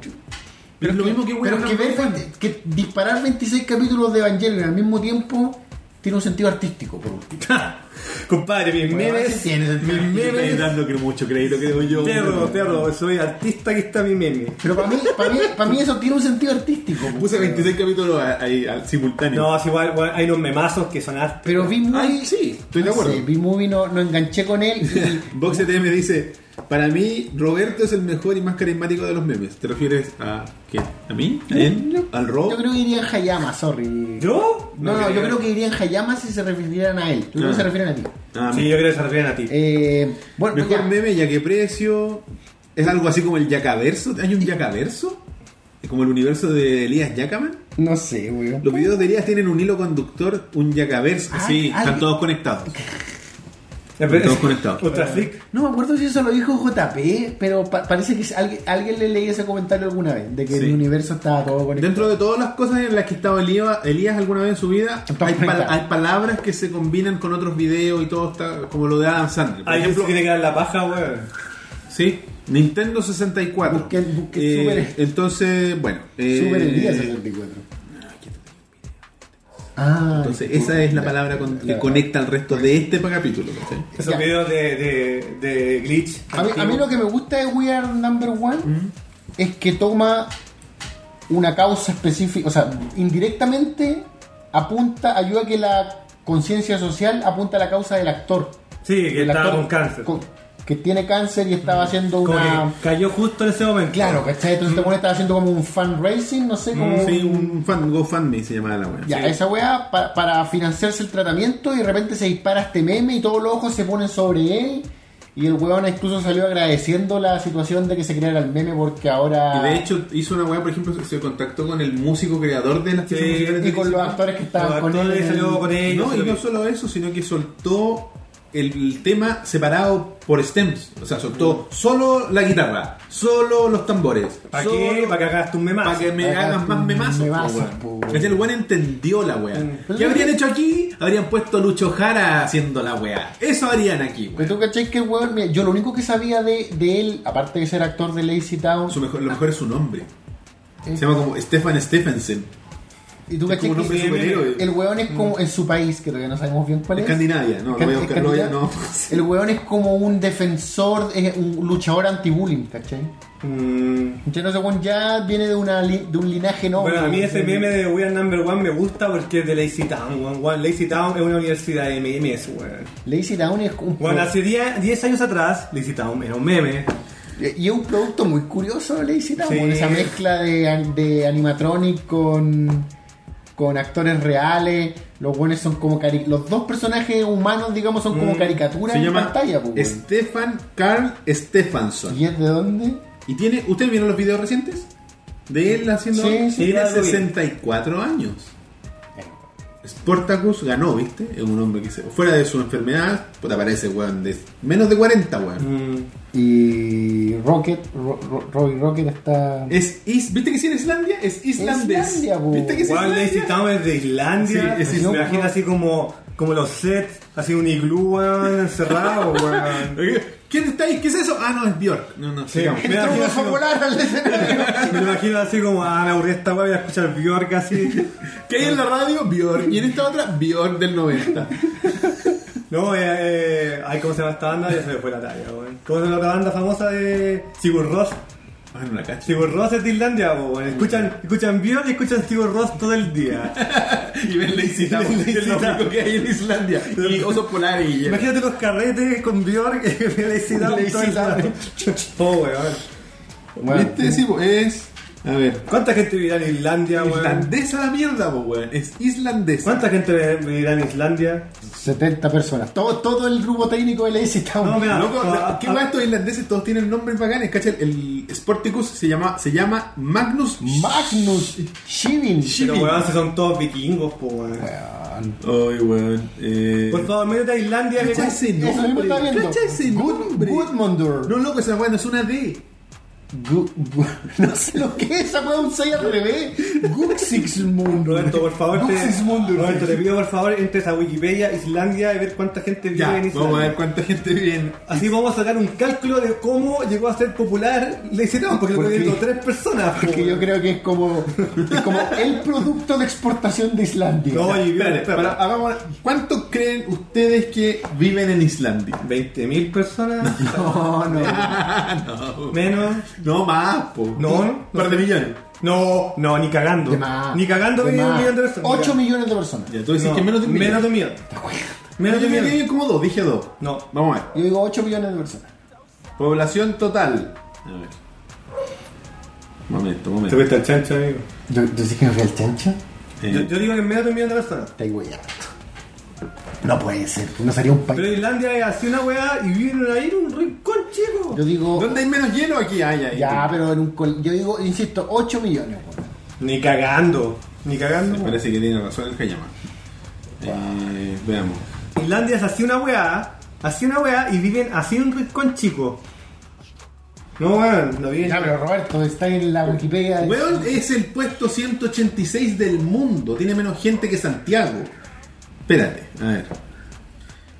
Pero es lo mismo que wea,
Pero
no,
que, ver-
wea.
que disparar 26 capítulos de Evangelion al mismo tiempo tiene un sentido artístico, por último.
[LAUGHS] Compadre, mis
Weón,
memes.
sí tiene sentido
mis
artístico.
Me
memes.
dando que mucho crédito creo yo.
Perro, perro, soy artista que está mi meme.
Pero para mí, para mí, para mí eso tiene un sentido artístico. pues. po.
Puse 26 capítulos a- ahí al simultáneo.
No, es igual, weón, hay unos memazos que son arte.
Pero Ah, B-Movie.
Ay, sí, estoy de
no
acuerdo.
sé, B-Movie no, no enganché con él.
[LAUGHS]
y-
Box ETM dice, para mí Roberto es el mejor y más carismático de los memes. ¿Te refieres a quién? ¿A mí? ¿A él? ¿Al Rob?
yo creo que iría en Hayama, sorry.
¿Yo?
No, no, yo creo que iría en Hayama si se refirieran a él. Yo creo que
Ah.
se refieren a ti.
Ah,
Sí, yo creo que se refieren a ti.
Eh, bueno,
mejor
ya.
meme, ya que precio. Es algo así como el Yacaverso. ¿Hay un Yacaverso? ¿Es como el universo de Elías Yacaman?
No sé, weón.
Los videos de Elías tienen un hilo conductor, un Yacaverso.
Ah,
sí,
ah,
están
que-
todos conectados.
Ya, pero-
Todos conectados.
[LAUGHS] Ultra Flick.
No me acuerdo si eso lo dijo JP, pero pa- parece que alguien, alguien le leí ese comentario alguna vez, de que
Sí.
el universo estaba todo conectado.
Dentro de todas las cosas en las que ha estado Elías, Elías alguna vez en su vida,
Están
hay, pal-
conectados.
hay palabras que se combinan con otros videos y todo está como lo de Adam Sandler. Por
Ahí
ejemplo,
se tiene que dar la paja, weón.
Sí, Nintendo 64.
Busquen- busquen
Eh,
Super-
Entonces, bueno. eh,
Super el día 64. Ah,
Entonces, esa es la palabra con- que conecta al resto de este capítulo. ¿cachai?
Esos
Ya.
videos de, de, de glitch.
A mí, a mí lo que me gusta de We Are Number One es que toma una causa específica, o sea, indirectamente apunta, ayuda a que la conciencia social apunta a la causa del actor.
Sí, que
El
estaba
actor
con cáncer. Mm. E.
con- que tiene cáncer y estaba haciendo
Como
una...
que cayó justo en ese momento.
Claro, ¿cachai? Entonces
Mm.
este weón estaba haciendo como un fundraising, no sé, como...
Sí, un fan, GoFundMe se llamaba la wea.
Ya, esa weá pa- para financiarse el tratamiento y de repente se dispara este meme y todos los ojos se ponen sobre él. Y el weón incluso salió agradeciendo la situación de que se creara el meme porque ahora...
Y de hecho, hizo una wea, por ejemplo, se contactó con el músico creador de las piezas
Sí,
musicales de
y con los
Disney.
actores que
Los
estaban con él.
actores
en el-
salió con
No,
ellos.
y
salió
no
que-
solo eso, sino que soltó el tema separado por stems. O sea, soltó solo la guitarra, solo los tambores.
¿Para
solo-
qué? ¿Para que hagas tus memas?
Para que me
Para
hagas
que
más memazos.
memazos,
po,
po,
weón.
weón.
Es el weón entendió la weá. ¿Qué habrían hecho aquí? Habrían puesto a Lucho Jara haciendo la weá. Eso harían aquí, weón.
Pero Pues tú cachai que el weón, mira, yo lo único que sabía de, de él, aparte de ser actor de Lazy Town,
Su mejor, lo mejor es su nombre. Se
Eh.
llama como Stefan Stephensen.
y tú
Es
cachai
como un nombre de
que
superhéroe. Mm.
el weón es como en su país, que todavía no sabemos bien cuál es.
Escandinavia. No, lo voy a buscar. lo voy a- No.
[LAUGHS] El weón es como un defensor, es un luchador anti-bullying, ¿cachai?
Mm.
Ya no sé, weón, ya viene de, una li- de un linaje noble.
Bueno, a mí ese
weón.
meme de We Are Number One me gusta porque es de Lazy Town, weón. Weón, Lazy Town es una universidad de memes, weón.
Lazy Town es un
Bueno,
pro-
hace 10 10 años atrás, Lazy Town era un meme.
Y es un producto muy curioso, Lazy Town.
Sí.
con Esa mezcla de, de animatronic con, con actores reales. Los buenos son como cari- Los dos personajes humanos, digamos,
Mm.
son como caricaturas
Se
en
llama
pantalla. pues, weón.
Stefan Carl Stefansson.
¿Y es de dónde?
Y tiene, ¿ustedes vieron los videos recientes? De él haciendo.
Sí, sí,
tiene
claro, lo vi.
64 años. Sportacus ganó, ¿viste? Es un hombre que se. Fuera de su enfermedad, puta, parece, weón, de menos de 40,
Mm.
weón.
Mm.
Y Rocket, Ro- Ro- Robbie Rocket está.
Es is- ¿Viste que sí en Islandia? Es islandés.
Islandia, po.
¿Viste que es
Igual
Islandia?
necesitamos desde Islandia.
Sí, es
se
Islandia.
imagina así como, como los sets, así un iglú weón, encerrado, weón.
[LAUGHS] ¿Quién está ahí? ¿Qué es eso? Ah, no, es Bjork. No, no,
Sí,
sigamos.
me, imagino así como,
volar
[LAUGHS]
al escenario.
me imagino así como, ah, me aburrí esta weá, voy a escuchar Bjork así.
¿Qué hay en la radio? Bjork. Y en esta otra, Bjork del 90.
No, eh, eh, ay, ¿cómo se llama esta banda? Ya se me fue la talla, weón. ¿Cómo se llama la otra banda famosa de Sigur Ross?
Ah, no la cacho.
Sigur Ross es de Islandia, po, weón. Escuchan, escuchan Bjork y escuchan Sigur Ross todo el día.
[LAUGHS] Y ven la Isita,
Y ven la
que es lo
Isita.
único que hay en Islandia. Y osos polares y ya.
Imagínate los carretes con Bjork [LAUGHS] y felicidad
Le
en todo el
hicieron.
lado. Oh, weón.
Bueno,
¿Viste? Sí, po, es. A ver.
¿Cuánta gente vivirá en Islandia, weón?
Islandesa la mierda, po, weón. Es islandesa.
¿Cuánta gente vivirá en Islandia?
70 personas. Todo, todo el grupo técnico de Lazy Town.
No, mira,
Loco,
ah,
la- ¿qué
ah,
va estos islandeses? Todos tienen nombres bacanes, ¿cachai? El Sporticus se llama, se llama Magnus.
Magnus Shivin.
Pero weón, si son todos vikingos, po, weón.
Weón.
Ay, weón. Eh...
Por favor, métete a Islandia, que
¿Cachai ese
Eso mismo
nombre?
estaba viendo.
¿Cachai ese
Good-
nombre?
Goodmundur.
No, loco, esa weón es una D.
Gu- gu- [LAUGHS] No sé lo que es esa weá, un 6 al revés. Guxixmundur.
Roberto, por favor, te,
Guxixmundur.
Roberto, te pido por favor entres a Wikipedia Islandia y ver cuánta gente vive
Ya,
en Islandia.
vamos a ver cuánta gente viene.
Así vamos a sacar un cálculo de cómo llegó a ser popular le hicieron porque lo
Porque-
estoy viendo tres personas.
Porque
po,
yo
weón.
creo que es como, es como el producto de exportación de Islandia.
No, y vive-
Espérate,
espera,
para, hagamos una- ¿Cuánto creen ustedes que viven en Islandia?
20.000 [LAUGHS] personas
no. no.
menos.
No más, po.
No,
un
no
par de millones.
No, no, ni cagando.
De más.
Ni cagando
De
vive un
más.
millón de personas.
8 millones de personas.
Ya, tú decís que menos de un millón.
Menos de un millón. Menos
Yo
de
creo que
un millón.
viven como dos, dije dos.
No.
Vamos a ver.
Yo digo 8 millones de personas.
Población total. A ver. Momento, momento.
fuiste al chancho, amigo.
¿Yo, yo sí que me fui al chancho?
Eh,
Yo, yo digo que menos de un millón de personas.
Está ahí No puede ser, no sería un
Pero
país.
Islandia es así una weá y viven ahí en un rincón, chico.
Yo digo,
¿Dónde hay menos hielo aquí? Ay, ay,
ya, pero en un col- yo digo, insisto, 8 millones. weón.
Ni cagando. Ni
Me
cagando.
parece que tiene razón el Kayama. Eh, veamos.
Islandia es así una weá, así una weá y viven así en un rincón chico. No, weón, no viven.
Ya, pero Roberto, está en la Wikipedia. de-
Weón es el puesto 186 del mundo. Tiene menos gente que Santiago. Espérate, a ver.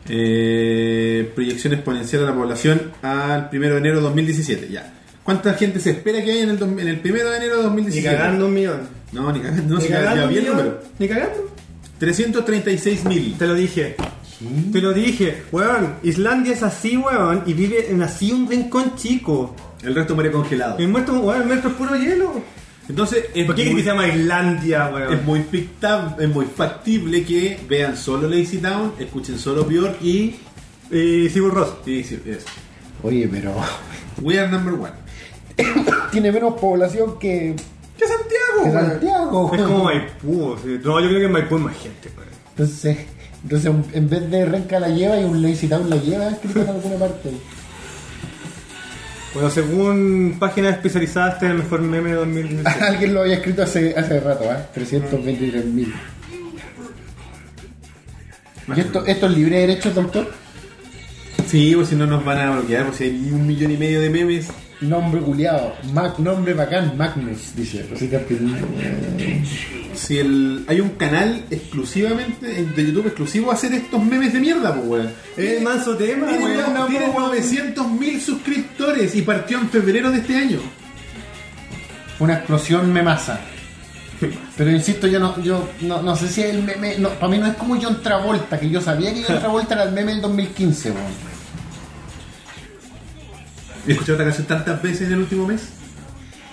Eh, proyección exponencial de la población al 1 de enero de 2017. Ya. ¿Cuánta gente se espera que haya en el, dos- en el 1 de enero de
Ni
2017?
cagando un millón.
No, ni cagando. No,
ni
si ya-
cagando
ya
un
vi el
millón.
número.
Ni cagando.
336 mil.
Te lo dije. Te lo dije. Weón, Islandia es así, weón, y vive en así un rincón chico.
El resto muere congelado.
Y el muerto, weón, el muerto es puro hielo.
Entonces, es
Em, ¿Por qué crees
muy-
que se llama Islandia,
Es
weón?
muy, ficta- es muy factible que vean solo Lazy Town, escuchen solo Bjork y.
Y Sigur Eh, Ross.
y sí, eso.
Oye, pero
We are number one.
tiene menos población que,
¿Qué Santiago,
que
weón?
Santiago.
Es
weón.
como Maipú. sí. No, yo creo que en Maipú es más gente, weón.
Entonces, entonces, en vez de Renca la lleva y un Lazy Town la lleva, escrito en alguna
[LAUGHS]
parte.
Bueno, según páginas especializadas, este es el mejor meme de 2016.
Alguien lo había escrito hace, hace rato, ¿eh? 323.000. ¿Y esto, esto es libre de derechos, doctor?
Sí, pues si no nos van a bloquear, pues si hay un millón y medio de memes.
Nombre culiado. Mac, nombre bacán, Magnus, dice. Rosita Pinilla.
Si el, hay un canal exclusivamente en- de YouTube exclusivo a hacer estos memes de mierda, pues weón.
Es el manso tema,
Tienen
weón.
no- tienen
Tienen-
900 mil suscriptores y partió en febrero de este año.
Una explosión memasa. Pero insisto, yo no, yo no, no sé si es el meme. No, para mí no es como John Travolta, que yo sabía
[LAUGHS]
que John Travolta era el meme del 2015, weón.
He escuchado esta canción tantas veces en el último mes.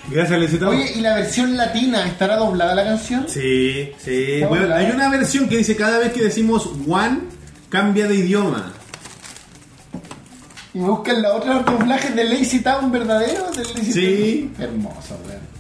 Gracias, Luisito.
Oye, ¿y la versión latina estará doblada la canción?
Sí, sí.
Hola.
Weón, hay una versión que dice cada vez que decimos one, cambia de idioma.
Y buscan la otra los doblajes de Lazy Town verdadero del Lazy
Sí.
Town. Hermoso, weón.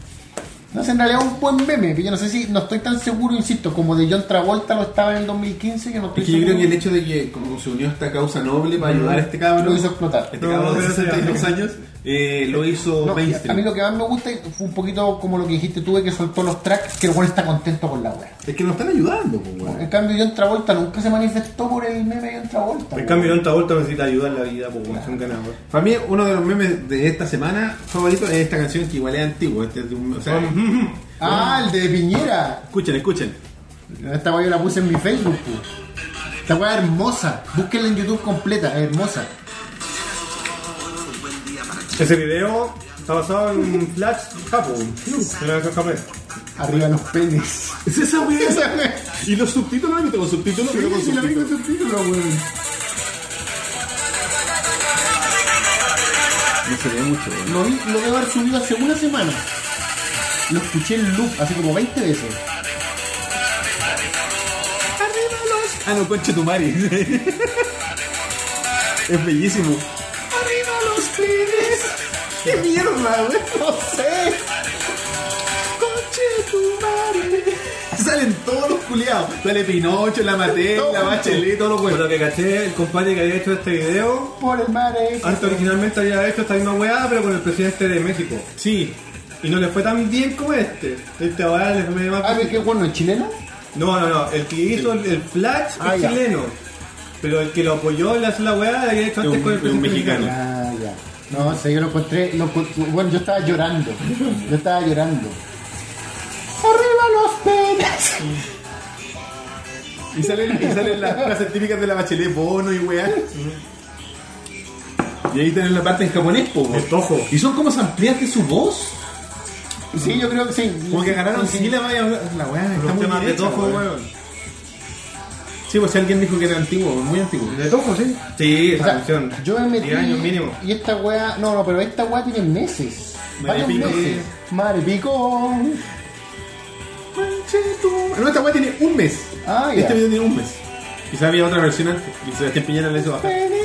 No sé, en realidad es un buen meme, pero yo no sé si, no estoy tan seguro, insisto, como de John Travolta lo estaba en el 2015, que no estoy
Es que yo creo
seguro.
que el hecho de que como se unió esta causa noble para ayudar a este cabrón,
Lo hizo explotar.
este cabrón de
No, pero
62
sí.
años, eh, lo hizo
No, a
mainstream.
mí lo que más me gusta fue un poquito como lo que dijiste tú, de que soltó los tracks, que el weón está contento con la wea.
Es que nos están ayudando, pues, weón.
En cambio, John Travolta nunca se manifestó por el meme de John Travolta.
En
weón.
cambio, John Travolta necesita ayuda en la vida, porque es un ganador.
Para mí, uno de los memes de esta semana favorito es esta canción que igual es antigua. Este es de un- o sea,
Ah, el de Piñera.
escuchen, escuchen.
Esta weá yo la puse en mi Facebook, pu. Esta weá es hermosa. Búsquenla en YouTube completa, es hermosa.
Ese video está basado en Flash Japón. Una canción japonesa.
Arriba los penes.
Es esa wea.
[LAUGHS] Esa weá.
Y los subtítulos, no tengo subtítulos, pero con
Sí, la vi
subtítulos.
con subtítulos, weón.
No se ve mucho, weón.
Lo vi, lo debo haber subido hace una semana. Lo escuché en loop hace como 20 veces.
Ah, no, conche tu [LAUGHS] mari. es bellísimo. ¡Arriba los pibes! ¡Qué mierda, güey!
No sé.
¡Conche tu mari! Salen todos los culiados. Sale Pinocho, la Maté, la Bachelet, todos los
Por
güeyes.
lo que caché, el compadre que había hecho este video,
Por el mar, eh.
antes originalmente había hecho esta misma weá, pero con el presidente de México.
Sí.
Y no le fue tan bien como este. Este ahora le fue más
Ah, ¿qué bueno? ¿Es chileno?
No, no, no. El que hizo el, el Flash
Ah,
es
ya.
chileno. Pero el que lo apoyó en hacer la weá, este había hecho
Es
antes
un-
con el
es un
presidente
mexicano.
Ah, ya. No sé, yo lo encontré. Lo, encont- bueno, yo estaba llorando. Yo estaba llorando. ¡Arriba los penes!
Y salen, y salen las frases típicas de la Bachelet, bono y weá. Y ahí tienen la parte en japonés, po, güey.
El tojo.
Y son como amplias de su voz.
Sí, yo creo que sí.
Como que agarraron
Sí.
sílabas y hablaron- La weá, está
Los
muy
temas
bien
de
hecha,
tojo,
güey.
weón.
Sí, pues si alguien dijo que era antiguo, muy antiguo.
De tojo, sí. Sí,
O
esa
sea,
canción.
yo me metí.
10 años mínimo.
Y esta weá. No, no, pero esta weá tiene meses. Varios
Maripico.
meses. Maripicón.
No, esta weá tiene un mes.
Ah, ya.
Este video tiene un mes. Quizá había otra versión antes. Y Sebastián Piñera le hizo bajar.
Penes. [LAUGHS]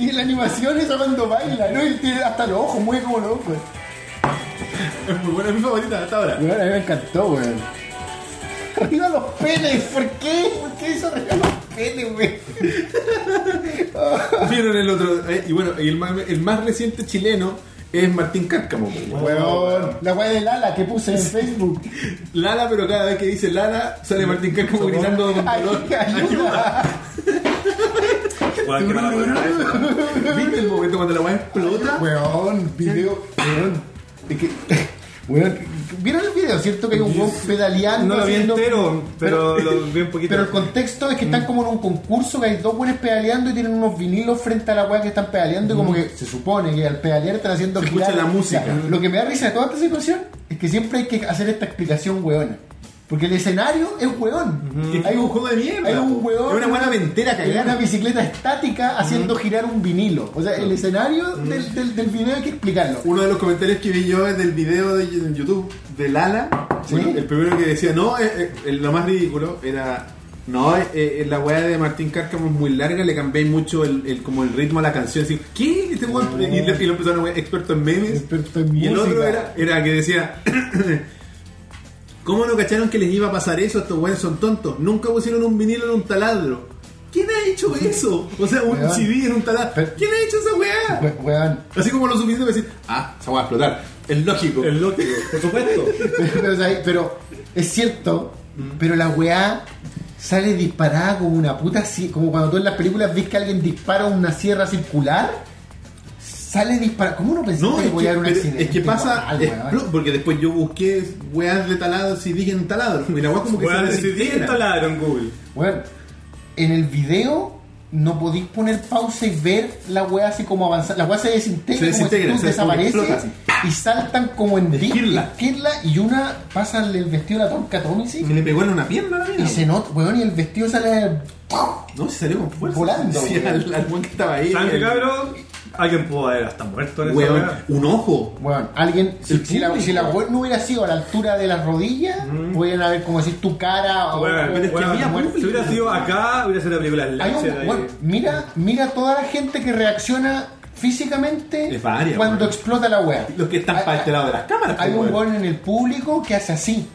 Y la animación es cuando baila, ¿no? Y tiene hasta los ojos, mueve como loco.
Es muy buena, es mi favorita hasta ahora.
Weón, a mí me encantó, weón. [LAUGHS] Arriba los penes, ¿por qué? ¿Por qué hizo arriba los penes, weón?
Vieron el otro. eh, y bueno, y el más, el más reciente chileno es Martín Cárcamo. pues, weón.
Weón, la weá de Lala que puse en Facebook.
Lala, pero cada vez que dice Lala, sale Martín Cárcamo gritando con
Ay,
[LAUGHS]
[LAUGHS]
dolor.
ayuda.
[LAUGHS]
Weón, qué mala weá eso.
¿Viste el momento cuando la weá explota?
Weón, video, weón. Es que, [LAUGHS] weón, ¿vieron el video? ¿Cierto que hay un weón pedaleando?
No lo vi
haciendo-
entero, pero lo vi un poquito.
Pero el contexto es que
Mm.
están como en un concurso que hay dos buenos pedaleando y tienen unos vinilos frente a la weá que están pedaleando y como que se supone que al pedalear están haciendo
Mm. Se escucha la música.
Ya, Lo que me da risa de toda esta situación es que siempre hay que hacer esta explicación weona. Porque el escenario es weón.
Mm. Es que es un juego de mierda,
Hay
po.
un weón.
Es una buena ventera
en
cagada. Mm.
Una bicicleta estática haciendo girar un vinilo. O sea, el escenario del, del, del video hay que explicarlo.
Uno de los comentarios que vi yo es del video de en YouTube de Lala.
¿Sí?
Bueno, el primero que decía, no, eh, eh, el- lo más ridículo era, no, eh, eh, la weá de Martín Cárcamo es muy larga, le cambié mucho el, el- como el ritmo a la canción. Así, ¿qué? Este weón- y, le- y lo empezaron a wear, experto en memes.
Experto en
y el otro
música.
era, era que decía, ¿cómo no cacharon que les iba a pasar eso? Estos weones son tontos. Nunca pusieron un vinilo en un taladro. ¿Quién ha
[LAUGHS]
hecho eso? O sea, un
Weón.
CD en un taladro.
Pero-
¿Quién ha hecho esa weá?
We- Weón.
Así como lo suficiente para decir, ah, se va a explotar. Es lógico.
El lógico, por supuesto.
pero, pero, ¿sabes? Pero es cierto, pero la weá sale disparada como una puta si- como cuando tú en las películas ves que alguien dispara una sierra circular sale disparada ¿cómo no pensaste
No, es
que voy
que,
a dar un
pero
accidente?
es que pasa,
Igual, weón.
explo- porque después yo busqué weas de taladro, si dije en taladro, y la wea como que
Weón,
se
decidí
desintegra.
instalar en Google.
Weón, en el video no podéis poner pausa y ver la weá así como avanzar. La weá se desintegra,
Se desintegra,
como
se-
desaparece
explota así.
y saltan como en
Esquirla.
esquirla y una pasa el vestido de la tonca Tommy, ¿sí?
Y le pegó en una pierna la mina.
Y se nota, weón, y el vestido sale.
No, se salió con fuerza.
Volando,
Sí,
weón.
al, al weón que estaba ahí.
¿Saben qué,
el-
cabrón? Alguien pudo haber hasta muerto en esa
weón,
weá.
un ojo.
Weón, alguien. Si,
El
si la,
público.
si la weón no hubiera sido a la altura de las rodillas, podrían haber como decir tu cara o.
Weón,
pero es que
weón,
había
weón,
público.
Si hubiera sido acá, hubiera sido la película
Hay
Slasher
un-
ahí.
weón, mira, mira toda la gente que reacciona físicamente
Es varias,
cuando
weón.
explota la wea.
Los que están
Hay-
para este lado de las cámaras.
Hay
pues,
un
weón. Mm.
weón en el público que hace así.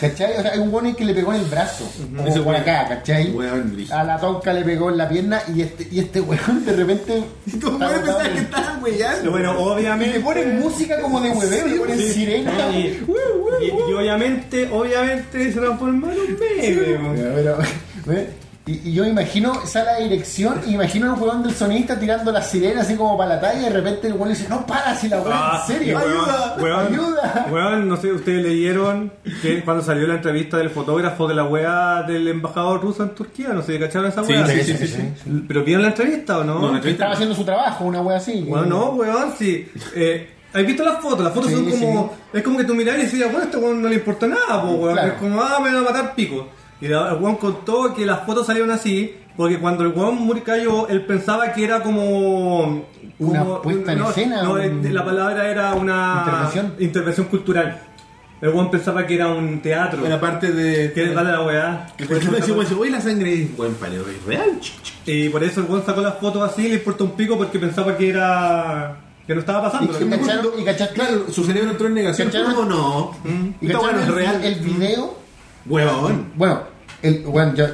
¿Cachai? O sea, hay un weón que le pegó en el brazo. como
Ese
por
weón-
acá, ¿cachai?
weón, brígido.
a la tonca le pegó en la pierna y este, y este weón de repente.
[LAUGHS] Y tú puedes pensar que estás
Pero
weyando.
bueno,
Y le
obviamente.
ponen música como de hueveo, le ponen
Sí.
sirena.
No, y, y- y obviamente, obviamente se transforma en un meme. weón.
Pero- [LAUGHS] pero- y, y yo imagino, sale la dirección, y imagino al weón del sonista tirando la sirena así como para la talla, y de repente el weón le dice, no para si la weón,
Ah,
en serio,
weón,
ayuda,
weón,
ayuda.
weón, no sé, ustedes leyeron que cuando salió la entrevista del fotógrafo de la weá del embajador ruso en Turquía, no sé, ¿cacharon esa weá?
sí, sí, sí, sí.
¿Pero vieron la entrevista o no?
No, la
Que Estaba haciendo su trabajo, una wea así.
Bueno, no, weón, sí. Eh, ¿Has visto las fotos? Las fotos
Sí,
son como. Es como que tú mirás y decís, bueno, este weón no le importa nada, po, weón.
Claro.
Es como, ah, me van a matar pico. Y la- el weón contó que las fotos salieron así, porque cuando el weón muri cayó, él pensaba que era como.
Una
como-
puesta en
no,
escena,
No,
un-
eh, la palabra era una.
Intervención.
intervención cultural. El weón pensaba que era un teatro.
La parte de.
Que era la weá.
Que por ejemplo, decimos, oye, la sangre es buen paleo, es real. ch- ch-
Y por eso el weón sacó las fotos así, le importó un pico porque pensaba que era. que no estaba pasando.
Y cacharon- y cachaste-
Claro, su cerebro entró en negación.
¿Cacharon?
¿Cómo no?
Y
Está bueno,
cacharon
es
el,
real.
Mm. el video.
Huevón.
Bueno, el, bueno yo,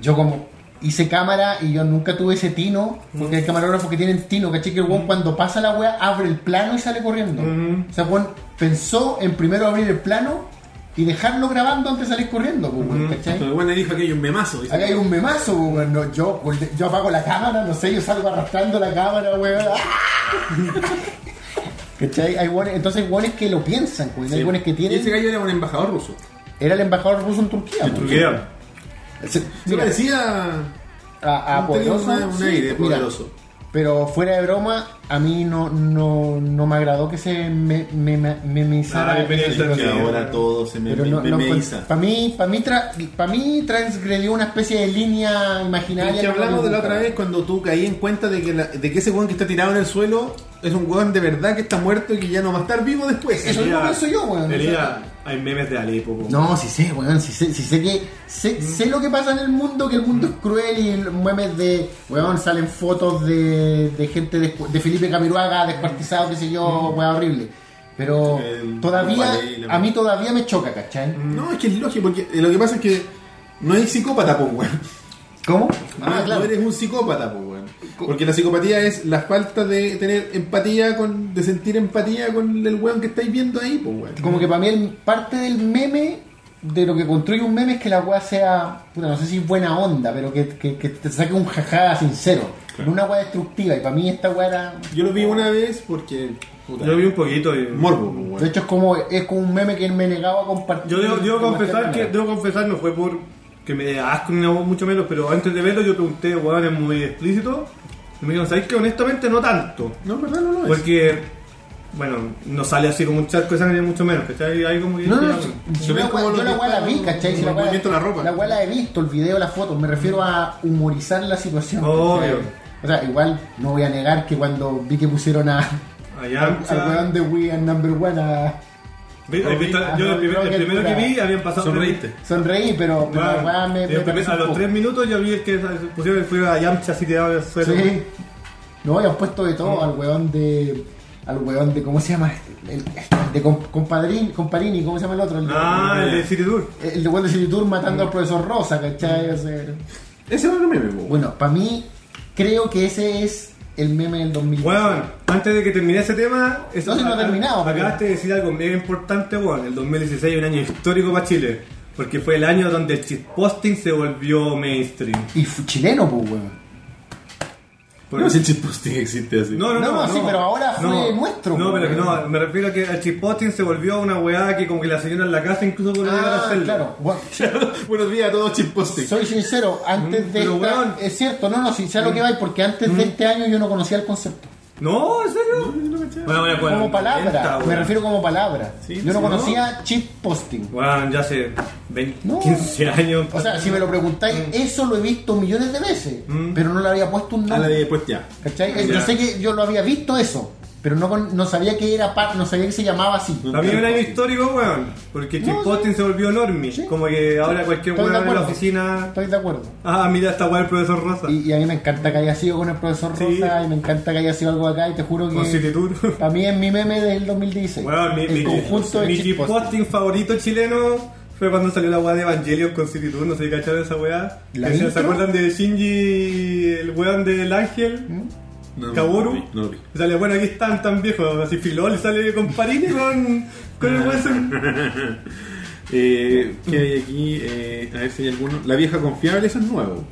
yo como hice cámara y yo nunca tuve ese tino, porque hay camarógrafos que tienen tino, caché que el weón cuando pasa la wea abre el plano y sale corriendo. O sea, weón pensó en primero abrir el plano y dejarlo grabando antes de salir corriendo, pues, weón, ¿cachai?
Entonces, Bueno, dijo que hay un memazo. dice.
Acá hay un memazo, pues, weón. No, yo, yo apago la cámara, no sé, yo salgo arrastrando la cámara, weón. [LAUGHS] ¿Cachai? Hay weones- entonces hay weones que lo piensan, weón. Hay weones que
Y ese
tienen.
gallo era un embajador ruso.
Era el embajador ruso en Turquía. pues. weón.
Turquía.
Se-
Se
mira,
parecía.
a,
tenía
a poderoso,
una- un
sí,
aire
mira,
poderoso.
pero fuera de broma, a mí no, no, no me agradó que se me, me, me, memizara
Ah,
esa
bienvenido,
situación.
Que
Sí,
ahora
bueno.
todo se me
Pero no,
memeiza.
para mí, para mí, tra- pa' mí transgredió una especie de línea imaginaria.
Que
no me
hablamos de la
gusta.
otra vez cuando tú caí en cuenta de que, la- de que ese weón que está tirado en el suelo es un weón de verdad que está muerto y que ya no va a estar vivo después.
Eso mismo
Herida-
pienso yo, weón.
herida, hay memes de Alepo, po.
No, sí sé, weón, sí sé, sí sé que
Mm.
sé, sé lo que pasa en el mundo, que el mundo es cruel y el- memes de, weón, salen fotos de, de gente de, de Felipe Camiruaga descuartizado, qué sé yo, weón, horrible. Pero
Mm. El-
todavía,
vale, la-
a mí todavía me choca, ¿cachai?
No, es que es lógico, porque eh, lo que pasa es que no hay psicópata, pues, weón.
¿Cómo?
no,
Ah,
no
claro.
eres un psicópata, pues, weón. Porque la psicopatía es la falta de tener empatía, con, de sentir empatía con el weón que estáis viendo ahí, pues, weón.
Como que para mí el- parte del meme, de lo que construye un meme es que la weá sea, puta, no sé si buena onda, pero que, que- que te saque un jajá sincero. No una weá destructiva, y para mí esta weá era...
Yo lo vi una vez porque. puta,
Yo vi un poquito y...
Morbo, pues,
De
weón.
hecho, es como, es como un meme que me negaba a compartir.
Yo debo, debo
Como
confesar
esta
que,
manera.
debo confesar, no fue por que me dé asco ni nada, mucho menos, pero antes de verlo yo pregunté, weón, es muy explícito. Y me dijeron, ¿sabéis que honestamente no tanto?
No, en verdad no lo es.
Porque, bueno, no sale así como un charco de sangre, ni mucho menos, ¿cachai? Hay como que...
No, no,
Se
yo,
ve
la
como
weá- yo
lo
la
que
weá la
está
vi,
en-
¿cachai?
en
Si
el
la weá-
movimiento de la ropa.
La weá la he visto, el video, las fotos. Me refiero a humorizar la situación.
Obvio.
¿cachai? O sea, igual no voy a negar que cuando vi que pusieron a,
Ah.
Allá, o
al
sea,
weón de We Are Number One a
vi- he visto-
Ah,
yo el,
no,
primer-
creo
el
que
primero que
dura.
vi habían pasado...
Sonreíste.
sonreír, pero, pero la
Bueno,
weá me.
y
me
el primer-
parece
a
un
los
poco.
tres minutos yo vi el que pusieron el fue a Yamcha así tirado en el suelo.
Sí. No, habían puesto de todo al weón de. Al weón de. ¿Cómo se llama? El, el- de comp- compadrín, comparini, ¿cómo se llama el otro? El de-
Ah, el de City Tour.
Eh, El de Wall City Tour matando al profesor Rosa, ¿cachai? O sea,
Ese es otro meme, pues, weón.
bueno, para mí, creo que ese es el meme del 2000.
Weón, antes de que termine ese tema, eso-
No, si no ha terminado, pero-
Acabaste de decir algo bien importante, weón. El 2016 es un año histórico para Chile, porque fue el año donde el shitposting se volvió mainstream.
Y fu- chileno, pues, weón.
Por-
No sé si el posting existe así.
No, no, no,
No, sí, pero ahora fue
No,
nuestro,
No,
weón.
pero que no, me refiero a que el shitposting se volvió una weá que como que la señora en la casa incluso podía llegar a
Ah,
hacerlo.
claro.
[LAUGHS]
Bueno,
Buenos días a todos, chimposting.
soy sincero, antes de.
pero,
esta-
weón. Mm.
es cierto, no, no, sí, sé a lo que va, porque antes de este año yo no conocía el concepto.
No, ¿en serio? bueno, bueno, bueno,
como palabra,
90,
me
weón.
refiero como palabra. yo no
sí,
conocía chip posting.
Weón, ya hace 20,
No.
15 años.
O sea, si me lo preguntáis,
Mm.
eso lo he visto millones de veces, pero no le había puesto un
A la
nombre.
de pues ya.
¿Cachai? Eh,
Ya.
Yo sé que yo lo había visto eso, pero no, con- no sabía que era Pat, no sabía que se llamaba así.
Para mí es un año histórico, weón. Porque
No,
Chipotting se volvió enorme.
Sí.
Como que ahora
Estoy
cualquier
de
weón en la
acuerdo.
oficina.
Estoy de acuerdo.
Ah, mira, esta weón el profesor Rosa.
Y, y a mí me encanta que haya sido con el profesor
Sí.
Rosa y me encanta que haya sido algo acá y te juro
Con City
que
Tour. [LAUGHS]
para mí es mi meme del 2016.
Weón, mi,
el
mi,
conjunto
mi
de chip posting.
Chipotting favorito chileno fue cuando salió la weá de Evangelion con City Tour. No sé si cacharon esa weá.
¿La
Que se- ¿Se
intro?
acuerdan de Shinji, el weón del ángel?
¿Mm?
No, No, lo
Kaburu.
vi, no lo vi.
Sale, bueno, aquí están tan viejos. Así Filol sale con Parini con, con el hueso.
Eh, ¿Qué hay aquí? Eh, a ver si hay alguno. La vieja confiable, eso es nuevo.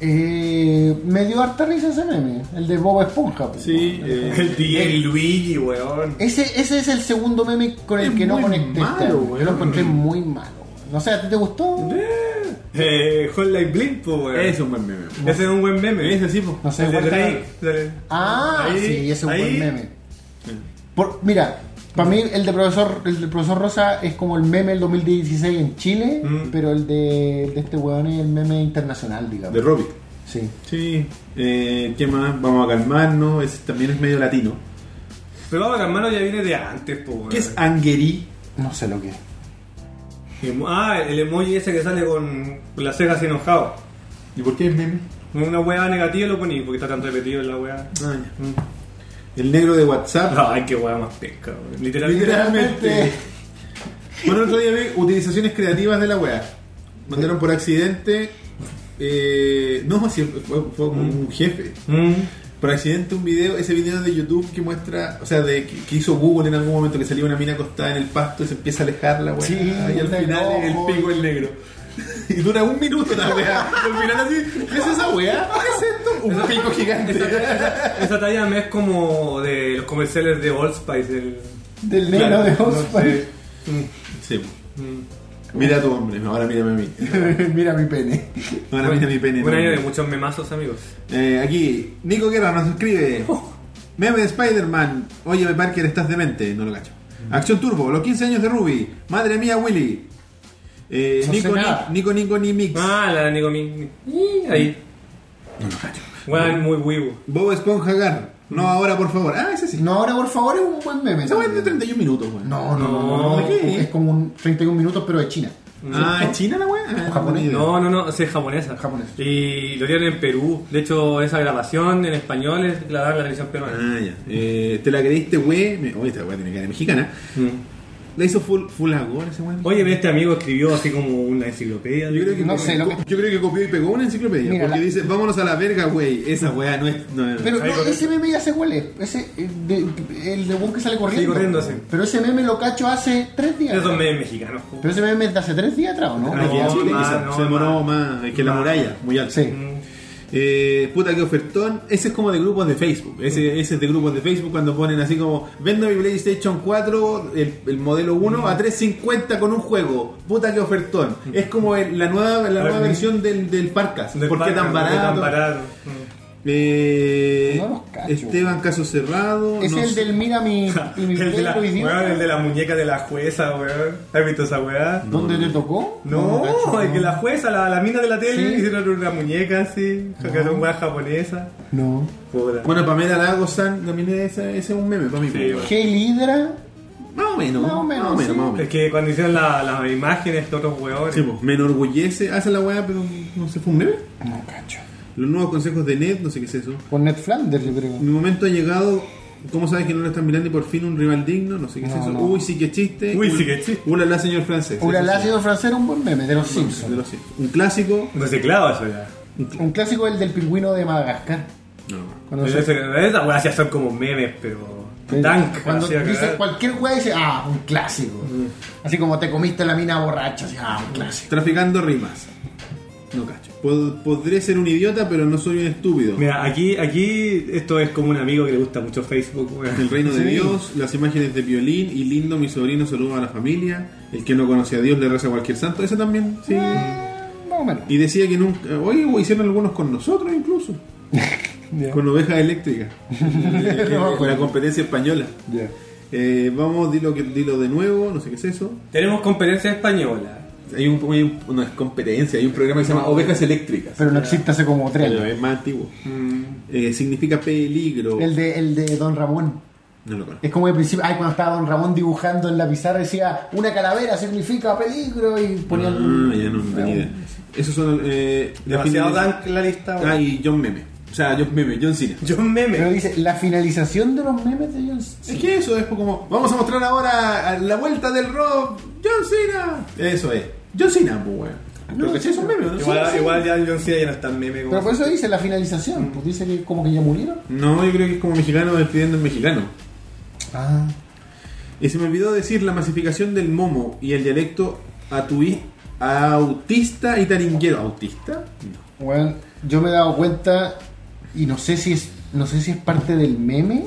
Eh, me dio harta risa ese meme, el de Bob Esponja. pues,
[LAUGHS] Sí,
weón.
eh,
El DJ Luigi, weón.
Ese, ese es el segundo meme con el
Es
que no
muy
conecté.
malo,
este año. Yo lo
weón.
encontré muy malo. weón. No sé, ¿a ti te gustó?
Eh, Hotline Bling, pues, weón.
es un buen meme.
Ese es un buen meme.
pues. Ese sí, po.
No sé,
El de
cuál era.
Drake, sale.
Ah,
Ahí,
sí, ese es un
ahí.
buen meme. Por- mira, para mí el de profesor el de profesor Rosa es como el meme del 2016 en Chile,
Mm.
pero el de, el de este weón es el meme internacional, digamos.
De Robbie.
Sí.
Sí. Eh, ¿Qué más? Vamos a calmarnos. Ese también es medio latino.
Pero vamos, hermano, ya viene de antes, pues, weón.
¿Qué es Anguerí?
No sé lo que es.
Emo- Ah, el emoji ese que sale con las cejas enojado.
¿Y por qué es meme?
Una weá negativa lo poní porque está tan repetido en la weá.
Ah, ya. Mm. El negro de WhatsApp.
Ay, qué weá más pesca, weón. Literalmente.
Literalmente. Bueno, el otro día vi utilizaciones creativas de la weá. Mandaron por accidente. eh, no, sí, fue, fue como un jefe.
Mm.
Por accidente un video, ese video de YouTube que muestra, o sea, de que, que hizo Google en algún momento que salía una mina acostada en el pasto y se empieza a alejar la weá.
Sí,
y al
está
final
loco.
el pico el negro. [LAUGHS] Y dura un minuto la weá. Y al final así, ¿qué es esa weá? ¿Qué es esto? Un pico gigante.
Esa talla me es como de los comerciales de Old Spice. El...
Del negro
Claro,
de
no
Oswald.
Sí. Mira a tu hombre, ahora mírame a mí.
[LAUGHS] Mira mi pene.
Ahora mira mi pene.
Un
no,
año de
no.
muchos memazos, amigos.
Eh, aquí, Nico Guerra nos escribe. Meme de Spider-Man. Oye, Parker, estás demente. No lo cacho. Acción Turbo, los 15 años de Ruby. Madre mía, Willy. Eh,
No sé
Nico,
nada.
Ni- Nico, Nico, ni Mix.
Ah, la de Nico Min. Y Ahí.
No lo cacho.
Weón, muy huevo.
Bob Esponja Gar. No ahora, por favor. Ah, ese sí.
No, ahora por favor es un buen meme.
Esa weá es de
también.
31 minutos, weón.
No, no, no, no, no.
¿Por qué?
Es como un 31 minutos, pero de China.
Ah, ¿es china la weá? Ah,
Japonés.
ni idea.
No, no, no, sí, es japonesa.
Japonesa.
Y lo dieron en Perú. De hecho, esa grabación en español es- la dan en la televisión peruana.
Ah, ya. Eh, ¿Te la creíste, wey? Me- Oye, esta weá tiene cara mexicana.
Mm.
La hizo full, full a gol ese weón.
Oye, este amigo escribió así como una enciclopedia.
Yo creo, que
No sé, lo que-
yo creo que copió y pegó una enciclopedia.
Mira,
porque
la-
dice, vámonos a la verga, güey. Esa weá no es. No, no.
Pero
Ahí
no,
corriendo.
ese meme ya sé cuál es. Ese, eh, de- el de Wong que sale corriendo.
corriendo, sí.
Pero ese meme lo cacho hace tres días.
Esos medios mexicanos. po.
Pero ese meme es de hace tres días atrás, ¿o no?
Ah,
Aquí en
no,
Chile,
más,
quizá,
no,
se demoró más, eh, que la
más.
muralla, muy alta.
Sí.
Mm.
Eh, puta que ofertón, ese es como de grupos de Facebook.
Mm.
Ese, ese es de grupos de Facebook cuando ponen así como: Vendo mi PlayStation 4, el, el modelo
Mm.
1 a 3.50 con un juego. Puta que ofertón. Es como el- la nueva, la
Ah,
nueva
sí.
versión del, del Parcas.
Del
¿Por qué
Parca,
tan
¿por qué
barato?
tan barato? Mm.
Eh,
No los cacho.
Esteban Caso Cerrado.
Es
no
el
sé.
del mira
[LAUGHS]
mi, y mi
El de, la,
pelo, idiota.
weón, el de la muñeca de la jueza, weón. ¿Has visto esa weá?
¿Dónde te tocó?
No,
cacho,
es que
no.
la jueza, la, la mina de la tele,
Sí.
hicieron una muñeca así, que son weas japonesas.
No.
Puta.
Bueno, Pamela Lago-san también ese, ese es un meme para mí. pues,
bueno.
Hell Hydra.
Más o menos.
Más o menos, sí.
más o
Es
menos.
que cuando hicieron la- las imágenes de otros weones.
Sí, pues, me enorgullece. Hace la weá, pero no sé, fue un meme.
No, cacho.
Los nuevos consejos de Ned, no sé qué es eso.
Con Ned Flanders, yo creo.
Mi momento ha llegado. ¿Cómo sabes que no lo están mirando y por fin un rival digno? No sé qué es
No,
eso.
no.
Uy, sí que chiste.
Uy, sí que chiste.
Ulala, señor francés.
Ura
Eso sí.
Lácido francés era un buen meme, de los
De
Simpsons.
los Simpsons. Un clásico.
No se clava eso ya.
Un clásico el del pingüino de Madagascar.
No, no.
Cuando
Pero
se-
ese- Esas weas ya son como memes, pero. Dank,
Cuando
así Mm. a
dice
cagar.
cualquier weá, dice, ah, un clásico. Así como te comiste la mina borracha, así, ah, un clásico.
Traficando rimas. No cacho. Pod- podré ser un idiota, pero no soy un estúpido.
Mira, aquí, aquí esto es como un amigo que le gusta mucho Facebook, weón.
El reino de Dios, las imágenes de violín y lindo, mi sobrino saluda a la familia. El que no conoce a Dios le reza a cualquier santo, ese también. Sí.
Ah. Más o menos.
Y decía que nunca. Oye, o hicieron algunos con nosotros incluso. Con ovejas eléctricas. eh,
[LAUGHS]
Con la competencia española. Eh, vamos, dilo, que- dilo de nuevo, no sé qué es eso.
Tenemos competencia española.
Hay, un, hay un- una competencia, hay un programa que se llama Ovejas Eléctricas.
Pero no existe hace como tres
Pero
años.
es más antiguo. Eh, significa peligro.
El de, el de Don Ramón.
No lo conozco.
Es como el principio. Ay, cuando estaba Don Ramón dibujando en la pizarra decía: Una calavera significa peligro. Y ponía.
Ah, ya no tenía idea. Esos son. Eh, la
Demasiado
finaliz-
dan la lista.
Ah, y John Meme. O sea, John Meme, John Cena.
John Meme.
Pero dice: La finalización de los memes de John
Es
Cena".
que eso es como. Vamos a mostrar ahora a la vuelta del rock. John Cena. Eso es. John Cena, pues, weón.
No,
Pero que sí es un meme, ¿no?
igual,
Sí, sí.
igual ya John Cena ya no es tan meme como.
Pero por eso dice: La finalización. Pues dice que como que ya murieron.
No, yo creo que es como mexicano despidiendo en mexicano.
Ah.
Y se me olvidó decir la masificación del momo y el dialecto atui- autista y taringuero. ¿Autista? No.
Bueno, yo me he dado cuenta y no sé si es no sé si es parte del meme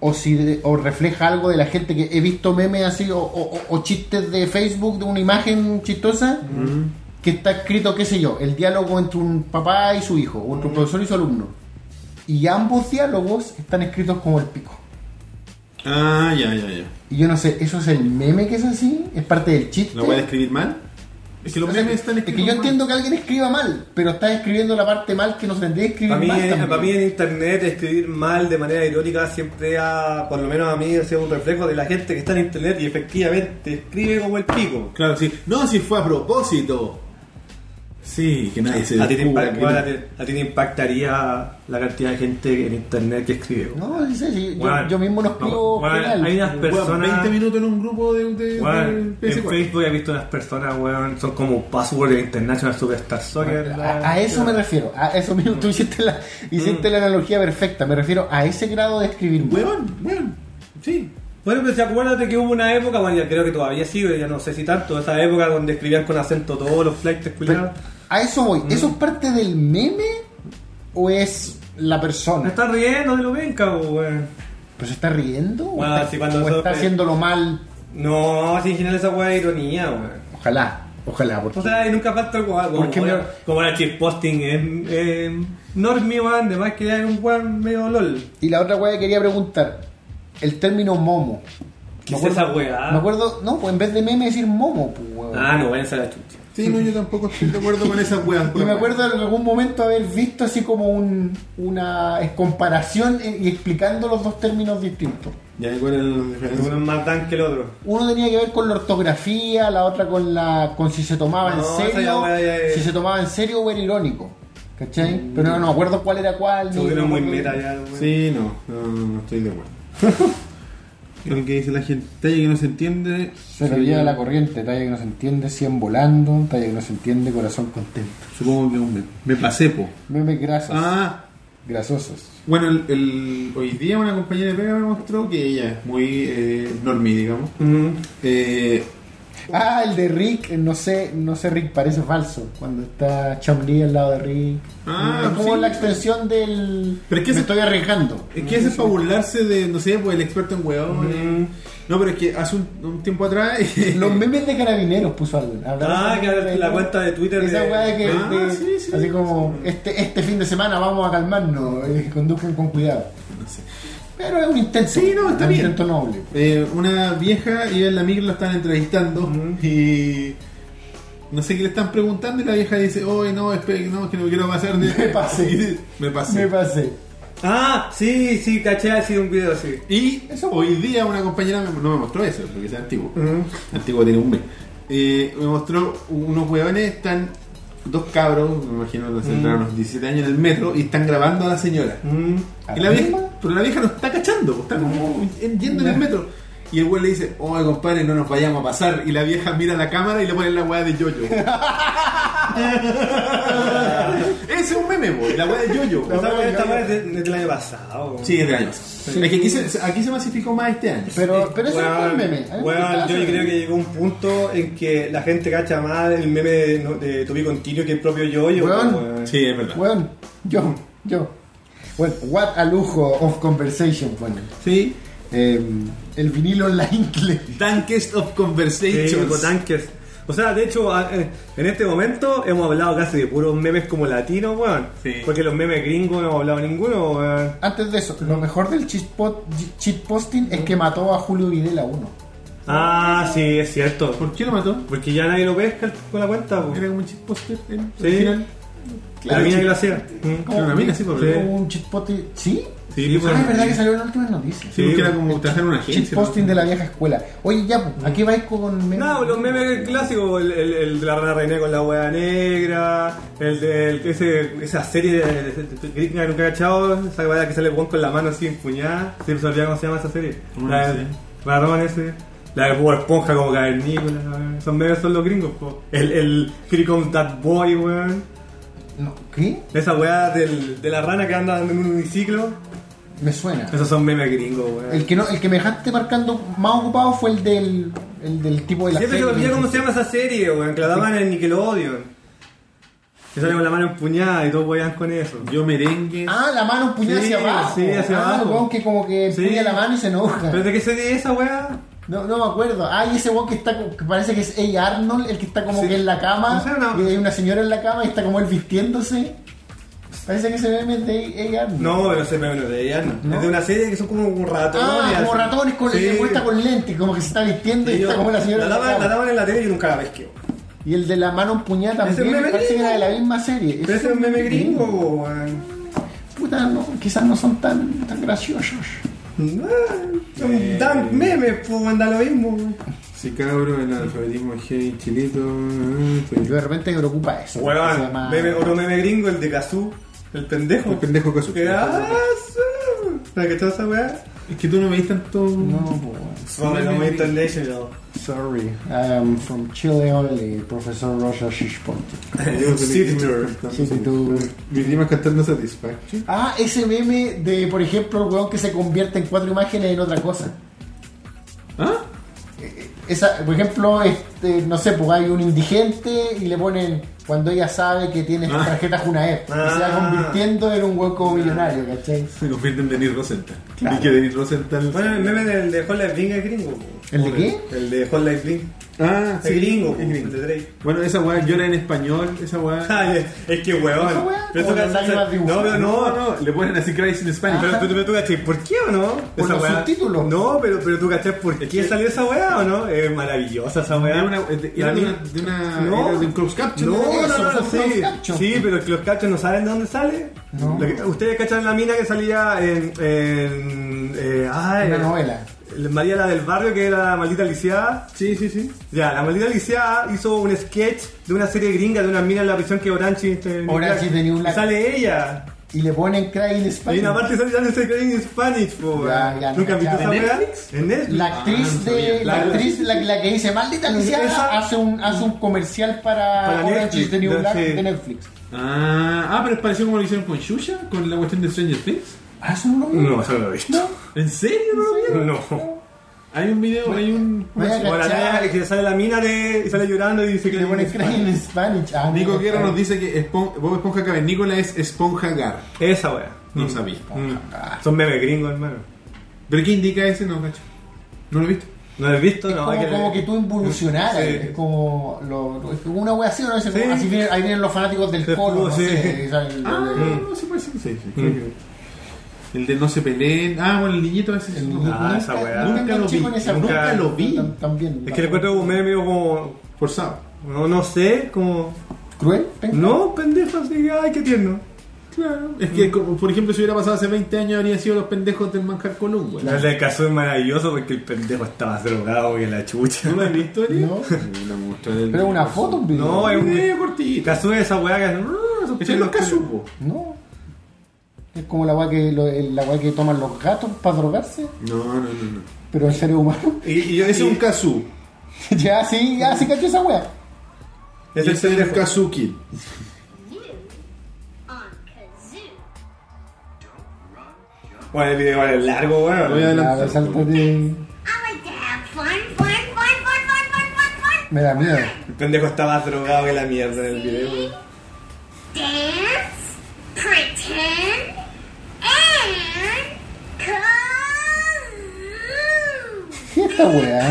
o si de- o refleja algo de la gente que he visto memes así o, o- o- o chistes de Facebook de una imagen chistosa que está escrito qué sé yo el diálogo entre un papá y su hijo o entre un profesor y su alumno y ambos diálogos están escritos como el pico
Ah, ya, ya, ya.
y yo no sé eso es el meme que es así es parte del chiste
¿Lo voy a escribir mal? Es que los
O sea,
memes están
es que
escritos mal.
yo entiendo que alguien escriba mal, pero está escribiendo la parte mal que no se tendría que escribir
Para mí,
mal.
eh,
también.
para mí en internet escribir mal de manera irónica siempre ha, por lo menos a mí, ha sido un reflejo de la gente que está en internet y efectivamente escribe como el pico.
Claro, sí. No, si fue a propósito. Sí, que nadie se
A ti, te
descubra
impact-
que-
igual a ti- a ti te impactaría la cantidad de gente en internet que escribe. weón.
No, sí, sí, yo,
Bueno,
yo mismo no escribo
bueno,
penal.
hay unas
Weón,
personas
20 minutos en un grupo de, de- de
weón, en
PS4.
Facebook he visto unas personas weón, son como password de International Superstar Soccer weón.
a, a eso me refiero, a eso mismo.
Mm.
Tú hiciste la, hiciste la analogía perfecta. Me refiero a ese grado de escribir. mal.
Weón, weón. Sí.
Bueno, pero si acuérdate que hubo una época, bueno, ya creo que todavía sigue, ya no sé si tanto, esa época donde escribían con acento todos los flights
Pero
culiados.
a eso voy.
Mm.
¿Eso es parte del meme o es la
Me
persona?
estás riendo de lo venca, weón.
¿Pero se está riendo? ¿O
Bueno,
está,
sí, cuando
o
eso-
está haciéndolo mal?
No, si en general esa weá es ironía, weón.
Ojalá, ojalá. Porque...
O sea, y nunca falta el weón. Como,
¿Por qué
weón,
me-
como era chip posting en, en Normie, weón, además que era un weón medio lol.
Y la otra weá que quería preguntar, el término momo.
¿Qué es esa weá?
Me acuerdo, no, pues en vez de meme decir momo, pues, weón.
Ah, no, vayan a la chucha.
Sí, no, yo tampoco estoy de acuerdo con esas weas.
Y me acuerdo en algún momento haber visto así como un, una comparación y explicando los dos términos distintos.
Ya, ¿cuál era la diferencia?
Uno es más dan que el otro.
Uno tenía que ver con la ortografía, la otra con la con si se tomaba
No,
en
esa ya,
serio,
wea, ya, ya.
si se tomaba en serio o era irónico. ¿Cachai? Pero no, no me acuerdo cuál era cuál.
Se
ni-
volvieron muy
ni-
meta ya, weón.
Sí, no, no, no, no estoy de acuerdo. [LAUGHS] Con lo que dice la gente que no se entiende.
Se lo lleva la corriente, talla que no se entiende, 100 volando, talla que no se entiende, corazón contento.
Supongo que un meme. Me pasé, po.
Memes grasos,
Ah,
grasosos.
Bueno, el, el- hoy día una compañera de pega me mostró que ella es muy eh, normie, digamos.
Mm.
Eh,
Ah, el de Rick, no sé, no sé, Rick parece falso. Cuando está Chomley al lado de Rick.
Ah,
es como
sí.
la extensión del.
Pero es que ese-
me estoy arriesgando.
es que ese es para burlarse de, no sé, pues el experto en huevones.
Mm.
No, pero es que hace un, un tiempo atrás. [LAUGHS] eh,
Los memes de carabineros puso alguien.
Ah, que la, la cuenta de Twitter
Esa
de-
weá de que.
Ah,
de-
sí, sí,
así como, este, este fin de semana vamos a calmarnos. eh, conduzcan con cuidado. Pero es un intento.
Sí, no, está
un
bien.
intento noble.
Eh, una vieja y en la micro la están entrevistando y no sé qué le están preguntando y la vieja dice, oye no, espe- no, es que no quiero pasar de...
Me
[LAUGHS]
pasé.
Y dice, me pasé.
Me pasé.
Ah, sí, sí, caché así un video así.
y
Eso-
hoy día una compañera me- no me mostró eso, porque es antiguo.
Mm.
Antiguo tiene un mes. Eh, me mostró unos hueones, están dos cabros, me imagino que tendrán unos 17 años en el metro y están grabando a la señora.
Mm.
¿A
Y la
la
vieja,
misma?
pero la vieja no está cachando, pues, está como en- yendo en el metro. Y el güey le dice, oye compadre, no nos vayamos a pasar. Y la vieja mira la cámara y le pone la weá de [LAUGHS] Yoyo. Ese es un meme, güey, la weá de Yoyo.
Esta weá esta weá es de- desde el año pasado.
Sí, es de años. Es que aquí se, aquí se masificó más este año.
Pero, pero eso no fue
Weón,
el meme. ¿eh? A mí me
weón,
gustaba
yo
ese
creo
meme.
que llegó un punto en que la gente cacha más el meme de, no, de Toby Continuo que el propio Yoyo. pues,
Weón.
weón.
Sí, es verdad.
Weón, yo, yo. Bueno, what a lujo of conversation, bueno.
Sí.
Eh, el vinilo [LAUGHS] online que le-
Dankest of
Sí, con
Conversations.
tanques. O sea, de hecho, a- eh, en este momento hemos hablado casi de puros memes como latinos, weón.
Sí.
Porque los memes gringos no hemos hablado ninguno, weón.
Antes de eso, lo mejor del cheat, pot- cheat posting es que mató a Julio Videla uno.
Ah, sí, es cierto.
¿Por qué lo mató?
Porque ya nadie lo pesca con la cuenta, po.
Era como un chipposter en
Sí.
final.
la mina que lo hacía. Mm.
Era una mina, sí, por
Sí.
Como un chitpote. ¿Sí?
Sí,
Sí,
pues,
Ah, es verdad que salió en las últimas noticias.
sí, porque era como trabajar en una agencia. ¿no?
Shitposting de la vieja escuela. Oye, ya, pues, ¿a qué vais con memes?
No, los memes clásicos, el, el, el de la rana reina con la hueá negra, el de el- ese, esa serie de, de, de- de- gringa que nunca he cachado, esa hueá que sale el weón con la mano así empuñada, siempre se olvida cómo se llama esa serie.
Bueno,
la del
Ah, sí.
ratón ese, la de Bob Esponja como cavernícola, weón. esos memes son los gringos, po. El, el Here Comes That Boy, weón.
No, ¿Qué?
Esa hueá del, de la rana que anda en un uniciclo,
Me suena.
esos son memes gringos, weón.
El que, no, el que me dejaste marcando más ocupado fue el del, el del tipo de la
Siempre se me
serie.
olvida cómo se llama esa serie, weón, que la daban en Nickelodeon. Que sale con la mano empuñada y todos wean con eso.
Yo merengue.
Ah, la mano empuñada
Sí,
hacia abajo.
sí, hacia
Ah,
abajo.
el weón que como que
Sí.
empuña la mano y se enoja.
¿Pero de qué serie es esa weá?
No, no me acuerdo. Ah, y ese weón que está como- que parece que es A. Arnold, el que está como
Sí.
que en la cama.
No sé, no.
Y hay una señora en la cama y está como él vistiéndose. Parece que ese meme es de A. Arnold.
No, pero se me olvidó de ella, no.
¿No?
Es de una serie que son como ratones.
Ah, como
así.
ratones con
Sí.
se cuesta con lentes, como que se está vistiendo
Sí,
y está
yo-
como la señora.
La
en la
daban,
cama.
la daban en la tele y yo nunca la pesqué. weón.
Y el de la mano empuñada
Ese
también,
meme
parece que
gringo.
era de la misma serie.
Pero ese es un meme gringo, weón.
Puta, no, quizás no son tan, tan graciosos.
Ah, Son dank memes, pues weón, da lo mismo. weón.
Sí, cabro, el alfabetismo es gay, chilito. ah, estoy-
Yo de repente me preocupa eso. Se llama-
Weón, meme- otro meme gringo, el de Kazoo, el pendejo.
El pendejo que
¿Qué haces? ¿Para qué toda esa weá?
Es que tú no veis tanto.
No, pues,
Sobre la
Meme
International.
sorry. I am from Chile only, profesor Roger Shishponte.
Sifter.
Sí, sí, tú.
Mi prima cantando Satisfaction.
Ah, ese meme de, por ejemplo, el weón que se convierte en cuatro imágenes en otra cosa. Eh,
¿Ah?
Esa, por ejemplo, este, no sé, pues hay un indigente y le ponen cuando ella sabe que tiene
Ah.
tarjetas Junaep. Y se va
Ah.
convirtiendo en un hueco millonario, ¿cachai?
Se convierte en Denis Rosenthal.
Claro.
Y que Denis Rosenthal.
Bueno, el meme del de Hot Life Bling es gringo. po.
¿El de qué?
El de Hot Life Bling.
Ah,
Es
sí,
gringo, po,
es
el de Ah, Drake. [LAUGHS]
Bueno, esa weá llora en español, esa weá.
Ay, es- es que
Esa
weón.
weá,
Pero
como
tú
las lágrimas
cachas-
dibujadas.
No, pero
No,
no.
[LAUGHS]
no, le ponen así Christ in Spanish.
Pero tú, pero tú cachai, ¿por qué o no?
Por los
weá.
subtítulos.
No, pero, pero tú cachai, ¿por qué salió esa weá o no? Es maravillosa esa weá.
Era, una, era de una. De una
No.
era de un close caption.
No,
Eso,
no, no,
son
sí.
los cachos.
Sí, pero es que los cachos no saben de dónde sale.
No.
Lo que- Ustedes cachan la mina que salía en. en eh, ay,
Una novela.
el- María la del barrio, que era la maldita lisiada.
Sí, sí, sí.
Ya, la maldita lisiada hizo un sketch de una serie gringa de unas minas en la prisión que Orange. este,
Orange is the New Black.
Y Sale ella.
Y le ponen Crying
Hay
Spanish.
una parte que sale ya de Crying in Spanish, po.
Ya, ya, ya,
¿Nunca viste
ya.
esa
¿En
weá? En Netflix.
La actriz de la,
Ah, La-
actriz la, la que dice maldita Lisiada
Esa-
hace un hace un comercial para,
Para
Orange
Netflix,
is the New
no,
Black
sí.
de Netflix.
Ah, ah, pero es parecido como lo hicieron con Shusha, con la cuestión de Stranger Things.
Ah, eso no lo vi.
No, eso no lo he visto.
¿En serio no lo vieron?
No.
Hay un video, hay un.
Voy a
Pues, O la
cachar.
nena que sale la mina de, y sale llorando y dice
Y
que
le ponen Crying Spanish. Ah,
Nico
no,
Guerra
no.
nos dice que espon- Bob Esponja Cavernícola es Esponja Gar.
Esa weá.
No sabía.
Mm. Son memes gringos, hermano.
¿Pero qué indica ese? No, cacho. No lo he visto.
¿No lo has visto?
Es
no,
como,
hay que
como que
leer.
tú involucionaras,
Sí.
es como lo, lo- es como una wea así, ¿no? Es como-
Sí.
así vienen- ahí vienen los fanáticos del
Sí,
colo, no
sí.
sé, ¿sabes?
Ah,
Mm.
no, sí parece que sí. sí, creo que- El de no se peleen. Ah, bueno, el niñito ese.
El-
no,
Ah, esa wea.
nunca
Nunca lo
enganché
vi,
con esa wea.
nunca lo vi.
Tam- También,
Es que le encuentro un meme medio como.
Forzado.
No, no sé, como.
cruel. ¿eh?
No, pendejo, así, ay, qué tierno.
Claro. Es que, como, por ejemplo, si hubiera pasado hace 20 años, habrían sido los pendejos del Manjar Column, güey.
El de caso es maravilloso porque el pendejo estaba drogado y en la chucha.
¿No lo has visto, Ari?
No.
Una muestra del-
Pero una foto, un video.
No, es
Un
un.
video cortito.
Caso es esa weá que hace.
Ese es lo que supo.
No. Es como la weá que, lo- el- la weá que toman los gatos para drogarse,
No, no, no. no.
pero el ser humano.
Y, y yo
Ese es un Kazoo.
[LAUGHS] ya sí, ya sí cacho esa weá.
Ese es el
pendejo.
Kazoo Kid.
you on Kazoo.
Bueno, el video igual es largo,
Voy
weón.
a
Ya,
adelantar.
sáltate.
I like to have fun, fun, fun, fun, fun, fun, fun, fun.
Me da miedo.
El pendejo estaba drogado que la mierda en el video, weón.
Dance, pretend, and Kazoo. [LAUGHS]
¿Qué es esta eh? weá?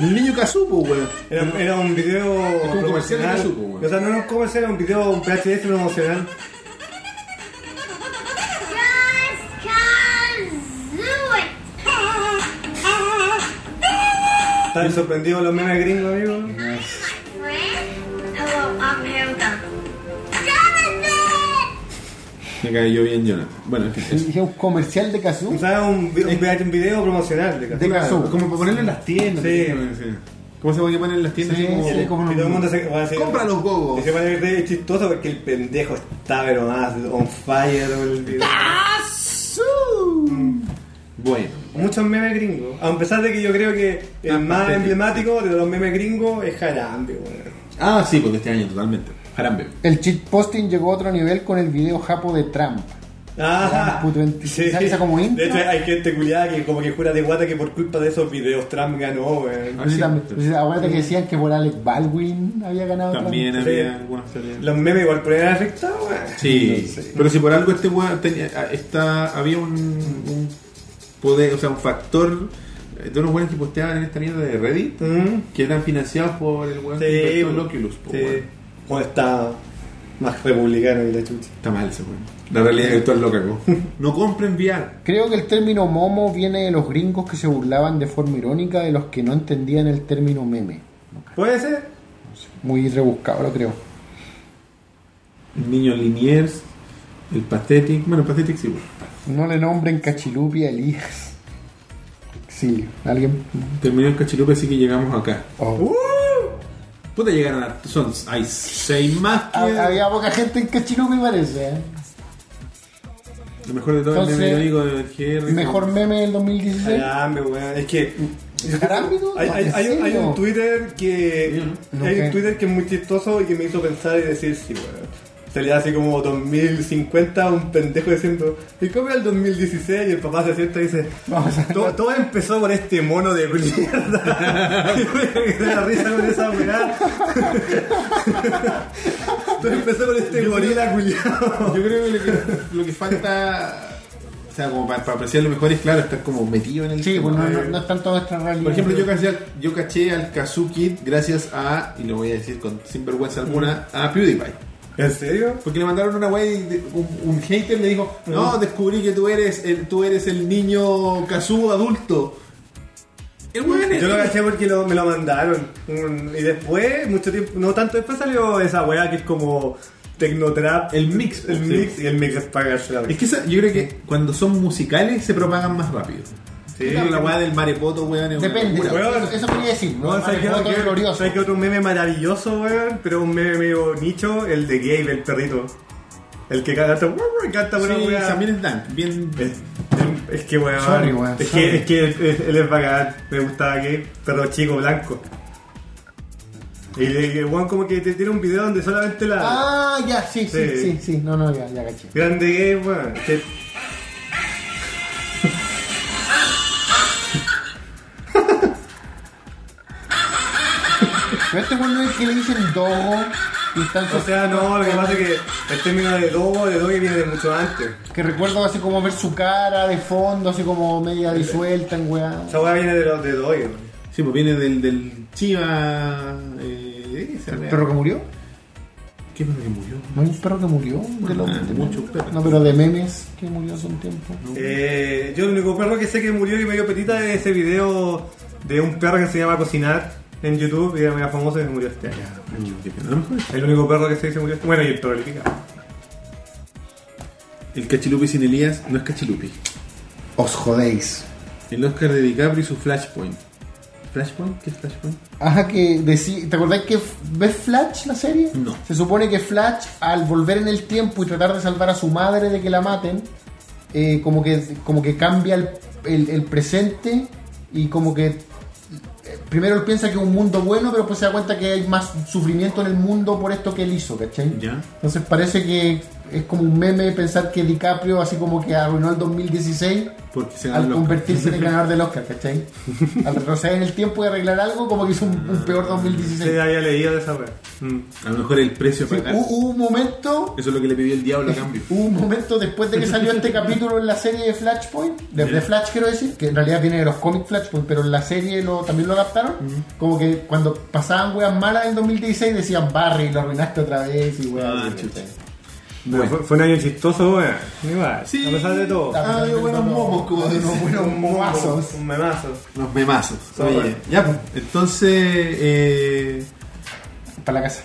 El niño Kazoo, pues, güey.
Era, era un video.
como un comercial de
promocional.
Kazoo, po, weón.
O sea, no era un comercial, era un video, un PHS promocional.
Just Kazoo it.
Están sorprendidos los memes gringos, amigo.
Hi, my [LAUGHS] friend. Hello, I'm Hilda. Jonathan!
Me cayó bien Jonathan. Bueno, en fin, eso.
Es un comercial de Kazoo.
O sea, un, vi- un, vi- un video promocional de
De
Kazoo.
Kazoo.
Como para ponerlo en las tiendas.
Sí.
¿no? Sí. ¿Cómo se puede poner en las tiendas?
Sí,
Así como-
sí, como
Y todo el mundo se va a decir.
Compra los
Y
gogos.
se va a ver chistoso porque el pendejo está, pero más on fire el video.
Bueno,
Muchos memes gringos. A pesar de que yo creo que el
Ah,
más
sí.
emblemático de los memes gringos es Jarambe, weón.
ah, sí, porque este año totalmente. Jarambe.
El cheat posting llegó a otro nivel con el video japo de Trump.
Ah,
Ya, puto, ent- ¿sabes esa como intro?
De hecho, hay gente culiada que como que jura de guata que por culpa de esos videos Trump ganó, weón.
Ah, sí.
Sí, también. Entonces, Acuérdate que decían que por Alex Baldwin había ganado
También
Trump.
había algunas teorías.
Los memes igual podrían afectar, weón.
Sí, pero si por algo este weón tenía, ah, está, había un, un poder, o sea, un factor eh, de unos weones que posteaban en esta mierda de Reddit
Mm.
que eran financiados por el weón que
Sí,
inventó el
weón.
Oculus. po,
Sí.
weón.
Como está más republicano que la chucha.
Está mal ese weón. La realidad virtual lo cagó. No [LAUGHS] compren VR.
Creo que el término momo viene de los gringos que se burlaban de forma irónica de los que no entendían el término meme.
¿Puede ser?
Muy rebuscado, lo creo.
El niño Liniers, el Pathetic. Bueno, el Pathetic sí, weón.
No le nombren Cachilupi a Elías. Sí, alguien.
Terminó el cachilupe, así que llegamos acá.
Oh.
¡Uh!
Puta, llegaron a. Son, hay seis más que.
Ha- Había poca gente en Cachilupi, parece. ¿eh?
Lo mejor de todo el meme
Entonces,
irónico del GR.
Mejor meme del 2016.
Ah,
Jarambe, weón. Es que.
Jarambe, ¿no?
Hay, hay-
¿En
hay un- hay
serio?
un Twitter que.
¿no?
Hay
Ok.
un Twitter que es muy chistoso y que me hizo pensar y decir, sí, weón. Salía así como 2050 un pendejo diciendo, ¿y cómo era el 2016? Y el papá se sienta y dice,
Vamos a-
todo, todo empezó con este mono de
[LAUGHS]
mierda. [LAUGHS] Y me da risa con esa weá. [LAUGHS] todo empezó con este gorila culiado.
Yo creo que lo que, lo que falta, o sea, como para, para apreciar lo mejor es claro, estar como metido en el
Sí,
tema.
pues no, no, no es tanto nuestra realidad.
Eh, Por ejemplo, yo caché, al- yo caché al Kazuki gracias a, y lo voy a decir con sin vergüenza alguna, a PewDiePie.
¿En serio?
Porque le mandaron una wey, de- un, un hater le dijo, no, descubrí que tú eres el, tú eres el niño Kazu adulto. El weón es-
Yo lo caché porque lo- me lo mandaron. Mm, Y después, mucho tiempo, no tanto después salió esa weá que es como Tecnotrap.
El mix,
El
sí.
mix y el mix es para cagarse la
Es
vida.
que esa- yo creo que cuando son musicales se propagan más rápido.
Sí.
Yo creo que la weá del marepoto, weón, es una
Depende,
locura.
weón.
eso, eso quería decir, ¿no?
No, ¿sabes qué?
Foto
¿Sabes qué?
glorioso.
¿Sabes qué? otro meme maravilloso, weón? Pero un meme medio nicho, el de Gabe, el perrito. El que canta, hasta- canta una
Sí,
weá.
también es dank, bien,
Es, es que weón.
Sorry, weón,
Es
sorry.
que, es que él, él es bacán. Me gustaba Gabe, perro chico, blanco. Y le- el weón como que te tiene un video donde solamente la.
Ah, ya, sí, sí, sí,
Sí.
sí, No, no, ya, ya caché.
Grande gay, weón. Que-
Pero este weón no es que le dicen dogo y están
O sea, no, lo que pasa es que el término de dogo, de doge viene de mucho antes.
que recuerdo así como ver su cara de fondo, así como media disuelta en weá.
Esa weá viene de los de doge, weón.
Sí, pues viene del, del Chiva. Eh, esa
¿El
wea.
perro que murió?
¿Qué perro que murió?
¿No hay un perro que murió? De los-
Ah,
de-
muchos perros.
No, pero de memes que murió hace un tiempo.
Eh, yo el único perro que sé que murió y me dio petita es ese video de un perro que se llama Cocinar en YouTube y era mega famoso y se murió este año.
A lo mejor
El único perro que sé que se murió este Bueno, y el perro Lipica.
El Cachilupi sin Elías no es Cachilupi.
Os jodéis.
El Oscar de DiCaprio y su Flashpoint. ¿Flashpoint? ¿Qué es Flashpoint?
Ajá, que decí, ¿te acordás que f- ves Flash la serie?
No.
Se supone que Flash, al volver en el tiempo y tratar de salvar a su madre de que la maten, eh, como, que, como que cambia el, el- el presente y como que eh, primero él piensa que es un mundo bueno, pero pues se da cuenta que hay más sufrimiento en el mundo por esto que él hizo, ¿cachai?
Ya.
Entonces parece que es como un meme pensar que DiCaprio, así como que arruinó el 2016
Porque se
al
ganó el Oscar.
convertirse en el ganador del Oscar, ¿cachai? Al retroceder en el tiempo y arreglar algo, como que hizo un, un peor
Se
2016.
había leído de esa weá. Mm.
A lo mejor el precio a
Sí,
pagar.
hu- hubo un momento,
Eso es lo que le pidió el diablo a cambio.
hubo un momento después de que salió este capítulo en la serie de Flashpoint, de, de Flash quiero decir, que en realidad viene de los cómics Flashpoint, pero en la serie lo, también lo adaptaron, como que cuando pasaban weas malas en 2016 decían Barry, lo arruinaste otra vez y weas.
Ah,
así,
chucha.
¿cachai?
Pero Fue, fue un año chistoso, weón. Igual,
Sí.
a pesar de todo.
Ah, había buenos momos, como
Había unos
dicen.
buenos momazos.
Un memazo.
Los memazos.
Está
Oye,
bueno.
ya, pues. Entonces, eh.
Para la casa.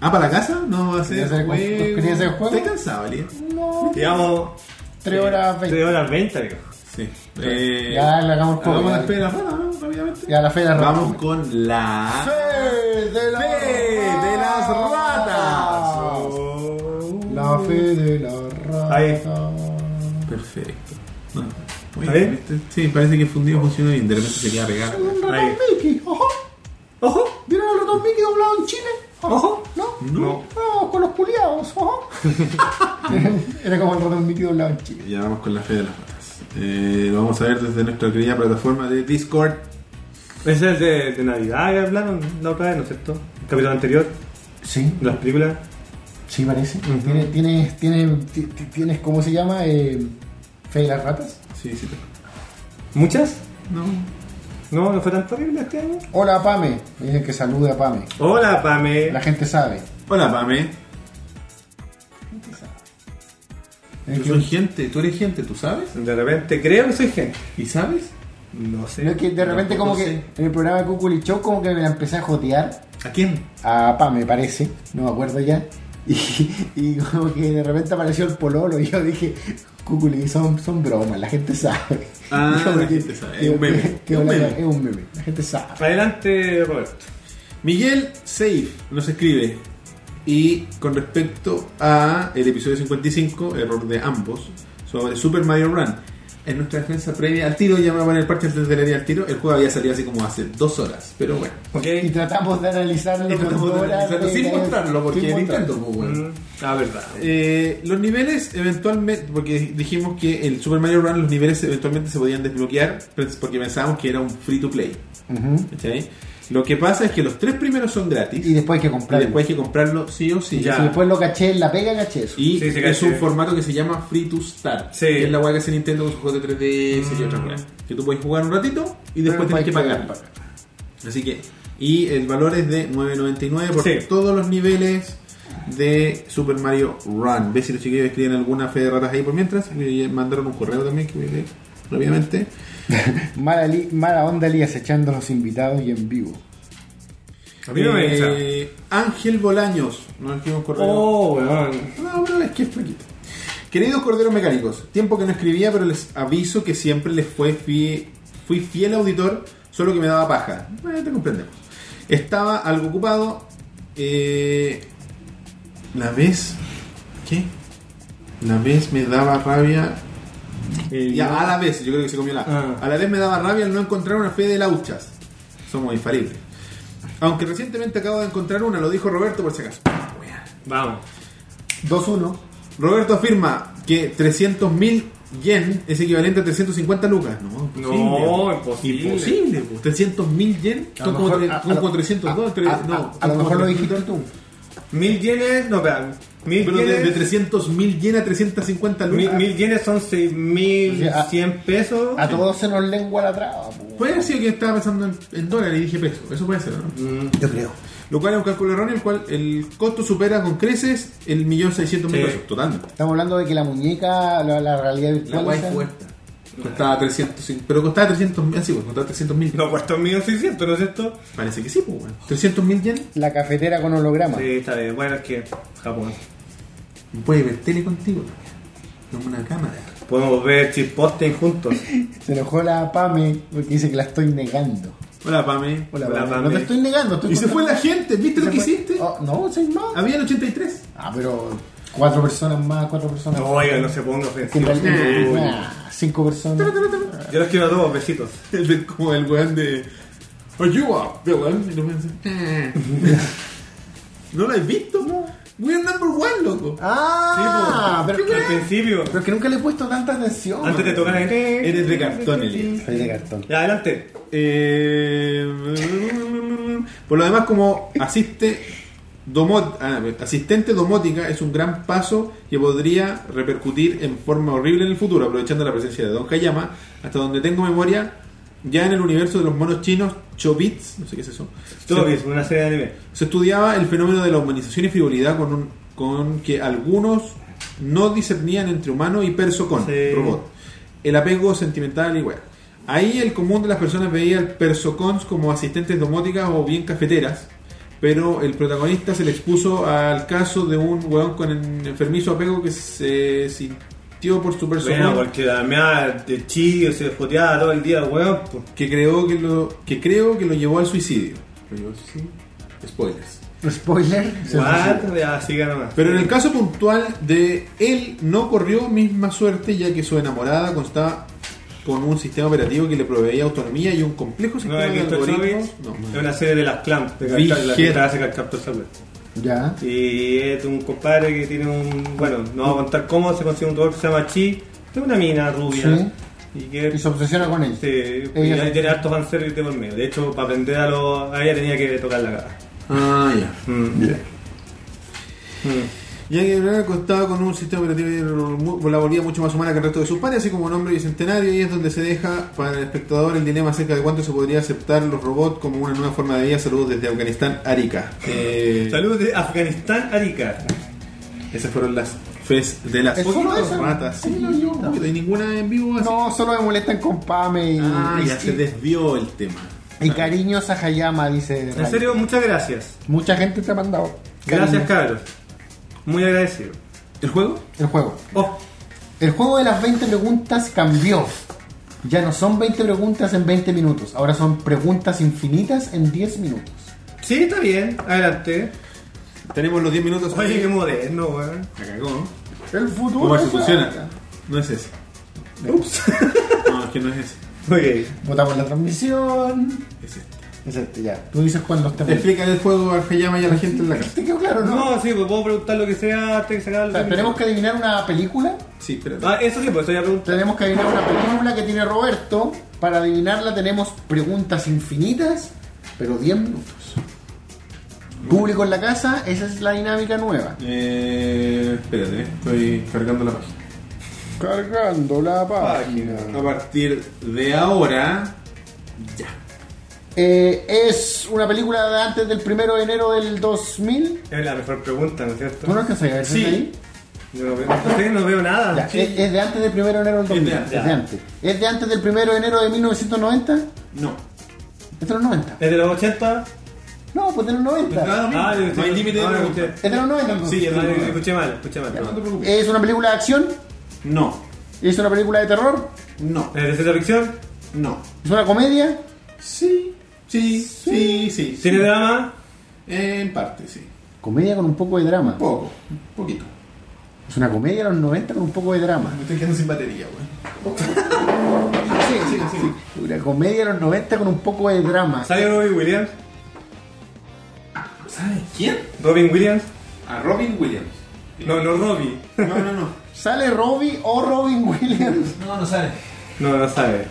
¿Ah, para la casa? No va a ser.
¿Querías hacer juego?
juego.
¿Querías hacer juego?
Estoy cansado, Elías.
No,
Digamos,
3 horas 20.
3 horas 20, amigo.
Sí. Eh,
Pues, Ya le hagamos juego.
Vamos a la
ya.
espera de la rana, ¿no? Rápidamente.
Ya la fe de las
Vamos
ratas.
con la.
Fe de las
Fe de las ratas.
La fe de las ratas.
Ahí.
Perfecto. No. Oye,
¿Está bien?
¿viste? Sí, parece que el fundido funciona bien. De repente se queda pegado.
Un ratón
Ahí.
Mickey. Ojo.
¡Ojo!
¿Vieron al ratón Mickey doblado en Chile?
¡Ojo!
¿No?
No.
No, con los puliados. Ojo. [LAUGHS] Era como el ratón Mickey doblado en Chile.
Ya vamos con la fe de las ratas. Eh, lo vamos a ver desde nuestra querida plataforma de Discord.
Ese Pues es el de, de Navidad que hablaron la otra vez, ¿no es cierto? El capítulo anterior
Sí,
de las películas.
sí parece. Tiene- Tienes, tienes, ti- ti- tienes, ¿cómo se llama? Eh, fe de las ratas.
Sí, sí.
¿Muchas?
No.
No, no fue tan terrible este año.
Hola, Pame. Dicen que salude a Pame.
Hola, Pame.
La gente sabe.
Hola, Pame.
Eh,
Yo soy gente. Tú eres gente, ¿tú sabes?
De repente creo que soy gente.
¿Y sabes?
No sé.
Sino que de repente
Tampoco
como que
sé.
en el programa de Cuculi Show como que me la empecé a jotear
¿A quién?
a Pa, me parece, no me acuerdo ya. [LAUGHS] Y, y como que de repente apareció el pololo y yo dije, Cuculi, son, son bromas, la gente sabe.
Ah,
[LAUGHS] Y como
la
que-
gente sabe, es
que-
un meme,
que- que
es un
la-
meme.
es un meme, la gente sabe.
Adelante, Roberto.
Miguel Safe nos escribe y con respecto a el episodio 55, error de ambos, sobre Super Mario Run. En nuestra defensa previa al tiro, ya me voy a poner el parche antes de leer al tiro, el juego había salido así como hace dos horas, pero bueno.
Ok.
Y tratamos de analizarlo,
Y tratamos de
por horas,
analizarlo sin
de-
mostrarlo, porque
sin mostrarlo.
Nintendo, pues, bueno.
Mm, La verdad.
Eh, los niveles eventualmente, porque dijimos que el Super Mario Run, los niveles eventualmente se podían desbloquear, pues, porque pensábamos que era un free to play.
Ujú.
¿cachai? Lo que pasa es que los tres primeros son gratis,
Y
y
después hay que comprarlo.
después hay que comprarlo sí o sí.
Ya.
Si después lo caché, en la pega caché eso.
Y
Sí, sí,
es
caché.
un formato que se llama Free to Start.
Sí. Mm.
Que es la weá que hace Nintendo con sus juegos de 3DS y otras weas. Que tú puedes jugar un ratito y después
Pero
tienes que
hay
pagar. Así que. Y el valor es de 9.99 por
Sí.
todos los niveles de Super Mario Run. Ve si los chiquillos escriben alguna fe de ratas ahí por mientras. Me mandaron un correo también que voy a leer rápidamente.
Mala, li- mala onda Elías echando a los invitados y en vivo.
A mí no me echa.
Eh, Ángel Bolaños. No escribió un correo.
Oh, weón.
No, pero es que es poquito. Queridos corderos mecánicos, tiempo que no escribía, pero les aviso que siempre les fue fie- fui fiel auditor, solo que me daba paja. Bueno, te comprendemos. Estaba algo ocupado. eh, la vez. ¿Qué? La vez me daba rabia.
El-
Ya, a la vez, yo creo que se comió la.
Ah.
A la vez me daba rabia el no encontrar una fe de lauchas. Somos infalibles. Aunque recientemente acabo de encontrar una, lo dijo Roberto por si acaso. Weá.
Vamos.
2-1.
Roberto afirma que 300.000 yen es equivalente a 350 lucas. No,
No, imposible.
Imposible, pues. po. 300.000 yen
A
son
lo
como,
mejor-
tre-
a-
son
a
como
lo-
300
a-
no, tres-
a-
no,
a-
son
a lo
como
mejor lo
300.
dijiste tú.
Mil yenes, no, espera. Mil
Pero de, de
yenes.
300.000 yen a 350
mil,
lucas.
mil yenes son
ah,
O
6.100 pesos.
A todos se nos lengua la traba. po.
Puede ser que estaba pensando en, en dólares y dije peso. Eso puede ser, ¿no?
Yo creo.
Lo cual es un cálculo erróneo, el cual el costo supera con creces el millón seiscientos mil
Sí.
pesos. Totalmente.
Estamos hablando de que la muñeca, la, la realidad virtual. esa-
Costaba 300, pero costaba 300 así, pues, costaba 300 mil.
No cuesta 1.600, ¿no es cierto?
Parece que sí, pues, bueno. 300 mil yen.
la cafetera con holograma.
Sí, está bien. Bueno, es que Japón.
Puede ver tele contigo. No una cámara.
Podemos ver chisposting juntos.
Se enojó la Pame porque dice que la estoy negando.
Hola, Pame.
Hola,
[LAUGHS] Hola,
Pame.
Pame.
No te estoy negando. Estoy
Y se fue
contando.
la gente. ¿Viste lo que
Se fue-
hiciste?
Oh, no, seis más.
Habían 83.
Ah, pero cuatro personas más, cuatro personas
No,
más.
oiga, no se ponga
Que en
ofensivo.
realidad- Ah, cinco personas.
Yo los quiero a todos, besitos.
El de- como el weón de. Ayuda, de weón. Y lo weón dice, "Ah". [LAUGHS] ¿No lo has visto? No. Weón number one, loco.
Ah,
Sí, po,
pero,
al principio,
pero que nunca le he puesto tanta atención.
antes de tocar el.
Eres de cartón, Elías.
Soy de cartón.
Ya, adelante.
Eh, por lo demás, como asiste domot- ah, asistente domótica es un gran paso que podría repercutir en forma horrible en el futuro, aprovechando la presencia de Don Hayama, hasta donde tengo memoria, ya en el universo de los monos chinos, Chobits, no sé qué es eso,
Todo
se,
bien, una serie de anime.
se estudiaba el fenómeno de la humanización y frivolidad con un con que algunos no discernían entre humano y perso con
Sí.
robot. El apego sentimental y weá. Ahí el común de las personas veía al persocons como asistentes domóticas o bien cafeteras, pero el protagonista se le expuso al caso de un weón con en- enfermizo apego que se sintió por su persocon
Bueno, porque dameaba de chillo, se joteaba todo el día, weón. pues.
que creo que lo que creo que lo llevó al suicidio. ¿Lo llevó al suicidio? Spoilers.
Spoiler. se
What?
suicida.
Ya, siga nomás.
Pero en el caso puntual de él no corrió misma suerte ya que su enamorada constaba con un sistema operativo que le proveía autonomía y un complejo
¿No
sistema
has
de
visto
algoritmos.
Chobits? Es
No.
una serie de las clans, de
Vigente.
Carcaptor, la que hace Carcaptor Software.
Ya.
Y es un compadre que tiene un. Bueno, no va a contar cómo se consigue un robot que se llama Chi. Es una mina rubia.
Sí.
Y que
Y se obsesiona con él.
Sí, y
Ella-
ahí tiene hartos fanservice de por medio. De hecho, para aprender a, los, a ella tenía que tocar la cara.
Ah, ya.
Mm. Mm.
Ya que Bernard contaba con un sistema operativo y la volvía mucho más humana que el resto de sus pares, así como nombre bicentenario, y es donde se deja para el espectador el dilema acerca de cuánto se podría aceptar los robots como una nueva forma de vida. Saludos desde Afganistán, Arica. Eh,
Saludos de Afganistán, Arica.
Esas fueron las fes de las
¿Es solo
ocho
eso?
ratas. Sí,
Sí, no, yo-
no hay ninguna en vivo así.
No, solo me molestan con Pame y,
Ah,
y-
ya se desvió el tema.
y cariños a Hayama, dice.
En
Ray.
serio, muchas gracias.
Mucha gente te ha mandado.
Gracias,
cariños.
cabros. Muy agradecido.
¿El juego?
El juego.
Oh,
El juego de las 20 preguntas cambió. Ya no son 20 preguntas en 20 minutos, ahora son preguntas infinitas en 10 minutos.
sí, está bien. Adelante.
Tenemos los 10 minutos.
Oye, qué moderno, weón.
Me cagó. ¿no?
El futuro.
¿Cómo se funciona? No es ese. Ups. No, es que no es ese.
[LAUGHS] Ok.
Votamos la transmisión.
Es este.
Es este, ya. Tú dices cuándo está.
Explica el juego al que llama y a la gente en la casa.
¿Te quedó claro, no?
No, sí, pues puedo preguntar lo que sea antes de sacar
O
el-
sea, tenemos que adivinar una película.
Sí, espérate.
Ah, eso sí, pues eso ya pregunté.
Tenemos que adivinar una película que tiene Roberto. Para adivinarla tenemos preguntas infinitas, pero 10 minutos. Público en la casa, esa es la dinámica nueva.
Eh, espérate, estoy cargando la página.
Cargando la página.
A partir de ahora. Ya.
Eh, es una película de antes del 1 de enero del 2000.
Es la mejor pregunta, ¿no es cierto?
¿Tú no alcanzas a ver
Sí.
desde ahí?
Yo no veo, no sé, no veo nada.
Ya, eh, es, es de antes del 1 de enero del 2000.
antes.
Es de antes. ¿Es de antes del 1 de enero de 1990? ¿Es
No.
de los 90?
¿Es de los 80?
No, pues de los 90.
Ah, de los
no hay
80.
límite de
Ah,
preguntas.
Es de los 90. entonces.
Sí, no, escuché mal, escuché mal.
No te preocupes.
¿Es una película de acción?
No,
¿Es una película de terror?
no,
¿Es Eh, de ciencia ficción?
no.
¿Es una comedia?
Sí, sí, sí, sí. sí.
¿Tiene drama?
En parte, sí.
Comedia con un poco de drama.
Poco, poquito.
Es una comedia de los 90 con un poco de drama.
Me estoy quedando sin batería, güey.
Sí, sí, sí. Una comedia de los 90 con un poco de drama.
¿Sale Robin Williams?
¿Sabes quién?
¿Robin Williams?
A Robin Williams.
No, no Robbie. [LAUGHS]
No, no, no.
¿Sale Robbie o Robin Williams? [LAUGHS]
No, no sale.
No, no sabe.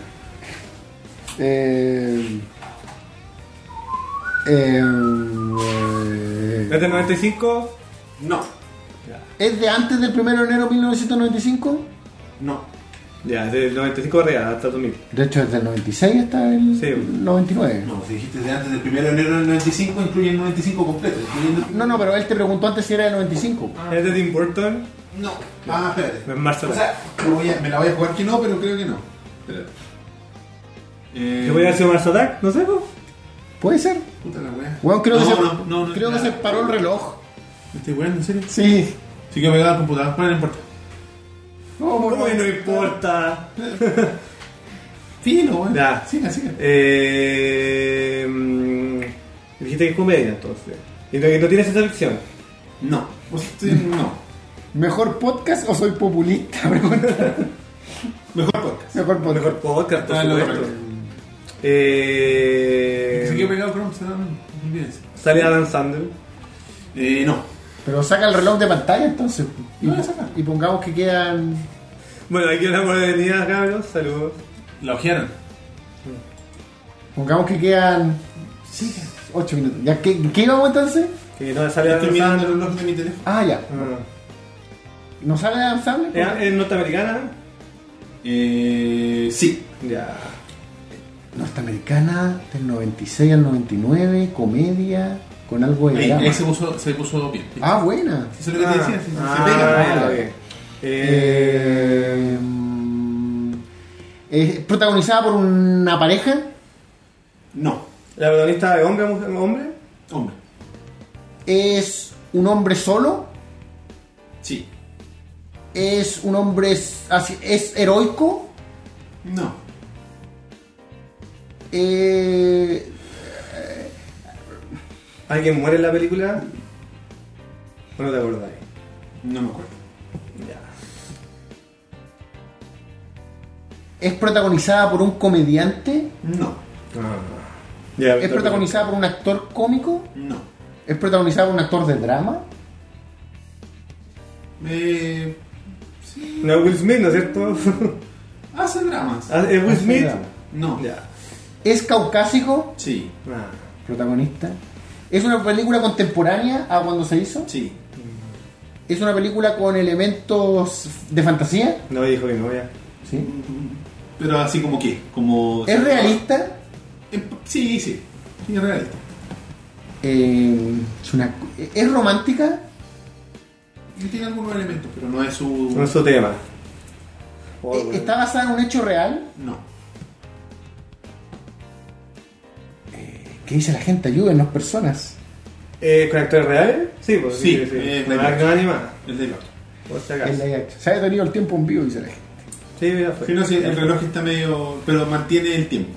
Eh, eh,
¿Es del 95?
No,
¿Es de antes del 1 de enero de 1995?
no.
Ya, es del 95 real, hasta 2000.
De hecho, desde el 96 hasta el
Sí.
99.
No, si dijiste de antes del 1 de enero del 95, incluye el 95 completo. incluyendo el-
No, no, pero él te preguntó antes si era del 95.
¿Es de Tim Burton?
No. Ah, espérate.
Es Marcel.
O sea, me, voy a- me la voy a jugar que no, pero creo que no. Espérate. Eh,
¿Yo voy a hacer Mars Attack? No sé, pues.
¿Puede ser?
Puta la wea.
Weón, creo que,
No,
se,
no, no, no,
creo que
nada.
se paró el reloj.
¿Me estoy weando, en serio?
Sí.
Sí que pegado al computador, pero no importa.
¿Cómo que no importa?
Fino, weón.
Ya.
Siga, siga.
Eh, mm, dijiste que es comedia, entonces. Y no, y no tiene ciencia ficción.
No. O sea, estoy- No.
¿Mejor podcast o soy populista? [LAUGHS] Pregunta.
Mejor podcast.
Mejor podcast.
Mejor podcast, por
Ah, no,
supuesto.
correcto. Se quedó
Eh,
pegado Chrome, se dan- olvídense.
¿Sale Adam Sandler?
Eh, no.
Pero saca el reloj de pantalla entonces. Y, y pongamos que quedan.
Bueno, aquí una modernidad, cabros. Saludos.
La ojearon.
Pongamos que quedan. 8 minutos. ¿Ya qué, qué íbamos entonces?
Que no
Estoy
sale Adam
mirando
Sandler.
el reloj de mi teléfono.
Ah, ya.
Ah.
¿No sale Adam Sandler?
¿Es es norteamericana?
Eh, sí.
Ya.
Norteamericana, del 96 al 99, comedia. Con algo de
Ahí,
grama.
ahí se puso, se puso bien.
Ah, buena.
Eso es lo que te decía. se- se
Ah,
pega.
ya lo vi.
Eh, mm, es protagonizada por una pareja.
No,
¿La protagonista de hombre, mujer, hombre?
hombre.
Es un hombre solo.
Sí.
Es un hombre. Es, así- es heroico.
No.
Eh,
¿Alguien muere en la película? ¿O no te acordás?
No me acuerdo.
es protagonizada por un comediante.
No.
Ah. Ya,
Es protagonizada por un actor cómico.
No.
Es protagonizada por un actor de drama.
Eh,
No es Will Smith, ¿no es cierto? [LAUGHS]
hace dramas.
Ah, ¿Es Will Smith?
No.
Ya.
Es caucásico.
Sí.
Ah.
Protagonista. Es una película contemporánea a cuando se hizo.
Sí.
Es una película con elementos de fantasía.
No dijo que no, ya.
¿sí?
Pero así como que, como...
Es realista.
Eh, Sí, sí. Sí, es realista.
eh, es, una- es romántica.
Y Tiene algunos elementos, pero no es su...
No es su tema. Oh,
eh, está basada en un hecho real.
No.
¿Qué dice la gente? Ayúdennos, personas.
Eh, ¿Con actores reales? Sí, pues
Sí,
sí.
eh,
Con
live
actores animados.
Es de impacto.
Por si
Es
acaso.
la idea. Se ha detenido el tiempo en vivo, dice la gente.
Sí, ya fue.
Sí, no, sí, el reloj está medio... Pero mantiene el tiempo.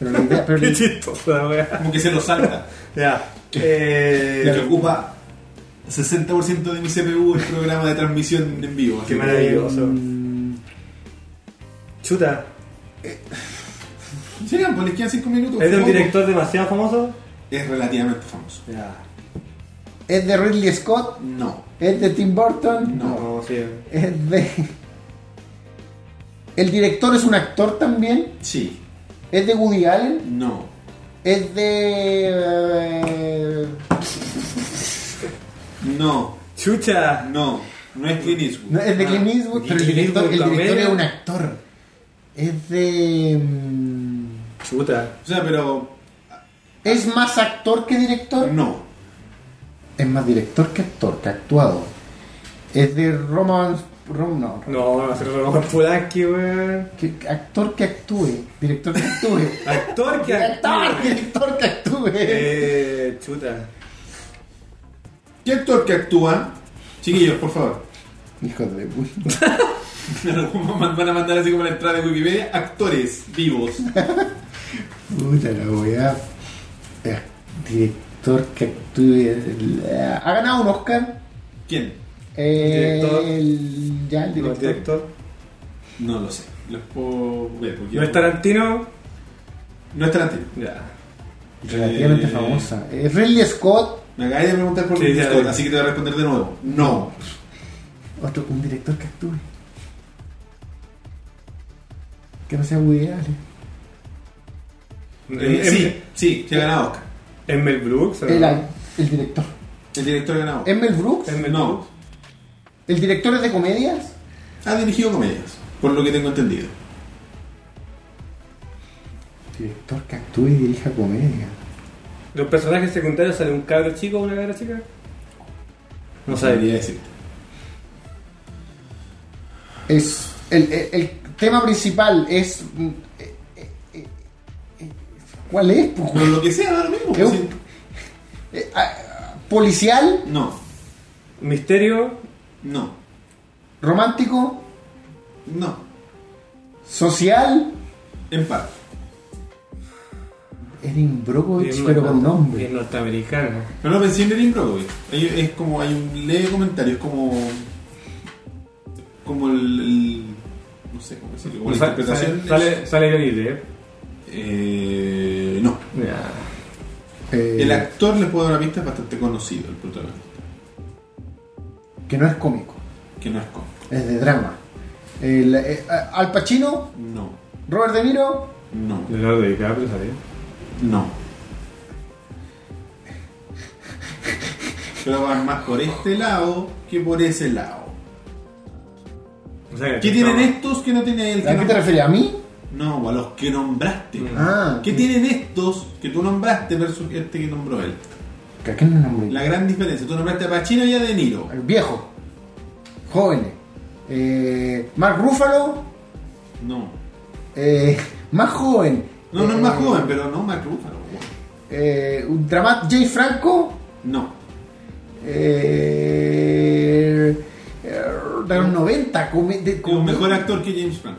Pero la idea, pero la-
[LAUGHS] [LAUGHS] Qué chistoso la wea.
Como que se lo salta.
Ya.
[LAUGHS]
Eh,
que ocupa 60% de mi CPU el programa de transmisión en vivo. así
Qué
que-
maravilloso. Chuta.
Sigan, pues les quedan 5 minutos.
¿Es de un
Poco.
director demasiado famoso?
Es relativamente famoso.
Ya.
es de Ridley Scott.
No.
Es de Tim Burton.
No.
No, sí.
Es de. El director es un actor también.
Sí.
Es de Woody Allen.
No.
Es de. eh,
No.
Chucha.
No. No es Clint Eastwood.
No, es de Clint Eastwood, pero el
Ah, Clint
director,
Eastwood
el director
también.
es un actor. Es de. mm,
Chuta.
O sea, pero...
¿Es más actor que director?
No.
Es más director que actor, que ha actuado. Es de Roman. Rom- no.
No, va a ser Roman Polanski, weón.
que- que actor que actúe. Director que actúe.
Actor que
actor, director que actúe.
Eh, chuta.
¿Qué actor que actúa? Chiquillos, por favor. [LAUGHS]
Hijo de puta.
Van a mandar así como la entrada de Wikipedia. Actores vivos.
Puta la weá. Eh, Director que actúe. Ha ganado un Oscar.
¿Quién?
Eh,
Director.
el- ya, el
No,
director.
el director.
No lo sé. Los puedo ver. Porque
¿No es Tarantino?
No es Tarantino.
Ya.
Relativamente
Eh,
famosa. Eh, Ridley Scott.
Me acabé de preguntar por
Sí,
Clint
ya,
Eastwood,
ya.
así que te voy a responder de nuevo. No.
Otro, un director que actúe. Que no sea Woody Allen.
Eh,
¿Es-
sí, sí, se ha ganado Oscar.
¿Es Mel Brooks? o no?
El, el director.
El director ha ganado.
¿Es Mel Brooks?
¿Es Mel
No.
¿El director es de comedias?
Ha dirigido comedias, por lo que tengo entendido.
Director que actúe y dirija comedia.
¿Los personajes secundarios sale un cabro chico o una cabra chica? No
Sabría
sabría.
decirte.
Es. El, el- el tema principal es. mm, eh, eh, eh, eh, ¿Cuál es? Pues,
[LAUGHS]
po?
Pero lo que sea, da lo mismo. pues,
¿Es
sí.
un- eh, ah, ¿Policial?
No,
Misterio,
no,
¿Romántico?
no.
¿Social?
En parte.
Erin Brockovich,
bien
pero con
norte-
nombre.
bien norteamericano.
Pero no pensé en Erin Brockovich. Hay- Es como, hay un leve comentario, es como. Como el. el- no sé cómo decirlo. Como la
Sa-
interpretación.
sale- Sale, sale Johnny Depp.
Eh, no.
Ya.
Eh,
El actor, les puedo dar una pista, es bastante conocido, el protagonista.
que no es cómico.
Que no es cómico.
Es de drama. El, eh, Al Pacino,
No,
Robert De Niro,
no,
Leonardo DiCaprio sale.
no. Pero van más por este lado que por ese lado.
O sea,
¿Qué tienen estos que no tiene el
¿A
que
qué te
nom-
refieres? ¿A mí?
No, a los que nombraste.
Ah,
¿Qué tienen estos que tú nombraste versus este que nombró él?
¿A quién me nombré?
La gran diferencia. Tú nombraste a Pacino y a De Niro.
Viejo. Jóvenes. Eh, más Rúfalo.
No.
eh, [LAUGHS] más joven.
No, no es más
Eh,
joven, pero no más Rúfalo. weón.
Eh, un drama Jay Franco.
No.
Eh, eh, de los 90. come- de-
Es un
come-
mejor actor que James Franco.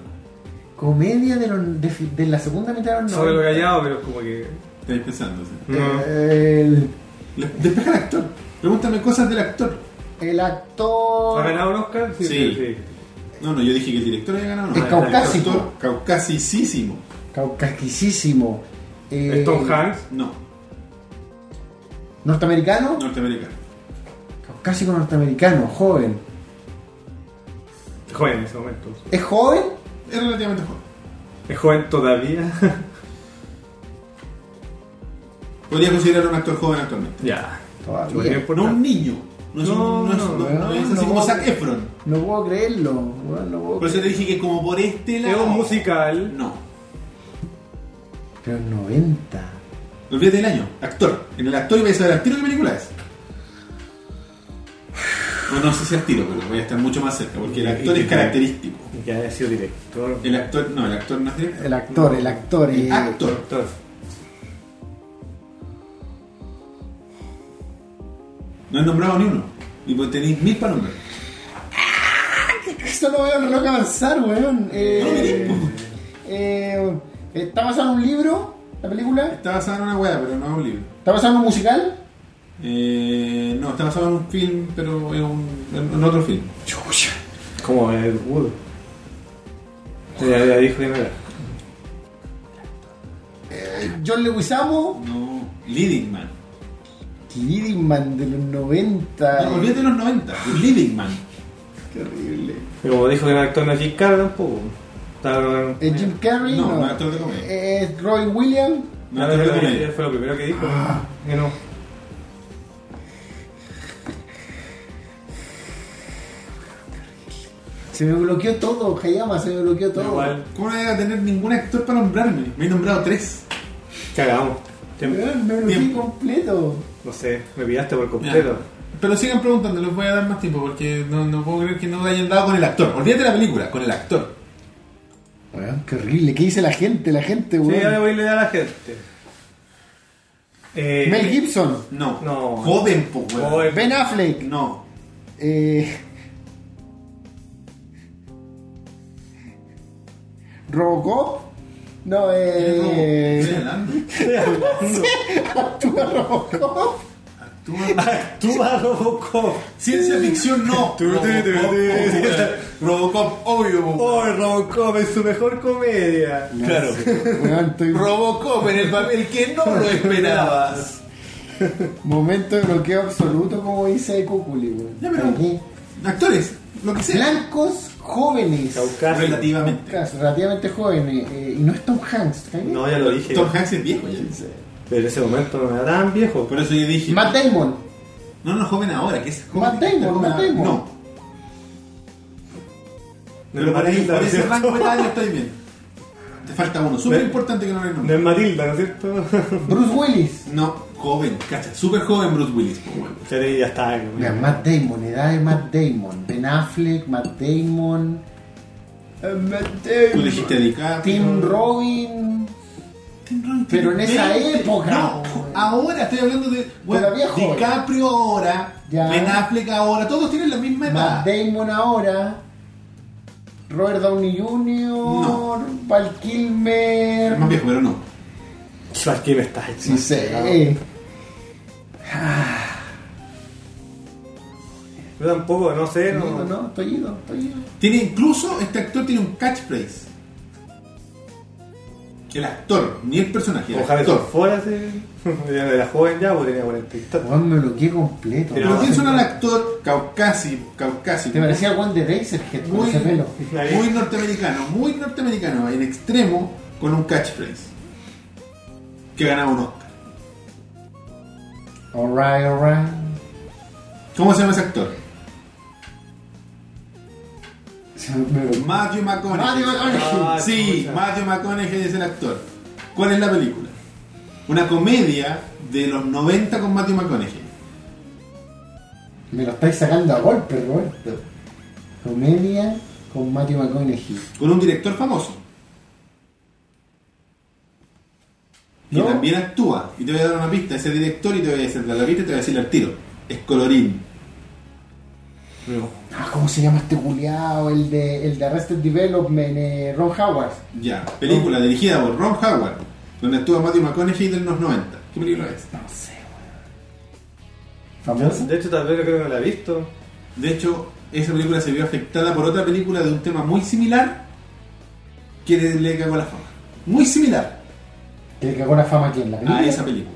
Comedia de, los- de fi- de la segunda mitad de los
Sobre lo
90.
callado, pero como que.
Estáis pensando, sí.
No.
El,
Le- Despeja al actor. Pregúntame cosas del actor.
el
¿Ha
actor.
ganado un Oscar?
Sí. No, no, yo dije que el director había ganado. No,
Es
el
caucásico.
actor Caucasicísimo.
Caucasquisísimo. eh,
¿Es Tom Hanks?
No,
Norteamericano.
norteamericano.
Caucásico norteamericano. Joven.
Joven en ese momento.
¿Es joven?
Es relativamente joven.
¿Es joven todavía? [LAUGHS]
Podría considerarlo un actor joven actualmente.
ya. Lo
Todavía.
tenía por
No
acá.
un niño. No es, un-
No,
no es-
no,
no- no es
no,
así como
no.
Zac Efron.
No puedo creerlo. weón, no puedo
Por eso te
creerlo.
dije que como por este
Es
lado.
un musical.
No.
Pero 90.
Los días del año. Actor. En el actor iba a saber al tiro qué película es. No, no sé si al tiro, pero voy a estar mucho más cerca, porque el actor es característico.
Y que haya sido director.
El actor, no, el actor no es director.
El actor, el actor.
El
eh,
actor.
Actor.
No he nombrado ni uno. Y pues tenéis mil para nombrar.
Solo veo el reloj avanzar, weón.
No pues. me
Eh,
digas, po.
eh, ¿Está basado en un libro? ¿La película?
Está basado en una weá, pero no es un libro.
¿Está basado en un musical?
Eh, no, está basado en un film, pero en, un- en- en otro film.
Chucha.
Como el Wood. Ya, ya dijo que no era.
John Leguizamo,
No, Leading Man.
Leading Man de los 90.
No, olvídate de los 90, Leading Man.
Qué horrible.
Pero como dijo que era actor, no es Jim Carrey tampoco. Estaba.
Eh, Jim Carrey,
No,
no.
no, actor de comedia.
Eh, Roy Williams,
No, Ah. te
No, no,
lo
no,
recomiendo.
fue lo primero que dijo. Que no.
se me bloqueó todo, Hayama, se me bloqueó todo.
Igual.
¿Cómo no debe tener ningún actor para nombrarme? Me he nombrado tres.
Cagamos. Te-
Weón, me bloqueé
Tiempo.
completo.
No sé, me pillaste por
Ya.
completo.
Pero sigan preguntando, les voy a dar más tiempo porque no, no puedo creer que no hayan dado con el actor. Olvídate de la película, con el actor.
Weón, qué horrible. ¿Qué dice la gente? La gente,
Sí, ahora
weón.
voy a leer a la gente. Eh,
Mel Gibson,
No.
No.
Joven, pues, weón.
Oh, el-
Ben Affleck,
No.
eh, Robocop. No,
Estoy
eh.
[LAUGHS] hablando.
Actúa Robocop.
Actúa.
Tú vas a Robocop.
Ciencia ficción [LAUGHS] no.
Tu, tu, tu, tu.
Robocop, weón. Robocop, obvio. weón.
Oh, Robocop es su mejor comedia.
Claro.
Weón, estoy-
Robocop en el papel que no lo esperabas.
Momento de bloqueo absoluto, como dice Cuculi, weón.
Ya, pero-
Aquí.
Actores, lo que sea.
Blancos jóvenes.
Caucásico.
Relativamente.
Caso, relativamente jóvenes. eh, y no es Tom Hanks, ¿caí?
No, ya lo dije.
Tom Hanks es viejo ya.
Pero en ese momento no era tan viejo.
Por eso yo dije.
Matt Damon.
No, no, joven ahora, que es joven.
Matt Damon,
Joven
Matt
ahora.
Damon.
No, pero por ahí,
Matilda,
por
¿no es
ese
cierto?
rango [LAUGHS] etario estoy bien. Te falta uno, súper importante que no le
No
nombre.
es Matilda, ¿no es cierto?
Bruce Willis.
No, joven, cacha, súper joven Bruce Willis. po, weón.
Ya leí, ya está. que-
Mira, Matt Damon, edad de Matt Damon. Ben Affleck, Matt Damon. eh, Matt Damon.
Tú dijiste a DiCaprio.
Tim Robin.
Tim Robbins
Pero en
tiene
esa
20.
época,
No,
weón.
ahora estoy hablando de. Bueno,
Todavía joven.
DiCaprio ahora,
Ya.
Ben Affleck ahora, todos tienen la misma edad.
Matt Damon ahora. Robert Downey Jr. Val Kilmer.
Es más viejo, pero no.
Chual, ¿qué me estás echando?
Sí sé.
Yo tampoco, no sé.
No,
No,
no, estoy ido, estoy ido.
Tiene incluso, este actor tiene un catchphrase. El actor, ni el personaje, el
Ojalá
actor.
fuera,
[LAUGHS]
sí. Ya era joven ya,
pues
porque tenía 40 y tantos.
Weón, me bloqueé completo.
Pero
Pero-
quién suena el actor caucásico, caucásico,
Te parecía Juan de Razorhead con
muy,
ese pelo.
muy norteamericano, muy norteamericano, en extremo, con un catchphrase. Que ganaba un Oscar.
Alright, alright.
¿Cómo se llama ese actor?
Se me- me-
Matthew McConaughey.
Matthew McConaughey.
Ah,
Sí,
chucha.
Matthew McConaughey es el actor. ¿Cuál es la película? Una comedia de los 90 con Matthew McConaughey.
Me lo estáis sacando a golpe, Roberto. Comedia con Matthew McConaughey.
Con un director famoso. Y
¿No?
también actúa. Y te voy a dar una pista. Ese director y te voy a decir la pista y te voy a decir al tiro. Es colorín.
Ah, ¿Cómo se llama este culiao? El de, el de Arrested Development, eh, Ron Howard.
Ya. Película dirigida por Ron Howard. Donde actúa Matthew McConaughey de los 90. ¿Qué película es?
¿Famoso?
De hecho, tal vez creo que no la he visto.
De hecho, esa película se vio afectada por otra película de un tema muy similar que le, le cagó la fama. Muy similar
Que le cagó la fama aquí en la película.
a Ah, esa película.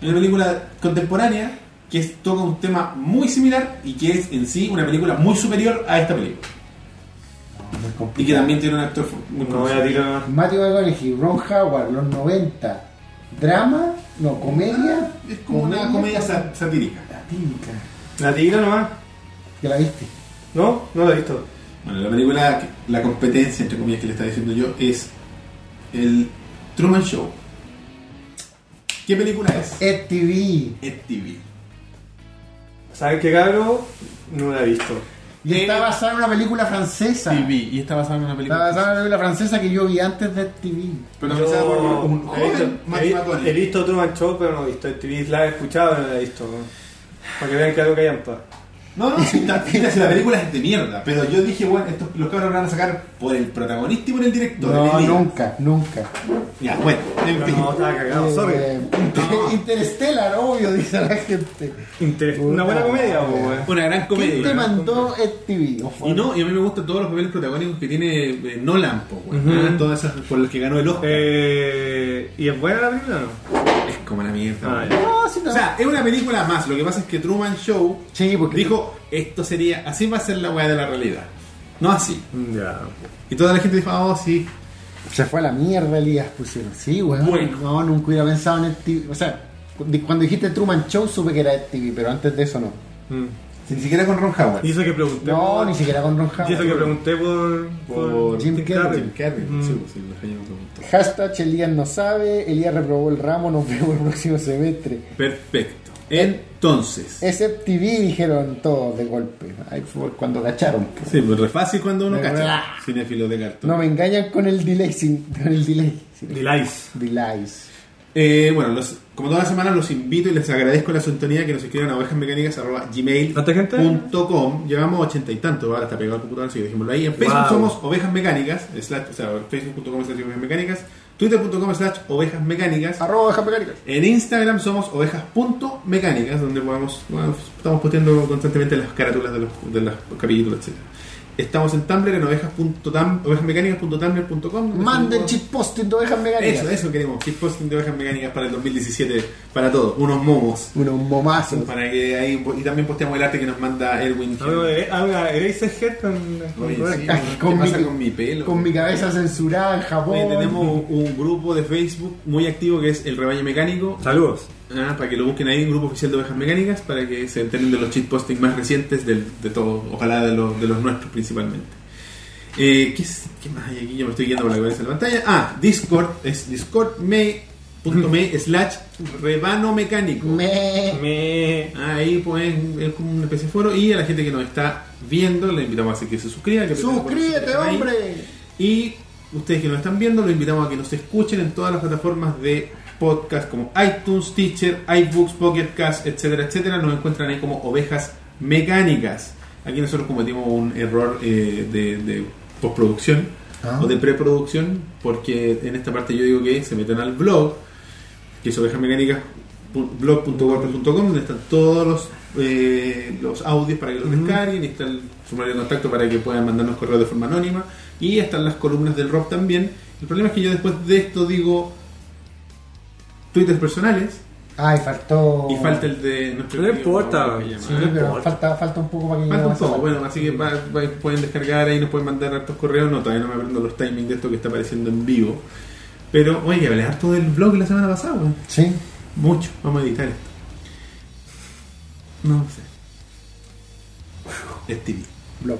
Es una película contemporánea que es- toca un tema muy similar y que es en sí una película muy superior a esta película.
Muy
Y que
complicado.
también tiene un actor fu-
No
muy
voy a
conocido.
tirar nada.
Matthew McConaughey, Ron Howard, los 90. Drama, no, comedia.
Ah, Es como una comedia sa- satírica.
satírica.
¿La tiro nomás?
¿Ya la viste?
No, no la he visto.
Bueno, la película, que- la competencia, entre comillas, que le está diciendo yo es el Truman Show. ¿Qué película es?
Ed TV.
Es TV.
¿Saben qué cabro? No la he visto.
Y está basada en una película francesa.
TV. Y está basada en una
Está
película.
basada en una película francesa que yo vi antes de Ed TV.
Protagonizada por un
he visto-
joven
he
Matthew
vi- He
McConaughey.
visto Truman Show, pero no he visto el TV. La he escuchado, pero no la he visto. Para que vean que algo que hayan pa.
No, no, si, está- mira, si la película es de mierda, pero yo dije, bueno, estos, los cabros la van a sacar por el protagonista y por el director.
No,
el líder.
nunca, nunca.
Ya, bueno, en
Pero
fin.
no, estaba cagado, sorry.
Eh, [LAUGHS] Interstellar, obvio, dice la gente.
Inter- Una buena comedia, po, weón.
Una gran
¿Quién te mandó Ed TV?
Y no, y a mí me gustan todos los papeles protagónicos que tiene eh, Nolan, po, weón, ¿eh? todas esas por las que ganó el Oscar.
Eh, ¿Y es buena la película o no?
Es como la mierda.
Ah, ya.
weón.
No, sí, no.
O sea, es una película más. Lo que pasa es que Truman Show
sí, porque
dijo, esto sería, así va a ser la weá de la realidad. No así.
Ya.
Y toda la gente dijo, oh, sí,
se fue a la mierda, Elías, pusieron. Sí, weón. No, nunca hubiera pensado en Ed TV. O sea, cu- di- cuando dijiste Truman Show supe que era Ed TV, pero antes de eso no.
Mm.
Si ni siquiera con Ron Howard.
Y eso que pregunté.
No,
por-
ni siquiera con Ron
Y eso que
Howard.
pregunté por.
Por
Jim
Tim
Carrey.
Jim Carrey,
Mm.
sí, pues, sí, lo fallamos con esto.
Hashtag Elías no sabe, Elías reprobó el ramo, nos vemos el próximo semestre.
Perfecto. Entonces.
Es Ed TV, dijeron todos de golpe. Ahí fue cuando cacharon. po.
Sí, pues re fácil cuando uno
De verdad.
cacha. Cinefilo de cartón.
No me engañan con el delay, sin, con el delay. sin-
Delays.
Delays.
Eh, bueno, los- como todas las semanas los invito y les agradezco la sintonía que nos escriban a
¿Cuánta gente?
ovejasmecánicas.gmail.com Llevamos ochenta y tantos, ahora está pegado el computador, así que dejémoslo ahí. En Facebook
Wow.
somos ovejas mecánicas, slash, o sea, facebook.com slash ovejas mecánicas, twitter.com slash ovejas mecánicas.
Arroba Jaime Carica.
En Instagram somos ovejas.mecánicas, donde podemos, bueno, estamos posteando constantemente las carátulas de los, de los capítulos, etc. Estamos en Tumblr en ovejas.tam- ovejasmecánicas.tumblr.com. donde
Manden
subimos-
chip posting de ovejas mecánicas.
Eso, eso queremos. Keep posting de ovejas mecánicas para el 2017, para todos. Unos momos.
Unos momazos.
Para que ahí, y también posteamos el arte que nos manda Erwin.
Algo de- algo de Eraserhead con. con
Oye,
Robert.
sí,
Ay,
¿qué
eh, con
pasa
mi-
con mi pelo?
Con mi cabeza censurada en Japón.
Oye, tenemos un grupo de Facebook muy activo que es El Rebaño Mecánico.
Saludos.
Ah, para que lo busquen ahí, un grupo oficial de ovejas mecánicas, para que se enteren de los cheat postings más recientes del- de todos, ojalá de los, de los nuestros principalmente. Eh, ¿qué, es- qué más hay aquí? Yo me estoy guiando por la cabeza de la pantalla. Ah, Discord es discord.me slash rebano mecánico.
Me...
Me.
Ahí pues es como una especie de foro y a la gente que nos está viendo le invitamos a hacer que se suscriba. que aprieten el botoncito que
Suscríbete,
está ahí.
hombre.
Y ustedes que nos están viendo, los invitamos a que nos escuchen en todas las plataformas de podcast como iTunes, Teacher, iBooks, Pocket Cast, etcétera, etcétera. Nos encuentran ahí como ovejas mecánicas. Aquí nosotros cometimos un error eh, de, de postproducción
Ah.
o de preproducción, porque en esta parte yo digo que se meten al blog, que es ovejasmecánicas.blog.wordpress.com, donde están todos los, eh, los audios para que los descarguen, y está el sumario de contacto para que puedan mandarnos correos de forma anónima, y están las columnas del rock también. El problema es que yo después de esto digo twitters personales
Ay, faltó.
y falta el de nuestro...
Oh. No
querido-
importa.
¿cómo se
Sí,
llama?
pero falta, falta un poco para que
Falta un
lleguemos a
poco,
esa
bueno, así que va- va- pueden descargar ahí, nos pueden mandar hartos correos. No, todavía no me aprendo los timings de esto que está apareciendo en vivo. Pero, oye, hablé harto del blog la semana pasada, weón.
parte. Sí.
Mucho, vamos a editar esto. No sé. Es TV.
Blog.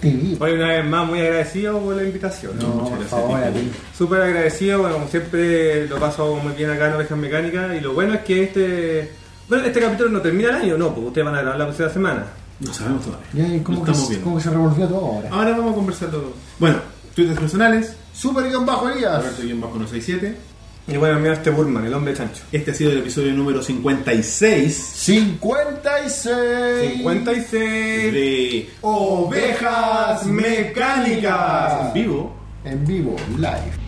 TV.
Hoy una vez más muy agradecido por la invitación.
No, por favor, a ti.
Súper agradecido, bueno, como siempre lo paso muy bien acá en Ovejas Mecánicas y lo bueno es que este bueno, este capítulo no termina el año, no, porque ustedes van a grabar la próxima semana.
No sabemos todavía.
[LAUGHS] Ya,
Lo
¿Cómo, que,
estamos
se-
viendo.
cómo que se revolvió todo ahora?
Ahora vamos a conversar todo. Bueno, tweets personales.
Super guión bajo Elías.
Roberto-167.
Y bueno, mira este Burman, el hombre chancho.
Este ha sido el episodio número 56
56.
56
de
Ovejas
Mecánicas.
En Vivo.
En vivo, live.